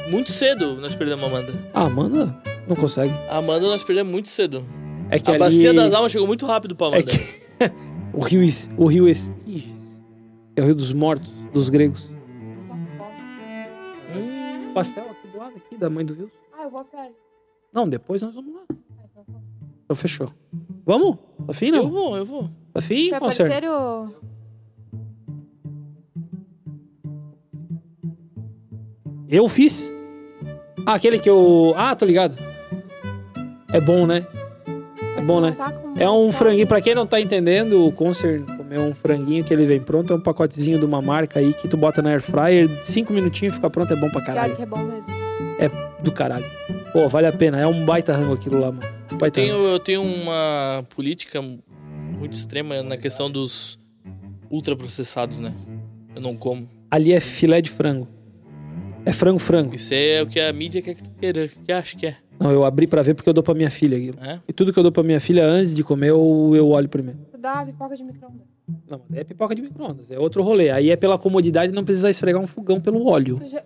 Speaker 1: Muito cedo nós perdemos a Amanda.
Speaker 2: Ah, Amanda não consegue.
Speaker 1: A Amanda nós perdemos muito cedo.
Speaker 2: É que
Speaker 1: a
Speaker 2: ali-
Speaker 1: bacia das almas chegou muito rápido pra
Speaker 2: é
Speaker 1: Amanda.
Speaker 2: que... o rio Is- o rio Estígios. É o rio dos mortos, dos gregos.
Speaker 1: Hum,
Speaker 2: Pastel aqui do lado aqui da mãe do Wilson.
Speaker 5: Ah, eu vou a pé.
Speaker 2: Não, depois nós vamos lá. Então fechou. Vamos? Tá fim,
Speaker 1: eu
Speaker 2: não?
Speaker 1: vou, eu vou.
Speaker 2: Tá fim,
Speaker 5: Vai
Speaker 2: concerto?
Speaker 5: aparecer o...
Speaker 2: Eu fiz? Ah, aquele que eu. Ah, tô ligado. É bom, né? É bom, né?
Speaker 5: tá
Speaker 2: É um franguinho, pra quem não tá entendendo, o Concert é um franguinho que ele vem pronto, é um pacotezinho de uma marca aí que tu bota na air fryer, cinco minutinhos fica pronto, é bom pra
Speaker 5: Claro
Speaker 2: caralho.
Speaker 5: que é bom mesmo.
Speaker 2: Do caralho. Pô, vale a pena, é um baita rango aquilo lá, mano. Um
Speaker 1: Eu
Speaker 2: Baita
Speaker 1: tenho,
Speaker 2: rango.
Speaker 1: eu tenho uma política muito extrema na questão dos ultraprocessados, né? Eu não como.
Speaker 2: Ali é filé de frango. É frango, frango.
Speaker 1: Isso é o que a mídia quer que tu queira, que acha que é.
Speaker 2: Não, eu abri pra ver porque eu dou pra minha filha aquilo.
Speaker 1: né?
Speaker 2: E tudo que eu dou pra minha filha antes de comer, eu, eu olho primeiro.
Speaker 5: Tu dá uma pipoca de micro-ondas.
Speaker 2: Não, mas é pipoca de micro-ondas, é outro rolê. Aí é pela comodidade não precisar esfregar um fogão pelo óleo.
Speaker 5: Tu já,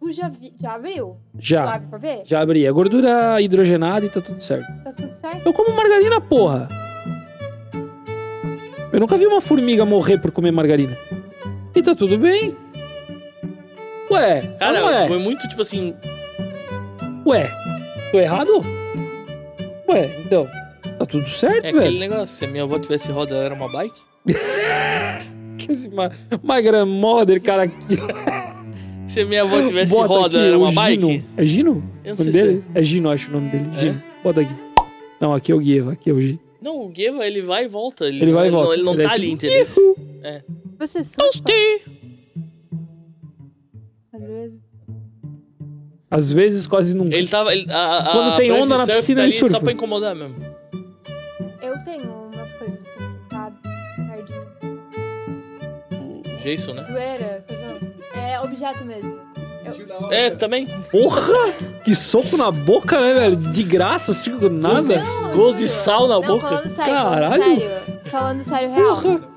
Speaker 5: tu já, vi- já abriu? Tu
Speaker 2: Já,
Speaker 5: abre pra ver?
Speaker 2: já abri. É gordura hidrogenada e tá tudo certo.
Speaker 5: Tá tudo certo?
Speaker 2: Eu como margarina, porra. Eu nunca vi uma formiga morrer por comer margarina. E tá tudo bem. Ué, não
Speaker 1: Cara,
Speaker 2: é?
Speaker 1: foi muito tipo assim.
Speaker 2: Ué, tô errado? Ué, então, tá tudo certo,
Speaker 1: É aquele
Speaker 2: velho.
Speaker 1: negócio. Se a minha avó tivesse roda, ela era uma bike.
Speaker 2: Que Esse ma Magram Mother, cara. Que
Speaker 1: Se a minha avó tivesse
Speaker 2: bota
Speaker 1: roda,
Speaker 2: aqui,
Speaker 1: era
Speaker 2: o
Speaker 1: uma
Speaker 2: Gino.
Speaker 1: bike.
Speaker 2: É Gino?
Speaker 1: Eu não
Speaker 2: O nome
Speaker 1: sei se
Speaker 2: dele? É Gino, acho o nome dele.
Speaker 1: É?
Speaker 2: Gino. Bota aqui. Não, aqui é o Gueva, aqui é o Gino.
Speaker 1: Não, o Gueva, ele vai e volta. Ele,
Speaker 2: Ele vai e
Speaker 1: não-
Speaker 2: volta.
Speaker 1: Ele não
Speaker 2: Ele é
Speaker 1: tá
Speaker 2: tipo,
Speaker 1: ali, entendeu? Então,
Speaker 5: Você
Speaker 2: Tá
Speaker 5: surfa, às vezes.
Speaker 2: Às vezes quase nunca.
Speaker 1: Ele tava. ele- a- a-
Speaker 2: Quando
Speaker 1: a
Speaker 2: tem
Speaker 1: prancha
Speaker 2: onda
Speaker 1: de
Speaker 2: na
Speaker 1: surf
Speaker 2: piscina,
Speaker 1: tá
Speaker 2: ele
Speaker 1: ali Só
Speaker 2: surfa.
Speaker 1: pra incomodar mesmo.
Speaker 5: Eu tenho umas coisas assim, que tá perdidas.
Speaker 1: O Jason, né?
Speaker 5: Zoeira, tá zoando. É objeto mesmo.
Speaker 1: É, também.
Speaker 2: Porra! Que soco na boca, né, velho? De graça, assim, do nada.
Speaker 5: Não, eu
Speaker 1: Gosto de
Speaker 5: juro.
Speaker 1: sal na
Speaker 5: Não,
Speaker 1: boca.
Speaker 5: falando sério,
Speaker 2: Caralho.
Speaker 5: falando sério. Falando sério, real.
Speaker 2: Porra!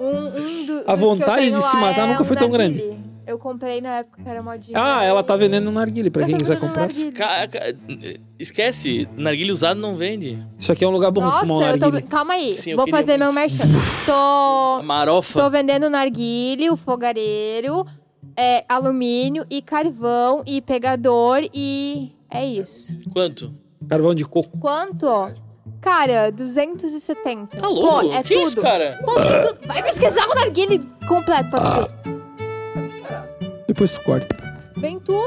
Speaker 5: Um, um do,
Speaker 2: A
Speaker 5: do
Speaker 2: vontade
Speaker 5: que eu tenho
Speaker 2: de se
Speaker 5: lá
Speaker 2: matar
Speaker 5: é
Speaker 2: nunca foi
Speaker 5: um
Speaker 2: tão
Speaker 5: narguile. Eu comprei na época que era modinha.
Speaker 2: Ah, ela tá
Speaker 5: E-
Speaker 2: vendendo um narguile pra
Speaker 5: Eu
Speaker 2: quem
Speaker 5: tô
Speaker 2: quiser
Speaker 5: vendendo
Speaker 2: comprar.
Speaker 5: narguile.
Speaker 1: Ca- ca- Esquece, narguilha usado não vende.
Speaker 2: Isso aqui é um lugar bom de
Speaker 5: Nossa,
Speaker 2: fumar um
Speaker 5: eu
Speaker 2: narguile.
Speaker 5: tô... Calma aí.
Speaker 1: Sim, eu
Speaker 5: Vou
Speaker 1: queria
Speaker 5: fazer meu
Speaker 1: muito.
Speaker 5: merchan. tô...
Speaker 1: Marofa.
Speaker 5: Estou vendendo narguile, o fogareiro, é, alumínio e carvão e pegador e é isso.
Speaker 1: Quanto?
Speaker 2: Carvão de coco.
Speaker 5: Quanto? Cara, 270.
Speaker 1: Tá louco?
Speaker 5: Pô, é
Speaker 1: que
Speaker 5: tudo.
Speaker 1: isso, cara?
Speaker 5: Pô, tem tudo. Vai pesquisar o narguile completo pra tu. ver.
Speaker 2: Depois tu corta.
Speaker 5: Vem tudo.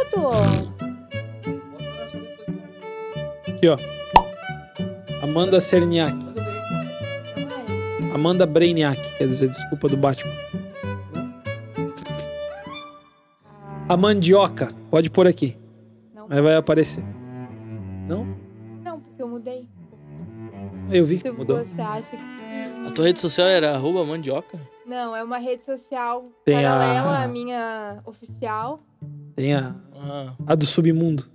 Speaker 2: Aqui, ó. Amanda Cerniak.
Speaker 5: Ai,
Speaker 2: Amanda Brainiac. Quer dizer, desculpa do Batman. A mandioca. Pode pôr aqui.
Speaker 5: Não.
Speaker 2: Aí vai aparecer. Não?
Speaker 5: Não, porque eu mudei.
Speaker 2: Ah, Eu vi que
Speaker 5: Se
Speaker 2: mudou.
Speaker 5: você acha que.
Speaker 1: A tua rede social era arroba mandioca?
Speaker 5: Não, é uma rede social
Speaker 2: Tem a-
Speaker 5: paralela à minha oficial.
Speaker 2: Tem a,
Speaker 1: Ah,
Speaker 2: a do submundo.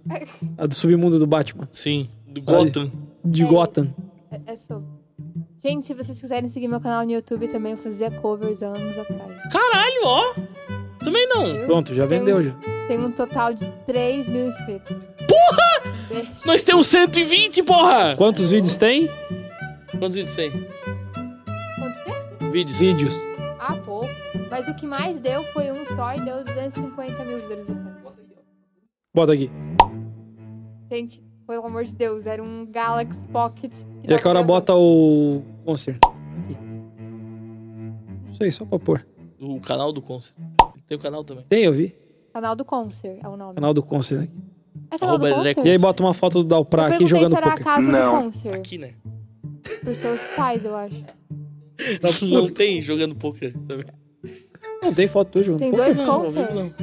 Speaker 2: A do submundo do Batman.
Speaker 1: sim. Do
Speaker 2: Olha.
Speaker 1: Gotham.
Speaker 2: De
Speaker 5: É
Speaker 2: Gotham.
Speaker 5: É, é sobre. Gente, se vocês quiserem seguir meu canal no YouTube também, eu fazia covers há anos atrás.
Speaker 1: Caralho, ó. Também não.
Speaker 5: Viu?
Speaker 2: Pronto, já
Speaker 5: Tem
Speaker 2: vendeu
Speaker 5: um-
Speaker 2: já.
Speaker 5: Tem um total de 3 mil inscritos. Porra! Beijo.
Speaker 1: Nós temos 120, porra!
Speaker 2: Quantos vídeos tem?
Speaker 1: Quantos vídeos tem?
Speaker 5: Quanto que é?
Speaker 1: Vídeos.
Speaker 2: Vídeos.
Speaker 5: Ah, pouco. Mas o que mais deu foi um só e deu 250 mil visualizações.
Speaker 2: Bota aqui.
Speaker 5: Gente, pelo amor de Deus, era um Galaxy Pocket. que
Speaker 2: E a cara
Speaker 5: tava gravando.
Speaker 2: bota o Concert. Aqui. Não sei, só pra pôr.
Speaker 1: O canal do Concert. Tem o canal também.
Speaker 2: Tem, eu vi.
Speaker 5: Canal do Concert é o nome.
Speaker 2: Canal do Concert aqui.
Speaker 5: É aquela do
Speaker 1: Arroba
Speaker 5: Concert?
Speaker 1: Dreco.
Speaker 2: E aí bota uma foto do Dalprá aqui
Speaker 5: Perguntei se
Speaker 2: jogando
Speaker 5: era a
Speaker 2: poker.
Speaker 5: casa do
Speaker 6: Não.
Speaker 5: Concert.
Speaker 1: Aqui, né?
Speaker 5: Pros seus pais, eu acho.
Speaker 1: Não tem jogando poker. sabe?
Speaker 2: Não tem foto tua jogando
Speaker 5: Tem
Speaker 2: poker?
Speaker 5: dois
Speaker 1: Não, não,
Speaker 5: Concert.
Speaker 1: não.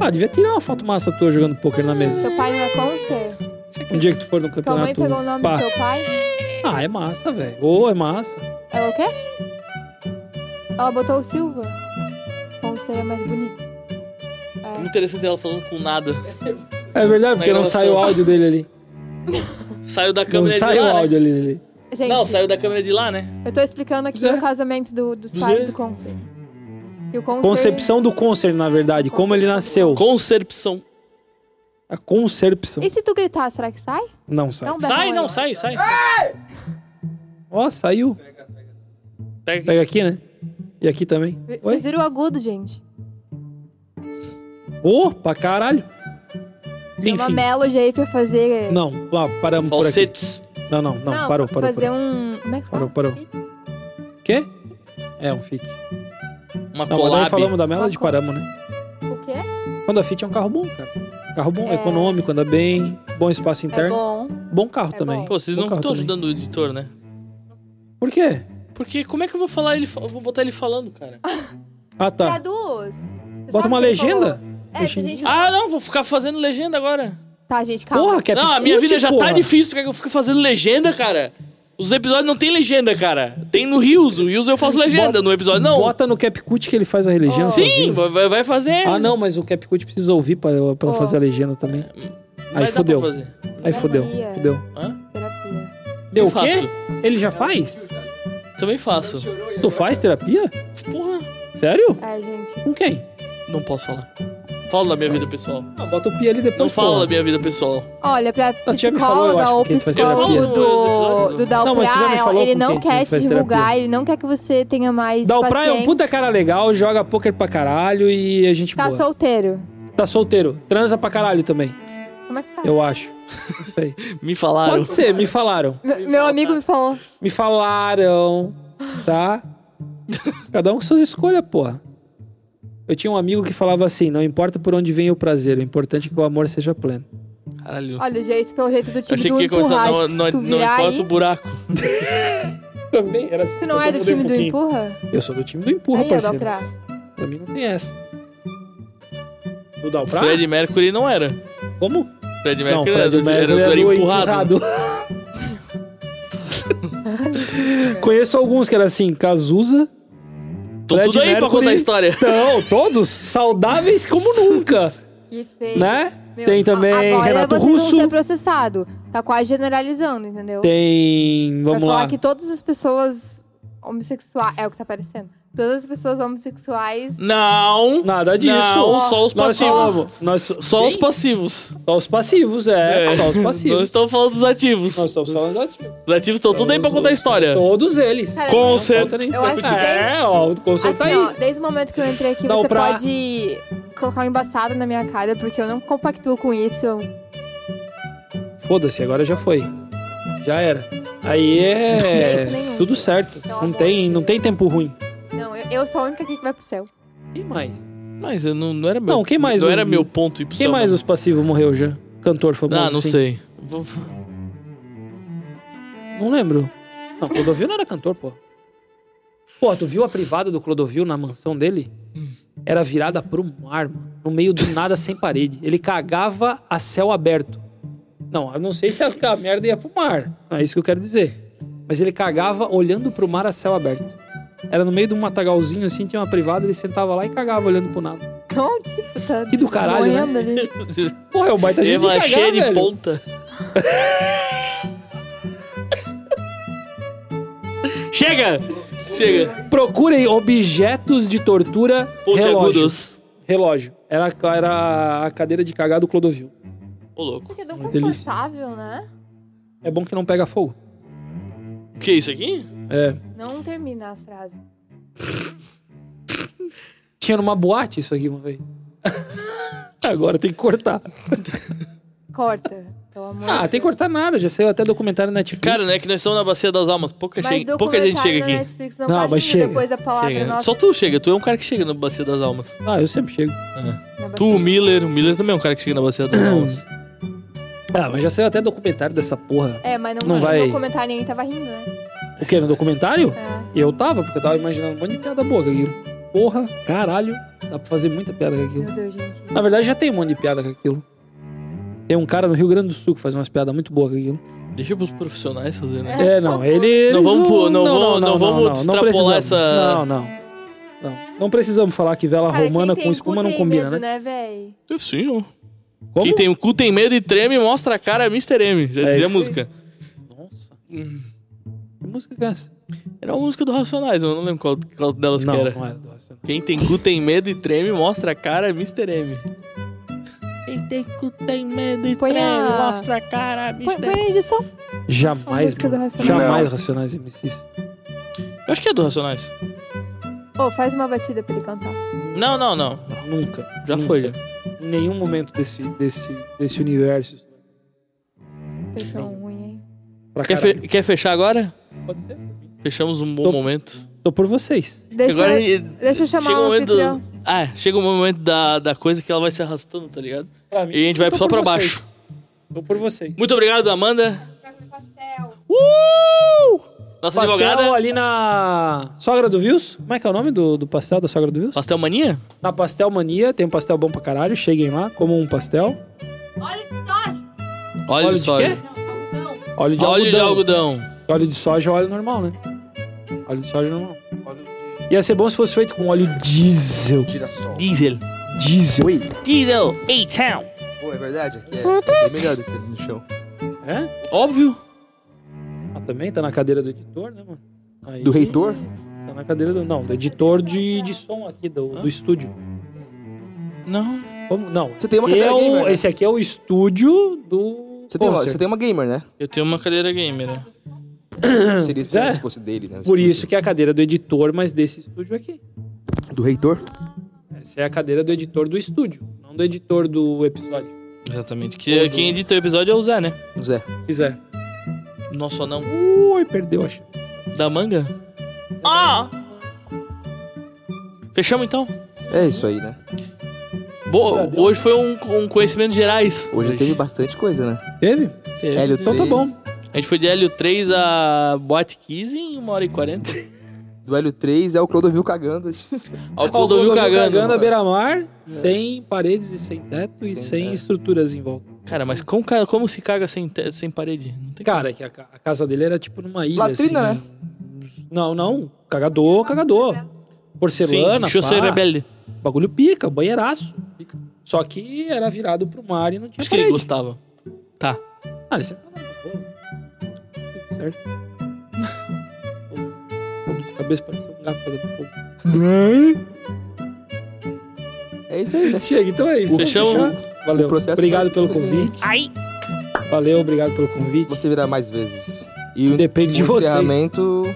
Speaker 2: Ah, devia tirar uma foto massa tua jogando poker na mesa.
Speaker 5: Seu pai não é Concert?
Speaker 2: Um dia que tu for no
Speaker 5: Tua
Speaker 2: campeonato.
Speaker 5: mãe pegou o nome
Speaker 2: pá.
Speaker 5: do teu pai?
Speaker 2: Ah, é massa, velho. Ô, é massa.
Speaker 5: Ela o quê? Ela botou o Silva. Concert é mais bonito.
Speaker 1: É
Speaker 5: É.
Speaker 1: muito interessante ela falando com nada.
Speaker 2: É verdade, porque
Speaker 1: Na
Speaker 2: não sai o
Speaker 1: gravação.
Speaker 2: áudio dele ali.
Speaker 1: Saiu da
Speaker 2: Não
Speaker 1: câmera de
Speaker 2: sai o
Speaker 1: lá. né?
Speaker 2: áudio ali dele.
Speaker 5: Gente,
Speaker 1: Não, saiu da câmera de lá, né?
Speaker 5: eu tô explicando aqui
Speaker 2: Zé.
Speaker 5: o casamento do- dos
Speaker 2: Zé.
Speaker 5: pais do Concert. E o Concert...
Speaker 2: Concepção do Concert, na verdade. Como ele nasceu.
Speaker 1: Concepção.
Speaker 2: A Concepção.
Speaker 5: E se tu gritar, será que sai?
Speaker 2: Não sai.
Speaker 5: Não, Beto,
Speaker 1: Sai,
Speaker 5: eu
Speaker 1: não,
Speaker 5: acho.
Speaker 1: sai, sai.
Speaker 2: Ó, saiu.
Speaker 1: Pega aqui.
Speaker 2: Pega aqui, né? E aqui também. Oi?
Speaker 5: Vocês viram o agudo, gente?
Speaker 2: Ô, pra caralho.
Speaker 5: Tem uma
Speaker 2: Enfim.
Speaker 5: melody aí pra fazer...
Speaker 2: Não, ah, paramos por aqui.
Speaker 1: Falsetes.
Speaker 2: Não, não, não. parou,
Speaker 5: pra
Speaker 2: parou.
Speaker 5: fazer
Speaker 2: parou.
Speaker 5: um... Como é que fala?
Speaker 2: Parou, parou. Quê? É, um fit.
Speaker 1: Uma
Speaker 2: Não, mas nós
Speaker 1: collab.
Speaker 2: falamos da Melody,
Speaker 5: Uma collab.
Speaker 2: paramos, né?
Speaker 5: O quê?
Speaker 2: Quando a fit é um carro bom, cara. Carro bom, econômico, anda bem, bom espaço
Speaker 5: É
Speaker 2: interno.
Speaker 5: bom.
Speaker 2: bom. carro
Speaker 5: É
Speaker 2: também.
Speaker 5: bom.
Speaker 1: Pô, vocês
Speaker 2: Bom
Speaker 1: não
Speaker 2: carro
Speaker 1: estão
Speaker 2: também.
Speaker 1: ajudando o editor, né?
Speaker 2: Por quê?
Speaker 1: Porque como é que eu vou falar ele. fa- Eu vou botar ele falando, cara.
Speaker 2: Ah, tá.
Speaker 5: Traduz. É Você
Speaker 2: Bota
Speaker 5: sabe
Speaker 2: uma
Speaker 5: quem falou?
Speaker 2: legenda.
Speaker 5: É, se a gente...
Speaker 1: Ah, não, vou ficar fazendo legenda agora.
Speaker 5: Tá, gente, calma.
Speaker 2: Porra, que é
Speaker 1: não, a minha
Speaker 2: picude,
Speaker 1: vida já
Speaker 2: porra.
Speaker 1: tá difícil. Tu quer que eu fique fazendo legenda, cara? Os episódios não tem legenda, cara. Tem no Rios. O Rios eu faço legenda.
Speaker 2: Bota-
Speaker 1: no episódio não.
Speaker 2: Bota no CapCut que ele faz a legenda
Speaker 1: Sim,
Speaker 2: sozinho.
Speaker 1: vai- vai, vai fazer.
Speaker 2: Ah, não, mas o CapCut precisa ouvir pra, pra
Speaker 5: Ó. É,
Speaker 2: fazer a legenda também.
Speaker 1: Vai
Speaker 2: Aí
Speaker 1: dar
Speaker 2: fodeu.
Speaker 1: pra fazer.
Speaker 2: Aí fodeu,
Speaker 5: Terapia.
Speaker 2: fodeu.
Speaker 1: Hã?
Speaker 5: Terapia.
Speaker 2: Deu
Speaker 1: Eu
Speaker 2: o quê?
Speaker 1: faço.
Speaker 2: Ele já faz?
Speaker 1: Também faço.
Speaker 2: Tu faz terapia?
Speaker 1: Porra,
Speaker 2: Sério?
Speaker 5: É, gente.
Speaker 2: Com quem?
Speaker 1: não posso falar. Falo da minha vida pessoal.
Speaker 2: Ah, bota o pi ali depois.
Speaker 1: Não falo
Speaker 2: porra.
Speaker 1: da minha vida pessoal.
Speaker 5: Olha, pra
Speaker 2: tinha Ah, me falado, eu
Speaker 5: psicóloga
Speaker 2: acho,
Speaker 5: ou
Speaker 2: que ele faz
Speaker 5: psicólogo
Speaker 1: terapia.
Speaker 5: do, do Dalprá,
Speaker 2: Não, mas você já me falou
Speaker 5: ele
Speaker 2: com
Speaker 5: não
Speaker 2: quem que
Speaker 5: quer te
Speaker 2: faz
Speaker 5: divulgar,
Speaker 2: terapia.
Speaker 5: ele não quer que você tenha mais
Speaker 2: Dá o praia é um
Speaker 5: paciência.
Speaker 2: puta cara legal, joga poker pra caralho e a gente
Speaker 5: Tá
Speaker 2: boa.
Speaker 5: solteiro.
Speaker 2: Tá solteiro. Transa pra caralho também,
Speaker 5: Como é que sabe?
Speaker 2: eu acho. Não sei.
Speaker 1: Me falaram.
Speaker 2: Pode ser, me falaram.
Speaker 5: Me- Meu amigo me falou.
Speaker 2: Me falaram, tá? Cada um com suas escolhas, porra. Eu tinha um amigo que falava assim: não importa por onde vem o prazer, o importante é que o amor seja pleno.
Speaker 1: Caralho.
Speaker 5: Olha, gente, pelo jeito do
Speaker 1: Eu
Speaker 5: time
Speaker 1: achei
Speaker 5: do
Speaker 1: que ia começar. Não,
Speaker 5: empurrar,
Speaker 1: não, é-
Speaker 5: se tu
Speaker 1: não
Speaker 5: virar
Speaker 1: importa o
Speaker 5: aí...
Speaker 1: buraco.
Speaker 2: Também era assim.
Speaker 5: Tu não é do time do empurra?
Speaker 2: Eu sou do time do um empurra,
Speaker 5: aí, ó,
Speaker 2: parceiro.
Speaker 5: Dalprá.
Speaker 2: Pra mim não tem essa. Do
Speaker 1: O
Speaker 2: Dalprá?
Speaker 1: Fred Mercury não era.
Speaker 2: Como?
Speaker 1: Fred
Speaker 2: Não,
Speaker 1: Mercury era,
Speaker 2: Fred
Speaker 1: do- era,
Speaker 2: Mercury
Speaker 1: do-
Speaker 2: é
Speaker 1: era
Speaker 2: do
Speaker 1: empurrado.
Speaker 2: Conheço alguns que era assim, Cazuza.
Speaker 1: Tô
Speaker 2: Fred
Speaker 1: tudo aí pra
Speaker 2: Mercury.
Speaker 1: contar a história.
Speaker 2: Então, todos saudáveis como nunca,
Speaker 5: Que feio.
Speaker 2: né?
Speaker 5: Meu,
Speaker 2: tem também
Speaker 5: agora
Speaker 2: Renato
Speaker 5: vocês
Speaker 2: Russo.
Speaker 5: vão ser processado. Tá quase generalizando, entendeu?
Speaker 2: Tem,
Speaker 5: Vai
Speaker 2: vamos
Speaker 5: falar
Speaker 2: lá.
Speaker 5: que todas as pessoas homossexuais. É o que tá aparecendo. Todas as pessoas homossexuais.
Speaker 1: Não.
Speaker 2: Nada disso.
Speaker 1: Não, só os
Speaker 2: Nós
Speaker 1: passivos.
Speaker 2: falamos- nós-
Speaker 1: Só
Speaker 2: Bem,
Speaker 1: os passivos.
Speaker 2: só os passivos, é,
Speaker 1: É.
Speaker 2: só os
Speaker 1: Não
Speaker 2: passivos.
Speaker 1: estou falando dos ativos.
Speaker 2: Nós estamos falando dos ativos.
Speaker 1: Os ativos estão tudo aí pra
Speaker 2: Todos
Speaker 1: contar a
Speaker 2: os-
Speaker 1: história.
Speaker 2: Todos eles.
Speaker 5: Cara,
Speaker 1: É. Com
Speaker 2: Não
Speaker 1: cer-
Speaker 2: falta nenhum.
Speaker 5: É. Eu acho que
Speaker 2: É, ó, o conceito tá
Speaker 5: assim,
Speaker 2: aí.
Speaker 5: ó, desde o momento que eu entrei aqui,
Speaker 2: Dá
Speaker 5: você
Speaker 2: pra-
Speaker 5: pode colocar um embaçado na minha cara, porque eu não compactuo com isso.
Speaker 2: Foda-se, agora já foi. Já era. Aí é.
Speaker 5: jeito nenhum. Então
Speaker 2: Tudo certo.
Speaker 5: Pelo
Speaker 2: Não
Speaker 5: amor
Speaker 2: tem,
Speaker 5: de
Speaker 2: não tem tempo ruim.
Speaker 5: Não, eu, eu sou a única aqui que vai pro céu.
Speaker 2: Quem mais?
Speaker 1: Mas eu não, não era meu.
Speaker 2: Não, quem mais
Speaker 1: Não
Speaker 2: os-
Speaker 1: era meu ponto ir pro
Speaker 2: Quem
Speaker 1: céu,
Speaker 2: mais
Speaker 1: não.
Speaker 2: os passivos morreu já? Cantor famoso.
Speaker 1: Ah, não
Speaker 2: sim.
Speaker 1: sei. Vou-
Speaker 2: Não lembro. Não, Clodovil não era cantor, pô. Pô, tu viu a privada do Clodovil na mansão dele? Era virada pro mar, mano. No meio do nada, sem parede. Ele cagava a céu aberto. Não, eu não sei se a a merda ia pro mar. Não é isso que eu quero dizer. Mas ele cagava olhando pro mar a céu aberto. Era no meio de um matagalzinho assim, tinha uma privada, ele sentava lá e cagava olhando pro nada.
Speaker 5: Então, tipo, tá
Speaker 2: Que do caralho, né?
Speaker 5: morrendo ali.
Speaker 2: Porra, é um baita gente de
Speaker 1: Eva
Speaker 2: cagar,
Speaker 1: cheia de
Speaker 2: velho.
Speaker 1: ponta. Chega! Chega.
Speaker 2: Procurem objetos de tortura relógio.
Speaker 1: Pontiagudos.
Speaker 2: Relógio. Era, era a cadeira de cagar do Clodovil.
Speaker 1: Ô, louco.
Speaker 5: Isso aqui é tão
Speaker 2: Uma delícia.
Speaker 5: confortável, né?
Speaker 2: É bom que não pega fogo.
Speaker 1: O que é isso aqui?
Speaker 2: É.
Speaker 5: Não termina a frase.
Speaker 2: Tinha numa boate isso aqui uma vez. Agora tem que cortar.
Speaker 5: Corta, pelo amor
Speaker 2: Ah, tem que cortar nada. Já saiu até documentário na Netflix.
Speaker 1: Cara, né? Que nós estamos na bacia das almas. Pouca,
Speaker 5: Mas
Speaker 1: chega- pouca gente
Speaker 5: documentário
Speaker 1: chega
Speaker 5: na
Speaker 1: aqui.
Speaker 5: Netflix não,
Speaker 2: Não,
Speaker 5: faz
Speaker 2: mas
Speaker 5: muito
Speaker 2: chega.
Speaker 5: depois a palavra
Speaker 1: Chega.
Speaker 5: nossa.
Speaker 1: Só tu chega. Tu é um cara que chega na bacia das almas.
Speaker 2: Ah, eu sempre chego.
Speaker 1: É.
Speaker 5: Na
Speaker 1: Tu, o
Speaker 5: bacia.
Speaker 1: Miller. O Miller também é um cara que chega na bacia das almas.
Speaker 2: Ah, mas já saiu até documentário dessa porra.
Speaker 5: É, mas não,
Speaker 2: Não
Speaker 5: no
Speaker 2: vai-
Speaker 5: documentário ninguém tava rindo, né?
Speaker 2: O que? No documentário?
Speaker 5: É.
Speaker 2: Eu tava, porque eu tava imaginando um monte de piada boa com aquilo. Porra, caralho, dá pra fazer muita piada com aquilo.
Speaker 5: Meu Deus, gente.
Speaker 2: Na verdade, já tem um monte de piada com aquilo. Tem um cara no Rio Grande do Sul que faz umas piadas muito boas com aquilo.
Speaker 1: Deixa pros profissionais fazer, né?
Speaker 2: É,
Speaker 5: por
Speaker 2: não,
Speaker 5: favor.
Speaker 2: ele. eles
Speaker 1: vamos
Speaker 2: vão-
Speaker 1: pô- não vamos- não vamos extrapolar
Speaker 2: precisamos.
Speaker 1: essa-
Speaker 2: Não, não. Não, não precisamos falar que vela
Speaker 5: Cara,
Speaker 2: romana
Speaker 5: quem
Speaker 2: com
Speaker 5: tem
Speaker 2: espuma
Speaker 5: cu
Speaker 2: não
Speaker 5: tem
Speaker 2: combina,
Speaker 5: medo,
Speaker 2: né?
Speaker 5: né, véi?
Speaker 1: É, Sim, ó.
Speaker 2: Como?
Speaker 1: Quem tem o cu tem medo e treme, mostra a cara, é Mr. M. Já
Speaker 2: É isso
Speaker 1: dizia
Speaker 2: aí.
Speaker 1: a música.
Speaker 2: Nossa. Que música que é essa?
Speaker 1: Era uma música do Racionais, eu não lembro qual, qual delas
Speaker 2: não,
Speaker 1: que era.
Speaker 2: não era do Racionais.
Speaker 1: Quem tem cu tem medo e treme, mostra a cara, é Mr. M. Quem tem cu tem medo e
Speaker 5: Põe
Speaker 1: treme,
Speaker 5: a-
Speaker 1: mostra a cara,
Speaker 5: Põe,
Speaker 1: Mr.
Speaker 2: né?
Speaker 5: põe
Speaker 1: M.
Speaker 5: na edição. A
Speaker 2: Jamais.
Speaker 5: música do
Speaker 2: mano.
Speaker 5: Racionais.
Speaker 2: Jamais Racionais MCs.
Speaker 1: Eu acho que é do Racionais.
Speaker 5: Ô, faz uma batida pra ele cantar.
Speaker 1: Não, não, não.
Speaker 2: Nunca.
Speaker 1: Já
Speaker 2: nunca.
Speaker 1: foi, já.
Speaker 2: Em nenhum momento desse, desse, desse universo.
Speaker 5: Vocês são ruins, hein?
Speaker 2: Pra
Speaker 1: Quer,
Speaker 2: caralho.
Speaker 1: fe- quer fechar agora?
Speaker 2: Pode ser.
Speaker 1: Fechamos um bom
Speaker 2: Tô-
Speaker 1: momento.
Speaker 2: Tô por vocês.
Speaker 5: Deixa,
Speaker 1: agora ele-
Speaker 5: deixa eu chamar
Speaker 1: chega o
Speaker 5: o
Speaker 1: momento.
Speaker 5: anfitrião.
Speaker 1: Ah, chega o momento da, da coisa que ela vai se arrastando, tá ligado?
Speaker 2: Pra mim,
Speaker 1: E a gente vai
Speaker 2: tô
Speaker 1: só
Speaker 2: por
Speaker 1: pra
Speaker 2: vocês.
Speaker 1: baixo.
Speaker 2: Tô por vocês.
Speaker 1: Muito obrigado, Amanda.
Speaker 5: Uh!
Speaker 1: Nossa
Speaker 2: pastel
Speaker 1: advogada.
Speaker 2: ali na sogra do Vils. Como é que é o nome do, do pastel da sogra do Vils?
Speaker 1: Pastel Mania?
Speaker 2: Na Pastel Mania, tem um pastel bom pra caralho. Cheguem lá, comam um pastel.
Speaker 1: Olha
Speaker 2: de
Speaker 1: só.
Speaker 2: quê? Óleo de
Speaker 1: Óleo de
Speaker 2: algodão.
Speaker 1: algodão.
Speaker 2: Óleo de soja é óleo normal, né? Óleo de soja é normal. Ia ser bom se fosse feito com óleo diesel.
Speaker 3: Girassol.
Speaker 1: Diesel.
Speaker 2: Diesel.
Speaker 3: Oi.
Speaker 1: Diesel. A-Town.
Speaker 3: Pô, é verdade? Aqui é, é melhor do que no chão.
Speaker 2: É?
Speaker 1: Óbvio.
Speaker 2: Ah, também tá na cadeira do editor, né, mano? Aí-
Speaker 3: Do reitor?
Speaker 2: Tá na cadeira do... Não, do editor de, de som aqui, do, do estúdio.
Speaker 1: Não.
Speaker 2: Como? Não.
Speaker 3: Você tem uma
Speaker 2: esse
Speaker 3: cadeira
Speaker 2: é o-
Speaker 3: gamer, né?
Speaker 2: Esse aqui é o estúdio do
Speaker 3: Você tem, uma,
Speaker 2: concert.
Speaker 3: você tem uma gamer, né?
Speaker 1: Eu tenho uma cadeira gamer. né?
Speaker 3: Seria estranho
Speaker 2: É.
Speaker 3: se fosse dele, né?
Speaker 2: Por isso que é a cadeira do editor, mas desse estúdio aqui.
Speaker 3: Do reitor?
Speaker 2: Essa é a cadeira do editor do estúdio, não do editor do episódio.
Speaker 1: Exatamente. Que, quem edita o episódio é o Zé, né?
Speaker 3: Zé.
Speaker 2: Se quiser.
Speaker 1: Nosso anão.
Speaker 2: Ui, perdeu a chance.
Speaker 1: Da manga? Ah! Fechamos então?
Speaker 3: É isso aí, né?
Speaker 1: Boa, hoje foi um, um conhecimento gerais.
Speaker 3: Hoje teve bastante coisa, né?
Speaker 2: Teve?
Speaker 1: Teve.
Speaker 3: Hélio
Speaker 2: Então tá bom.
Speaker 1: A gente foi de Hélio 3 a Boate 15 em 1 hora e 40.
Speaker 3: Do Hélio 3 é o Clodovil cagando.
Speaker 1: Ao Clodovil cagando. É.
Speaker 2: na beira-mar, sem paredes e sem teto e
Speaker 3: Sem
Speaker 2: sem
Speaker 3: teto.
Speaker 2: estruturas em volta.
Speaker 1: Cara, mas como, ca- como se caga sem, te- sem parede? Não tem
Speaker 2: Cara, é que a, ca- a casa dele era tipo numa ilha,
Speaker 3: Latrina, né?
Speaker 2: assim. Não, não. Cagador, cagador. Porcelana,
Speaker 1: Sim,
Speaker 2: pá.
Speaker 1: pá. rebelde.
Speaker 2: Bagulho pica, banheiraço. Só que era virado pro mar e não tinha
Speaker 1: Acho que ele
Speaker 2: parede.
Speaker 1: gostava. Tá.
Speaker 2: Ah, esse é Tudo certo. Pô, Cabeça parece um gato pegando fogo.
Speaker 3: É isso aí, né?
Speaker 2: Chega, então é isso.
Speaker 1: Fechamos.
Speaker 2: Vamos fechar? Valeu.
Speaker 3: O processo
Speaker 2: Obrigado
Speaker 3: vai-
Speaker 2: pelo convite.
Speaker 1: Ai!
Speaker 2: Valeu, obrigado pelo convite.
Speaker 3: Você virá mais vezes. E o
Speaker 2: Depende de vocês.
Speaker 3: encerramento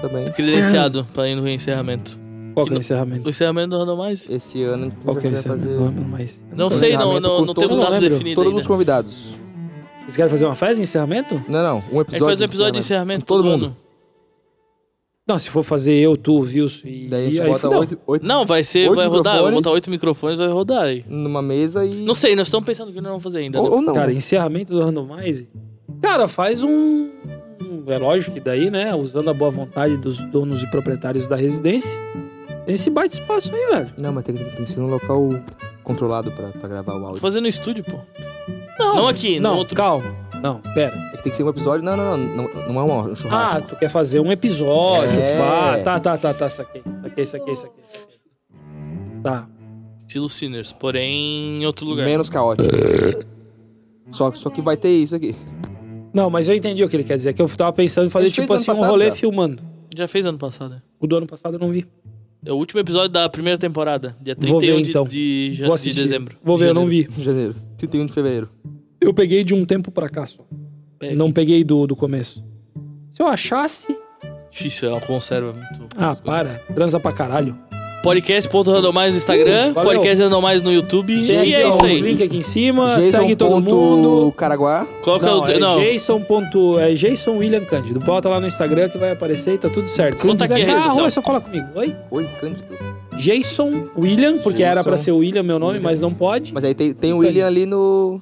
Speaker 3: também.
Speaker 1: Credenciado pra ir no encerramento.
Speaker 2: Qual que é
Speaker 1: Que
Speaker 2: o encerramento?
Speaker 1: O encerramento do Randomize?
Speaker 3: Esse ano a gente
Speaker 2: Qual que é o
Speaker 3: vai fazer
Speaker 2: encerramento? Não, mas-
Speaker 1: Não sei, não,
Speaker 3: Então, encerramento
Speaker 1: não,
Speaker 3: com
Speaker 1: não
Speaker 3: todos-
Speaker 1: temos
Speaker 2: não
Speaker 1: dados
Speaker 2: lembro.
Speaker 1: definidos
Speaker 3: todos
Speaker 1: ainda.
Speaker 3: os convidados.
Speaker 2: Vocês querem fazer uma festa de encerramento?
Speaker 3: Não, não. Um
Speaker 1: A gente
Speaker 3: episódio.
Speaker 1: faz um episódio de
Speaker 3: de
Speaker 1: encerramento
Speaker 3: Com todo
Speaker 1: todo
Speaker 3: mundo.
Speaker 1: ano.
Speaker 2: Não, se for fazer eu, tu, o Wilson e.
Speaker 3: Daí a gente
Speaker 2: aí
Speaker 3: bota
Speaker 2: fudeu.
Speaker 3: oito, oito
Speaker 1: Não, vai ser,
Speaker 3: Oito
Speaker 1: vai rodar, vou
Speaker 3: microfones.
Speaker 1: botar oito microfones, vai rodar aí.
Speaker 3: numa mesa e.
Speaker 1: Não sei, nós estamos pensando o que nós vamos fazer ainda. né?
Speaker 3: ou, ou não.
Speaker 2: Cara, encerramento do randomize. Cara, faz um. um- É lógico que daí, né? Usando a boa vontade dos donos e proprietários da residência, tem esse baita espaço aí, velho.
Speaker 3: Não, mas tem que, tem que ser num local controlado pra, pra gravar o áudio.
Speaker 1: Fazer no estúdio, pô. Não aqui, no
Speaker 2: não,
Speaker 1: outro.
Speaker 2: calma. Não, pera.
Speaker 3: É que tem que ser um episódio. Não, não, não. Não, não é um, um
Speaker 2: Ah,
Speaker 3: churrasco.
Speaker 2: tu quer fazer um episódio,
Speaker 3: É.
Speaker 2: pá. Tá, tá, tá, tá, saquei. Saquei, saquei, saquei. saquei. Tá.
Speaker 1: Estilo Sinners, porém em outro lugar.
Speaker 3: Menos caótico. só, só que vai ter isso aqui.
Speaker 2: Não, mas eu entendi o que ele quer dizer. Que eu tava pensando em fazer,
Speaker 3: Ele fez
Speaker 2: tipo
Speaker 3: ano
Speaker 2: assim, um
Speaker 3: passado
Speaker 2: rolê
Speaker 3: já.
Speaker 2: filmando.
Speaker 1: Já fez ano passado, né?
Speaker 2: O do ano passado eu não vi.
Speaker 1: É o último episódio da primeira temporada, dia
Speaker 2: Vou
Speaker 1: 31
Speaker 2: ver,
Speaker 1: de,
Speaker 2: então.
Speaker 1: de, ja-
Speaker 2: Vou
Speaker 1: de
Speaker 2: assistir.
Speaker 1: dezembro.
Speaker 2: Vou
Speaker 1: De
Speaker 2: ver, eu não
Speaker 1: janeiro.
Speaker 2: vi.
Speaker 3: Janeiro. 31 de fevereiro.
Speaker 2: Eu peguei de um tempo pra cá só.
Speaker 1: Pega.
Speaker 2: Não peguei do, do começo. Se eu achasse.
Speaker 1: Difícil, ela conserva muito.
Speaker 2: Ah, para. Transa pra caralho.
Speaker 1: Podcast.randomais no Instagram,
Speaker 2: Uh, valeu.
Speaker 1: podcast randomais no YouTube. e é
Speaker 3: Jason,
Speaker 1: isso
Speaker 2: Os
Speaker 1: aí.
Speaker 2: link aqui em cima.
Speaker 3: Jason
Speaker 2: Ah, segue todo
Speaker 3: ponto
Speaker 2: mundo.
Speaker 3: Caraguá.
Speaker 1: Qual que é o.
Speaker 2: Não,
Speaker 1: teu-
Speaker 2: é
Speaker 1: Não,
Speaker 2: Jason. ponto- É Jason William Cândido. Bota lá no Instagram que vai aparecer e tá tudo certo. Quem
Speaker 1: Conta aqui
Speaker 2: quiser
Speaker 1: a rede
Speaker 2: carro,
Speaker 1: social.
Speaker 2: é só falar comigo. Oi?
Speaker 3: Oi, Cândido.
Speaker 2: Jason William, porque
Speaker 3: Jason
Speaker 2: era pra ser William meu nome, mas não pode.
Speaker 3: Mas aí tem, tem o William ali no.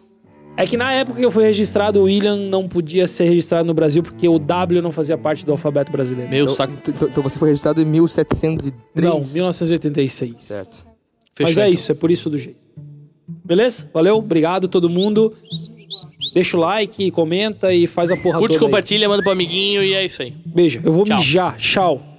Speaker 2: É que na época que eu fui registrado, o William não podia ser registrado no Brasil porque o W não fazia parte do alfabeto brasileiro.
Speaker 1: Meu
Speaker 3: Então,
Speaker 1: saco.
Speaker 3: então- então você foi registrado em 1703?
Speaker 2: Não, 1986.
Speaker 3: Certo.
Speaker 1: Fechou.
Speaker 2: Mas é
Speaker 1: então.
Speaker 2: isso, é por isso do jeito. Beleza? Valeu, obrigado todo mundo. Deixa o like, comenta e faz a porra
Speaker 1: Curte,
Speaker 2: toda aí.
Speaker 1: compartilha, manda pro amiguinho e é isso aí.
Speaker 2: Beijo. Eu vou
Speaker 1: Tchau.
Speaker 2: mijar. Tchau.